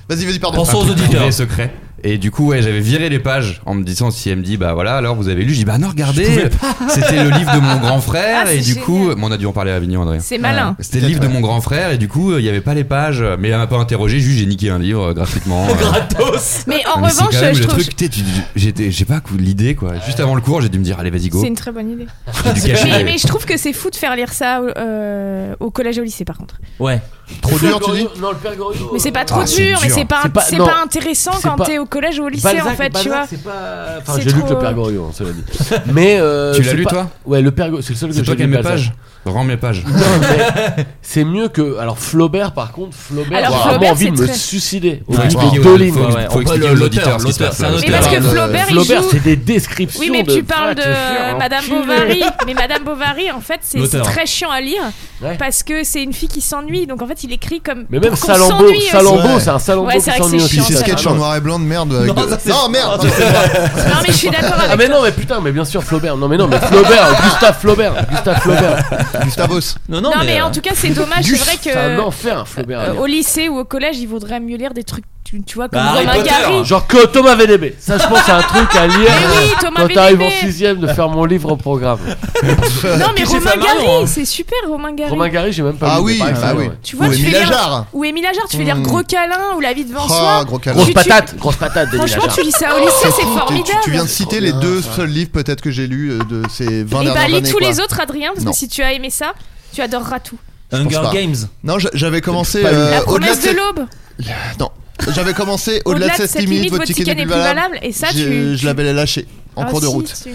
[SPEAKER 3] Vas-y, vas-y, pardon.
[SPEAKER 4] Pensons aux
[SPEAKER 2] Un truc
[SPEAKER 4] auditeurs.
[SPEAKER 2] privé secret. Et du coup, ouais, j'avais viré les pages en me disant si elle me dit, bah voilà, alors vous avez lu, j'ai dit, bah non, regardez, (laughs) c'était le livre de mon grand frère.
[SPEAKER 6] Ah,
[SPEAKER 2] et
[SPEAKER 6] c'est
[SPEAKER 2] du coup,
[SPEAKER 6] génial.
[SPEAKER 2] mais on a dû en parler à Avignon, Adrien.
[SPEAKER 6] C'est malin.
[SPEAKER 2] C'était le livre de mon grand frère, et du coup, euh, il n'y avait pas les pages. Mais elle m'a pas interrogé, juste j'ai niqué un livre euh,
[SPEAKER 6] (laughs)
[SPEAKER 2] gratuitement. euh.
[SPEAKER 4] Gratos
[SPEAKER 6] Mais en
[SPEAKER 2] Ah, Mais c'est
[SPEAKER 6] revanche,
[SPEAKER 2] quand même
[SPEAKER 6] je
[SPEAKER 2] le
[SPEAKER 6] trouve.
[SPEAKER 2] truc, tu sais, tu- tu- j'étais- j'ai pas l'idée quoi. Juste avant le cours, j'ai dû me dire, allez, vas-y, go.
[SPEAKER 6] C'est une très bonne idée.
[SPEAKER 2] J'ai dû cacher.
[SPEAKER 6] Mais, mais je trouve que c'est fou de faire lire ça euh, au collège et au lycée, par contre.
[SPEAKER 4] Ouais.
[SPEAKER 3] Trop dur, tu dis
[SPEAKER 5] Goriot- Non, le père Goriot.
[SPEAKER 6] Mais c'est
[SPEAKER 5] euh,
[SPEAKER 6] pas trop
[SPEAKER 2] Ah, c'est
[SPEAKER 6] dur, mais
[SPEAKER 2] dur.
[SPEAKER 6] c'est pas,
[SPEAKER 5] C'est pas-
[SPEAKER 6] c'est
[SPEAKER 5] non.
[SPEAKER 6] pas intéressant
[SPEAKER 5] C'est
[SPEAKER 6] quand
[SPEAKER 5] pas-
[SPEAKER 6] t'es au collège ou au lycée,
[SPEAKER 5] Balzac,
[SPEAKER 6] en fait, tu
[SPEAKER 5] Balzac,
[SPEAKER 6] vois.
[SPEAKER 5] c'est pas. Enfin,
[SPEAKER 6] C'est
[SPEAKER 5] j'ai lu que le
[SPEAKER 6] trop- euh,
[SPEAKER 5] Père Goriot, hein, cela dit. (laughs) Mais euh,
[SPEAKER 2] Tu l'as
[SPEAKER 5] c'est
[SPEAKER 2] lu,
[SPEAKER 5] pas-
[SPEAKER 2] toi
[SPEAKER 5] Ouais, le Père Goriot, c'est le seul que j'ai
[SPEAKER 2] C'est
[SPEAKER 5] lu.
[SPEAKER 2] toi qui aimes les
[SPEAKER 5] Balzac.
[SPEAKER 2] pages Rends mes pages.
[SPEAKER 5] Non, mais c'est mieux que. Alors Flaubert, par contre, Flaubert,
[SPEAKER 6] Alors,
[SPEAKER 5] j'ai
[SPEAKER 6] Flaubert,
[SPEAKER 5] vraiment envie
[SPEAKER 6] c'est
[SPEAKER 5] de me
[SPEAKER 6] très- Ah,
[SPEAKER 5] suicider. Au
[SPEAKER 4] Ouais,
[SPEAKER 5] bout
[SPEAKER 4] faut
[SPEAKER 5] des
[SPEAKER 2] expliquer
[SPEAKER 5] deux
[SPEAKER 2] aux-
[SPEAKER 5] lignes.
[SPEAKER 2] faut-
[SPEAKER 4] Ouais, ouais,
[SPEAKER 2] faut
[SPEAKER 4] on
[SPEAKER 2] expliquer
[SPEAKER 4] voit
[SPEAKER 2] aux
[SPEAKER 4] le-
[SPEAKER 2] auditeurs ce qui se
[SPEAKER 4] l'auteur,
[SPEAKER 2] passe,
[SPEAKER 4] c'est un
[SPEAKER 2] là.
[SPEAKER 4] auteur.
[SPEAKER 6] Mais parce que
[SPEAKER 5] Flaubert,
[SPEAKER 6] Flaubert, il
[SPEAKER 5] Flaubert,
[SPEAKER 6] joue-
[SPEAKER 5] c'est des descriptions.
[SPEAKER 6] Oui, mais
[SPEAKER 5] de
[SPEAKER 6] tu parles de
[SPEAKER 5] vaches,
[SPEAKER 6] euh,
[SPEAKER 5] hein,
[SPEAKER 6] Madame
[SPEAKER 5] enculé.
[SPEAKER 6] Bovary. Mais Madame Bovary, en fait, c'est c'est
[SPEAKER 4] L'auteur.
[SPEAKER 6] très chiant à lire
[SPEAKER 5] Ouais.
[SPEAKER 6] parce que c'est une fille qui s'ennuie. Donc en fait, il écrit comme.
[SPEAKER 5] Mais même
[SPEAKER 6] pour qu'on
[SPEAKER 5] Salambo,
[SPEAKER 6] s'ennuie aussi.
[SPEAKER 5] Salambo,
[SPEAKER 3] Ouais.
[SPEAKER 5] c'est un Salambo
[SPEAKER 6] Ouais,
[SPEAKER 5] qui
[SPEAKER 6] c'est vrai que
[SPEAKER 5] s'ennuie
[SPEAKER 6] c'est
[SPEAKER 5] aussi.
[SPEAKER 3] Puis
[SPEAKER 6] chiant,
[SPEAKER 3] ces
[SPEAKER 6] ça.
[SPEAKER 3] sketchs en noir et blanc de merde. avec
[SPEAKER 4] Non,
[SPEAKER 3] de-
[SPEAKER 4] ça, c'est-
[SPEAKER 3] euh, non merde
[SPEAKER 4] Non, ça, c'est-
[SPEAKER 6] Non, mais je suis d'accord
[SPEAKER 5] Ah
[SPEAKER 6] avec
[SPEAKER 5] mais
[SPEAKER 6] toi.
[SPEAKER 5] non mais putain mais bien sûr Flaubert non mais non mais
[SPEAKER 6] (laughs)
[SPEAKER 5] Flaubert Gustave Flaubert Gustave Flaubert
[SPEAKER 3] Gustavos.
[SPEAKER 4] Non, euh,
[SPEAKER 6] Non, mais en tout cas, c'est dommage. C'est
[SPEAKER 5] Gus-
[SPEAKER 6] vrai
[SPEAKER 5] c'est euh, un
[SPEAKER 6] que
[SPEAKER 5] enfer Flaubert à
[SPEAKER 6] euh,
[SPEAKER 5] lire.
[SPEAKER 6] au lycée ou au collège, il vaudrait mieux lire des trucs, tu, tu vois, comme
[SPEAKER 4] Bah, Harry
[SPEAKER 6] Romain
[SPEAKER 4] Potter.
[SPEAKER 6] Gary.
[SPEAKER 5] genre que Thomas VDB ça je pense c'est un truc à lire
[SPEAKER 6] Mais oui,
[SPEAKER 5] euh,
[SPEAKER 6] Thomas
[SPEAKER 5] quand t'arrives en euh,
[SPEAKER 6] VDB.
[SPEAKER 5] 6ème de faire mon livre au programme
[SPEAKER 6] Non, mais
[SPEAKER 4] Qui j'ai fait
[SPEAKER 6] Romain
[SPEAKER 4] à Marion,
[SPEAKER 6] Gary,
[SPEAKER 4] hein.
[SPEAKER 6] c'est super, Romain Gary.
[SPEAKER 5] Romain Gary j'ai même pas
[SPEAKER 3] Ah
[SPEAKER 5] lu,
[SPEAKER 3] oui,
[SPEAKER 5] mais pareil,
[SPEAKER 3] bah
[SPEAKER 5] ça,
[SPEAKER 3] oui.
[SPEAKER 5] ouais.
[SPEAKER 6] Tu vois,
[SPEAKER 3] Ou
[SPEAKER 6] tu fais
[SPEAKER 3] Émile
[SPEAKER 6] lire-
[SPEAKER 3] Ajar.
[SPEAKER 6] Ou Émile Ajar, tu fais lire
[SPEAKER 3] Hmm.
[SPEAKER 6] Gros Câlin ou La vie devant
[SPEAKER 3] Oh,
[SPEAKER 6] soi.
[SPEAKER 3] gros câlin.
[SPEAKER 5] grosse
[SPEAKER 6] Tu- tu-
[SPEAKER 5] patate grosse patate Denis
[SPEAKER 6] Franchement,
[SPEAKER 5] Lachard.
[SPEAKER 6] tu lis ça au lycée, c'est
[SPEAKER 3] Tu-
[SPEAKER 6] formidable.
[SPEAKER 3] Tu viens de citer les
[SPEAKER 5] bien,
[SPEAKER 3] deux
[SPEAKER 5] ça.
[SPEAKER 3] seuls livres peut-être que j'ai lus euh, de ces 20
[SPEAKER 6] Et
[SPEAKER 3] dernières
[SPEAKER 6] bah, lis
[SPEAKER 3] années.
[SPEAKER 6] tous
[SPEAKER 3] quoi.
[SPEAKER 6] les autres, Adrien, parce
[SPEAKER 3] Non.
[SPEAKER 6] que si tu as aimé ça, tu adoreras tout.
[SPEAKER 3] je
[SPEAKER 4] Hunger
[SPEAKER 3] pense pas.
[SPEAKER 4] Games.
[SPEAKER 3] Non, j'a- j'avais commencé
[SPEAKER 5] pas lu.
[SPEAKER 3] euh,
[SPEAKER 6] La
[SPEAKER 3] au-delà
[SPEAKER 6] promesse
[SPEAKER 3] de
[SPEAKER 6] de
[SPEAKER 3] cette-
[SPEAKER 6] l'aube.
[SPEAKER 3] Non, j'avais
[SPEAKER 6] (laughs)
[SPEAKER 3] commencé au-delà de cette
[SPEAKER 6] cette
[SPEAKER 3] limite, votre ticket n'est plus valable.
[SPEAKER 6] Et ça,
[SPEAKER 3] J'ai-
[SPEAKER 6] tu.
[SPEAKER 3] je l'avais lâché en
[SPEAKER 6] Ah,
[SPEAKER 3] cours de
[SPEAKER 6] si,
[SPEAKER 3] route.
[SPEAKER 6] tu-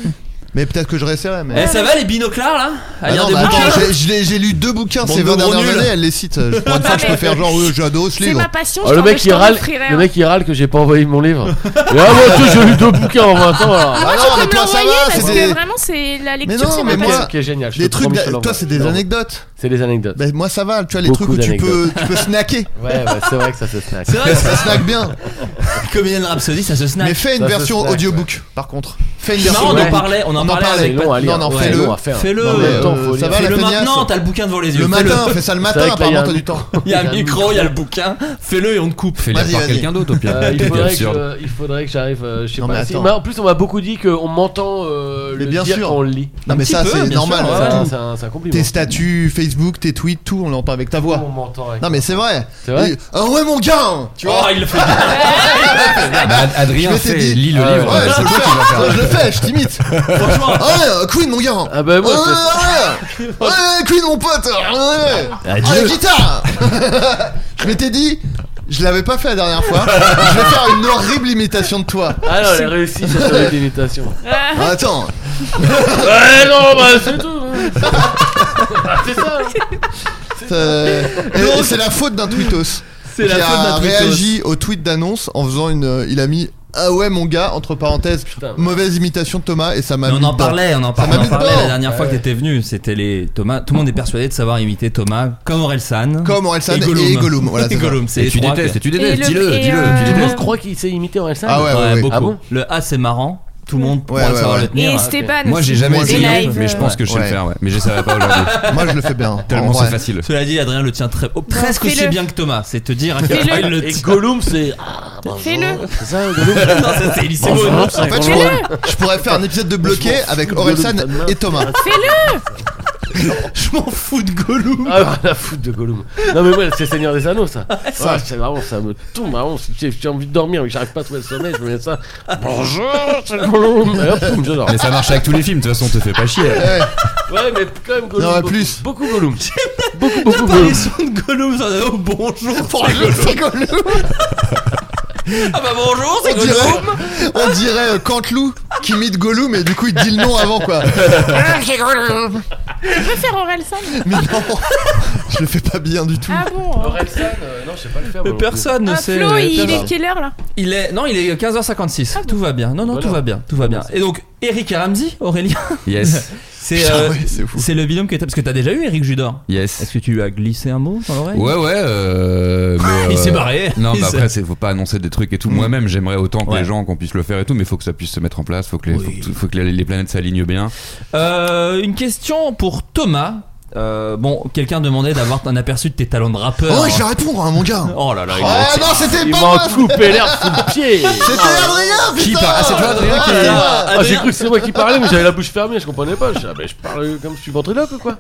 [SPEAKER 3] Mais peut-être que je réessayerai. Mais...
[SPEAKER 4] Eh, ça va les binoclars là À
[SPEAKER 3] Ah
[SPEAKER 4] lire
[SPEAKER 3] non,
[SPEAKER 4] des
[SPEAKER 3] bah
[SPEAKER 4] bouquins
[SPEAKER 3] attends, j'ai- je l'ai- j'ai lu deux bouquins
[SPEAKER 4] Bande
[SPEAKER 3] ces
[SPEAKER 4] de
[SPEAKER 3] 20
[SPEAKER 4] gros
[SPEAKER 3] dernières
[SPEAKER 4] nuls.
[SPEAKER 3] années, elle les cite. euh, Je- (laughs) Pour une fois, je peux faire genre, euh, oui, j'adore ce
[SPEAKER 6] C'est
[SPEAKER 3] livre.
[SPEAKER 6] ma passion.
[SPEAKER 5] Oh,
[SPEAKER 6] je
[SPEAKER 5] le
[SPEAKER 6] t'en-
[SPEAKER 5] mec
[SPEAKER 6] je
[SPEAKER 5] il
[SPEAKER 6] t'en
[SPEAKER 5] râle,
[SPEAKER 6] offrirai
[SPEAKER 5] le
[SPEAKER 6] un.
[SPEAKER 5] mec il râle que j'ai pas envoyé mon livre. Et ah bon, tu, j'ai lu deux bouquins en 20 ans. alors.
[SPEAKER 3] Ah
[SPEAKER 6] Moi,
[SPEAKER 3] non, mais
[SPEAKER 6] je peux me
[SPEAKER 3] toi, ça
[SPEAKER 6] l'envoyer
[SPEAKER 3] va,
[SPEAKER 6] parce
[SPEAKER 3] c'est
[SPEAKER 6] que
[SPEAKER 3] des.
[SPEAKER 6] vraiment, c'est la lecture.
[SPEAKER 3] non,
[SPEAKER 6] c'est
[SPEAKER 3] mais
[SPEAKER 6] ma
[SPEAKER 3] moi,
[SPEAKER 6] passion.
[SPEAKER 5] Ok, génial. je
[SPEAKER 3] Des
[SPEAKER 5] te
[SPEAKER 3] trucs,
[SPEAKER 5] promets, je te
[SPEAKER 3] d'a-
[SPEAKER 5] l'envoie.
[SPEAKER 3] toi, c'est des
[SPEAKER 5] Non,
[SPEAKER 3] anecdotes.
[SPEAKER 5] C'est des anecdotes.
[SPEAKER 3] Bah, moi, ça va, tu vois, les
[SPEAKER 5] Beaucoup
[SPEAKER 3] trucs où tu peux,
[SPEAKER 5] d'anecdotes.
[SPEAKER 3] tu peux snacker.
[SPEAKER 5] Ouais, ouais, c'est vrai que ça se snack.
[SPEAKER 4] (laughs) C'est vrai que
[SPEAKER 3] Ça snack bien.
[SPEAKER 5] (laughs)
[SPEAKER 4] c'est Comedian Rhapsody, ça se
[SPEAKER 3] Mais
[SPEAKER 4] snack.
[SPEAKER 3] fais une
[SPEAKER 5] Ça se
[SPEAKER 3] version
[SPEAKER 5] snack,
[SPEAKER 3] audiobook, par contre. Fais une
[SPEAKER 4] C'est marrant,
[SPEAKER 3] version
[SPEAKER 4] on en
[SPEAKER 5] Ouais.
[SPEAKER 4] parlait, on
[SPEAKER 3] On
[SPEAKER 4] en
[SPEAKER 3] en
[SPEAKER 4] parlait
[SPEAKER 3] parlait,
[SPEAKER 4] avec
[SPEAKER 5] C'est long à lire.
[SPEAKER 3] Non, non,
[SPEAKER 5] Ouais,
[SPEAKER 3] fais-le.
[SPEAKER 5] long à faire.
[SPEAKER 4] Fais-le.
[SPEAKER 5] Non, mais,
[SPEAKER 3] Non, mais,
[SPEAKER 5] attends,
[SPEAKER 3] euh, ça
[SPEAKER 5] faut lire.
[SPEAKER 3] va, la
[SPEAKER 4] Fais-le
[SPEAKER 3] feignasse.
[SPEAKER 4] maintenant, t'as le bouquin devant les yeux.
[SPEAKER 3] Le
[SPEAKER 4] fais-le.
[SPEAKER 3] matin, fais ça le
[SPEAKER 5] C'est
[SPEAKER 3] matin,
[SPEAKER 5] vrai que là, y a
[SPEAKER 3] apparemment,
[SPEAKER 5] (laughs) un
[SPEAKER 3] t'as du
[SPEAKER 5] micro.
[SPEAKER 3] temps.
[SPEAKER 4] Il y a un micro, il y a le bouquin. Fais-le et on te coupe.
[SPEAKER 2] Fais lire
[SPEAKER 3] Vas-y,
[SPEAKER 2] par
[SPEAKER 3] vas-y.
[SPEAKER 2] quelqu'un d'autre au pire.
[SPEAKER 5] Euh, il,
[SPEAKER 2] T'es
[SPEAKER 5] faudrait
[SPEAKER 2] absurde.
[SPEAKER 5] que, il faudrait que j'arrive, euh, je sais
[SPEAKER 3] Non, mais
[SPEAKER 5] pas. si-
[SPEAKER 3] attends.
[SPEAKER 5] mais en plus, on m'a beaucoup dit qu'on m'entend euh,
[SPEAKER 3] Mais
[SPEAKER 5] le
[SPEAKER 3] bien
[SPEAKER 5] dire
[SPEAKER 3] sûr. Ah,
[SPEAKER 5] quand on le lit.
[SPEAKER 3] Non, mais
[SPEAKER 4] petit
[SPEAKER 3] ça,
[SPEAKER 4] peu,
[SPEAKER 3] c'est
[SPEAKER 4] bien sûr,
[SPEAKER 3] normal.
[SPEAKER 4] ouais,
[SPEAKER 3] ça.
[SPEAKER 5] C'est un-
[SPEAKER 4] ouais.
[SPEAKER 5] c'est un, c'est un compliment.
[SPEAKER 3] Tes statuts, Facebook, tes tweets, tout, on l'entend avec ta
[SPEAKER 5] Comment
[SPEAKER 3] voix.
[SPEAKER 5] on m'entend avec-
[SPEAKER 3] Non, mais c'est vrai.
[SPEAKER 5] C'est vrai
[SPEAKER 3] Et- Ah ouais, mon gars Tu
[SPEAKER 4] Oh,
[SPEAKER 3] vois
[SPEAKER 4] il
[SPEAKER 3] (laughs)
[SPEAKER 4] le fait bien.
[SPEAKER 2] Bah, Adrien
[SPEAKER 3] Je m'étais
[SPEAKER 2] fait,
[SPEAKER 3] dit-
[SPEAKER 2] lis le
[SPEAKER 5] Ah,
[SPEAKER 2] livre.
[SPEAKER 3] Ouais, je le fais,
[SPEAKER 2] faire.
[SPEAKER 3] je le fais, je
[SPEAKER 5] (laughs)
[SPEAKER 3] t'imite.
[SPEAKER 4] Franchement,
[SPEAKER 3] Ah ouais, euh, Queen, mon gars
[SPEAKER 5] Ah bah, moi,
[SPEAKER 3] Ouais,
[SPEAKER 5] c'est-
[SPEAKER 3] ouais,
[SPEAKER 5] (laughs)
[SPEAKER 3] ouais, ouais, Queen, mon pote Ah ouais.
[SPEAKER 2] Bah,
[SPEAKER 3] Ah, la guitare (laughs) Je m'étais dit, je l'avais pas fait la dernière fois,
[SPEAKER 2] (laughs)
[SPEAKER 3] je vais faire une horrible imitation de toi.
[SPEAKER 5] Ah non, elle a réussi, cette
[SPEAKER 3] (laughs)
[SPEAKER 5] série d'imitation.
[SPEAKER 3] Ah, attends,
[SPEAKER 5] Ouais, non, bah, c'est tout.
[SPEAKER 3] (laughs)
[SPEAKER 5] hein. Ah, c'est ça. hein.
[SPEAKER 3] c'est et c'est la faute d'un tweetos.
[SPEAKER 4] c'est
[SPEAKER 3] qui
[SPEAKER 4] la
[SPEAKER 3] a
[SPEAKER 4] fin de notre mythos.
[SPEAKER 3] réagi au tweet d'annonce en faisant une. euh, Il a mis Ah ouais, mon gars, entre parenthèses,
[SPEAKER 5] Putain.
[SPEAKER 3] mauvaise imitation de Thomas, et ça m'a
[SPEAKER 4] Mais on
[SPEAKER 3] mis
[SPEAKER 4] en
[SPEAKER 3] dedans.
[SPEAKER 4] parlait, on en, par-
[SPEAKER 3] Ça m'a
[SPEAKER 4] on en
[SPEAKER 3] mis
[SPEAKER 4] parlait
[SPEAKER 3] dedans.
[SPEAKER 4] la dernière fois que t'étais venu. C'était les Thomas. Tout le monde est persuadé de savoir imiter Thomas comme Orelsan.
[SPEAKER 3] Comme Orelsan
[SPEAKER 4] et
[SPEAKER 3] et
[SPEAKER 4] Gollum.
[SPEAKER 3] Gollum, voilà,
[SPEAKER 4] Et
[SPEAKER 3] c'est ça.
[SPEAKER 4] Gollum, c'est
[SPEAKER 2] Et tu
[SPEAKER 4] les trois
[SPEAKER 2] détestes, et
[SPEAKER 4] que-
[SPEAKER 2] tu
[SPEAKER 6] Et
[SPEAKER 2] détestes.
[SPEAKER 6] le-
[SPEAKER 2] Dis-le,
[SPEAKER 6] et,
[SPEAKER 2] dis-le,
[SPEAKER 6] euh,
[SPEAKER 2] tu
[SPEAKER 5] Tout le
[SPEAKER 2] détestes.
[SPEAKER 5] monde croit qu'il s'est imité en
[SPEAKER 3] Ah ouais,
[SPEAKER 4] Ouais,
[SPEAKER 3] ouais, ouais.
[SPEAKER 4] beaucoup.
[SPEAKER 5] Ah bon
[SPEAKER 4] le A c'est marrant. Tout le monde
[SPEAKER 3] Ouais,
[SPEAKER 4] pense
[SPEAKER 3] ouais,
[SPEAKER 4] savoir
[SPEAKER 3] ouais.
[SPEAKER 4] le
[SPEAKER 6] Et
[SPEAKER 4] tenir.
[SPEAKER 6] Esteban.
[SPEAKER 2] Moi j'ai jamais
[SPEAKER 3] Moi, je
[SPEAKER 2] essayé,
[SPEAKER 6] l'ai.
[SPEAKER 2] mais je pense que je sais le
[SPEAKER 3] Ouais.
[SPEAKER 2] faire, ouais. Mais j'essaierai pas aujourd'hui.
[SPEAKER 3] Moi, je le fais
[SPEAKER 4] (laughs)
[SPEAKER 3] bien. en
[SPEAKER 2] Tellement
[SPEAKER 3] vrai.
[SPEAKER 2] c'est facile.
[SPEAKER 4] Cela dit, Adrien le tient très, oh, presque
[SPEAKER 6] fais-le.
[SPEAKER 4] aussi bien que Thomas. C'est te dire à quel
[SPEAKER 6] Fais-le.
[SPEAKER 4] point il le
[SPEAKER 5] Et
[SPEAKER 4] tient.
[SPEAKER 5] Gollum, c'est. Ah, bonjour.
[SPEAKER 6] Fais-le.
[SPEAKER 5] C'est ça, Gollum
[SPEAKER 4] Non, ça, c'est Elise Moon.
[SPEAKER 3] En fait, je pourrais, je pourrais faire un épisode de bloqué avec Orelsan et Thomas.
[SPEAKER 4] (laughs) Je m'en fous de Gollum.
[SPEAKER 5] Ah, (laughs) bah, la foute de Gollum. Non, mais ouais, c'est Seigneur des Anneaux, ça. Ah, c'est vraiment, ça me tombe. Vraiment, si j'ai j'ai envie de dormir, mais j'arrive pas à trouver le sommeil, je me mets ça. Bonjour, c'est Gollum. Et hop, boum, je dors.
[SPEAKER 2] Mais ça marche avec tous les films, de toute façon, te fais pas chier.
[SPEAKER 3] Ouais,
[SPEAKER 5] Ouais, mais quand même, Gollum.
[SPEAKER 3] Non, mais
[SPEAKER 5] beaucoup,
[SPEAKER 3] plus. (laughs)
[SPEAKER 5] Beaucoup Gollum. Beaucoup, beaucoup Gollum.
[SPEAKER 4] L'apparition (laughs) de Gollum, ça oh, bonjour.
[SPEAKER 3] Bonjour, c'est Gollum.
[SPEAKER 4] Ah bah bonjour, c'est
[SPEAKER 3] On dirait,
[SPEAKER 4] Gollum.
[SPEAKER 3] on dirait euh, Canteloup qui imite Gollum mais du coup il dit le nom avant
[SPEAKER 4] (laughs)
[SPEAKER 3] quoi.
[SPEAKER 6] Tu peux faire Orelsan
[SPEAKER 3] Mais non, je le fais pas bien du tout.
[SPEAKER 6] Ah bon euh.
[SPEAKER 5] Orelsan, euh, non, je sais pas le faire. moi,
[SPEAKER 4] Mais
[SPEAKER 5] non plus.
[SPEAKER 4] personne ne
[SPEAKER 6] Ah,
[SPEAKER 4] sait.
[SPEAKER 6] Flo,
[SPEAKER 4] euh,
[SPEAKER 6] il est Ah
[SPEAKER 5] personne.
[SPEAKER 6] quelle heure là
[SPEAKER 4] Il est non, il est 15h56. tout va bien. Non non, tout
[SPEAKER 5] Voilà.
[SPEAKER 4] va bien, tout va bien. Et donc Eric et Ramsey,
[SPEAKER 3] (laughs)
[SPEAKER 4] Aurélien,
[SPEAKER 2] Yes,
[SPEAKER 4] c'est
[SPEAKER 3] Putain,
[SPEAKER 4] euh,
[SPEAKER 3] ouais, c'est fou.
[SPEAKER 4] c'est le binôme que t'as parce que t'as déjà eu Eric Judor. Est-ce
[SPEAKER 2] yes.
[SPEAKER 4] que tu lui as glissé un mot dans l'oreille
[SPEAKER 2] Ouais, ouais, euh, mais,
[SPEAKER 4] Ah, Il
[SPEAKER 2] euh,
[SPEAKER 4] s'est barré.
[SPEAKER 2] Non,
[SPEAKER 4] Il
[SPEAKER 2] mais
[SPEAKER 4] s'est-
[SPEAKER 2] après, c'est- faut pas annoncer des trucs et tout. Moi-même, j'aimerais autant que
[SPEAKER 4] Ouais.
[SPEAKER 2] les gens qu'on puisse le faire et tout, mais faut que ça puisse se mettre en place, faut que les, faut que, faut que les, les planètes s'alignent bien.
[SPEAKER 4] Euh, une question pour Thomas. euh, bon, quelqu'un demandait d'avoir un aperçu de tes talents de rappeur.
[SPEAKER 3] Oh, je vais répondre, hein, mon gars.
[SPEAKER 4] Oh là là, il
[SPEAKER 3] Ah non, c'était
[SPEAKER 5] Il
[SPEAKER 3] pas
[SPEAKER 5] m'a
[SPEAKER 3] moi.
[SPEAKER 5] coupé l'air sous le pied.
[SPEAKER 3] C'était Adrien,
[SPEAKER 4] Qui
[SPEAKER 3] putain.
[SPEAKER 4] parle Ah, c'est toi, Adrien, qui
[SPEAKER 3] Ah,
[SPEAKER 4] est-
[SPEAKER 3] là.
[SPEAKER 5] Ah, j'ai cru que c'est moi qui parlais, mais j'avais la bouche fermée, je comprenais pas. Je, disais, ah, mais je parle comme je suis ventriloque ou quoi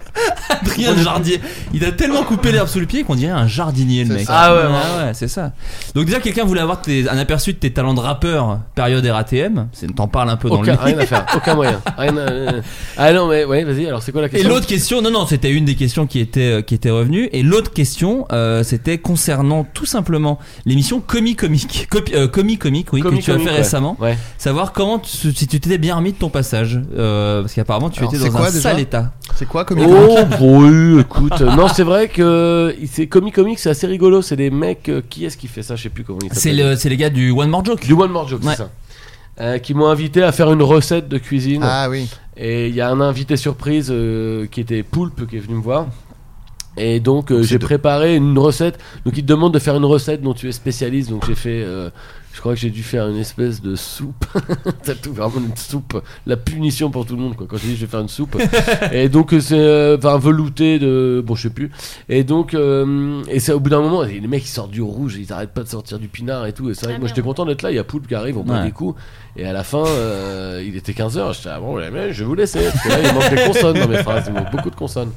[SPEAKER 4] Adrien le jardier. Il a tellement coupé l'herbe sous le pied qu'on dirait un jardinier, le
[SPEAKER 3] C'est
[SPEAKER 4] mec.
[SPEAKER 3] ça.
[SPEAKER 5] Ah ouais, ouais.
[SPEAKER 4] ouais, c'est ça. Donc déjà, quelqu'un voulait avoir tes- un aperçu de tes talents de rappeur, période RATM. C'est- T'en parles un peu dans le
[SPEAKER 5] Aucun,
[SPEAKER 4] livre.
[SPEAKER 5] rien à faire, aucun moyen. Rien à- Ah non, mais ouais, vas-y, alors c'est quoi la
[SPEAKER 4] Et
[SPEAKER 5] question
[SPEAKER 4] l'autre question, non, non, c'était une des questions qui était, euh, qui était revenue. Et l'autre question, euh, c'était concernant tout simplement l'émission Comi Comique. euh, Comi Comique, oui,
[SPEAKER 5] Comique,
[SPEAKER 4] que tu as fait
[SPEAKER 5] comique, ouais.
[SPEAKER 4] récemment.
[SPEAKER 5] Ouais.
[SPEAKER 4] Savoir comment, tu- si tu t'étais bien remis de ton passage. Euh, parce qu'apparemment, tu
[SPEAKER 3] Alors,
[SPEAKER 4] étais
[SPEAKER 3] c'est
[SPEAKER 4] dans
[SPEAKER 3] quoi,
[SPEAKER 4] un
[SPEAKER 3] déjà
[SPEAKER 4] sale état.
[SPEAKER 3] C'est quoi comme
[SPEAKER 5] Oh bro, écoute, euh, non c'est vrai que euh, c'est Comic Comic, c'est assez rigolo, c'est des mecs, euh, qui est-ce qui fait ça, je sais plus comment ils
[SPEAKER 4] C'est
[SPEAKER 5] s'appellent.
[SPEAKER 4] le- c'est les gars du One More Joke.
[SPEAKER 5] Du One More Joke,
[SPEAKER 4] Ouais.
[SPEAKER 5] c'est ça. Euh, qui m'ont invité à faire une recette de cuisine.
[SPEAKER 3] Ah oui.
[SPEAKER 5] Et il y a un invité surprise euh, qui était Poulpe qui est venu me voir. Et donc euh,
[SPEAKER 3] C'est
[SPEAKER 5] j'ai
[SPEAKER 3] de-
[SPEAKER 5] préparé une recette. Donc il te demande de faire une recette dont tu es spécialiste. Donc j'ai fait. euh, je crois que j'ai dû faire une espèce de soupe. (laughs) T'as tout vraiment une soupe. La punition pour tout le monde quoi. Quand je dis je vais faire
[SPEAKER 4] (laughs)
[SPEAKER 5] une soupe. et donc euh, c'est euh, enfin velouté de bon je sais plus. Et donc euh, et c'est au bout d'un moment et les mecs ils sortent du rouge, ils arrêtent pas de sortir du pinard et tout. Et c'est vrai
[SPEAKER 6] Ah,
[SPEAKER 5] que moi
[SPEAKER 6] merde.
[SPEAKER 5] j'étais content d'être là. Il y a Poulpe qui arrive, on prend
[SPEAKER 4] Ouais.
[SPEAKER 5] des coups. Et à la fin, euh, il était 15h. J'étais, ah bon, ouais, mais je vais vous laisser. Parce que là, il manque des consonnes dans mes phrases. Il manque beaucoup de consonnes.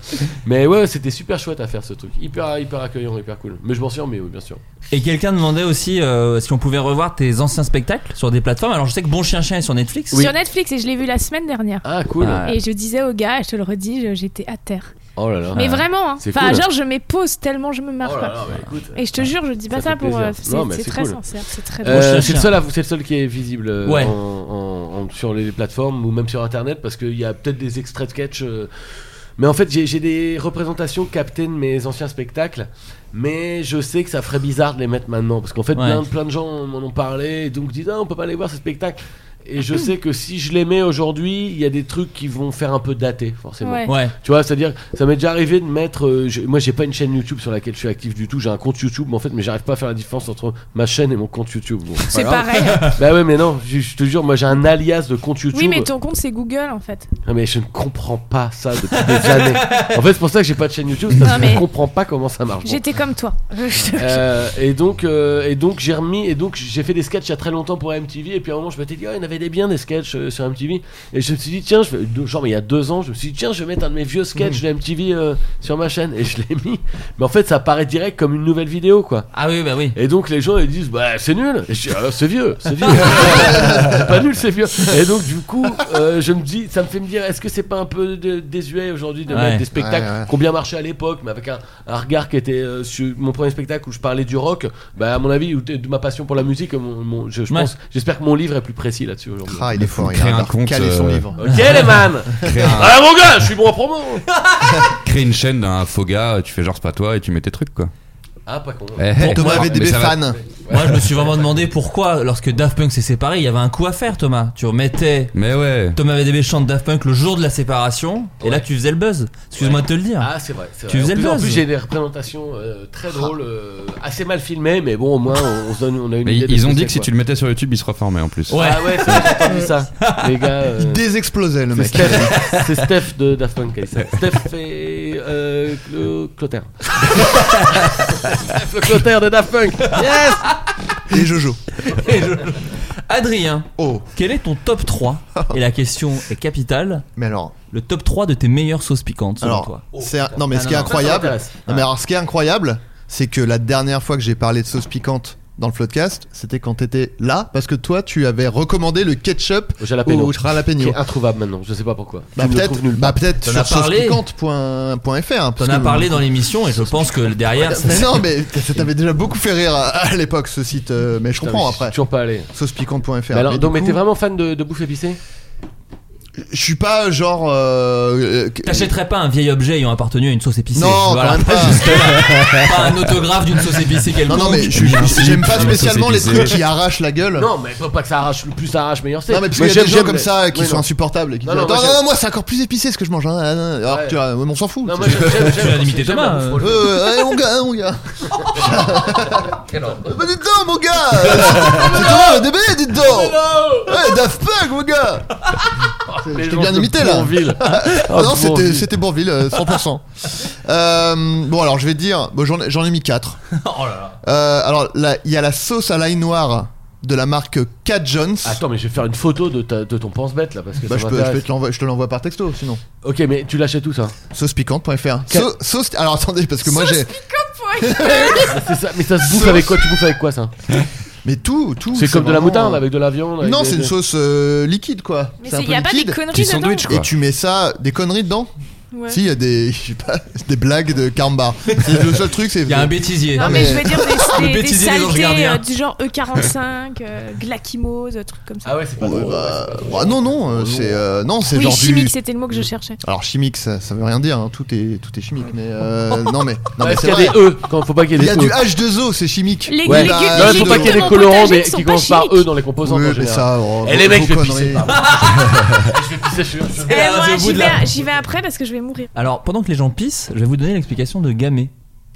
[SPEAKER 5] Mais ouais, c'était super chouette à faire ce truc. Hyper, hyper accueillant, hyper cool. Mais je m'en suis remis, oui, bien sûr.
[SPEAKER 4] Et quelqu'un demandait aussi euh, si on pouvait revoir tes anciens spectacles sur des plateformes. Alors je sais que Bon Chien Chien est sur Netflix.
[SPEAKER 6] Sur Netflix, et je l'ai vu la semaine dernière.
[SPEAKER 5] Ah, cool.
[SPEAKER 4] Ah.
[SPEAKER 6] Et je disais au gars, et je te le redis, je- j'étais à terre.
[SPEAKER 5] Oh là là.
[SPEAKER 6] Mais vraiment, hein.
[SPEAKER 5] C'est
[SPEAKER 6] enfin,
[SPEAKER 5] cool.
[SPEAKER 6] genre, je m'épose tellement je me marre.
[SPEAKER 5] Oh là là,
[SPEAKER 6] quoi.
[SPEAKER 4] Bah,
[SPEAKER 5] mais écoute.
[SPEAKER 6] Et je te jure, je dis pas
[SPEAKER 5] Ça
[SPEAKER 6] ça,
[SPEAKER 5] fait
[SPEAKER 6] pour.
[SPEAKER 5] plaisir.
[SPEAKER 6] euh,
[SPEAKER 5] Non, mais
[SPEAKER 6] C'est
[SPEAKER 5] c'est
[SPEAKER 6] c'est très
[SPEAKER 5] cool.
[SPEAKER 6] sincère, c'est très drôle.
[SPEAKER 5] Euh,
[SPEAKER 4] chien,
[SPEAKER 5] c'est le
[SPEAKER 4] chien.
[SPEAKER 5] seul, à- c'est le seul qui est visible euh,
[SPEAKER 4] Ouais.
[SPEAKER 5] en- en- en- sur les plateformes ou même sur internet parce qu'il y a peut-être des extraits de sketch. euh, mais en fait, j'ai j'ai des représentations captées de mes anciens spectacles, mais je sais que ça ferait bizarre de les mettre maintenant parce qu'en fait,
[SPEAKER 4] Ouais.
[SPEAKER 5] plein, plein de gens m'en ont parlé et donc disent ah, on peut pas aller voir ce spectacle. Et je sais que si je les mets aujourd'hui, il y a des trucs qui vont faire un peu dater, forcément.
[SPEAKER 6] Ouais.
[SPEAKER 4] Ouais.
[SPEAKER 5] Tu vois, c'est-à-dire, ça m'est déjà arrivé de mettre. euh, je- moi, j'ai pas une chaîne YouTube sur laquelle je suis actif du tout. J'ai un compte YouTube, mais en fait, mais j'arrive pas à faire la différence entre ma chaîne et mon compte YouTube. Bon,
[SPEAKER 6] C'est
[SPEAKER 5] pas grave.
[SPEAKER 6] pareil.
[SPEAKER 5] Bah ouais, mais non, je, je te jure, moi j'ai un alias de compte YouTube.
[SPEAKER 6] Oui, mais ton compte, c'est Google en fait.
[SPEAKER 5] Ah, mais je ne comprends pas ça depuis des années. En fait, c'est pour ça que j'ai pas de chaîne YouTube, c'est parce
[SPEAKER 6] Non,
[SPEAKER 5] que je
[SPEAKER 6] mais-
[SPEAKER 5] ne comprends pas comment ça marche. Bon.
[SPEAKER 6] J'étais comme toi. (laughs) Je te-
[SPEAKER 5] Euh, et donc, euh, et donc j'ai remis, et donc j'ai fait des sketchs il y a très longtemps pour MTV. Et puis à un moment, je m'étais dit, oh, il y en avait des biens des sketchs euh, sur MTV. Et je me suis dit, tiens, je vais- genre mais il y a deux ans, je me suis dit, tiens, je vais mettre un de mes vieux
[SPEAKER 6] Mm.
[SPEAKER 5] sketchs de MTV euh, sur ma chaîne. Et je l'ai mis. Mais en fait, ça paraît direct comme une nouvelle vidéo, quoi.
[SPEAKER 4] Ah oui, bah oui.
[SPEAKER 5] Et donc les gens ils disent bah c'est nul. Et je dis Ah, c'est vieux, c'est vieux. (laughs) C'est pas nul, c'est vieux. Et donc du coup euh, je me dis ça me fait me dire est-ce que c'est pas un peu de- désuet aujourd'hui de
[SPEAKER 4] Ouais.
[SPEAKER 5] mettre des spectacles
[SPEAKER 3] Ouais, ouais.
[SPEAKER 5] qui ont bien marché à l'époque mais avec un, un regard qui était euh, sur mon premier spectacle où je parlais du rock. Bah à mon avis ou de de ma passion pour la musique mon, mon- je, je
[SPEAKER 4] Ouais.
[SPEAKER 5] pense j'espère que mon livre est plus précis là-dessus aujourd'hui.
[SPEAKER 3] Ah, il est fort. Il
[SPEAKER 2] Créer
[SPEAKER 3] a
[SPEAKER 2] un
[SPEAKER 3] un
[SPEAKER 2] compte,
[SPEAKER 3] calé son
[SPEAKER 2] euh,
[SPEAKER 3] livre.
[SPEAKER 5] Ok
[SPEAKER 4] (laughs)
[SPEAKER 5] les man.
[SPEAKER 2] Créer, un-
[SPEAKER 5] Ah mon gars, je suis bon en promo.
[SPEAKER 2] créer une chaîne d'un faux gars, tu fais genre c'est pas toi et tu mets tes trucs quoi.
[SPEAKER 5] Ah pas con.
[SPEAKER 2] Eh, eh,
[SPEAKER 3] Pour Thomas
[SPEAKER 2] mais
[SPEAKER 3] VDB
[SPEAKER 2] ça va-
[SPEAKER 3] fan.
[SPEAKER 4] Moi, je me suis vraiment demandé pourquoi, lorsque Daft Punk s'est séparé, il y avait un coup à faire, Thomas. Tu remettais
[SPEAKER 2] Mais ouais.
[SPEAKER 4] Thomas VDB chante Daft Punk le jour de la séparation, et là, tu faisais le buzz. Excuse-moi de te le dire.
[SPEAKER 5] Ah, c'est vrai. c'est
[SPEAKER 4] Tu
[SPEAKER 5] vrai.
[SPEAKER 4] faisais
[SPEAKER 5] en
[SPEAKER 4] le
[SPEAKER 5] plus, en
[SPEAKER 4] buzz.
[SPEAKER 5] plus, j'ai des représentations euh,
[SPEAKER 2] Ah.
[SPEAKER 5] très drôles, euh, assez mal filmées, mais bon, au moins, on, on se donne, on a une
[SPEAKER 2] Mais
[SPEAKER 5] idée.
[SPEAKER 2] ils
[SPEAKER 5] de ce
[SPEAKER 2] ils ont dit
[SPEAKER 5] c'est,
[SPEAKER 2] que si
[SPEAKER 5] quoi.
[SPEAKER 2] tu le mettais sur YouTube, il se reformait en plus.
[SPEAKER 4] Ouais.
[SPEAKER 5] Ah ouais, c'est vrai, j'ai entendu ça. (laughs) Les gars. euh,
[SPEAKER 3] Il désexplosait le
[SPEAKER 5] c'est
[SPEAKER 3] mec.
[SPEAKER 5] Steph, c'est Steph de Daft Punk. elle, ça. Steph et euh, Clo- Clotaire. (laughs) Steph le Clotaire de Daft Punk.
[SPEAKER 3] Ah,
[SPEAKER 5] Yes.
[SPEAKER 3] Et Jojo.
[SPEAKER 4] Et je- Adrien,
[SPEAKER 3] Oh,
[SPEAKER 4] quel est ton
[SPEAKER 3] (laughs)
[SPEAKER 4] top 3 Et la question est capitale.
[SPEAKER 3] mais alors.
[SPEAKER 4] Le top 3 de tes meilleures sauces piquantes, selon
[SPEAKER 3] alors
[SPEAKER 4] toi.
[SPEAKER 3] c'est un- Non, mais
[SPEAKER 4] Ah,
[SPEAKER 3] ce
[SPEAKER 4] non,
[SPEAKER 3] qui est
[SPEAKER 4] non,
[SPEAKER 5] Ça, ça
[SPEAKER 3] incroyable.
[SPEAKER 5] m'intéresse.
[SPEAKER 3] Non, mais alors, ce qui est incroyable, c'est que la dernière fois que j'ai parlé de sauce piquante dans le Floodcast, c'était quand t'étais là, parce que toi, tu avais recommandé le ketchup
[SPEAKER 5] Au jalapeno.
[SPEAKER 3] au
[SPEAKER 5] Qui
[SPEAKER 3] jalapeno.
[SPEAKER 5] est introuvable maintenant, je sais pas pourquoi.
[SPEAKER 3] Bah,
[SPEAKER 5] Tu me le
[SPEAKER 3] peut-être
[SPEAKER 5] trouves nulle
[SPEAKER 3] bah,
[SPEAKER 5] part.
[SPEAKER 3] peut-être
[SPEAKER 4] T'en as
[SPEAKER 3] sur
[SPEAKER 4] parlé.
[SPEAKER 3] saucepiquante.fr. hein,
[SPEAKER 4] T'en
[SPEAKER 3] parce
[SPEAKER 4] as
[SPEAKER 3] que-
[SPEAKER 4] parlé dans l'émission, et je pense que
[SPEAKER 5] Ah,
[SPEAKER 4] derrière.
[SPEAKER 3] Mais non, mais ça t'avait déjà beaucoup fait rire à, à l'époque ce site, euh, mais je
[SPEAKER 5] Putain,
[SPEAKER 3] comprends
[SPEAKER 5] mais je suis
[SPEAKER 3] après.
[SPEAKER 5] Toujours pas allé.
[SPEAKER 3] Saucepiquante.fr.
[SPEAKER 5] Mais alors,
[SPEAKER 3] Mais
[SPEAKER 5] donc,
[SPEAKER 3] du
[SPEAKER 5] mais
[SPEAKER 3] coup,
[SPEAKER 5] t'es vraiment fan de, de bouffe épicée
[SPEAKER 3] Je suis pas euh, genre. euh, euh, que-
[SPEAKER 4] T'achèterais pas un vieil objet ayant appartenu à une sauce épicée
[SPEAKER 3] Non,
[SPEAKER 4] Voilà.
[SPEAKER 3] quand même
[SPEAKER 5] (laughs)
[SPEAKER 4] (laughs)
[SPEAKER 3] pas. (laughs)
[SPEAKER 4] Pas un autographe d'une sauce épicée
[SPEAKER 3] Non,
[SPEAKER 4] quelconque.
[SPEAKER 3] non, mais je- je- j'aime pas spécialement les
[SPEAKER 2] Sauce
[SPEAKER 3] trucs
[SPEAKER 2] épicée.
[SPEAKER 3] qui arrachent la gueule.
[SPEAKER 5] Non, mais faut pas que ça arrache, plus ça arrache, meilleur c'est.
[SPEAKER 3] Non, mais parce
[SPEAKER 5] Moi,
[SPEAKER 3] qu'il y a des
[SPEAKER 5] j'aime-
[SPEAKER 3] gens
[SPEAKER 5] j'aime
[SPEAKER 3] comme
[SPEAKER 5] les-
[SPEAKER 3] ça qui
[SPEAKER 5] Oui,
[SPEAKER 3] sont
[SPEAKER 5] non.
[SPEAKER 3] insupportables. et qui
[SPEAKER 5] Non,
[SPEAKER 3] disent,
[SPEAKER 5] non, moi,
[SPEAKER 3] Attends, non,
[SPEAKER 5] j'aime-
[SPEAKER 3] non, moi c'est encore plus épicé ce que je mange. hein, ah, non. Alors
[SPEAKER 5] Ouais.
[SPEAKER 3] que tu vois, Euh, on s'en fout.
[SPEAKER 5] Non,
[SPEAKER 3] tu
[SPEAKER 5] moi j'aime- j'aime-
[SPEAKER 4] Tu vas
[SPEAKER 5] j'aime-
[SPEAKER 4] limiter
[SPEAKER 5] j'aime
[SPEAKER 4] Thomas,
[SPEAKER 5] la bouffe
[SPEAKER 4] euh.
[SPEAKER 5] relou.
[SPEAKER 3] Euh, ouais, on gagne, on gagne.
[SPEAKER 5] (laughs) Quel ordre
[SPEAKER 3] Bah dites donc, mon
[SPEAKER 5] (laughs)
[SPEAKER 3] gars Euh, C'est toi, DB, dites donc Ouais, Daft Punk, mon gars
[SPEAKER 5] Les
[SPEAKER 3] Je t'ai
[SPEAKER 5] gens
[SPEAKER 3] bien
[SPEAKER 5] de
[SPEAKER 3] imité, là
[SPEAKER 5] Bourville.
[SPEAKER 3] Ah
[SPEAKER 5] Ah,
[SPEAKER 3] non, c'était,
[SPEAKER 5] Bourville.
[SPEAKER 3] c'était Bourville, euh,
[SPEAKER 5] (laughs)
[SPEAKER 3] 100%. euh, bon, alors je vais te dire, bon, j'en, ai- j'en ai mis
[SPEAKER 5] (laughs)
[SPEAKER 3] 4.
[SPEAKER 4] Oh là là.
[SPEAKER 3] alors là, il y a la sauce à l'ail noire de la marque Cat Jones.
[SPEAKER 5] Attends, mais je vais faire une photo de, ta- de ton pense-bête là parce que
[SPEAKER 3] Bah,
[SPEAKER 5] ça
[SPEAKER 3] je, peux, je, peux
[SPEAKER 5] Ah, m'intéresse.
[SPEAKER 3] te l'envoie- je te l'envoie par texto sinon.
[SPEAKER 5] Ok, mais tu l'achètes tout ça
[SPEAKER 3] Saucepiquante.fr.
[SPEAKER 5] Cat-
[SPEAKER 3] Sau- sauce- alors attendez, parce que moi j'ai.
[SPEAKER 5] C'est ça, mais ça se bouffe avec quoi Tu bouffes avec quoi ça
[SPEAKER 3] Mais tout, tout.
[SPEAKER 5] C'est comme de la
[SPEAKER 3] vraiment-
[SPEAKER 5] moutarde avec de la viande. avec
[SPEAKER 3] Non,
[SPEAKER 5] des-
[SPEAKER 3] c'est une
[SPEAKER 5] des-
[SPEAKER 3] sauce euh, liquide quoi.
[SPEAKER 6] Mais
[SPEAKER 3] C'est un
[SPEAKER 6] il
[SPEAKER 3] peu
[SPEAKER 6] n'y a pas des
[SPEAKER 3] liquide.
[SPEAKER 6] conneries
[SPEAKER 2] Petit
[SPEAKER 6] dedans.
[SPEAKER 2] sandwich, quoi.
[SPEAKER 3] Et tu mets ça, des conneries dedans
[SPEAKER 6] Ouais.
[SPEAKER 3] Si, il y a des, (laughs) je sais pas, des blagues de
[SPEAKER 5] (laughs)
[SPEAKER 3] Carmbar. C'est le seul truc, c'est.
[SPEAKER 4] Il y a un bêtisier.
[SPEAKER 6] Non,
[SPEAKER 3] Ah,
[SPEAKER 6] mais,
[SPEAKER 3] mais-
[SPEAKER 6] je veux dire des- des, des
[SPEAKER 4] bêtisier des anges
[SPEAKER 6] saletés
[SPEAKER 4] gardiens.
[SPEAKER 6] euh, du genre E45, euh, Glakimose, euh, trucs comme ça.
[SPEAKER 5] Ah ouais, c'est pas
[SPEAKER 3] Ouais,
[SPEAKER 5] drôle.
[SPEAKER 3] bah, bah, non, non,
[SPEAKER 5] Oh,
[SPEAKER 3] euh, c'est euh, non, c'est
[SPEAKER 6] oui,
[SPEAKER 3] genre
[SPEAKER 6] chimique,
[SPEAKER 3] du.
[SPEAKER 6] c'était le mot que je cherchais.
[SPEAKER 3] Alors chimique, ça, ça veut rien dire. hein, Tout est, tout est chimique. Mais euh, non, mais, non, mais
[SPEAKER 5] Est-ce
[SPEAKER 3] c'est
[SPEAKER 5] qu'il y a
[SPEAKER 3] vrai.
[SPEAKER 5] des E quand faut pas qu'il y
[SPEAKER 3] Il
[SPEAKER 5] ait
[SPEAKER 3] y
[SPEAKER 5] des
[SPEAKER 3] a
[SPEAKER 5] E.
[SPEAKER 3] du H2O, c'est chimique.
[SPEAKER 6] Les
[SPEAKER 5] Ouais.
[SPEAKER 3] Bah,
[SPEAKER 6] légumes,
[SPEAKER 5] Non,
[SPEAKER 6] les
[SPEAKER 5] il faut
[SPEAKER 6] légumes
[SPEAKER 5] pas qu'il y ait
[SPEAKER 6] de
[SPEAKER 5] des
[SPEAKER 6] mon
[SPEAKER 5] colorants
[SPEAKER 6] potager
[SPEAKER 5] mais
[SPEAKER 6] ne sont
[SPEAKER 5] qui
[SPEAKER 6] pas
[SPEAKER 5] commencent par
[SPEAKER 6] chimiques.
[SPEAKER 5] E dans les composants.
[SPEAKER 3] Oui,
[SPEAKER 5] en
[SPEAKER 3] mais
[SPEAKER 5] général.
[SPEAKER 3] ça. oh,
[SPEAKER 5] Eh, les
[SPEAKER 3] vos
[SPEAKER 5] mecs, je vais
[SPEAKER 3] conneries.
[SPEAKER 5] pisser. pardon. Je vais pisser, je suis sûr.
[SPEAKER 6] Eh,
[SPEAKER 4] Ah,
[SPEAKER 6] voilà,
[SPEAKER 4] c'est au bout
[SPEAKER 6] j'y
[SPEAKER 4] de la-
[SPEAKER 6] vais, j'y vais après parce que je vais mourir.
[SPEAKER 4] Alors, pendant que les gens pissent, je vais vous donner l'explication de gamay,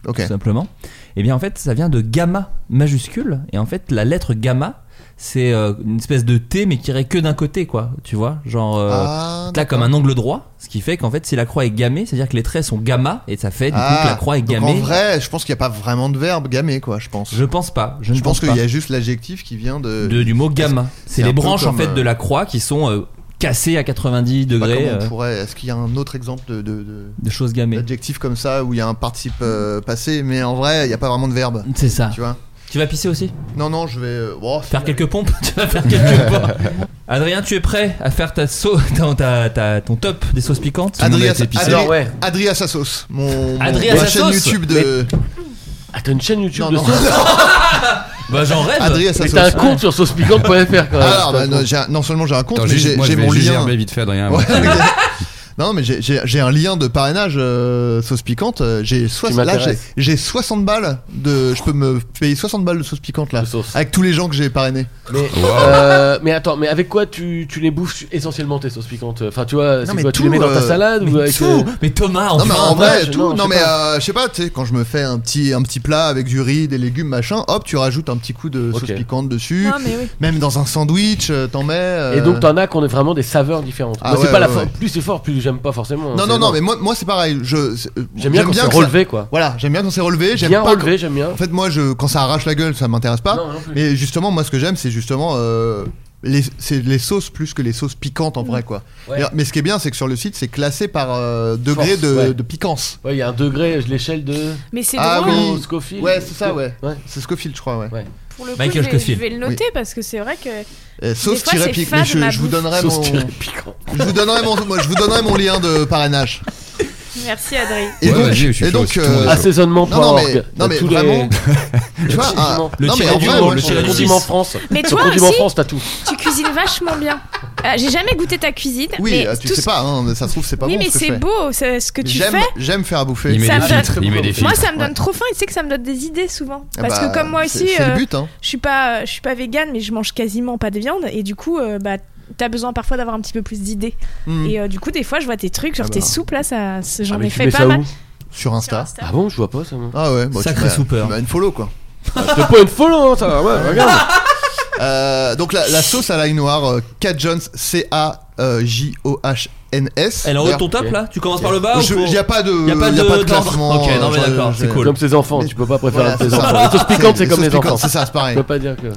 [SPEAKER 3] Ok.
[SPEAKER 4] tout simplement. Et bien, en fait, ça vient de gamma majuscule. Et en fait, la lettre gamma, c'est euh, une espèce de T, mais qui irait que d'un côté, quoi. Tu vois Genre. euh,
[SPEAKER 3] Ah,
[SPEAKER 4] Là comme un angle droit, ce qui fait qu'en fait si la croix est gammée, c'est-à-dire que les traits sont gamma et ça fait du
[SPEAKER 3] ah,
[SPEAKER 4] coup que la croix est
[SPEAKER 3] donc
[SPEAKER 4] gammée.
[SPEAKER 3] En vrai, je pense qu'il n'y a pas vraiment de verbe gamé, quoi. Je pense.
[SPEAKER 4] je pense pas. Je ne
[SPEAKER 3] Je pense
[SPEAKER 4] pas.
[SPEAKER 3] qu'il y a juste l'adjectif qui vient de.
[SPEAKER 4] de- du mot gamma.
[SPEAKER 3] c'est
[SPEAKER 4] C'est
[SPEAKER 3] un
[SPEAKER 4] les
[SPEAKER 3] peu
[SPEAKER 4] branches en
[SPEAKER 3] comme,
[SPEAKER 4] fait
[SPEAKER 3] euh,
[SPEAKER 4] de la croix qui sont euh, cassées à 90
[SPEAKER 3] Je sais pas
[SPEAKER 4] degrés
[SPEAKER 3] bah, comment on
[SPEAKER 4] euh,
[SPEAKER 3] pourrait- Est-ce qu'il y a un autre exemple de, de- de-
[SPEAKER 4] de choses gammées.
[SPEAKER 3] d'adjectif comme ça où il y a un participe euh, passé, mais en vrai, il n'y a pas vraiment de verbe.
[SPEAKER 4] C'est ça.
[SPEAKER 3] Tu vois
[SPEAKER 4] Tu vas pisser aussi
[SPEAKER 3] Non, non, je vais. euh, oh,
[SPEAKER 4] Faire quelques pompes (laughs) Tu vas faire
[SPEAKER 3] (laughs)
[SPEAKER 4] quelques pompes Adrien, tu es prêt à faire ta sau- (laughs) ta- ta- ta- ton top des sauces piquantes
[SPEAKER 2] le monde a
[SPEAKER 3] Adria,
[SPEAKER 2] été pissé.
[SPEAKER 3] Adria-
[SPEAKER 5] Alors, ouais.
[SPEAKER 3] Adria Sassos, mon, mon-
[SPEAKER 4] Adria
[SPEAKER 3] ma
[SPEAKER 4] Sassos
[SPEAKER 3] chaîne YouTube de.
[SPEAKER 5] Ah, t'as une chaîne YouTube
[SPEAKER 3] Non,
[SPEAKER 5] de
[SPEAKER 3] non,
[SPEAKER 5] sauce
[SPEAKER 4] Bah j'en rêve.
[SPEAKER 3] (laughs) Adria
[SPEAKER 5] Mais
[SPEAKER 3] Sassos.
[SPEAKER 5] t'as un compte euh, sur saucepiquante.fr quand même.
[SPEAKER 3] Alors, bah,
[SPEAKER 5] T'as un
[SPEAKER 3] non,
[SPEAKER 5] compte.
[SPEAKER 3] j'ai un- non seulement j'ai un compte,
[SPEAKER 2] Attends,
[SPEAKER 3] mais
[SPEAKER 2] juste,
[SPEAKER 3] j'ai
[SPEAKER 2] moi,
[SPEAKER 3] j'ai
[SPEAKER 2] je vais
[SPEAKER 3] mon
[SPEAKER 2] GGRB
[SPEAKER 3] lien.
[SPEAKER 2] vite fait, Adrien.
[SPEAKER 3] Ouais, ok. Non, mais j'ai- j'ai j'ai un lien de parrainage euh, sauce piquante. euh, J'ai soix-
[SPEAKER 5] Qui
[SPEAKER 3] là,
[SPEAKER 5] m'intéresse.
[SPEAKER 3] j'ai- j'ai 60 balles de. Je peux me payer 60 balles de sauce piquante là.
[SPEAKER 5] De sauce.
[SPEAKER 3] Avec tous les gens que j'ai parrainés.
[SPEAKER 5] Mais, euh, mais attends, mais avec quoi tu, tu les bouffes essentiellement tes sauces piquantes Enfin, tu vois, c'est
[SPEAKER 3] mais
[SPEAKER 5] quoi Tu les
[SPEAKER 3] tout,
[SPEAKER 5] mets dans ta
[SPEAKER 3] euh,
[SPEAKER 5] salade ou
[SPEAKER 4] Mais
[SPEAKER 5] avec
[SPEAKER 4] tout
[SPEAKER 5] euh,
[SPEAKER 4] Mais Thomas,
[SPEAKER 3] non, mais
[SPEAKER 4] enfin,
[SPEAKER 3] en vrai,
[SPEAKER 5] vache,
[SPEAKER 3] tout.
[SPEAKER 5] non,
[SPEAKER 3] Non,
[SPEAKER 5] je sais
[SPEAKER 3] mais
[SPEAKER 5] pas.
[SPEAKER 3] euh, je sais pas, tu sais, quand je me fais un petit, un petit plat avec du riz, des légumes, machin, hop, tu rajoutes un petit coup de sauce
[SPEAKER 5] Ok.
[SPEAKER 3] piquante dessus.
[SPEAKER 6] Non, mais oui.
[SPEAKER 3] Même dans un sandwich, euh, t'en mets. euh,
[SPEAKER 5] Et donc t'en as qu'on est vraiment des saveurs différentes.
[SPEAKER 3] Ah
[SPEAKER 5] Moi,
[SPEAKER 3] ouais,
[SPEAKER 5] c'est pas la
[SPEAKER 3] ouais,
[SPEAKER 5] fa-
[SPEAKER 3] ouais.
[SPEAKER 5] plus c'est fort, plus j'aime pas forcément. hein,
[SPEAKER 3] Non,
[SPEAKER 5] C'est
[SPEAKER 3] non, non,
[SPEAKER 5] énorme.
[SPEAKER 3] mais moi, moi c'est pareil. Je, c'est- euh,
[SPEAKER 5] j'aime bien quand c'est
[SPEAKER 3] que ça-
[SPEAKER 5] relevé quoi.
[SPEAKER 3] Voilà, j'aime bien quand c'est relevé. J'aime
[SPEAKER 5] Bien
[SPEAKER 3] pas
[SPEAKER 5] relevé, j'aime bien.
[SPEAKER 3] quand- En fait, moi, je, quand ça arrache la gueule, ça m'intéresse pas.
[SPEAKER 5] Non, non plus.
[SPEAKER 3] Mais justement, moi, ce que j'aime, c'est justement euh, les, c'est les sauces plus que les sauces piquantes en vrai, quoi.
[SPEAKER 5] Ouais.
[SPEAKER 3] Et- Mais ce qui est bien, c'est que sur le site, c'est classé par euh, degré
[SPEAKER 5] Force,
[SPEAKER 3] de,
[SPEAKER 5] ouais.
[SPEAKER 3] de piquance.
[SPEAKER 5] Ouais, il y a un degré, je- l'échelle de.
[SPEAKER 6] Mais c'est
[SPEAKER 3] Ah
[SPEAKER 6] drôle.
[SPEAKER 3] oui.
[SPEAKER 5] Comment, Scofield
[SPEAKER 3] Ouais, c'est ça, ouais.
[SPEAKER 5] ouais.
[SPEAKER 3] C'est Scofield, je crois, ouais.
[SPEAKER 6] Pour le coup,
[SPEAKER 4] Michael
[SPEAKER 6] je vais- je
[SPEAKER 4] Scofield.
[SPEAKER 6] vais le noter parce que c'est vrai que.
[SPEAKER 3] Euh, sauce
[SPEAKER 6] fois,
[SPEAKER 3] tirée
[SPEAKER 6] c'est
[SPEAKER 3] pique,
[SPEAKER 6] fade,
[SPEAKER 3] mais je,
[SPEAKER 6] ma
[SPEAKER 3] je vous
[SPEAKER 6] bouffe.
[SPEAKER 3] donnerai
[SPEAKER 5] Sauce
[SPEAKER 3] mon,
[SPEAKER 5] tirée piquant.
[SPEAKER 3] je vous donnerai mon, moi, je vous donnerai mon lien de parrainage.
[SPEAKER 6] Merci, Adrien.
[SPEAKER 3] Et
[SPEAKER 2] Ouais,
[SPEAKER 3] donc,
[SPEAKER 2] vas-y, je suis
[SPEAKER 3] et
[SPEAKER 2] chaud,
[SPEAKER 3] donc,
[SPEAKER 2] si tout le monde est
[SPEAKER 3] euh,
[SPEAKER 2] chaud.
[SPEAKER 5] Assaisonnement
[SPEAKER 3] non, non, mais,
[SPEAKER 5] org.
[SPEAKER 3] non, mais
[SPEAKER 5] Tous les- (laughs)
[SPEAKER 3] vraiment, tu vois, ah,
[SPEAKER 5] Condiments.
[SPEAKER 4] Le
[SPEAKER 3] non, mais
[SPEAKER 4] tiré
[SPEAKER 3] en
[SPEAKER 4] du
[SPEAKER 3] vrai,
[SPEAKER 4] haut,
[SPEAKER 3] moi,
[SPEAKER 4] le
[SPEAKER 3] je-
[SPEAKER 4] tiré
[SPEAKER 5] Le
[SPEAKER 4] du
[SPEAKER 5] condiment
[SPEAKER 4] six.
[SPEAKER 5] France.
[SPEAKER 6] Mais
[SPEAKER 5] Sur
[SPEAKER 6] toi
[SPEAKER 5] condiment
[SPEAKER 6] aussi, Ah,
[SPEAKER 5] France, t'as tout.
[SPEAKER 6] tu cuisines vachement bien. Euh, J'ai jamais goûté ta cuisine.
[SPEAKER 3] Oui,
[SPEAKER 6] mais
[SPEAKER 3] euh, tu
[SPEAKER 6] tout
[SPEAKER 3] sais
[SPEAKER 6] ce-
[SPEAKER 3] pas, hein, mais ça se trouve, c'est pas
[SPEAKER 6] oui,
[SPEAKER 3] bon.
[SPEAKER 6] mais
[SPEAKER 3] ce que je
[SPEAKER 6] c'est
[SPEAKER 3] fais.
[SPEAKER 6] beau c'est ce que tu
[SPEAKER 3] J'aime-
[SPEAKER 6] fais.
[SPEAKER 3] J'aime faire à bouffer.
[SPEAKER 2] Il met
[SPEAKER 6] Ça
[SPEAKER 2] des
[SPEAKER 6] me donne-
[SPEAKER 2] filtres. Il met des filtres.
[SPEAKER 6] Moi, ça me donne
[SPEAKER 3] ouais.
[SPEAKER 6] trop faim. Et tu sais que ça me donne des idées souvent.
[SPEAKER 3] Ah
[SPEAKER 6] Parce
[SPEAKER 3] bah,
[SPEAKER 6] que comme moi
[SPEAKER 3] c'est-
[SPEAKER 6] aussi,
[SPEAKER 3] C'est le
[SPEAKER 6] euh,
[SPEAKER 3] but, hein.
[SPEAKER 6] je suis pas, je suis pas végane, mais je mange quasiment pas de viande. Et du coup, euh, bah, t'as besoin parfois d'avoir un petit peu plus d'idées.
[SPEAKER 3] Hmm.
[SPEAKER 6] Et euh, du coup, des fois, je vois tes trucs, genre
[SPEAKER 3] Ah
[SPEAKER 6] tes
[SPEAKER 3] bah.
[SPEAKER 6] soupes là, ça,
[SPEAKER 5] Ah,
[SPEAKER 6] ça- j'en
[SPEAKER 5] mais
[SPEAKER 6] ai
[SPEAKER 5] tu
[SPEAKER 6] fait
[SPEAKER 5] mets
[SPEAKER 6] pas
[SPEAKER 5] ça
[SPEAKER 6] mal.
[SPEAKER 5] où
[SPEAKER 3] Sur Insta.
[SPEAKER 6] Insta.
[SPEAKER 5] Ah bon, je vois pas (laughs) ça. moi.
[SPEAKER 3] Ah ouais, bah, tu
[SPEAKER 4] Sacré
[SPEAKER 3] m'as-
[SPEAKER 4] soupeur.
[SPEAKER 3] tu m'as une follow quoi.
[SPEAKER 5] Je te pas une follow, hein, ça. Ouais, regarde.
[SPEAKER 3] Euh, donc la, la sauce à l'ail noir, euh, Cat Jones, C-A-J-O-H-N-S.
[SPEAKER 4] Elle est en haut de ton top là Tu commences par le bas ou faut-
[SPEAKER 3] Il n'y a pas de,
[SPEAKER 4] Y a pas
[SPEAKER 3] y
[SPEAKER 4] de-
[SPEAKER 3] pas de
[SPEAKER 4] d'ordre.
[SPEAKER 3] classement.
[SPEAKER 4] Ok, non, mais
[SPEAKER 3] euh, je-
[SPEAKER 4] d'accord,
[SPEAKER 3] je-
[SPEAKER 4] c'est cool.
[SPEAKER 5] Comme ses enfants,
[SPEAKER 3] Mais-
[SPEAKER 5] tu peux pas préférer
[SPEAKER 3] Voilà,
[SPEAKER 5] un de tes
[SPEAKER 3] c'est ça.
[SPEAKER 5] enfants. Les sauces piquantes, c'est comme
[SPEAKER 3] sauces
[SPEAKER 5] les
[SPEAKER 3] piquantes,
[SPEAKER 5] enfants.
[SPEAKER 3] C'est ça, c'est
[SPEAKER 5] Je
[SPEAKER 3] pareil.
[SPEAKER 5] peux pas dire que.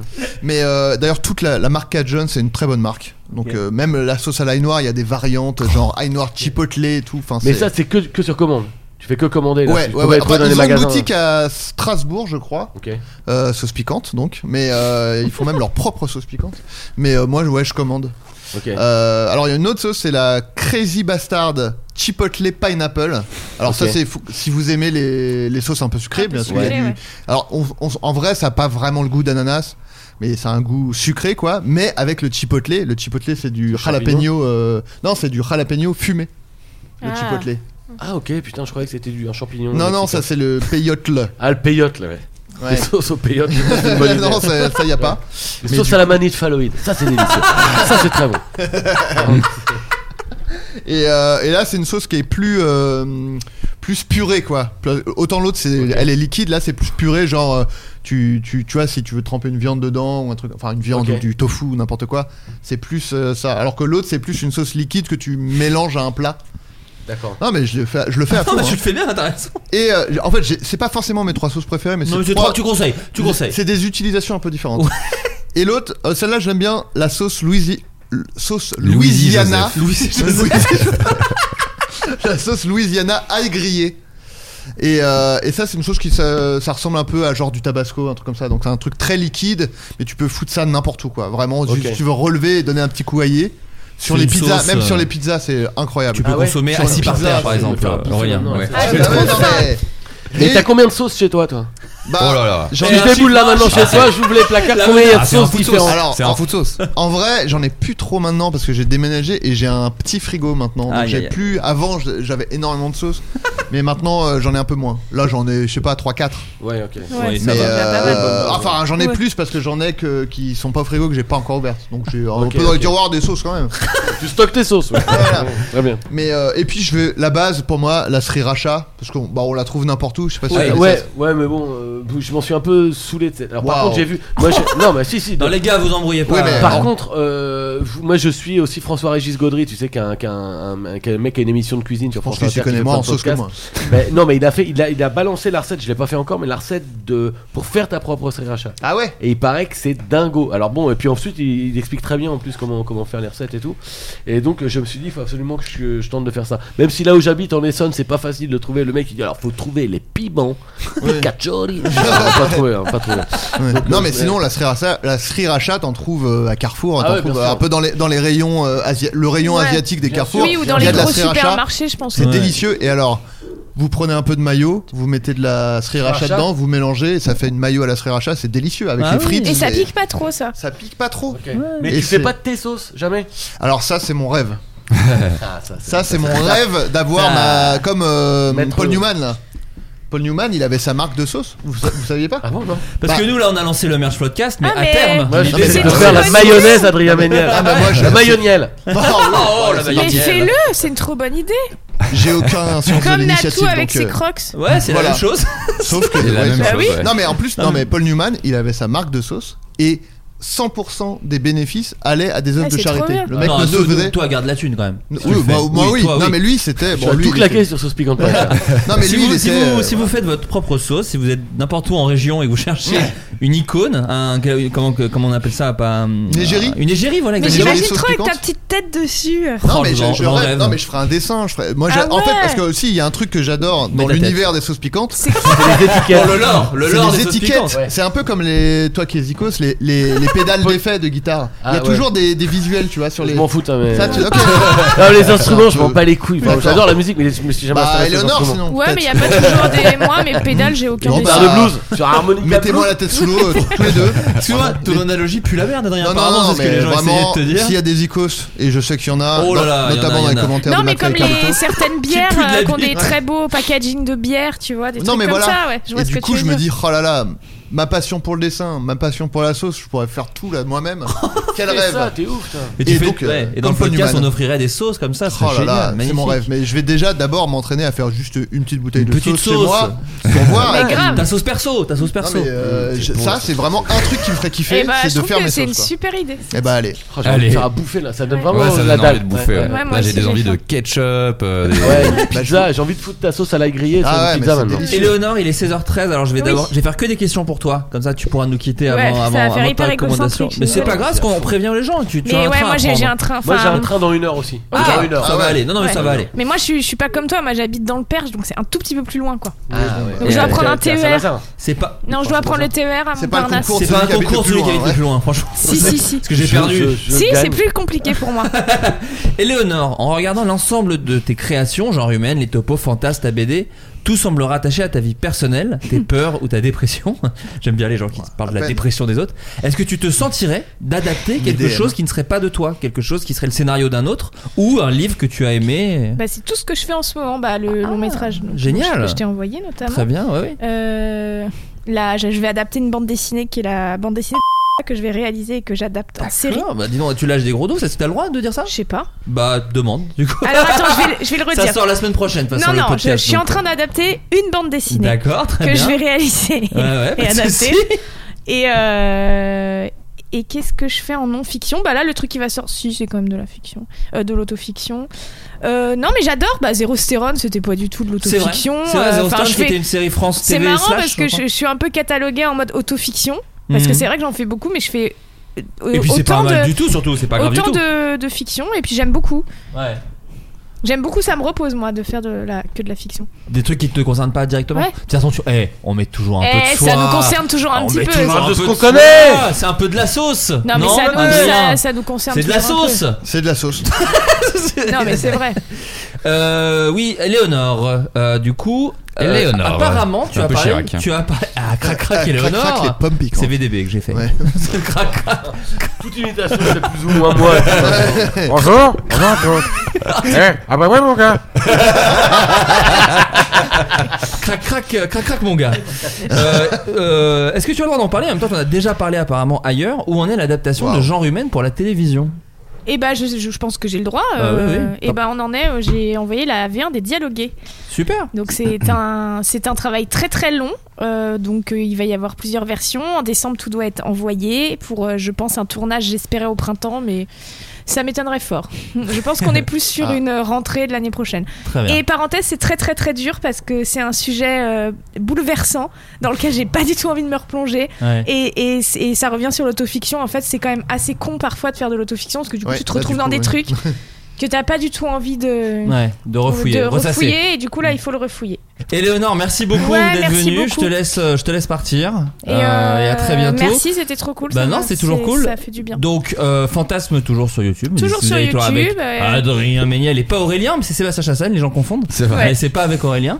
[SPEAKER 3] Mais euh, d'ailleurs, toute la, la marque Cat Jones, c'est une très bonne marque. Donc
[SPEAKER 4] Ok.
[SPEAKER 3] euh, même la sauce à l'ail noir, il y a des variantes genre ail noir chipotle et tout. Enfin,
[SPEAKER 5] Mais
[SPEAKER 3] c'est-
[SPEAKER 5] ça, c'est que, que sur commande. Tu fais que commander. Là.
[SPEAKER 3] Ouais,
[SPEAKER 5] tu
[SPEAKER 3] ouais,
[SPEAKER 5] peux
[SPEAKER 3] ouais.
[SPEAKER 5] pas trouver
[SPEAKER 3] Enfin,
[SPEAKER 5] dans les
[SPEAKER 3] ils ont une
[SPEAKER 5] magasins. hein.
[SPEAKER 3] boutique à Strasbourg, je crois.
[SPEAKER 5] Ok.
[SPEAKER 3] Euh, sauce piquante, donc. Mais euh, ils font même leur propre sauce piquante. Mais euh, moi, ouais, je commande.
[SPEAKER 5] Ok.
[SPEAKER 3] Euh, alors il y a une autre sauce, c'est la Crazy Bastard Chipotle Pineapple. Alors ça
[SPEAKER 5] Ok.
[SPEAKER 3] c'est fou- si vous aimez les, les sauces un peu sucrées,
[SPEAKER 6] Un peu
[SPEAKER 3] bien sûr. il y a
[SPEAKER 6] sucrées,
[SPEAKER 3] du-
[SPEAKER 6] Ah, ouais.
[SPEAKER 3] Alors on- on- en vrai ça n'a pas vraiment le goût d'ananas, mais ça a un goût sucré quoi. Mais avec le chipotle, le chipotle c'est du
[SPEAKER 5] champignon.
[SPEAKER 3] jalapeno. euh, Non c'est du jalapeno fumé. Le
[SPEAKER 6] Ah.
[SPEAKER 3] chipotle.
[SPEAKER 5] Ah ok. Putain, je croyais que c'était du un champignon.
[SPEAKER 3] Non non ça
[SPEAKER 5] mexicain.
[SPEAKER 3] c'est le peyotle.
[SPEAKER 5] Ah le peyote là. Ouais.
[SPEAKER 3] Ouais.
[SPEAKER 5] Les sauces
[SPEAKER 3] (laughs)
[SPEAKER 5] au peyote. c'est une bonne idée.
[SPEAKER 3] non ça, ça y a pas.
[SPEAKER 5] Les
[SPEAKER 3] mais
[SPEAKER 5] sauces
[SPEAKER 3] du
[SPEAKER 5] à la manie de phalloïde. Ça
[SPEAKER 3] (laughs)
[SPEAKER 5] c'est délicieux. ça c'est très bon.
[SPEAKER 3] Et, euh, et là c'est une sauce qui est plus euh, plus purée quoi. Pla- Autant l'autre c'est elle est liquide, là c'est plus purée genre euh, tu, tu tu vois si tu veux tremper une viande dedans ou un truc enfin une viande
[SPEAKER 5] Ok.
[SPEAKER 3] ou du tofu ou n'importe quoi, c'est plus euh, ça alors que l'autre c'est plus une sauce liquide que tu mélanges à un plat.
[SPEAKER 5] D'accord.
[SPEAKER 3] Non mais je le fais je le
[SPEAKER 4] (laughs)
[SPEAKER 3] fais à
[SPEAKER 4] Non,
[SPEAKER 3] fond,
[SPEAKER 4] mais tu
[SPEAKER 3] hein.
[SPEAKER 4] le fais bien, intéressant.
[SPEAKER 3] Et euh, en fait, j'ai- c'est pas forcément mes trois sauces préférées mais
[SPEAKER 4] Non, mais
[SPEAKER 3] c'est
[SPEAKER 4] c'est
[SPEAKER 3] trois
[SPEAKER 4] trois- tu conseilles, tu conseilles.
[SPEAKER 3] c'est des utilisations un peu différentes. Et l'autre, euh, celle-là, j'aime bien la sauce Louisi... l- sauce
[SPEAKER 2] Louisi
[SPEAKER 3] Louisiana.
[SPEAKER 2] (laughs) Joseph.
[SPEAKER 4] Louis, je
[SPEAKER 3] (laughs) la sauce Louisiana ail grillé. Et, euh, et ça, c'est une chose qui ça, ça ressemble un peu à genre du tabasco, un truc comme ça. Donc c'est un truc très liquide, mais tu peux foutre ça n'importe où, quoi. Vraiment, si
[SPEAKER 5] Ok.
[SPEAKER 3] tu veux relever et donner un petit coup aillé. Sur
[SPEAKER 4] C'est
[SPEAKER 3] les
[SPEAKER 4] une
[SPEAKER 3] pizzas,
[SPEAKER 4] sauce,
[SPEAKER 3] même
[SPEAKER 4] euh,
[SPEAKER 3] sur les pizzas, c'est incroyable.
[SPEAKER 4] Tu peux
[SPEAKER 5] Ah ouais
[SPEAKER 4] consommer
[SPEAKER 3] Sur
[SPEAKER 4] assis
[SPEAKER 3] une
[SPEAKER 4] par
[SPEAKER 3] pizza,
[SPEAKER 4] terre, par
[SPEAKER 3] je
[SPEAKER 4] exemple,
[SPEAKER 5] vais faire un
[SPEAKER 4] euh, Aurélien.
[SPEAKER 5] pizza, non,
[SPEAKER 4] ouais.
[SPEAKER 5] c'est-
[SPEAKER 3] Ah,
[SPEAKER 6] Ah,
[SPEAKER 3] mais
[SPEAKER 6] j'ai
[SPEAKER 3] non,
[SPEAKER 6] trop
[SPEAKER 3] mais-
[SPEAKER 5] Et t'as combien de sauces chez toi, toi
[SPEAKER 3] bah,
[SPEAKER 2] Oh là là.
[SPEAKER 3] j'en
[SPEAKER 5] Si
[SPEAKER 3] ai-
[SPEAKER 5] je déboule là maintenant chez
[SPEAKER 3] (laughs)
[SPEAKER 5] toi, j'ouvre les placards, combien il y a de
[SPEAKER 4] Ah, c'est un
[SPEAKER 5] sauces
[SPEAKER 4] food sauce.
[SPEAKER 5] différentes
[SPEAKER 3] Alors,
[SPEAKER 2] C'est
[SPEAKER 3] en-
[SPEAKER 2] un foot sauce.
[SPEAKER 3] En vrai, j'en ai plus trop maintenant parce que j'ai déménagé et j'ai un petit frigo maintenant. Donc
[SPEAKER 4] Aïe, aïe,
[SPEAKER 3] j'ai
[SPEAKER 4] aïe.
[SPEAKER 3] plus. Avant, je- j'avais énormément de sauce, (laughs) mais maintenant euh, j'en ai un peu moins. Là, j'en ai, je sais pas, 3-4.
[SPEAKER 5] Ouais, ok.
[SPEAKER 6] Ouais,
[SPEAKER 4] Oui,
[SPEAKER 6] ça
[SPEAKER 3] Mais
[SPEAKER 4] va.
[SPEAKER 6] déjà pas mal.
[SPEAKER 3] euh,
[SPEAKER 5] Ouais.
[SPEAKER 3] enfin, j'en ai
[SPEAKER 6] Ouais.
[SPEAKER 3] plus parce que j'en ai que, qui sont pas frigo que j'ai pas encore ouvertes. Donc j'ai euh, un
[SPEAKER 5] Ok,
[SPEAKER 3] peu dans les
[SPEAKER 5] ok.
[SPEAKER 3] tiroirs des sauces quand même.
[SPEAKER 5] Tu stockes tes sauces, ouais.
[SPEAKER 3] Voilà.
[SPEAKER 5] Très bien.
[SPEAKER 3] mais euh, et puis je veux la base pour moi, la sriracha parce qu'on bah, on la trouve n'importe où. Je sais pas si
[SPEAKER 5] Ouais,
[SPEAKER 3] vous
[SPEAKER 5] ouais,
[SPEAKER 3] connaissez
[SPEAKER 5] ouais, mais bon, euh, je m'en suis un peu saoulé. tu sais. Alors, par
[SPEAKER 3] Waouh.
[SPEAKER 5] contre, j'ai vu. Moi, je- Non, mais si, si.
[SPEAKER 4] Non,
[SPEAKER 5] de-
[SPEAKER 4] les gars, vous embrouillez pas. hein.
[SPEAKER 3] Oui, mais-
[SPEAKER 5] Par
[SPEAKER 3] Alors-
[SPEAKER 5] contre, euh, vous- moi je suis aussi François-Régis Gaudry, tu sais, qu'un qu'un un- un- qu'un mec qui a une émission de cuisine sur
[SPEAKER 3] Je pense
[SPEAKER 5] France
[SPEAKER 3] que tu
[SPEAKER 5] Inter. qui
[SPEAKER 3] connais
[SPEAKER 5] fait
[SPEAKER 3] moins
[SPEAKER 5] plein
[SPEAKER 3] en
[SPEAKER 5] de
[SPEAKER 3] sauce que
[SPEAKER 5] podcasts.
[SPEAKER 3] moi.
[SPEAKER 5] (laughs) Mais non, mais il a fait, il a, il a balancé la recette. Je l'ai pas fait encore, mais la recette de pour faire ta propre sriracha.
[SPEAKER 3] Ah ouais.
[SPEAKER 5] Et il paraît que c'est dingo. Alors bon, et puis ensuite il, il explique très bien en plus comment comment faire les recettes et tout. Et donc je me suis dit, il faut absolument que je, je tente de faire ça. Même si là où j'habite en Essonne, c'est pas facile de trouver. Le mec il dit, alors faut trouver les piments,
[SPEAKER 3] (laughs)
[SPEAKER 5] les cachori. pas trouvé, hein, pas trouvé.
[SPEAKER 3] Ouais. Non mais
[SPEAKER 5] euh,
[SPEAKER 3] sinon la sriracha, la sriracha t'en trouves euh, à Carrefour,
[SPEAKER 5] Ah
[SPEAKER 3] t'en
[SPEAKER 5] ouais,
[SPEAKER 3] trouves
[SPEAKER 5] bien
[SPEAKER 3] euh, un
[SPEAKER 5] sûr.
[SPEAKER 3] peu dans les dans les rayons euh, asia- le rayon
[SPEAKER 6] Ouais.
[SPEAKER 3] asiatique des
[SPEAKER 5] Bien
[SPEAKER 3] Carrefour.
[SPEAKER 6] Oui, ou dans
[SPEAKER 3] il y a
[SPEAKER 6] les
[SPEAKER 3] de la
[SPEAKER 6] gros
[SPEAKER 3] sriracha,
[SPEAKER 6] supermarchés, je pense.
[SPEAKER 3] c'est
[SPEAKER 4] Ouais.
[SPEAKER 3] délicieux. Et alors vous prenez un peu de mayo, vous mettez de la sriracha
[SPEAKER 5] Sriracha.
[SPEAKER 3] dedans, vous mélangez, et ça fait une mayo à la sriracha, c'est délicieux avec
[SPEAKER 4] Ah
[SPEAKER 3] les
[SPEAKER 4] oui.
[SPEAKER 3] frites.
[SPEAKER 6] Et ça
[SPEAKER 3] c'est-
[SPEAKER 6] pique pas trop, ça.
[SPEAKER 3] Ça pique pas trop.
[SPEAKER 5] Mais
[SPEAKER 3] Et
[SPEAKER 5] tu fais
[SPEAKER 3] c'est-
[SPEAKER 5] pas de tes sauces jamais.
[SPEAKER 3] Alors ça c'est mon rêve.
[SPEAKER 5] Ah, ça,
[SPEAKER 3] Ça c'est mon rêve d'avoir
[SPEAKER 4] Ah.
[SPEAKER 3] ma comme euh,
[SPEAKER 5] Maître-
[SPEAKER 3] Paul Newman là. Paul Newman, il avait sa marque de sauce. Vous, vous
[SPEAKER 8] (laughs)
[SPEAKER 3] saviez pas
[SPEAKER 5] Ah bon non.
[SPEAKER 4] Parce
[SPEAKER 3] Bah-
[SPEAKER 4] que nous, là, on a lancé le merch podcast, mais
[SPEAKER 6] Ah,
[SPEAKER 4] à
[SPEAKER 6] mais-
[SPEAKER 4] terme,
[SPEAKER 5] Moi, je
[SPEAKER 4] l'idée,
[SPEAKER 3] mais
[SPEAKER 5] c'est
[SPEAKER 4] c'est
[SPEAKER 5] de
[SPEAKER 3] une
[SPEAKER 5] faire la
[SPEAKER 6] bonne
[SPEAKER 5] mayonnaise, Adrien Méniel.
[SPEAKER 3] Ah, bah, moi, je-
[SPEAKER 5] La mayonniel.
[SPEAKER 4] Oh, la
[SPEAKER 6] Mais
[SPEAKER 4] baguette.
[SPEAKER 6] fais-le, c'est une trop bonne idée.
[SPEAKER 3] J'ai aucun sens de
[SPEAKER 6] Comme
[SPEAKER 3] l'initiative.
[SPEAKER 6] Natou avec
[SPEAKER 3] donc,
[SPEAKER 6] ses
[SPEAKER 3] euh,
[SPEAKER 6] crocs.
[SPEAKER 4] Ouais, c'est
[SPEAKER 3] Voilà.
[SPEAKER 4] la même chose.
[SPEAKER 3] Sauf que
[SPEAKER 2] C'est la
[SPEAKER 3] ouais,
[SPEAKER 2] même
[SPEAKER 3] c'est-
[SPEAKER 2] chose, ouais.
[SPEAKER 3] Non mais en plus, non
[SPEAKER 4] Non,
[SPEAKER 3] mais Paul Newman, il avait sa marque de sauce et 100% des bénéfices allaient à des œuvres
[SPEAKER 6] Ah,
[SPEAKER 3] de
[SPEAKER 6] c'est trop
[SPEAKER 3] charité.
[SPEAKER 6] bien.
[SPEAKER 3] Le mec
[SPEAKER 4] non,
[SPEAKER 3] ne
[SPEAKER 4] Sono,
[SPEAKER 3] devait.
[SPEAKER 4] toi, garde la thune quand même.
[SPEAKER 3] Oui,
[SPEAKER 4] Si tu le
[SPEAKER 3] bah,
[SPEAKER 4] fais.
[SPEAKER 3] moi, oui.
[SPEAKER 4] toi,
[SPEAKER 3] Non mais lui c'était
[SPEAKER 5] Tu
[SPEAKER 3] bon
[SPEAKER 5] as
[SPEAKER 3] lui.
[SPEAKER 5] tout
[SPEAKER 3] il
[SPEAKER 5] claqué
[SPEAKER 3] était-
[SPEAKER 5] sur ce speak and Pie, ça.
[SPEAKER 3] Non mais
[SPEAKER 4] si,
[SPEAKER 3] lui
[SPEAKER 4] vous,
[SPEAKER 3] il
[SPEAKER 4] si
[SPEAKER 3] était,
[SPEAKER 4] vous-
[SPEAKER 3] euh,
[SPEAKER 4] si vous faites votre propre sauce, si vous êtes n'importe où en région et que vous cherchez une icône, un, comment, comment on appelle ça pas, un-
[SPEAKER 3] Une égérie
[SPEAKER 4] Une égérie, voilà,
[SPEAKER 6] Mais
[SPEAKER 3] Avec des
[SPEAKER 4] exactement.
[SPEAKER 3] j'imagine-
[SPEAKER 6] j'imagine
[SPEAKER 3] sauces
[SPEAKER 6] trop avec ta
[SPEAKER 3] piquantes.
[SPEAKER 6] petite tête dessus.
[SPEAKER 3] Non mais,
[SPEAKER 4] Oh,
[SPEAKER 3] je,
[SPEAKER 4] j'en-
[SPEAKER 3] je
[SPEAKER 4] j'en
[SPEAKER 3] rêve.
[SPEAKER 4] rêve.
[SPEAKER 3] non mais je ferai un dessin, je ferai... Moi,
[SPEAKER 6] Ah
[SPEAKER 3] j'a- en fait
[SPEAKER 6] ouais.
[SPEAKER 3] parce que aussi il y a un truc que j'adore dans
[SPEAKER 4] ta tête.
[SPEAKER 3] l'univers des sauces piquantes,
[SPEAKER 6] C'est
[SPEAKER 5] C'est les étiquettes.
[SPEAKER 4] Oh, le lore, le lore
[SPEAKER 3] c'est
[SPEAKER 4] des
[SPEAKER 3] les
[SPEAKER 4] sauces
[SPEAKER 3] étiquettes.
[SPEAKER 4] piquantes.
[SPEAKER 5] ouais.
[SPEAKER 3] C'est un peu comme les toi qui es Zikos, les, les, les pédales d'effet de guitare. il
[SPEAKER 5] Ah,
[SPEAKER 3] y a
[SPEAKER 5] ouais.
[SPEAKER 3] toujours des, des visuels, tu vois, sur
[SPEAKER 5] Je
[SPEAKER 3] les.
[SPEAKER 5] m'en fous, hein, mais.
[SPEAKER 3] Ça, tu... ok.
[SPEAKER 5] Non, les instruments, je
[SPEAKER 3] peu-
[SPEAKER 5] m'en bats les couilles. Enfin,
[SPEAKER 3] D'accord.
[SPEAKER 5] J'adore la musique, mais je me suis jamais
[SPEAKER 3] Bah,
[SPEAKER 5] intéressé aux
[SPEAKER 3] Eleanor,
[SPEAKER 5] instruments.
[SPEAKER 3] sinon.
[SPEAKER 6] Ouais,
[SPEAKER 3] peut-être.
[SPEAKER 6] mais y a pas toujours des. Moi, mes pédales, j'ai aucun
[SPEAKER 3] Non,
[SPEAKER 6] dessin.
[SPEAKER 3] bah,
[SPEAKER 5] Sur le blues, sur harmonica
[SPEAKER 3] Mettez-moi
[SPEAKER 5] blues.
[SPEAKER 3] la tête sous l'eau, tous les deux.
[SPEAKER 4] Tu vois, ton analogie pue la merde, Adrien.
[SPEAKER 3] Ah, Non, non,
[SPEAKER 4] Apparemment,
[SPEAKER 3] non,
[SPEAKER 4] c'est ce que
[SPEAKER 3] mais
[SPEAKER 4] les gens
[SPEAKER 3] vraiment,
[SPEAKER 4] essayaient de te
[SPEAKER 3] s'il y
[SPEAKER 4] dire.
[SPEAKER 3] a des icos, et je sais qu'il y en a,
[SPEAKER 4] Oh là
[SPEAKER 3] dans-
[SPEAKER 4] là,
[SPEAKER 3] notamment
[SPEAKER 4] il y en a, il y
[SPEAKER 3] dans
[SPEAKER 4] en
[SPEAKER 3] les
[SPEAKER 4] a.
[SPEAKER 3] commentaires
[SPEAKER 6] Non,
[SPEAKER 3] de
[SPEAKER 6] mais
[SPEAKER 3] Mafia
[SPEAKER 6] comme
[SPEAKER 3] et Carlito.
[SPEAKER 6] les certaines bières
[SPEAKER 4] plus de la
[SPEAKER 6] euh, qui ont
[SPEAKER 4] vie.
[SPEAKER 6] des très beaux packaging de bière, tu vois, des
[SPEAKER 3] Non,
[SPEAKER 6] trucs
[SPEAKER 3] mais
[SPEAKER 6] comme
[SPEAKER 3] voilà.
[SPEAKER 6] ça, ouais. Je vois
[SPEAKER 3] Et
[SPEAKER 6] ce que
[SPEAKER 3] du coup,
[SPEAKER 6] tu
[SPEAKER 3] je
[SPEAKER 6] veux
[SPEAKER 3] me
[SPEAKER 6] dire.
[SPEAKER 3] dis, oh là là, ma passion pour le dessin, ma passion pour la sauce, je pourrais faire tout là
[SPEAKER 6] (laughs)
[SPEAKER 3] moi-même. Quel
[SPEAKER 5] C'est ça,
[SPEAKER 3] rêve
[SPEAKER 5] t'es ouf, toi.
[SPEAKER 4] Et, tu
[SPEAKER 3] Et
[SPEAKER 4] fais-
[SPEAKER 3] donc, euh,
[SPEAKER 4] ouais, et dans le
[SPEAKER 3] comme
[SPEAKER 4] podcast,
[SPEAKER 3] Newman.
[SPEAKER 4] on offrirait des sauces comme ça. ce
[SPEAKER 3] Oh là
[SPEAKER 4] serait
[SPEAKER 3] là,
[SPEAKER 4] génial,
[SPEAKER 3] c'est mon
[SPEAKER 4] magnifique.
[SPEAKER 3] rêve. Mais je vais déjà d'abord m'entraîner à faire juste une petite bouteille
[SPEAKER 4] Une
[SPEAKER 3] de
[SPEAKER 4] petite
[SPEAKER 3] sauce, chez
[SPEAKER 4] sauce.
[SPEAKER 3] moi
[SPEAKER 4] (laughs)
[SPEAKER 3] pour voir.
[SPEAKER 6] Mais
[SPEAKER 3] Et-
[SPEAKER 6] grave.
[SPEAKER 4] Ta sauce perso, ta sauce
[SPEAKER 3] Non,
[SPEAKER 4] perso.
[SPEAKER 3] mais, euh, je- ça, c'est vraiment un truc qui me ferait
[SPEAKER 6] Et
[SPEAKER 3] kiffer,
[SPEAKER 6] bah, je
[SPEAKER 3] c'est de
[SPEAKER 6] trouve
[SPEAKER 3] faire
[SPEAKER 6] que
[SPEAKER 3] mes
[SPEAKER 6] c'est une
[SPEAKER 3] sauces. quoi.
[SPEAKER 6] super idée.
[SPEAKER 3] Eh bah allez.
[SPEAKER 5] Oh, J'ai envie de
[SPEAKER 4] Allez.
[SPEAKER 5] faire à bouffer là, ça donne vraiment
[SPEAKER 2] Ouais, ça
[SPEAKER 5] la
[SPEAKER 2] donne
[SPEAKER 5] dalle.
[SPEAKER 2] envie de bouffer. ouais.
[SPEAKER 6] Ouais, moi
[SPEAKER 2] Là, j'ai
[SPEAKER 6] aussi,
[SPEAKER 2] des
[SPEAKER 6] j'ai
[SPEAKER 2] envie de
[SPEAKER 6] faim.
[SPEAKER 2] ketchup, euh, des-
[SPEAKER 5] Ouais, une pizza, j'ai envie de foutre ta sauce à la grillée sur
[SPEAKER 3] Ah ouais,
[SPEAKER 5] une
[SPEAKER 3] mais
[SPEAKER 5] pizza
[SPEAKER 3] c'est
[SPEAKER 5] maintenant.
[SPEAKER 3] délicieux.
[SPEAKER 4] Éléonore, il est 16h13, alors je vais
[SPEAKER 6] Oui.
[SPEAKER 4] d'abord, je vais faire que des questions pour toi, comme ça tu pourras nous quitter
[SPEAKER 6] Ouais,
[SPEAKER 4] avant,
[SPEAKER 6] ça va
[SPEAKER 4] avant,
[SPEAKER 6] faire
[SPEAKER 4] avant
[SPEAKER 6] hyper
[SPEAKER 4] ta recommandation.
[SPEAKER 6] égocentrique,
[SPEAKER 4] Mais c'est
[SPEAKER 6] désolé.
[SPEAKER 4] pas grave, parce qu'on prévient les gens, tu, tu as
[SPEAKER 6] Mais
[SPEAKER 4] un
[SPEAKER 6] ouais,
[SPEAKER 4] train
[SPEAKER 6] moi
[SPEAKER 4] à
[SPEAKER 6] j'ai j'ai
[SPEAKER 4] prendre.
[SPEAKER 6] un train.
[SPEAKER 5] Moi j'ai
[SPEAKER 6] enfin,
[SPEAKER 5] un train dans une heure aussi.
[SPEAKER 4] Ok,
[SPEAKER 5] Dans une heure.
[SPEAKER 4] ça
[SPEAKER 3] Ah
[SPEAKER 4] va
[SPEAKER 3] ouais.
[SPEAKER 4] aller, non, non, mais
[SPEAKER 6] Ouais.
[SPEAKER 4] ça va aller.
[SPEAKER 6] Mais moi je suis, je suis pas comme toi, moi j'habite dans le Perche, donc c'est un tout petit peu plus loin quoi.
[SPEAKER 4] Donc, je dois
[SPEAKER 6] prendre un
[SPEAKER 5] TER.
[SPEAKER 4] C'est pas,
[SPEAKER 6] Non, je dois prendre le TER à
[SPEAKER 3] Oh, C'est pas le
[SPEAKER 6] Montparnasse.
[SPEAKER 3] concours.
[SPEAKER 4] c'est
[SPEAKER 3] celui
[SPEAKER 4] pas un
[SPEAKER 3] qui habite le
[SPEAKER 4] concours,
[SPEAKER 3] plus
[SPEAKER 4] celui qui
[SPEAKER 3] loin,
[SPEAKER 4] habite le
[SPEAKER 3] ouais.
[SPEAKER 4] plus loin, franchement.
[SPEAKER 6] Si, si, si.
[SPEAKER 4] Parce que j'ai perdu.
[SPEAKER 6] Si, c'est plus compliqué pour moi.
[SPEAKER 4] Éléonore, en regardant l'ensemble de tes créations, genre humaine, les topos, fantasmes, ta BD, tout semble rattaché à ta vie personnelle,
[SPEAKER 6] (laughs)
[SPEAKER 4] tes peurs ou ta dépression. (laughs) J'aime bien les gens qui parlent de
[SPEAKER 3] à
[SPEAKER 4] la
[SPEAKER 3] peine.
[SPEAKER 4] dépression des autres. Est-ce que tu te sentirais d'adapter quelque
[SPEAKER 3] DM.
[SPEAKER 4] chose qui ne serait pas de toi, quelque chose qui serait le scénario d'un autre, ou un livre que tu as aimé
[SPEAKER 6] Bah, c'est tout ce que je fais en ce moment, bah, le long métrage. donc,
[SPEAKER 4] génial.
[SPEAKER 6] Que je t'ai envoyé notamment.
[SPEAKER 4] Très bien, ouais, ouais.
[SPEAKER 6] Euh, là, je je vais adapter une bande dessinée qui est la bande dessinée de que je vais réaliser et que j'adapte en série.
[SPEAKER 4] D'accord, bah dis donc, tu lâches des gros dos, est-ce que t'as le droit de dire ça
[SPEAKER 6] Je
[SPEAKER 4] (laughs)
[SPEAKER 6] sais pas.
[SPEAKER 4] Bah, demande, du coup.
[SPEAKER 6] Alors attends, je vais, le- je vais le
[SPEAKER 4] ça
[SPEAKER 6] redire.
[SPEAKER 4] sort la semaine prochaine, de toute façon, le
[SPEAKER 6] non, non, je, je
[SPEAKER 4] podcast.
[SPEAKER 6] suis en
[SPEAKER 4] donc. euh,
[SPEAKER 6] train d'adapter une bande dessinée
[SPEAKER 4] D'accord, très
[SPEAKER 6] que
[SPEAKER 4] bien.
[SPEAKER 6] je vais réaliser
[SPEAKER 4] Ouais, ouais,
[SPEAKER 6] et
[SPEAKER 4] pas de souci.
[SPEAKER 6] adapter. (laughs) Et, euh, et qu'est-ce que je fais en non-fiction Bah là, le truc qui va sortir, si, c'est quand même de la fiction, Euh, de l'autofiction. Euh, non, mais j'adore. Bah, Zéro Stéron, c'était pas du tout de
[SPEAKER 4] C'est vrai. C'est
[SPEAKER 6] l'autofiction.
[SPEAKER 4] vrai,
[SPEAKER 6] Euh,
[SPEAKER 4] Zero
[SPEAKER 6] enfin,
[SPEAKER 4] Star,
[SPEAKER 6] je
[SPEAKER 4] c'était
[SPEAKER 6] fais-
[SPEAKER 4] une série France TV.
[SPEAKER 6] C'est marrant
[SPEAKER 4] slash,
[SPEAKER 6] parce que je, je suis un peu cataloguée en mode autofiction. Parce
[SPEAKER 4] Mhm.
[SPEAKER 6] que c'est vrai que j'en fais beaucoup, mais je fais euh,
[SPEAKER 4] Et puis c'est pas
[SPEAKER 6] autant,
[SPEAKER 4] mal
[SPEAKER 6] de,
[SPEAKER 4] du tout, surtout, c'est pas grave du
[SPEAKER 6] autant
[SPEAKER 4] tout.
[SPEAKER 6] de, de fiction. Et puis j'aime beaucoup.
[SPEAKER 4] Ouais.
[SPEAKER 6] J'aime beaucoup, ça me repose, moi, de faire de la, que de la fiction.
[SPEAKER 4] Des trucs qui te concernent pas directement.
[SPEAKER 6] Ouais.
[SPEAKER 4] Tiens, attention, eh, on met toujours un peu de Oh,
[SPEAKER 6] Eh,
[SPEAKER 4] soi.
[SPEAKER 6] ça nous concerne toujours un
[SPEAKER 4] On
[SPEAKER 6] petit
[SPEAKER 4] met
[SPEAKER 6] peu.
[SPEAKER 4] toujours
[SPEAKER 6] ça.
[SPEAKER 4] un
[SPEAKER 5] de
[SPEAKER 4] peu
[SPEAKER 5] ce qu'on
[SPEAKER 4] soi.
[SPEAKER 5] connaît.
[SPEAKER 4] C'est un peu de la sauce.
[SPEAKER 6] Non, mais ça, nous,
[SPEAKER 4] Adrien
[SPEAKER 6] ça, ça nous concerne
[SPEAKER 4] C'est de la
[SPEAKER 6] toujours un peu.
[SPEAKER 4] sauce.
[SPEAKER 3] C'est de la
[SPEAKER 4] (laughs)
[SPEAKER 3] sauce.
[SPEAKER 6] Non, mais c'est vrai.
[SPEAKER 4] Euh, oui, Eleonore, euh, du coup. euh,
[SPEAKER 2] Éléonore.
[SPEAKER 4] apparemment, tu
[SPEAKER 2] Un
[SPEAKER 4] as
[SPEAKER 2] peu
[SPEAKER 4] parlé.
[SPEAKER 2] Chirac.
[SPEAKER 4] Tu as parlé. Ah, crac crac,
[SPEAKER 3] Crac,
[SPEAKER 4] Éléonore.
[SPEAKER 3] crac, les pommes piquantes.
[SPEAKER 4] C'est VDB que j'ai fait.
[SPEAKER 3] Ouais.
[SPEAKER 4] crac crac.
[SPEAKER 5] Toute imitation, c'est plus ou moins (laughs) moi. Bonjour, bonjour à (laughs) tous. Eh, ah bah ouais, mon gars.
[SPEAKER 4] Crac crac, euh, crac crac, mon gars. Euh, euh, Est-ce que tu as le droit d'en parler En même temps, on a déjà parlé apparemment ailleurs où en est l'adaptation
[SPEAKER 3] Wow.
[SPEAKER 4] de genre humain pour la télévision.
[SPEAKER 6] Et bah, je, je- je pense que j'ai le droit.
[SPEAKER 4] Bah oui, oui.
[SPEAKER 6] Et bah, on en est. euh, J'ai envoyé la V1 des dialogués.
[SPEAKER 4] Super.
[SPEAKER 3] (coughs)
[SPEAKER 6] Donc, c'est un, c'est un travail très très long. Euh, donc, euh, il va y avoir plusieurs versions. En décembre, tout doit être envoyé pour, euh, je pense, un tournage. J'espérais au printemps, mais ça m'étonnerait fort. (laughs) je pense qu'on est plus sur
[SPEAKER 3] Ah.
[SPEAKER 6] une euh, rentrée de l'année prochaine.
[SPEAKER 4] Très bien.
[SPEAKER 6] Et parenthèse, c'est très très très dur parce que c'est un sujet euh, bouleversant dans lequel j'ai pas du tout envie de me replonger.
[SPEAKER 4] Ouais.
[SPEAKER 6] Et, et, et ça revient sur l'autofiction. En fait, c'est quand même assez con parfois de faire de l'autofiction parce que du coup,
[SPEAKER 3] Ouais,
[SPEAKER 6] tu te
[SPEAKER 3] bah,
[SPEAKER 6] retrouves
[SPEAKER 3] du coup,
[SPEAKER 6] dans des
[SPEAKER 3] ouais.
[SPEAKER 6] trucs
[SPEAKER 3] (laughs)
[SPEAKER 6] que t'as pas du tout envie de.
[SPEAKER 4] Ouais, de refouiller,
[SPEAKER 6] de
[SPEAKER 4] ressasser.
[SPEAKER 6] refouiller, et du
[SPEAKER 3] Mm.
[SPEAKER 6] coup là il faut le refouiller.
[SPEAKER 4] Éléonore, merci beaucoup
[SPEAKER 6] Ouais,
[SPEAKER 4] d'être
[SPEAKER 6] merci
[SPEAKER 4] venue. Je te
[SPEAKER 6] beaucoup.
[SPEAKER 4] laisse, euh, je te laisse partir. Euh,
[SPEAKER 6] euh,
[SPEAKER 4] et à très bientôt.
[SPEAKER 6] Merci, c'était trop cool.
[SPEAKER 4] Bah
[SPEAKER 6] ça
[SPEAKER 4] non,
[SPEAKER 6] m'a-
[SPEAKER 4] c'est toujours cool.
[SPEAKER 6] Ça fait du bien.
[SPEAKER 4] Donc, euh, Fantasme toujours sur YouTube.
[SPEAKER 6] Toujours
[SPEAKER 4] Diffusé
[SPEAKER 6] sur
[SPEAKER 4] avec-
[SPEAKER 6] YouTube,
[SPEAKER 4] Avec
[SPEAKER 6] euh.
[SPEAKER 4] Adrien Méniel et pas Aurélien, mais c'est Sébastien Chassagne, les gens confondent.
[SPEAKER 2] C'est vrai.
[SPEAKER 4] Mais c'est pas avec Aurélien.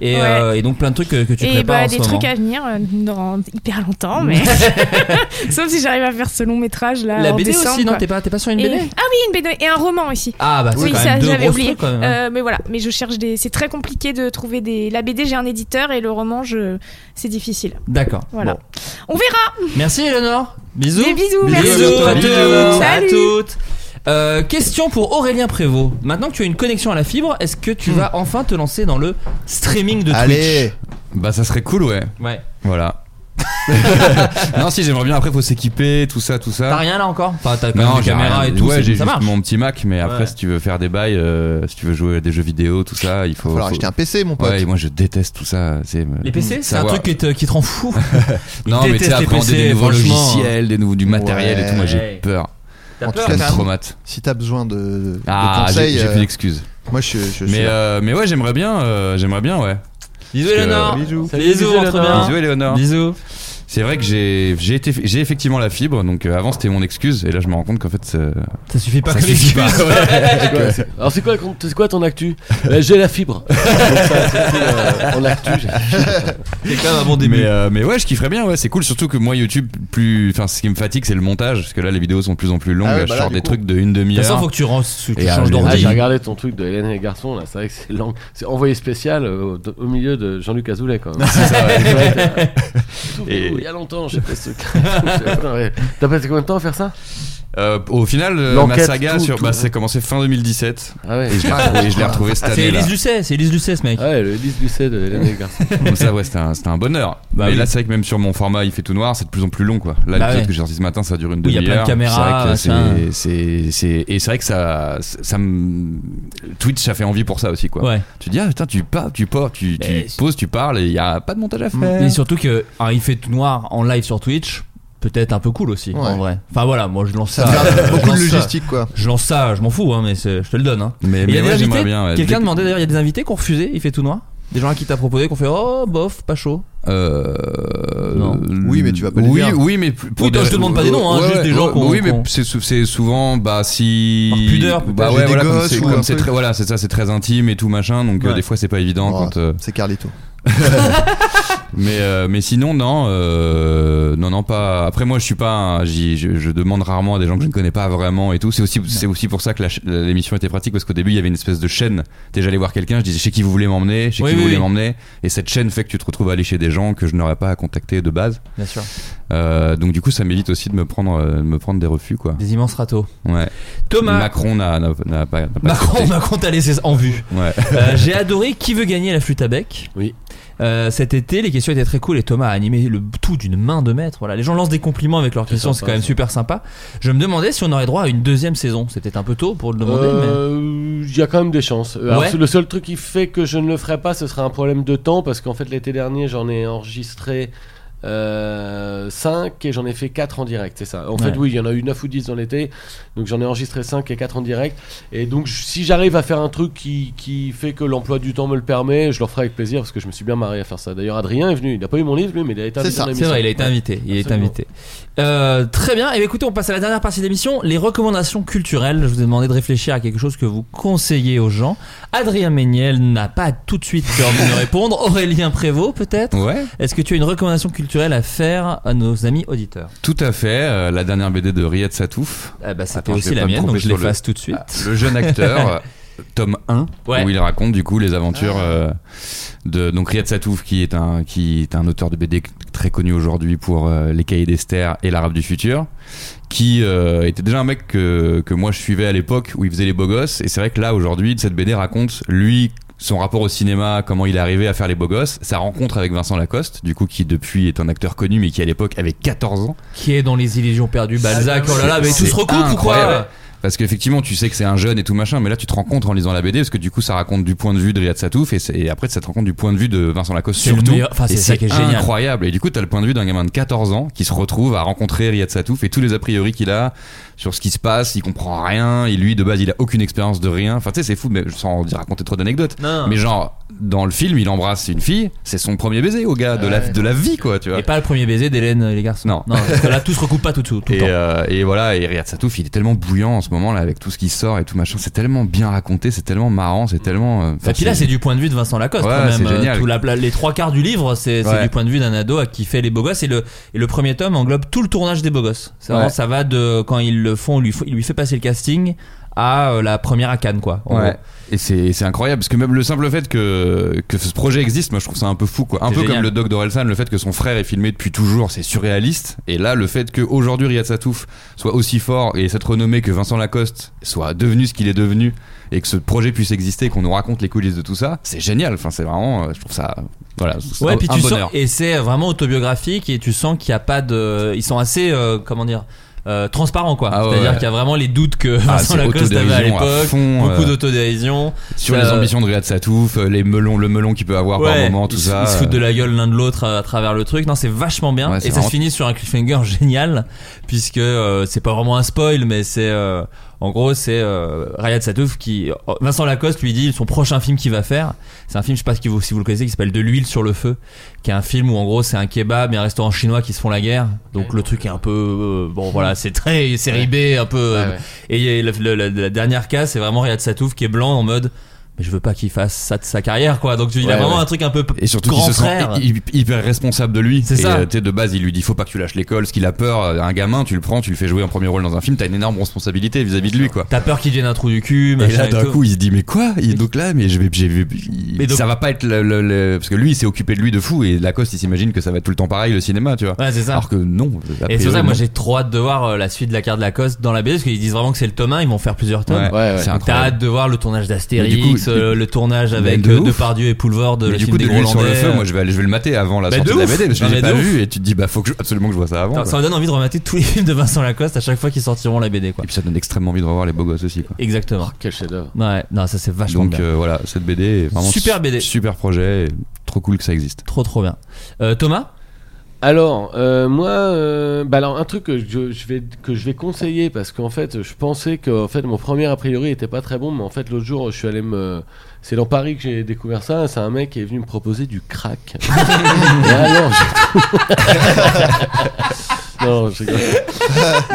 [SPEAKER 4] Et,
[SPEAKER 6] Ouais.
[SPEAKER 4] euh, et donc plein de trucs que, que tu
[SPEAKER 6] Et
[SPEAKER 4] prépares
[SPEAKER 6] bah,
[SPEAKER 4] en
[SPEAKER 6] des
[SPEAKER 4] ce
[SPEAKER 6] trucs
[SPEAKER 4] moment.
[SPEAKER 6] à venir euh, dans hyper longtemps,
[SPEAKER 4] (laughs)
[SPEAKER 6] mais (laughs) sauf si j'arrive à faire ce long métrage là.
[SPEAKER 4] La
[SPEAKER 6] en
[SPEAKER 4] BD
[SPEAKER 6] décembre,
[SPEAKER 4] aussi, non
[SPEAKER 6] quoi.
[SPEAKER 4] T'es pas, t'es pas sur une
[SPEAKER 6] Et-
[SPEAKER 4] BD
[SPEAKER 6] Ah oui, une BD et un roman ici.
[SPEAKER 4] Ah bah c'est
[SPEAKER 6] Oui,
[SPEAKER 4] quand
[SPEAKER 6] ça
[SPEAKER 4] même deux
[SPEAKER 6] j'avais
[SPEAKER 4] grosses
[SPEAKER 6] oublié.
[SPEAKER 4] trucs quand même. hein.
[SPEAKER 6] Euh, mais voilà, mais je cherche des. C'est très compliqué de trouver des. La BD, j'ai un éditeur et le roman, je... c'est difficile.
[SPEAKER 4] D'accord.
[SPEAKER 6] Euh, Voilà.
[SPEAKER 4] Bon.
[SPEAKER 6] On verra.
[SPEAKER 4] Merci Eleonore. Bisous.
[SPEAKER 6] Des bisous,
[SPEAKER 4] Bisous
[SPEAKER 6] merci.
[SPEAKER 4] à
[SPEAKER 6] Bisous.
[SPEAKER 4] toutes.
[SPEAKER 6] Salut.
[SPEAKER 4] À toutes. Euh, question pour Aurélien Prévost. Maintenant que tu as une connexion à la fibre, est-ce que
[SPEAKER 6] Hmm.
[SPEAKER 4] tu vas enfin te lancer dans le streaming de Twitch
[SPEAKER 3] Allez,
[SPEAKER 2] Bah, ça serait cool, ouais.
[SPEAKER 4] Ouais.
[SPEAKER 2] Voilà. (laughs) non, si, j'aimerais bien. Après, faut s'équiper, tout ça, tout ça.
[SPEAKER 4] T'as rien là encore Enfin, t'as quand même
[SPEAKER 2] Non,
[SPEAKER 4] des
[SPEAKER 2] j'ai
[SPEAKER 4] caméras
[SPEAKER 2] rien.
[SPEAKER 4] et tout,
[SPEAKER 2] Ouais,
[SPEAKER 4] c'est-
[SPEAKER 2] j'ai
[SPEAKER 4] ça
[SPEAKER 2] juste
[SPEAKER 4] marche.
[SPEAKER 2] mon petit Mac, mais après,
[SPEAKER 4] Ouais.
[SPEAKER 2] si tu veux faire des bails, euh, si tu veux jouer à des jeux vidéo, tout ça, il faut.
[SPEAKER 3] va falloir
[SPEAKER 2] faut-
[SPEAKER 3] acheter un PC, mon pote.
[SPEAKER 2] Ouais, et moi je déteste tout Hmm, ça. C'est euh,
[SPEAKER 4] Les PC, c'est un
[SPEAKER 2] Savoir.
[SPEAKER 4] truc qui te, qui te
[SPEAKER 2] (laughs)
[SPEAKER 4] rend fou.
[SPEAKER 2] Non, mais tu sais,
[SPEAKER 4] détestent les
[SPEAKER 2] appréhender
[SPEAKER 4] PC,
[SPEAKER 2] des nouveaux
[SPEAKER 4] franchement.
[SPEAKER 2] logiciels, des nouveaux, du matériel et tout, moi
[SPEAKER 4] Ouais.
[SPEAKER 2] j'ai peur.
[SPEAKER 3] Ah,
[SPEAKER 4] T'as
[SPEAKER 3] En
[SPEAKER 4] peur
[SPEAKER 3] tout
[SPEAKER 2] Ça
[SPEAKER 3] cas,
[SPEAKER 2] me
[SPEAKER 3] si-
[SPEAKER 2] traumate.
[SPEAKER 3] Si t'as besoin de, de
[SPEAKER 2] Ah, j'ai
[SPEAKER 3] conseils,
[SPEAKER 2] j'ai
[SPEAKER 3] euh,
[SPEAKER 2] plus d'excuses.
[SPEAKER 3] moi je, je suis
[SPEAKER 2] Mais,
[SPEAKER 3] là.
[SPEAKER 2] euh, mais ouais, j'aimerais bien, euh, j'aimerais bien, ouais.
[SPEAKER 4] Bisous,
[SPEAKER 2] Parce que-
[SPEAKER 4] Eleonore.
[SPEAKER 5] Bisous. Salut,
[SPEAKER 4] Bisous,
[SPEAKER 5] bisous,
[SPEAKER 4] entre
[SPEAKER 5] Eleonore.
[SPEAKER 4] bien.
[SPEAKER 2] Bisous, Eleonore.
[SPEAKER 4] Bisous.
[SPEAKER 2] C'est vrai que j'ai j'ai été- j'ai effectivement la fibre, donc euh, avant c'était mon excuse, et là je me rends compte qu'en fait. c'est-
[SPEAKER 4] Ça suffit pas
[SPEAKER 2] Ça
[SPEAKER 4] que
[SPEAKER 2] suffit pas,
[SPEAKER 4] l'excuse. (laughs)
[SPEAKER 5] Alors c'est quoi, le compte- c'est quoi ton actu Euh, J'ai la fibre. Donc, ça, c'était, euh, mon actu. j'ai-
[SPEAKER 4] C'est quand même un bon début.
[SPEAKER 2] Mais, euh, mais ouais, je kifferais bien, ouais, c'est cool. Surtout que moi, YouTube, plus. Enfin, ce qui me fatigue, c'est le montage, parce que là les vidéos sont de plus en plus longues,
[SPEAKER 3] Ah ouais, bah
[SPEAKER 2] je
[SPEAKER 3] là,
[SPEAKER 2] sors
[SPEAKER 3] du
[SPEAKER 2] des
[SPEAKER 3] coup-
[SPEAKER 2] trucs de une
[SPEAKER 4] De toute façon, faut
[SPEAKER 2] demi-heure.
[SPEAKER 4] que tu, ren- tu
[SPEAKER 2] Et
[SPEAKER 4] changes
[SPEAKER 2] allez,
[SPEAKER 5] Ah,
[SPEAKER 4] d'ordi.
[SPEAKER 5] j'ai regardé ton truc de Hélène et les garçons là, c'est vrai que c'est long. C'est envoyé spécial euh, au, au milieu de Jean-Luc Azoulay quand même.
[SPEAKER 2] (laughs)
[SPEAKER 4] (laughs)
[SPEAKER 5] Ouais, t'as-
[SPEAKER 2] Et-
[SPEAKER 5] Il y a longtemps, j'ai fait ce (laughs) Ouais. T'as passé combien de temps à faire ça
[SPEAKER 2] Euh, au final, euh, ma
[SPEAKER 5] L'enquête,
[SPEAKER 2] saga
[SPEAKER 5] tout,
[SPEAKER 2] sur.
[SPEAKER 5] tout.
[SPEAKER 2] Bah, c'est commencé fin 2017,
[SPEAKER 5] Ah ouais.
[SPEAKER 2] et je l'ai retrouvé- et je l'ai retrouvé cette
[SPEAKER 4] Ah, c'est
[SPEAKER 2] année.
[SPEAKER 4] Élise Lucet, c'est Élise Lucet ce mec.
[SPEAKER 5] Ah ouais, le 10 du C de Hélène et les garçons.
[SPEAKER 2] Comme ça, ouais, c'était un, c'était un bonheur.
[SPEAKER 4] Bah
[SPEAKER 2] mais
[SPEAKER 4] oui.
[SPEAKER 2] là, c'est vrai que même sur mon format, il fait tout noir, c'est de plus en plus long, quoi. Là,
[SPEAKER 4] Bah
[SPEAKER 2] l'épisode
[SPEAKER 4] ouais.
[SPEAKER 2] que j'ai sorti ce matin, ça dure une
[SPEAKER 4] Oui, il y a
[SPEAKER 2] demi-heure.
[SPEAKER 4] plein de caméras,
[SPEAKER 2] C'est vrai que c'est- c'est- c'est- Et c'est vrai que ça, ça me. Twitch, ça fait envie pour ça aussi, quoi.
[SPEAKER 4] Ouais.
[SPEAKER 2] Tu dis, ah putain, tu pars, tu pars, tu, tu
[SPEAKER 4] Mais- Mm.
[SPEAKER 2] poses, tu parles, et il n'y a pas de montage à faire.
[SPEAKER 4] Et surtout que un il fait tout noir en live sur Twitch, peut-être un peu cool aussi
[SPEAKER 3] Ouais.
[SPEAKER 4] en vrai. Enfin voilà, moi je lance ça.
[SPEAKER 3] Ça fait
[SPEAKER 4] je
[SPEAKER 3] Euh, beaucoup de
[SPEAKER 4] lance ça.
[SPEAKER 3] logistique, quoi.
[SPEAKER 4] Je lance ça, je m'en fous, hein, mais c'est- je te le donne. Hein.
[SPEAKER 2] Mais,
[SPEAKER 4] Et il y
[SPEAKER 2] mais
[SPEAKER 4] a des
[SPEAKER 2] ouais, j'aimerais
[SPEAKER 4] invités-
[SPEAKER 2] bien. ouais.
[SPEAKER 4] Quelqu'un
[SPEAKER 2] Dès-
[SPEAKER 4] demandait d'ailleurs, il y a des invités qui ont refusé, il fait tout noir. Des gens à qui t'as proposé, qu'on fait oh bof, pas chaud.
[SPEAKER 2] Euh...
[SPEAKER 4] Non.
[SPEAKER 3] Oui, mais tu vas pas les
[SPEAKER 2] oui,
[SPEAKER 3] dire.
[SPEAKER 2] Oui, mais plus- pour
[SPEAKER 4] Oui, toi, je te demande pas des noms, hein, juste des gens qu'on-
[SPEAKER 2] Oui, mais
[SPEAKER 4] qu'on-
[SPEAKER 2] c'est sou- c'est souvent bah si
[SPEAKER 4] Par pudeur, peut-être.
[SPEAKER 2] bah
[SPEAKER 3] J'ai
[SPEAKER 2] ouais,
[SPEAKER 3] des
[SPEAKER 2] voilà, comme
[SPEAKER 3] gosses
[SPEAKER 2] c'est
[SPEAKER 3] ou
[SPEAKER 2] comme
[SPEAKER 3] un
[SPEAKER 2] c'est
[SPEAKER 3] truc.
[SPEAKER 2] très voilà, c'est ça, c'est très intime et tout machin, donc euh,
[SPEAKER 4] Ouais.
[SPEAKER 2] des fois c'est pas évident
[SPEAKER 3] Oh,
[SPEAKER 2] quand euh,
[SPEAKER 3] C'est Carlito.
[SPEAKER 2] Mais, euh, mais sinon, non, euh, non, non, pas. Après, moi, je suis pas. un- j'y- je, je demande rarement à des gens que je ne connais pas vraiment et tout. C'est aussi, c'est aussi pour ça que la ch- l'émission était pratique parce qu'au début, il y avait une espèce de chaîne. T'es j'allais voir quelqu'un, je disais chez qui vous voulez m'emmener, chez
[SPEAKER 4] Oui,
[SPEAKER 2] qui vous
[SPEAKER 4] oui,
[SPEAKER 2] voulez
[SPEAKER 4] oui.
[SPEAKER 2] m'emmener. Et cette chaîne fait que tu te retrouves à aller chez des gens que je n'aurais pas à contacter de base.
[SPEAKER 4] Bien sûr.
[SPEAKER 2] Euh, donc, du coup, ça m'évite aussi de me prendre, euh, de me prendre des refus, quoi.
[SPEAKER 4] Des immenses râteaux.
[SPEAKER 2] Ouais.
[SPEAKER 4] Thomas.
[SPEAKER 2] Macron n'a n'a- n'a pas. n'a pas
[SPEAKER 4] Macron,
[SPEAKER 2] accepté.
[SPEAKER 4] Macron t'a laissé en vue.
[SPEAKER 2] Ouais. (laughs)
[SPEAKER 4] Euh, J'ai adoré Qui veut gagner la flûte à bec.
[SPEAKER 5] Oui.
[SPEAKER 4] Euh, cet été, les questions étaient très cool et Thomas a animé le tout d'une main de maître. Voilà, les gens lancent des compliments avec leurs questions, c'est
[SPEAKER 5] sympa,
[SPEAKER 4] quand même
[SPEAKER 5] ça.
[SPEAKER 4] super sympa. Je me demandais si on aurait droit à une deuxième saison. C'est peut-être un peu tôt pour le demander, mais
[SPEAKER 5] Euh, Il y a quand même des chances. Euh, alors,
[SPEAKER 4] Ouais.
[SPEAKER 5] le seul truc qui fait que je ne le ferai pas, ce sera un problème de temps parce qu'en fait l'été dernier j'en ai enregistré 5 Euh, et j'en ai fait 4 en direct, c'est ça. En
[SPEAKER 4] Ouais.
[SPEAKER 5] fait oui, il y en a eu 9 ou 10 dans l'été, donc j'en ai enregistré 5 et 4 en direct. Et donc j- si j'arrive à faire un truc qui, qui fait que l'emploi du temps me le permet, je le ferai avec plaisir parce que je me suis bien marié à faire ça. D'ailleurs Adrien est venu, il n'a pas eu mon livre lui, mais il a été
[SPEAKER 3] C'est
[SPEAKER 5] invité
[SPEAKER 3] ça.
[SPEAKER 5] dans
[SPEAKER 4] c'est
[SPEAKER 5] l'émission.
[SPEAKER 4] vrai, il a été invité. Il est
[SPEAKER 5] absolument.
[SPEAKER 4] invité. Euh, très bien. Et écoutez, on passe à la dernière partie de l'émission, les recommandations culturelles. Je vous ai demandé de réfléchir à quelque chose que vous conseillez aux gens. Adrien Méniel n'a pas tout de suite envie de répondre. Aurélien Prévost, peut-être.
[SPEAKER 2] Ouais.
[SPEAKER 4] Est-ce que tu as une recommandation culturelle à faire à nos amis auditeurs
[SPEAKER 2] Tout à fait. euh, la dernière BD de Riyad Satouf.
[SPEAKER 4] ah bah, C'était
[SPEAKER 2] Attends, je
[SPEAKER 4] aussi
[SPEAKER 2] vais
[SPEAKER 4] la
[SPEAKER 2] pas me
[SPEAKER 4] mienne, donc
[SPEAKER 2] tromper
[SPEAKER 4] je
[SPEAKER 2] sur
[SPEAKER 4] l'efface tout de suite.
[SPEAKER 2] Le Ah, jeune
[SPEAKER 4] (laughs)
[SPEAKER 2] acteur, euh, tome 1,
[SPEAKER 4] Ouais.
[SPEAKER 2] où il raconte du coup les aventures euh, de donc Riyad Satouf, qui est un qui est un auteur de BD très connu aujourd'hui pour euh, Les Cahiers d'Esther et L'Arabe du futur, qui euh, était déjà un mec que que moi je suivais à l'époque où il faisait les beaux gosses. Et c'est vrai que là aujourd'hui, cette BD raconte lui son rapport au cinéma, comment il est arrivé à faire les beaux gosses, sa rencontre avec Vincent Lacoste, du coup qui depuis est un acteur connu mais qui à l'époque avait 14 ans.
[SPEAKER 4] Qui est dans les illusions perdues Balzac Oh là là, mais tout
[SPEAKER 2] C'est
[SPEAKER 4] se recoupe ou
[SPEAKER 2] incroyable.
[SPEAKER 4] quoi
[SPEAKER 2] Parce qu'effectivement, tu sais que c'est un jeune et tout machin, mais là, tu te rends compte en lisant la BD, parce que du coup, ça raconte du point de vue de Riyad Satouf, et, c'est- et après, ça te rencontre du point de vue de Vincent Lacoste
[SPEAKER 4] C'est le
[SPEAKER 2] surtout.
[SPEAKER 4] meilleur- enfin,
[SPEAKER 2] Et
[SPEAKER 4] c'est ça qui est génial.
[SPEAKER 2] incroyable. Et du coup, t'as le point de vue d'un gamin de 14 ans qui se retrouve à rencontrer Riyad Satouf et tous les a priori qu'il a sur ce qui se passe, il comprend rien, et lui, de base, il a aucune expérience de rien. Enfin, tu sais, c'est fou, mais sans dire- raconter trop d'anecdotes.
[SPEAKER 4] Non.
[SPEAKER 2] Mais genre, dans le film, il embrasse une fille, c'est son premier baiser au gars de, la, de la vie, quoi, tu vois.
[SPEAKER 4] Et pas le premier baiser d'Hélène et les garçons.
[SPEAKER 2] Non.
[SPEAKER 4] parce que là, tout se recoupe pas tout, tout, tout le
[SPEAKER 2] Et,
[SPEAKER 4] temps.
[SPEAKER 2] euh, et voilà, et Riyad Satouf, il est tellement bouillant en ce moment là avec tout ce qui sort et tout machin. C'est tellement bien raconté, c'est tellement marrant, c'est tellement. euh,
[SPEAKER 4] Enfin, puis là, c'est du point de vue de Vincent Lacoste
[SPEAKER 2] Ouais,
[SPEAKER 4] quand même.
[SPEAKER 2] c'est
[SPEAKER 4] Euh,
[SPEAKER 2] génial.
[SPEAKER 4] tout la- la- les trois quarts du livre, c'est c'est
[SPEAKER 2] Ouais.
[SPEAKER 4] du point de vue d'un ado à qui fait les beaux gosses. Et le, et le premier tome englobe tout le tournage des beaux gosses. C'est vraiment,
[SPEAKER 2] Ouais.
[SPEAKER 4] ça va de quand ils le font, on lui, faut- il lui fait passer le casting à euh, la première à Cannes, quoi. En
[SPEAKER 2] Ouais.
[SPEAKER 4] gros.
[SPEAKER 2] Et c'est c'est incroyable parce que même le simple fait que que ce projet existe, moi je trouve ça un peu fou quoi. Un
[SPEAKER 4] C'est
[SPEAKER 2] peu
[SPEAKER 4] génial.
[SPEAKER 2] comme le doc d'Orelsan, le fait que son frère est filmé depuis toujours, c'est surréaliste. Et là, le fait que aujourd'hui Riyad Satouf soit aussi fort et cette renommée que Vincent Lacoste soit devenu ce qu'il est devenu et que ce projet puisse exister, et qu'on nous raconte les coulisses de tout ça, c'est génial. Enfin, c'est vraiment, euh, je trouve ça, voilà, c'est
[SPEAKER 4] Ouais,
[SPEAKER 2] un,
[SPEAKER 4] puis
[SPEAKER 2] un
[SPEAKER 4] tu
[SPEAKER 2] bonheur.
[SPEAKER 4] sens, et c'est vraiment autobiographique et tu sens qu'il n'y a pas de, ils sont assez, euh, comment dire, euh, transparents quoi.
[SPEAKER 2] Ah ouais,
[SPEAKER 4] C'est-à-dire
[SPEAKER 2] ouais.
[SPEAKER 4] qu'il y a vraiment les doutes que
[SPEAKER 2] Ah,
[SPEAKER 4] Vincent
[SPEAKER 2] c'est
[SPEAKER 4] Lacoste avait à
[SPEAKER 2] autodérision à
[SPEAKER 4] l'époque,
[SPEAKER 2] fond,
[SPEAKER 4] beaucoup
[SPEAKER 2] euh,
[SPEAKER 4] d'autodérision.
[SPEAKER 2] Sur
[SPEAKER 4] Ça-
[SPEAKER 2] les ambitions de Riyad Satouf, euh, les melons, le melon qu'il peut avoir par
[SPEAKER 4] Ouais,
[SPEAKER 2] moment, tout
[SPEAKER 4] ils,
[SPEAKER 2] ça.
[SPEAKER 4] Ils se foutent de
[SPEAKER 2] euh,
[SPEAKER 4] la gueule l'un de l'autre à, à travers le truc. Non, c'est vachement bien.
[SPEAKER 2] Ouais,
[SPEAKER 4] et
[SPEAKER 2] c'est
[SPEAKER 4] ça se
[SPEAKER 2] vraiment-
[SPEAKER 4] finit sur un cliffhanger (laughs) génial, puisque euh, c'est pas vraiment un spoil, mais c'est euh, en gros c'est euh, Riyad Satouf qui Vincent Lacoste lui dit son prochain film qu'il va faire. C'est un film, je sais pas si vous, si vous le connaissez, qui s'appelle De l'huile sur le feu, qui est un film où en gros c'est un kebab et un restaurant chinois qui se font la guerre. Donc le truc est un peu euh, bon voilà, c'est très série B, un peu. euh,
[SPEAKER 3] Ouais, ouais.
[SPEAKER 4] et il y a la, la- la- la dernière case, c'est vraiment Riyad Satouf qui est blanc en mode. Mais je veux pas qu'il fasse ça de sa carrière, quoi. Donc, tu- il a
[SPEAKER 3] Ouais,
[SPEAKER 4] vraiment
[SPEAKER 3] ouais.
[SPEAKER 4] un truc un peu p-
[SPEAKER 2] Et surtout qu'il
[SPEAKER 4] grand
[SPEAKER 2] se sent
[SPEAKER 4] frère.
[SPEAKER 2] hy- hy- hyper responsable de lui.
[SPEAKER 4] C'est
[SPEAKER 2] Et,
[SPEAKER 4] ça.
[SPEAKER 2] euh, tu sais, de base, il lui dit faut pas que tu lâches l'école, ce qu'il a peur. euh, Un gamin, tu le prends, tu le fais jouer un premier rôle dans un film, t'as une énorme responsabilité vis-à-vis de lui, quoi.
[SPEAKER 4] T'as peur qu'il devienne un trou du cul,
[SPEAKER 2] Et
[SPEAKER 4] machin.
[SPEAKER 2] là, d'un
[SPEAKER 4] tout.
[SPEAKER 2] coup, il se dit mais quoi Et donc là, mais je vais, j'ai vu, il-
[SPEAKER 4] Mais donc-
[SPEAKER 2] ça va pas être le, le- le- parce que lui, il s'est occupé de lui de fou et Lacoste, il s'imagine que ça va être tout le temps pareil le cinéma, tu vois.
[SPEAKER 4] Ouais, c'est ça.
[SPEAKER 2] Alors que non. a
[SPEAKER 4] et c'est pour
[SPEAKER 2] priori,
[SPEAKER 4] ça que moi
[SPEAKER 2] non.
[SPEAKER 4] j'ai trop hâte de voir euh, la suite de la carte de la Lacoste dans la BD parce qu'ils disent vraiment que c'est le tome 1, ils vont faire plusieurs tomes.
[SPEAKER 2] Ouais,
[SPEAKER 3] Ouais, ouais.
[SPEAKER 2] c'est
[SPEAKER 4] T'as
[SPEAKER 2] incroyable.
[SPEAKER 4] hâte de voir le tournage d'Astérix,
[SPEAKER 2] Mais du coup,
[SPEAKER 4] euh, le tournage avec
[SPEAKER 2] de
[SPEAKER 4] euh,
[SPEAKER 2] ouf.
[SPEAKER 4] Depardieu et Poulvord, de
[SPEAKER 2] Mais
[SPEAKER 4] le
[SPEAKER 2] du
[SPEAKER 4] film
[SPEAKER 2] coup,
[SPEAKER 4] des euh,
[SPEAKER 2] de l'huile sur le
[SPEAKER 4] Groenlandais.
[SPEAKER 2] feu, moi je vais, aller- je vais le mater avant la
[SPEAKER 4] Bah,
[SPEAKER 2] sortie
[SPEAKER 4] de
[SPEAKER 2] de, la
[SPEAKER 4] ouf.
[SPEAKER 2] BD parce que
[SPEAKER 4] Non,
[SPEAKER 2] je
[SPEAKER 4] mais
[SPEAKER 2] l'ai pas
[SPEAKER 4] de ouf.
[SPEAKER 2] vu et tu te dis bah faut que je- absolument que je vois ça avant.
[SPEAKER 4] Ça-
[SPEAKER 8] bah.
[SPEAKER 2] quoi.
[SPEAKER 4] Ça me donne envie de remater tous les (laughs) films de Vincent Lacoste à chaque fois qu'il sortiront la
[SPEAKER 8] (laughs)
[SPEAKER 4] BD, quoi.
[SPEAKER 2] Et puis ça donne extrêmement envie de revoir les beaux gosses aussi. Quoi.
[SPEAKER 8] Oh,
[SPEAKER 4] Exactement.
[SPEAKER 3] Quel chef-d'œuvre.
[SPEAKER 4] Ouais, non, ça c'est vachement
[SPEAKER 2] Donc
[SPEAKER 4] bien.
[SPEAKER 2] euh, voilà, cette BD est vraiment
[SPEAKER 4] Super
[SPEAKER 2] su-
[SPEAKER 4] BD.
[SPEAKER 2] super projet, et trop cool que ça existe.
[SPEAKER 4] Trop trop bien. Euh, Thomas
[SPEAKER 5] Alors, euh, moi, euh, bah alors un truc que je, je vais que je vais conseiller parce qu'en fait, je pensais que en fait mon premier a priori était pas très bon, mais en fait l'autre jour, je suis allé me, c'est dans Paris que j'ai découvert ça. C'est un mec qui est venu me proposer du crack. (laughs) Et alors, j'ai- (laughs) non, je rigole.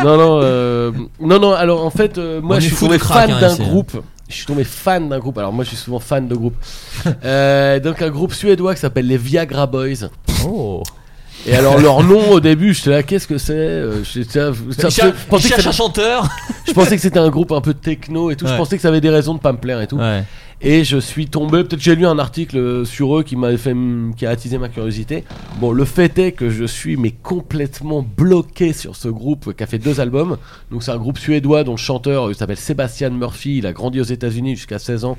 [SPEAKER 5] non, non, euh, non, non. Alors en fait, euh, moi,
[SPEAKER 4] On est
[SPEAKER 5] je suis
[SPEAKER 4] fou de
[SPEAKER 5] tombé
[SPEAKER 4] crack,
[SPEAKER 5] fan
[SPEAKER 4] hein,
[SPEAKER 5] d'un
[SPEAKER 4] ici, hein.
[SPEAKER 5] groupe. Je
[SPEAKER 8] Je suis tombé fan d'un groupe. Alors moi, je suis souvent fan de groupes. Euh, donc un groupe suédois qui s'appelle les Viagra Boys.
[SPEAKER 4] Oh.
[SPEAKER 8] Et alors leur nom au début, j'étais là, qu'est-ce que c'est Euh, j'étais là, ça- Je
[SPEAKER 4] il cherche,
[SPEAKER 8] pensais que
[SPEAKER 4] un
[SPEAKER 8] ça-
[SPEAKER 4] chanteur.
[SPEAKER 8] (laughs) je pensais que c'était un groupe un peu techno et tout. Je
[SPEAKER 4] Ouais.
[SPEAKER 8] pensais que ça avait des raisons de pas me plaire et tout.
[SPEAKER 4] Ouais.
[SPEAKER 8] Et je suis tombé, peut-être j'ai lu un article euh, sur eux qui m'avait fait, qui a attisé ma curiosité. Bon, le fait est que je suis mais complètement bloqué sur ce groupe qui a fait deux albums. Donc c'est un groupe suédois dont le chanteur euh, s'appelle Sebastian Murphy. Il a grandi aux États-Unis jusqu'à 16 ans.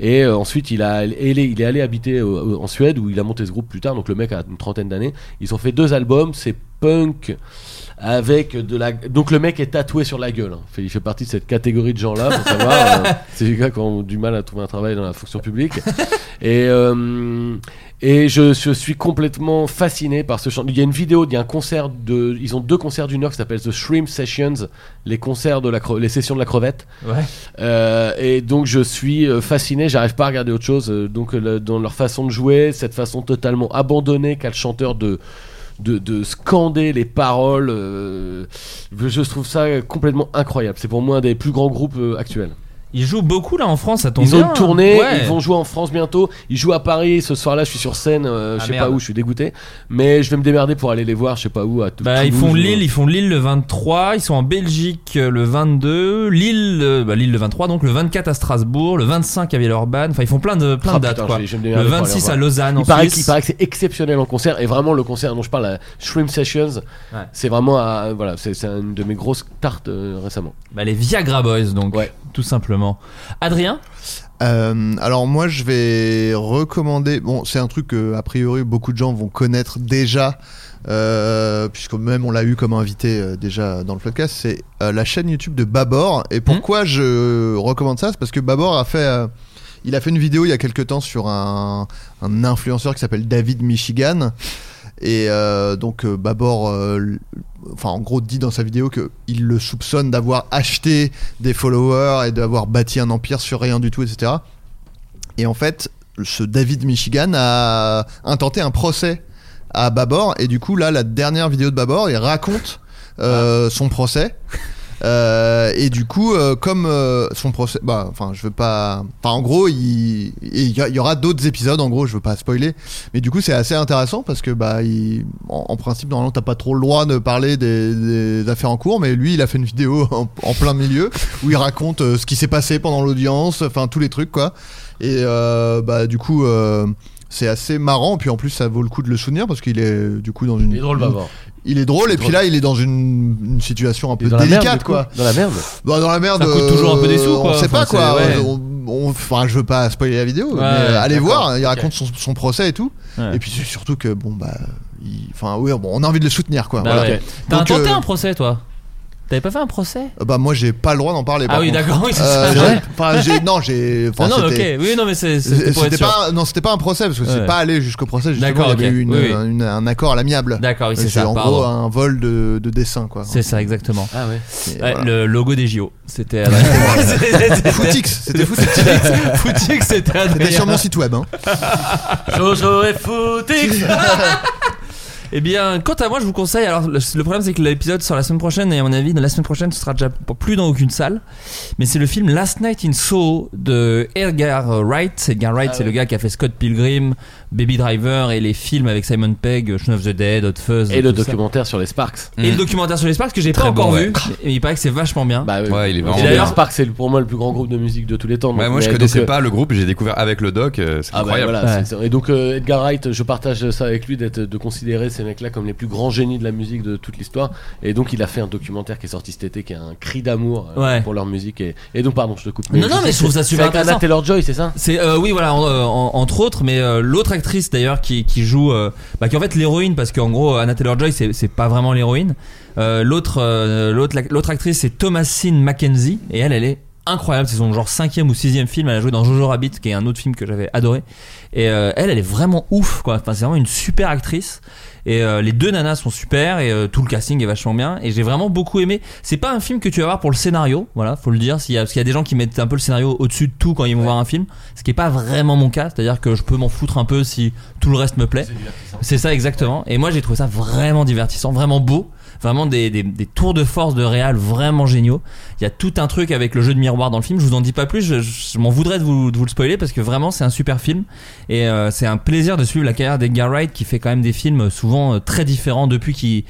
[SPEAKER 8] Et euh, ensuite, il, a, il, est, il est allé habiter euh, en Suède où il a monté ce groupe plus tard. Donc le mec a une trentaine d'années. Ils ont fait deux albums. C'est punk avec de la. Donc le mec est tatoué sur la gueule. hein. Fait- Il fait partie de cette catégorie de gens-là. Faut savoir. euh, c'est les gars qui ont du mal à trouver un travail dans la fonction publique. (laughs) Et euh, et je, je suis complètement fasciné par ce chant. Il y a une vidéo, il y a un concert de. Ils ont deux concerts d'une heure qui s'appellent The Shrimp Sessions, les concerts de la cre- les sessions de la crevette.
[SPEAKER 4] Ouais.
[SPEAKER 8] Euh, et donc je suis euh, fasciné, j'arrive pas à regarder autre chose. euh, Donc euh, le- dans leur façon de jouer, cette façon totalement abandonnée qu'a le chanteur de de, de scander les paroles, euh, je je trouve ça complètement incroyable. C'est pour moi un des plus grands groupes euh, actuels.
[SPEAKER 4] Ils jouent beaucoup là en France, ça tombe
[SPEAKER 8] Ils ont
[SPEAKER 4] bien.
[SPEAKER 8] tourné,
[SPEAKER 4] Ouais.
[SPEAKER 8] ils vont jouer en France bientôt. Ils jouent à Paris ce soir-là. Je suis sur scène, euh,
[SPEAKER 4] Ah,
[SPEAKER 8] je sais
[SPEAKER 4] merde.
[SPEAKER 8] pas où, je suis dégoûté, mais je vais me démerder pour aller les voir. Je sais pas où. À Tou-
[SPEAKER 4] Bah, ils
[SPEAKER 8] Toulouse euh.
[SPEAKER 4] font
[SPEAKER 8] ou-
[SPEAKER 4] Lille, ils font Lille le 23, ils sont en Belgique euh, le 22, Lille, euh, bah, Lille le 23, donc le 24 à Strasbourg, le 25 à Villeurbanne. Enfin, ils font plein de plein
[SPEAKER 8] Ah,
[SPEAKER 4] de dates
[SPEAKER 8] putain,
[SPEAKER 4] quoi.
[SPEAKER 8] je vais- je vais me
[SPEAKER 4] Le
[SPEAKER 8] démerder pour aller
[SPEAKER 4] 26
[SPEAKER 8] voir.
[SPEAKER 4] à Lausanne en
[SPEAKER 8] Il paraît, qu'il
[SPEAKER 4] Suisse.
[SPEAKER 8] paraît que c'est exceptionnel en concert et vraiment le concert dont je parle, la Shrimp Sessions,
[SPEAKER 4] Ouais.
[SPEAKER 8] c'est vraiment à- voilà, c'est c'est une de mes grosses tartes euh, récemment.
[SPEAKER 4] Bah, les Viagra Boys donc,
[SPEAKER 8] Ouais.
[SPEAKER 4] tout simplement. Adrien,
[SPEAKER 3] Euh, alors moi je vais recommander, bon c'est un truc que a priori beaucoup de gens vont connaître déjà, euh, puisque même on l'a eu comme invité euh, déjà dans le podcast, c'est euh, la chaîne YouTube de Babor. Et pourquoi je recommande ça C'est parce que Babor a fait... euh, il a fait une vidéo il y a quelques temps sur un, un influenceur qui s'appelle David Michigan. Et euh, donc euh, Babor, euh, l- enfin en gros, dit dans sa vidéo que il le soupçonne d'avoir acheté des followers et d'avoir bâti un empire sur rien du tout, etc. Et en fait, ce David Michigan a intenté un procès à Babor. Et du coup, là, la dernière vidéo de Babor, il raconte euh, son procès. Euh, et du coup, euh, comme euh, son procès, bah, enfin, je veux pas. Enfin, en gros, il, il y, a- il y aura d'autres épisodes. En gros, je veux pas spoiler, mais du coup, c'est assez intéressant parce que bah, il- en, en principe, normalement, t'as pas trop le droit de parler des, des affaires en cours, mais lui, il a fait une vidéo (laughs) en, en plein milieu où il raconte euh, ce qui s'est passé pendant l'audience, enfin tous les trucs, quoi. Et euh, bah, du coup. euh, c'est assez marrant, puis en plus ça vaut le coup de le souvenir parce qu'il est du coup dans une.
[SPEAKER 8] Il est drôle Bavard.
[SPEAKER 3] Il est drôle,
[SPEAKER 8] Il est
[SPEAKER 3] et puis
[SPEAKER 8] drôle.
[SPEAKER 3] là il est dans une, une situation un
[SPEAKER 8] Il est
[SPEAKER 3] peu
[SPEAKER 8] dans la merde,
[SPEAKER 3] délicate
[SPEAKER 8] du coup.
[SPEAKER 3] quoi.
[SPEAKER 8] Dans la merde.
[SPEAKER 3] Bah, dans la merde.
[SPEAKER 4] Ça coûte
[SPEAKER 3] euh,
[SPEAKER 4] toujours un peu des sous,
[SPEAKER 3] On
[SPEAKER 4] quoi.
[SPEAKER 3] sait
[SPEAKER 4] Enfin,
[SPEAKER 3] pas quoi.
[SPEAKER 4] c'est- ouais.
[SPEAKER 3] On- on- Enfin, je veux pas spoiler la vidéo. mais,
[SPEAKER 4] ouais,
[SPEAKER 3] euh, allez
[SPEAKER 8] d'accord,
[SPEAKER 3] voir. Il
[SPEAKER 8] ok.
[SPEAKER 3] raconte son, son procès et tout.
[SPEAKER 4] Ouais.
[SPEAKER 3] Et puis c'est surtout que bon bah, il- enfin ouais, bon, on a envie de le soutenir quoi.
[SPEAKER 4] Bah
[SPEAKER 3] Voilà.
[SPEAKER 4] ouais. t'as
[SPEAKER 3] Ah, Donc,
[SPEAKER 4] tenté
[SPEAKER 3] euh,
[SPEAKER 4] un procès toi T'avais pas fait un procès
[SPEAKER 3] Euh, Bah moi j'ai pas le droit d'en parler.
[SPEAKER 4] Ah
[SPEAKER 3] par
[SPEAKER 4] oui,
[SPEAKER 3] contre.
[SPEAKER 4] d'accord, oui, (laughs) c'est
[SPEAKER 3] Euh,
[SPEAKER 4] ça.
[SPEAKER 3] j'ai- Enfin, j'ai- non, j'ai.
[SPEAKER 4] Ah
[SPEAKER 3] Enfin,
[SPEAKER 4] non, mais
[SPEAKER 3] c'était-
[SPEAKER 4] ok, oui, non, mais c'est c'est- c'était pour être
[SPEAKER 3] C'était
[SPEAKER 4] sûr.
[SPEAKER 3] pas, non, c'était pas un procès parce que
[SPEAKER 4] Ouais.
[SPEAKER 3] c'est pas allé jusqu'au procès. Justement,
[SPEAKER 4] D'accord,
[SPEAKER 3] il y avait
[SPEAKER 4] ok.
[SPEAKER 3] eu une- euh,
[SPEAKER 4] Oui, oui.
[SPEAKER 3] une- un accord à l'amiable.
[SPEAKER 4] D'accord, oui, c'est
[SPEAKER 3] C'est
[SPEAKER 4] ça,
[SPEAKER 3] en
[SPEAKER 4] pardon.
[SPEAKER 3] gros hein. un vol de, de dessin quoi.
[SPEAKER 4] C'est ça, exactement.
[SPEAKER 8] Ah ouais.
[SPEAKER 3] Et
[SPEAKER 4] Ouais,
[SPEAKER 3] voilà.
[SPEAKER 4] Le logo des JO, c'était
[SPEAKER 3] (laughs)
[SPEAKER 4] (laughs) Adrien.
[SPEAKER 3] Footix, c'était Footix.
[SPEAKER 4] Footix, c'était
[SPEAKER 3] C'était
[SPEAKER 4] Adrien.
[SPEAKER 3] sur mon site web. Hein.
[SPEAKER 8] Jojo et Footix.
[SPEAKER 4] (laughs) Eh bien, quant à moi, je vous conseille. Alors, le, le problème, c'est que l'épisode sort la semaine prochaine, et à mon avis, dans la semaine prochaine, ce sera déjà p- plus dans aucune salle. Mais c'est le film Last Night in Soho de Edgar euh, Wright. Edgar Wright,
[SPEAKER 8] Ah
[SPEAKER 4] c'est
[SPEAKER 8] ouais.
[SPEAKER 4] le gars qui a fait Scott Pilgrim, Baby Driver et les films avec Simon Pegg, Shaun of the Dead, Hot Fuzz.
[SPEAKER 8] Et le Mm.
[SPEAKER 4] tout ça.
[SPEAKER 8] documentaire sur les Sparks.
[SPEAKER 4] Et le documentaire sur les Sparks que j'ai pas
[SPEAKER 2] Très
[SPEAKER 4] encore
[SPEAKER 2] bon,
[SPEAKER 4] vu. Et il paraît que c'est vachement bien.
[SPEAKER 8] Bah oui.
[SPEAKER 2] Ouais, il est vraiment
[SPEAKER 8] Et
[SPEAKER 4] bien.
[SPEAKER 8] D'ailleurs, Sparks c'est pour moi le plus grand groupe de musique de tous les temps. donc-
[SPEAKER 2] Ouais, moi je
[SPEAKER 8] mais
[SPEAKER 2] connaissais
[SPEAKER 8] donc, euh,
[SPEAKER 2] pas le groupe, j'ai découvert avec le doc, euh, c'est
[SPEAKER 8] Ah bah,
[SPEAKER 2] incroyable.
[SPEAKER 8] voilà,
[SPEAKER 4] Ouais.
[SPEAKER 8] c'est- c'est- Et donc euh, Edgar Wright, je partage ça avec lui d'être de considérer ces mecs-là comme les plus grands génies de la musique de toute l'histoire. Et donc il a fait un documentaire qui est sorti cet été, qui est un cri d'amour euh,
[SPEAKER 4] Ouais.
[SPEAKER 8] pour leur musique. Et, et donc pardon, je te coupe.
[SPEAKER 4] Non, non, mais je trouve ça
[SPEAKER 8] c'est
[SPEAKER 4] super
[SPEAKER 8] avec Anna
[SPEAKER 4] intéressant.
[SPEAKER 8] Taylor Joy, c'est ça
[SPEAKER 4] C'est euh, oui voilà en- euh, en- entre autres mais euh, l'autre actrice d'ailleurs qui, qui joue euh, bah, qui est en fait l'héroïne parce qu'en gros Anna Taylor Joy c'est c'est pas vraiment l'héroïne Euh, l'autre euh, l'autre la- l'autre actrice c'est Thomasine Mackenzie et elle elle est incroyable c'est son genre cinquième ou sixième film elle a joué dans Jojo Rabbit qui est un autre film que j'avais adoré et euh, elle elle est vraiment ouf quoi enfin c'est vraiment une super actrice et euh, les deux nanas sont super et euh, tout le casting est vachement bien et j'ai vraiment beaucoup aimé c'est pas un film que tu vas voir pour le scénario voilà faut le dire s'il y a, parce qu'il y a des gens qui mettent un peu le scénario au-dessus de tout quand ils vont voir un film ce qui est pas vraiment mon cas c'est-à-dire que je peux m'en foutre un peu si tout le reste me plaît c'est ça exactement et moi j'ai trouvé ça vraiment divertissant vraiment beau vraiment des, des- des tours de force de réal vraiment géniaux il y a tout un truc avec le jeu de miroir War dans le film. Je vous en dis pas plus, je, je- je m'en voudrais de vous, de vous le spoiler parce que vraiment c'est un super film et euh, c'est un plaisir de suivre la carrière d'Edgar Wright qui fait quand même des films souvent euh, très différents depuis qu'il.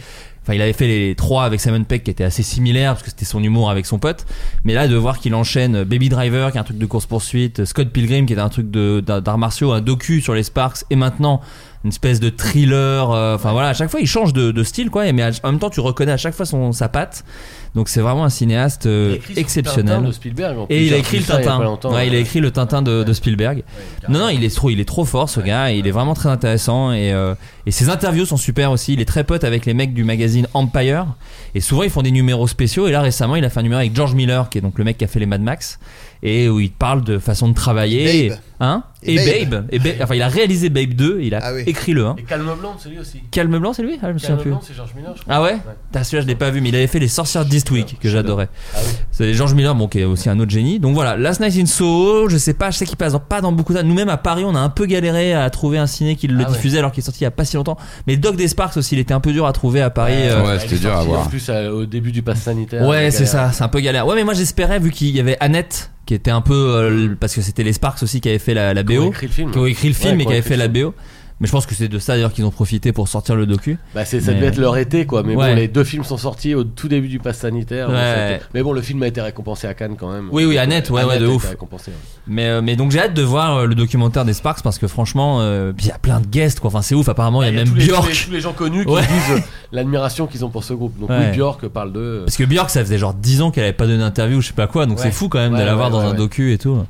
[SPEAKER 4] Enfin, il avait fait les trois avec Simon Peck qui était assez similaire parce que c'était son humour avec son pote. Mais là, de voir qu'il enchaîne euh, Baby Driver, qui est un truc de course-poursuite, euh, Scott Pilgrim, qui est un truc de- d'a- d'arts martiaux, un docu sur les Sparks, et maintenant une espèce de thriller. euh, Enfin voilà, à chaque fois, il change de, de style, quoi. et- Mais à- en même temps, tu reconnais à chaque fois son, sa patte. Donc c'est vraiment un cinéaste
[SPEAKER 8] Il a
[SPEAKER 4] euh,
[SPEAKER 8] écrit sur Tintin
[SPEAKER 4] exceptionnel.
[SPEAKER 8] de Spielberg. en plus,
[SPEAKER 4] Et il a
[SPEAKER 8] j'ai
[SPEAKER 4] écrit le
[SPEAKER 8] appris ça il y a
[SPEAKER 4] Tintin.
[SPEAKER 8] pas longtemps. euh,
[SPEAKER 4] Ouais, il a écrit le Tintin de, de Spielberg. non, non, il est trop, il est trop fort ce gars. Il est vraiment très intéressant et, euh, et ses interviews sont super aussi. Il est très pote avec les mecs du magazine Empire et souvent ils font des numéros spéciaux. Et là récemment, il a fait un numéro avec George Miller, qui est donc le mec qui a fait les Mad Max et où il parle de façon de travailler.
[SPEAKER 3] Et Babe.
[SPEAKER 4] Hein
[SPEAKER 3] Et
[SPEAKER 4] et,
[SPEAKER 3] Babe.
[SPEAKER 4] Babe. Et Ba- Enfin, il a réalisé Babe 2. Il a
[SPEAKER 3] Ah oui.
[SPEAKER 4] écrit le 1.
[SPEAKER 8] Et Calme Blanc, c'est lui aussi.
[SPEAKER 4] Calme blanc, c'est lui Ah, je me souviens
[SPEAKER 8] Calme
[SPEAKER 4] plus.
[SPEAKER 8] Blanc, c'est Georges Miller, je crois.
[SPEAKER 4] Ah ouais Putain, Celui-là, je l'ai pas vu, mais il avait fait Les Sorcières d'Eastwick, que j'adorais.
[SPEAKER 8] Ah
[SPEAKER 4] C'est Georges Miller, bon, qui est aussi un autre génie. Donc voilà, Last Night in Soho, je sais pas, je sais qu'il passe dans- pas dans beaucoup de Nous-mêmes à Paris, on a un peu galéré à trouver un ciné qui le
[SPEAKER 8] Ah ouais.
[SPEAKER 4] diffusait alors qu'il est sorti il y a pas si longtemps. Mais Doc des Sparks aussi, il était un peu dur à trouver à Paris. euh,
[SPEAKER 2] Ouais, c'était
[SPEAKER 8] il est
[SPEAKER 2] dur à
[SPEAKER 8] sorti,
[SPEAKER 2] voir.
[SPEAKER 8] En plus, euh, au début du pass sanitaire.
[SPEAKER 4] Ouais,
[SPEAKER 8] la
[SPEAKER 4] c'est
[SPEAKER 8] galère.
[SPEAKER 4] ça, c'est un peu galère. Ouais, mais moi j'espérais, vu qu'il y avait Annette, qui était un peu. euh, parce que c'était les Sparks aussi qui avaient fait la, la
[SPEAKER 8] Qui ont
[SPEAKER 4] BO,
[SPEAKER 8] écrit le film.
[SPEAKER 4] qui ont écrit le
[SPEAKER 8] Ouais,
[SPEAKER 4] film et
[SPEAKER 8] qui ont
[SPEAKER 4] qui avaient
[SPEAKER 8] écrit
[SPEAKER 4] fait
[SPEAKER 8] le
[SPEAKER 4] la
[SPEAKER 8] film.
[SPEAKER 4] BO. Mais je pense que c'est de ça d'ailleurs qu'ils ont profité pour sortir le docu.
[SPEAKER 8] Bah, c'est, ça
[SPEAKER 4] Mais-
[SPEAKER 8] devait être leur été, quoi. Mais
[SPEAKER 4] Ouais.
[SPEAKER 8] bon, les deux films sont sortis au tout début du pass sanitaire.
[SPEAKER 4] Ouais.
[SPEAKER 8] Ça a été- Mais bon, le film a été récompensé à Cannes quand même.
[SPEAKER 4] Oui, oui, Annette, ouais, ouais,
[SPEAKER 8] a
[SPEAKER 4] de
[SPEAKER 8] été
[SPEAKER 4] ouf.
[SPEAKER 8] récompensée, ouais.
[SPEAKER 4] Mais, euh, mais donc j'ai hâte de voir euh, le documentaire des Sparks parce que franchement, euh, puis il y a plein de guests quoi. Enfin, c'est ouf, apparemment, il y a même
[SPEAKER 8] tous les- tous les-
[SPEAKER 4] Björk.
[SPEAKER 8] tous les gens connus qui
[SPEAKER 4] Ouais.
[SPEAKER 8] disent
[SPEAKER 4] (laughs)
[SPEAKER 8] euh, l'admiration qu'ils ont pour ce groupe. Donc,
[SPEAKER 4] Ouais.
[SPEAKER 8] oui, Björk parle
[SPEAKER 4] (laughs)
[SPEAKER 8] de. euh,
[SPEAKER 4] Parce que Björk, ça faisait genre 10 ans qu'elle avait pas donné d'interview ou je sais pas quoi, donc
[SPEAKER 8] Ouais.
[SPEAKER 4] c'est fou quand même de
[SPEAKER 8] Ouais,
[SPEAKER 4] la voir
[SPEAKER 8] ouais,
[SPEAKER 4] dans
[SPEAKER 8] ouais,
[SPEAKER 4] un
[SPEAKER 8] ouais.
[SPEAKER 4] docu et tout.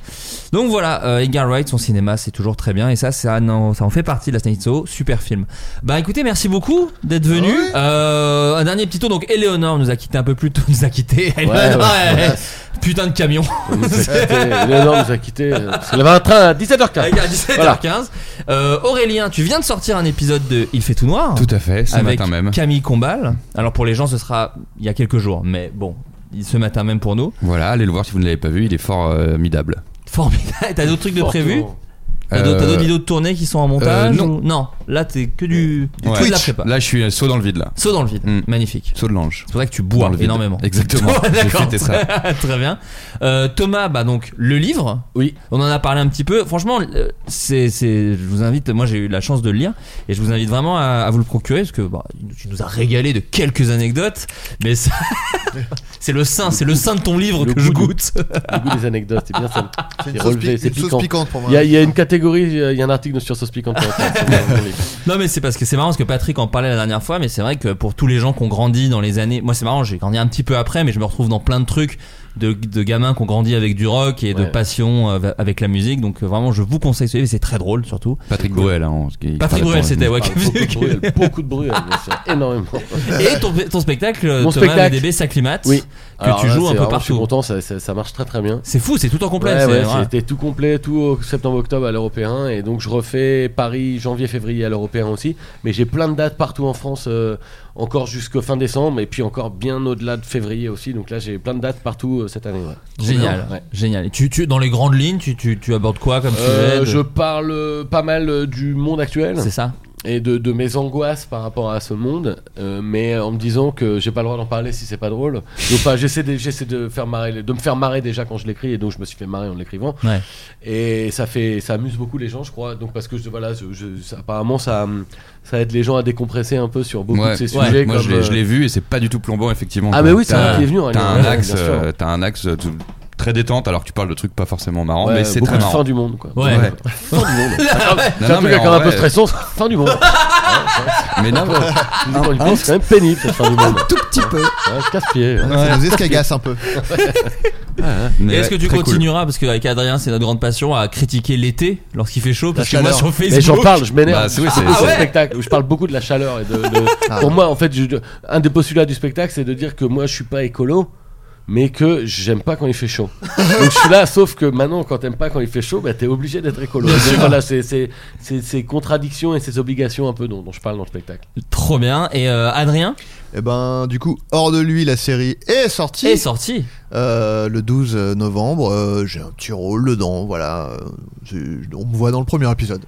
[SPEAKER 4] Donc voilà, euh, Edgar Wright, son cinéma, c'est toujours très bien et ça, ça, non, ça en fait partie de la Snake Soho, super film. Bah écoutez, merci beaucoup d'être venu. Euh, un dernier petit tour, donc Eleonore nous a quitté un peu plus tôt, (laughs) nous a quitté. Eleonore,
[SPEAKER 8] ouais.
[SPEAKER 4] elle- Putain de
[SPEAKER 8] (laughs)
[SPEAKER 4] camion.
[SPEAKER 8] Il nous a quittés. Léonore nous a quitté. Parce qu'il avait un train à 17h15.
[SPEAKER 4] à 17h15. Euh, Aurélien, tu viens de sortir un épisode de Il fait tout noir.
[SPEAKER 2] Tout à fait, ce
[SPEAKER 4] avec
[SPEAKER 2] matin même.
[SPEAKER 4] Camille Combal. Alors pour les gens, ce sera il y a quelques jours, mais bon, ce matin même pour nous. (laughs)
[SPEAKER 2] Voilà, allez le voir si vous ne l'avez pas vu, il est fort euh, midable.
[SPEAKER 4] Formidable. T'as d'autres trucs de prévu T'as d'autres
[SPEAKER 2] Euh,
[SPEAKER 4] t'as d'autres vidéos de tournée qui sont en montage
[SPEAKER 2] non.
[SPEAKER 4] ou- non. Là, t'es que du,
[SPEAKER 2] Ouais.
[SPEAKER 4] que de la prépa.
[SPEAKER 2] Là, je suis euh, saut dans le vide là.
[SPEAKER 4] Saut dans le vide.
[SPEAKER 2] Mm.
[SPEAKER 4] Magnifique.
[SPEAKER 2] Saut de l'ange.
[SPEAKER 4] C'est pour ça que tu
[SPEAKER 2] Dans
[SPEAKER 4] bois
[SPEAKER 2] le vide.
[SPEAKER 4] énormément.
[SPEAKER 2] Exactement.
[SPEAKER 4] Ouais,
[SPEAKER 2] J'ai
[SPEAKER 4] (laughs) D'accord.
[SPEAKER 2] fêté ça.
[SPEAKER 4] (laughs) Très bien. Euh, Thomas, bah donc le livre.
[SPEAKER 8] Oui.
[SPEAKER 4] On en a parlé un petit peu. Franchement, euh, c'est, c'est, je vous invite. Moi, j'ai eu la chance de le lire et je vous invite vraiment à, à vous le procurer parce que bah, tu nous as régalé de quelques anecdotes, mais ça, (laughs) c'est le sein, c'est le sein de ton livre
[SPEAKER 8] Le
[SPEAKER 4] que je
[SPEAKER 8] goût du-
[SPEAKER 4] goûte.
[SPEAKER 8] Le goût des anecdotes, c'est bien (laughs) ça.
[SPEAKER 3] C'est une
[SPEAKER 8] C'est
[SPEAKER 3] sauce,
[SPEAKER 8] relevé,
[SPEAKER 3] pi-
[SPEAKER 8] c'est
[SPEAKER 3] une sauce
[SPEAKER 8] piquant.
[SPEAKER 3] piquante pour moi.
[SPEAKER 8] Il y, a, il y a une catégorie, il y a un article sur Sauce
[SPEAKER 4] (laughs)
[SPEAKER 8] Piquante. C'est dans mon livre.
[SPEAKER 4] Non mais c'est parce que c'est marrant parce que Patrick en parlait la dernière fois mais c'est vrai que pour tous les gens qui ont grandi dans les années moi c'est marrant j'ai grandi un petit peu après mais je me retrouve dans plein de trucs de, de gamins qui ont grandi avec du rock et de
[SPEAKER 8] Ouais.
[SPEAKER 4] passion euh, avec la musique donc euh, vraiment je vous conseille ce livre et c'est très drôle surtout
[SPEAKER 2] Patrick Bruel, hein, on- qui-
[SPEAKER 4] Patrick Bruel c'était ouais,
[SPEAKER 8] Parle beaucoup, de bruit, elle- beaucoup de bruit, elle, bien sûr,
[SPEAKER 5] (laughs)
[SPEAKER 8] énormément.
[SPEAKER 4] (laughs) et ton, ton spectacle
[SPEAKER 8] Mon
[SPEAKER 4] Thomas
[SPEAKER 8] spectacle.
[SPEAKER 4] VDB s'acclimate
[SPEAKER 8] Oui.
[SPEAKER 4] que tu joues un
[SPEAKER 8] Je
[SPEAKER 4] peu
[SPEAKER 8] suis
[SPEAKER 4] partout.
[SPEAKER 8] content, ça, ça- ça marche très très bien.
[SPEAKER 4] c'est fou c'est tout en complet
[SPEAKER 8] Ouais,
[SPEAKER 4] c'est
[SPEAKER 8] ouais,
[SPEAKER 4] vrai.
[SPEAKER 8] c'était tout complet, tout au septembre-octobre à l'européen. Et donc je refais Paris, janvier-février à l'européen aussi. Mais j'ai plein de dates partout en France, euh, encore jusqu'au fin décembre, et puis encore bien au-delà de février aussi. Donc là, j'ai plein de dates partout euh, cette année. ouais.
[SPEAKER 4] génial
[SPEAKER 8] Ouais.
[SPEAKER 4] génial et tu, tu dans les grandes lignes tu, tu, tu abordes quoi comme
[SPEAKER 8] Euh,
[SPEAKER 4] sujet de-
[SPEAKER 8] je parle euh, pas mal euh, du monde actuel.
[SPEAKER 4] c'est ça
[SPEAKER 8] et de, de mes angoisses par rapport à ce monde, euh, mais en me disant que j'ai pas le droit d'en parler si c'est pas drôle. Donc, enfin, j'essaie de, j'essaie de faire marrer, les- de me faire marrer déjà quand je l'écris, et donc je me suis fait marrer en l'écrivant.
[SPEAKER 4] ouais
[SPEAKER 8] Et ça fait, ça amuse beaucoup les gens, je crois. Donc parce que je, voilà, je, je- ça- apparemment ça, hum, ça aide les gens à décompresser un peu sur beaucoup
[SPEAKER 2] Ouais,
[SPEAKER 8] de ces
[SPEAKER 2] ouais,
[SPEAKER 8] sujets.
[SPEAKER 2] moi
[SPEAKER 8] comme,
[SPEAKER 2] je l'ai-
[SPEAKER 8] euh,
[SPEAKER 2] je l'ai vu et c'est pas du tout plombant effectivement.
[SPEAKER 8] Ah,
[SPEAKER 2] quoi.
[SPEAKER 8] mais oui, c'est
[SPEAKER 2] T'as-
[SPEAKER 8] un qui est venu. hein,
[SPEAKER 2] T'as
[SPEAKER 8] il
[SPEAKER 2] un
[SPEAKER 8] est-
[SPEAKER 2] axe,
[SPEAKER 8] bien sûr.
[SPEAKER 2] euh, t'as un axe euh, tout- très détente alors que tu parles de trucs pas forcément marrants,
[SPEAKER 8] Ouais,
[SPEAKER 2] mais c'est
[SPEAKER 8] beaucoup
[SPEAKER 2] très
[SPEAKER 8] de fin
[SPEAKER 2] marrant.
[SPEAKER 8] du monde, quoi.
[SPEAKER 4] Ouais.
[SPEAKER 2] Ouais.
[SPEAKER 8] (laughs) Fin du monde.
[SPEAKER 2] Non,
[SPEAKER 8] C'est
[SPEAKER 2] non,
[SPEAKER 8] un truc
[SPEAKER 2] mais en
[SPEAKER 8] encore un peu
[SPEAKER 2] vrai, Ah,
[SPEAKER 8] stressant. Fin
[SPEAKER 2] (laughs)
[SPEAKER 8] du monde.
[SPEAKER 2] Mais
[SPEAKER 8] (laughs)
[SPEAKER 2] non,
[SPEAKER 8] Quand il dit, c'est quand même pénible cette fin
[SPEAKER 2] (laughs)
[SPEAKER 8] du monde.
[SPEAKER 3] tout petit peu.
[SPEAKER 8] Ouais, Casse-pied. ouais.
[SPEAKER 3] Ça nous escagasse un peu.
[SPEAKER 2] mais
[SPEAKER 4] Et est-ce
[SPEAKER 2] ouais,
[SPEAKER 4] que tu
[SPEAKER 2] très cool.
[SPEAKER 4] continueras, parce qu'avec Adrien, c'est notre grande passion, à critiquer l'été lorsqu'il fait chaud Parce que moi
[SPEAKER 3] chaleur.
[SPEAKER 4] sur Facebook.
[SPEAKER 8] Mais j'en parle, je m'énerve.
[SPEAKER 2] Bah, c'est- oui, c'est-
[SPEAKER 8] C'est
[SPEAKER 2] c'est-
[SPEAKER 8] un spectacle où je parle beaucoup de la chaleur et de. de-
[SPEAKER 3] Ah.
[SPEAKER 8] Pour moi, en fait, je- un des postulats du spectacle, c'est de dire que moi, je suis pas écolo. Mais que j'aime pas quand il fait
[SPEAKER 4] (laughs)
[SPEAKER 8] chaud. Donc je suis là, sauf que maintenant, quand t'aimes pas quand il fait chaud, bah t'es obligé d'être écolo. Donc, voilà, c'est c'est- c'est- ces contradictions et ces obligations un peu dont, dont je parle dans le spectacle.
[SPEAKER 4] Trop bien. Et euh, Adrien
[SPEAKER 3] Et ben, du coup, hors de lui, la série est sortie
[SPEAKER 4] est sorti.
[SPEAKER 3] Euh, le 12 novembre. euh, J'ai un petit rôle dedans, voilà. Euh, c'est- On me voit dans le premier épisode.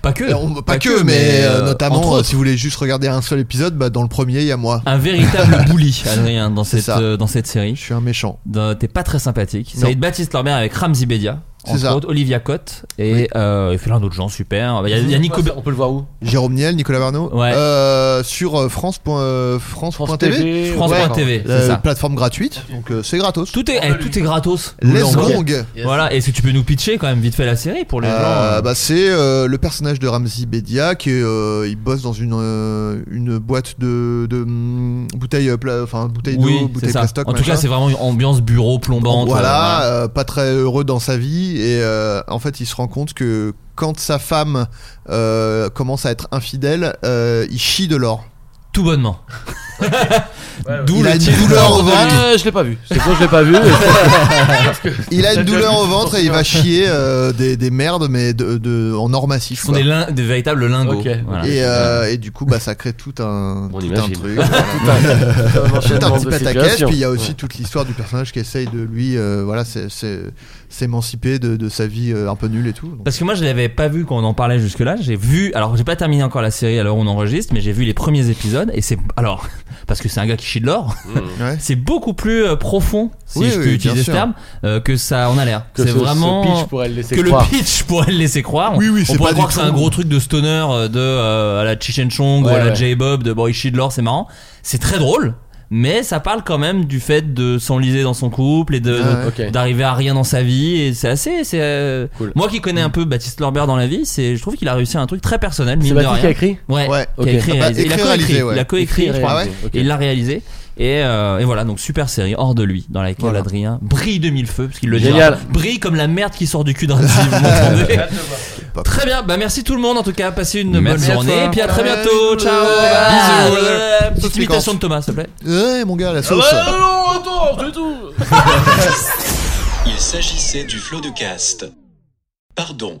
[SPEAKER 4] Pas que.
[SPEAKER 3] Alors, on- pas, que, mais, euh,
[SPEAKER 4] euh, entre
[SPEAKER 3] notamment euh,
[SPEAKER 4] autres.
[SPEAKER 3] si vous voulez juste regarder un seul épisode, bah, dans le premier il y a moi. (laughs)
[SPEAKER 4] Un véritable bully, Adrien, dans
[SPEAKER 3] C'est
[SPEAKER 4] cette,
[SPEAKER 3] ça.
[SPEAKER 4] euh, dans cette
[SPEAKER 3] Je
[SPEAKER 4] série.
[SPEAKER 3] suis un méchant.
[SPEAKER 4] Dans- T'es pas très sympathique.
[SPEAKER 3] Non.
[SPEAKER 4] C'est Baptiste Lambert avec Ramzi Bedia.
[SPEAKER 3] C'est
[SPEAKER 4] entre
[SPEAKER 3] ça.
[SPEAKER 4] autres, Olivia Cotte et, euh, et plein d'autres gens super. Il y a, il y a Nico.
[SPEAKER 5] On peut le voir où
[SPEAKER 3] Jérôme Niel, Nicolas Varno,
[SPEAKER 4] Ouais.
[SPEAKER 3] euh, sur euh, France. point- euh, France.
[SPEAKER 5] France
[SPEAKER 3] TV,
[SPEAKER 5] TV,
[SPEAKER 4] France.tv,
[SPEAKER 5] ouais.
[SPEAKER 4] c'est
[SPEAKER 3] la
[SPEAKER 4] ça.
[SPEAKER 3] plateforme gratuite, donc euh, c'est gratos.
[SPEAKER 4] Tout est, eh, tout est gratos.
[SPEAKER 3] Les
[SPEAKER 4] Vous l'envoyez.
[SPEAKER 3] Gong,
[SPEAKER 4] Voilà, et est-ce que tu peux nous pitcher quand même vite fait la série pour les
[SPEAKER 3] Euh,
[SPEAKER 4] gens hein.
[SPEAKER 3] bah, c'est euh, le personnage de Ramzi Bedia qui est, euh, il bosse dans une euh, une boîte de, de hum, bouteilles euh, pla- enfin bouteilles d'eau,
[SPEAKER 4] Oui, c'est
[SPEAKER 3] bouteilles
[SPEAKER 4] ça.
[SPEAKER 3] plastoc.
[SPEAKER 4] en tout
[SPEAKER 3] machin.
[SPEAKER 4] cas, c'est vraiment une ambiance bureau plombante.
[SPEAKER 3] voilà, euh, pas très heureux dans sa vie et euh, en fait il se rend compte que quand sa femme euh, commence à être infidèle, euh, il chie de l'or.
[SPEAKER 4] Tout bonnement.
[SPEAKER 3] Il
[SPEAKER 4] D'où
[SPEAKER 3] a
[SPEAKER 4] le
[SPEAKER 3] une
[SPEAKER 4] titre.
[SPEAKER 3] douleur au ventre.
[SPEAKER 4] (laughs)
[SPEAKER 5] Euh, je l'ai pas vu. C'est bon, je l'ai pas vu.
[SPEAKER 3] Il a une
[SPEAKER 5] Ça doit
[SPEAKER 3] douleur
[SPEAKER 5] être
[SPEAKER 3] au ventre et il va chier euh, des, des merdes mais de, de- en or massif.
[SPEAKER 4] Ce sont
[SPEAKER 3] quoi.
[SPEAKER 4] des, lin- des véritables lingots.
[SPEAKER 5] Ok.
[SPEAKER 4] Voilà.
[SPEAKER 3] Et, euh, et du coup bah ça crée tout un, tout
[SPEAKER 5] On
[SPEAKER 3] un (laughs)
[SPEAKER 5] imagine.
[SPEAKER 3] truc.
[SPEAKER 5] C'est
[SPEAKER 3] C'est un petit pataquès, puis il y a aussi toute l'histoire du personnage qui essaye de lui euh, voilà, s'é- s'é- s'émanciper de, de sa vie euh, un peu nulle et tout. Donc,
[SPEAKER 4] Parce que moi je l'avais pas vu quand on en parlait jusque là. J'ai vu, alors j'ai pas terminé encore la série à l'heure où on enregistre, mais j'ai vu les premiers épisodes et c'est alors (laughs) parce que c'est un gars qui chie de l'or,
[SPEAKER 3] ouais.
[SPEAKER 4] (laughs) c'est beaucoup plus euh, profond si
[SPEAKER 3] Oui,
[SPEAKER 4] je peux
[SPEAKER 3] oui, bien
[SPEAKER 4] utiliser ce
[SPEAKER 3] sûr.
[SPEAKER 4] terme euh, que ça en a l'air.
[SPEAKER 5] Que
[SPEAKER 4] C'est
[SPEAKER 5] ce- ce
[SPEAKER 4] vraiment
[SPEAKER 5] pitch pourrait le laisser
[SPEAKER 4] que
[SPEAKER 5] croire.
[SPEAKER 4] le pitch pourrait le laisser croire.
[SPEAKER 3] Oui, oui,
[SPEAKER 4] on
[SPEAKER 3] c'est
[SPEAKER 4] pourrait
[SPEAKER 3] pas
[SPEAKER 4] croire
[SPEAKER 3] du
[SPEAKER 4] que
[SPEAKER 3] tout.
[SPEAKER 4] c'est un gros truc de stoner euh, de euh, à la Chichen Chong ou à
[SPEAKER 5] Ouais,
[SPEAKER 4] la
[SPEAKER 5] ouais.
[SPEAKER 4] J-Bob de bon il chie de l'or, c'est marrant. C'est très drôle, mais ça parle quand même du fait de s'enliser dans son couple et de,
[SPEAKER 3] Ah ouais.
[SPEAKER 5] Ok.
[SPEAKER 4] d'arriver à rien dans sa vie et c'est assez c'est euh,
[SPEAKER 5] Cool.
[SPEAKER 4] moi qui connais un peu Baptiste Lorbert dans la vie c'est je trouve qu'il a réussi un truc très personnel
[SPEAKER 5] C'est
[SPEAKER 4] mine de
[SPEAKER 5] Baptiste qui a
[SPEAKER 4] rien
[SPEAKER 5] écrit
[SPEAKER 4] ouais,
[SPEAKER 3] Ouais.
[SPEAKER 4] qui a
[SPEAKER 5] Ok.
[SPEAKER 4] écrit,
[SPEAKER 3] Ah bah,
[SPEAKER 4] réalisé. il a
[SPEAKER 3] écrit,
[SPEAKER 4] coécrit
[SPEAKER 3] réalisé, ouais.
[SPEAKER 4] il a coécrit je crois.
[SPEAKER 3] Ah ouais
[SPEAKER 5] Ok.
[SPEAKER 4] et il l'a réalisé et, euh, et voilà donc super série hors de lui dans laquelle
[SPEAKER 3] Voilà.
[SPEAKER 4] Adrien brille de mille feux parce qu'il le
[SPEAKER 5] Génial.
[SPEAKER 4] dit brille comme la merde qui sort du cul d'un type, vous m'entendez très bien bah merci tout le monde en tout cas passez une
[SPEAKER 2] Merci à
[SPEAKER 4] bonne journée
[SPEAKER 2] toi.
[SPEAKER 4] et puis à très
[SPEAKER 3] Ouais.
[SPEAKER 4] bientôt ciao
[SPEAKER 3] Ouais.
[SPEAKER 4] bye.
[SPEAKER 3] Bisous.
[SPEAKER 4] Euh, petite
[SPEAKER 3] Sauce
[SPEAKER 4] imitation
[SPEAKER 3] piquante.
[SPEAKER 4] de Thomas s'il te plaît
[SPEAKER 3] Ah Ouais, mon gars, la sauce.
[SPEAKER 5] attends, du tout.
[SPEAKER 1] Il s'agissait du flot de caste. Pardon.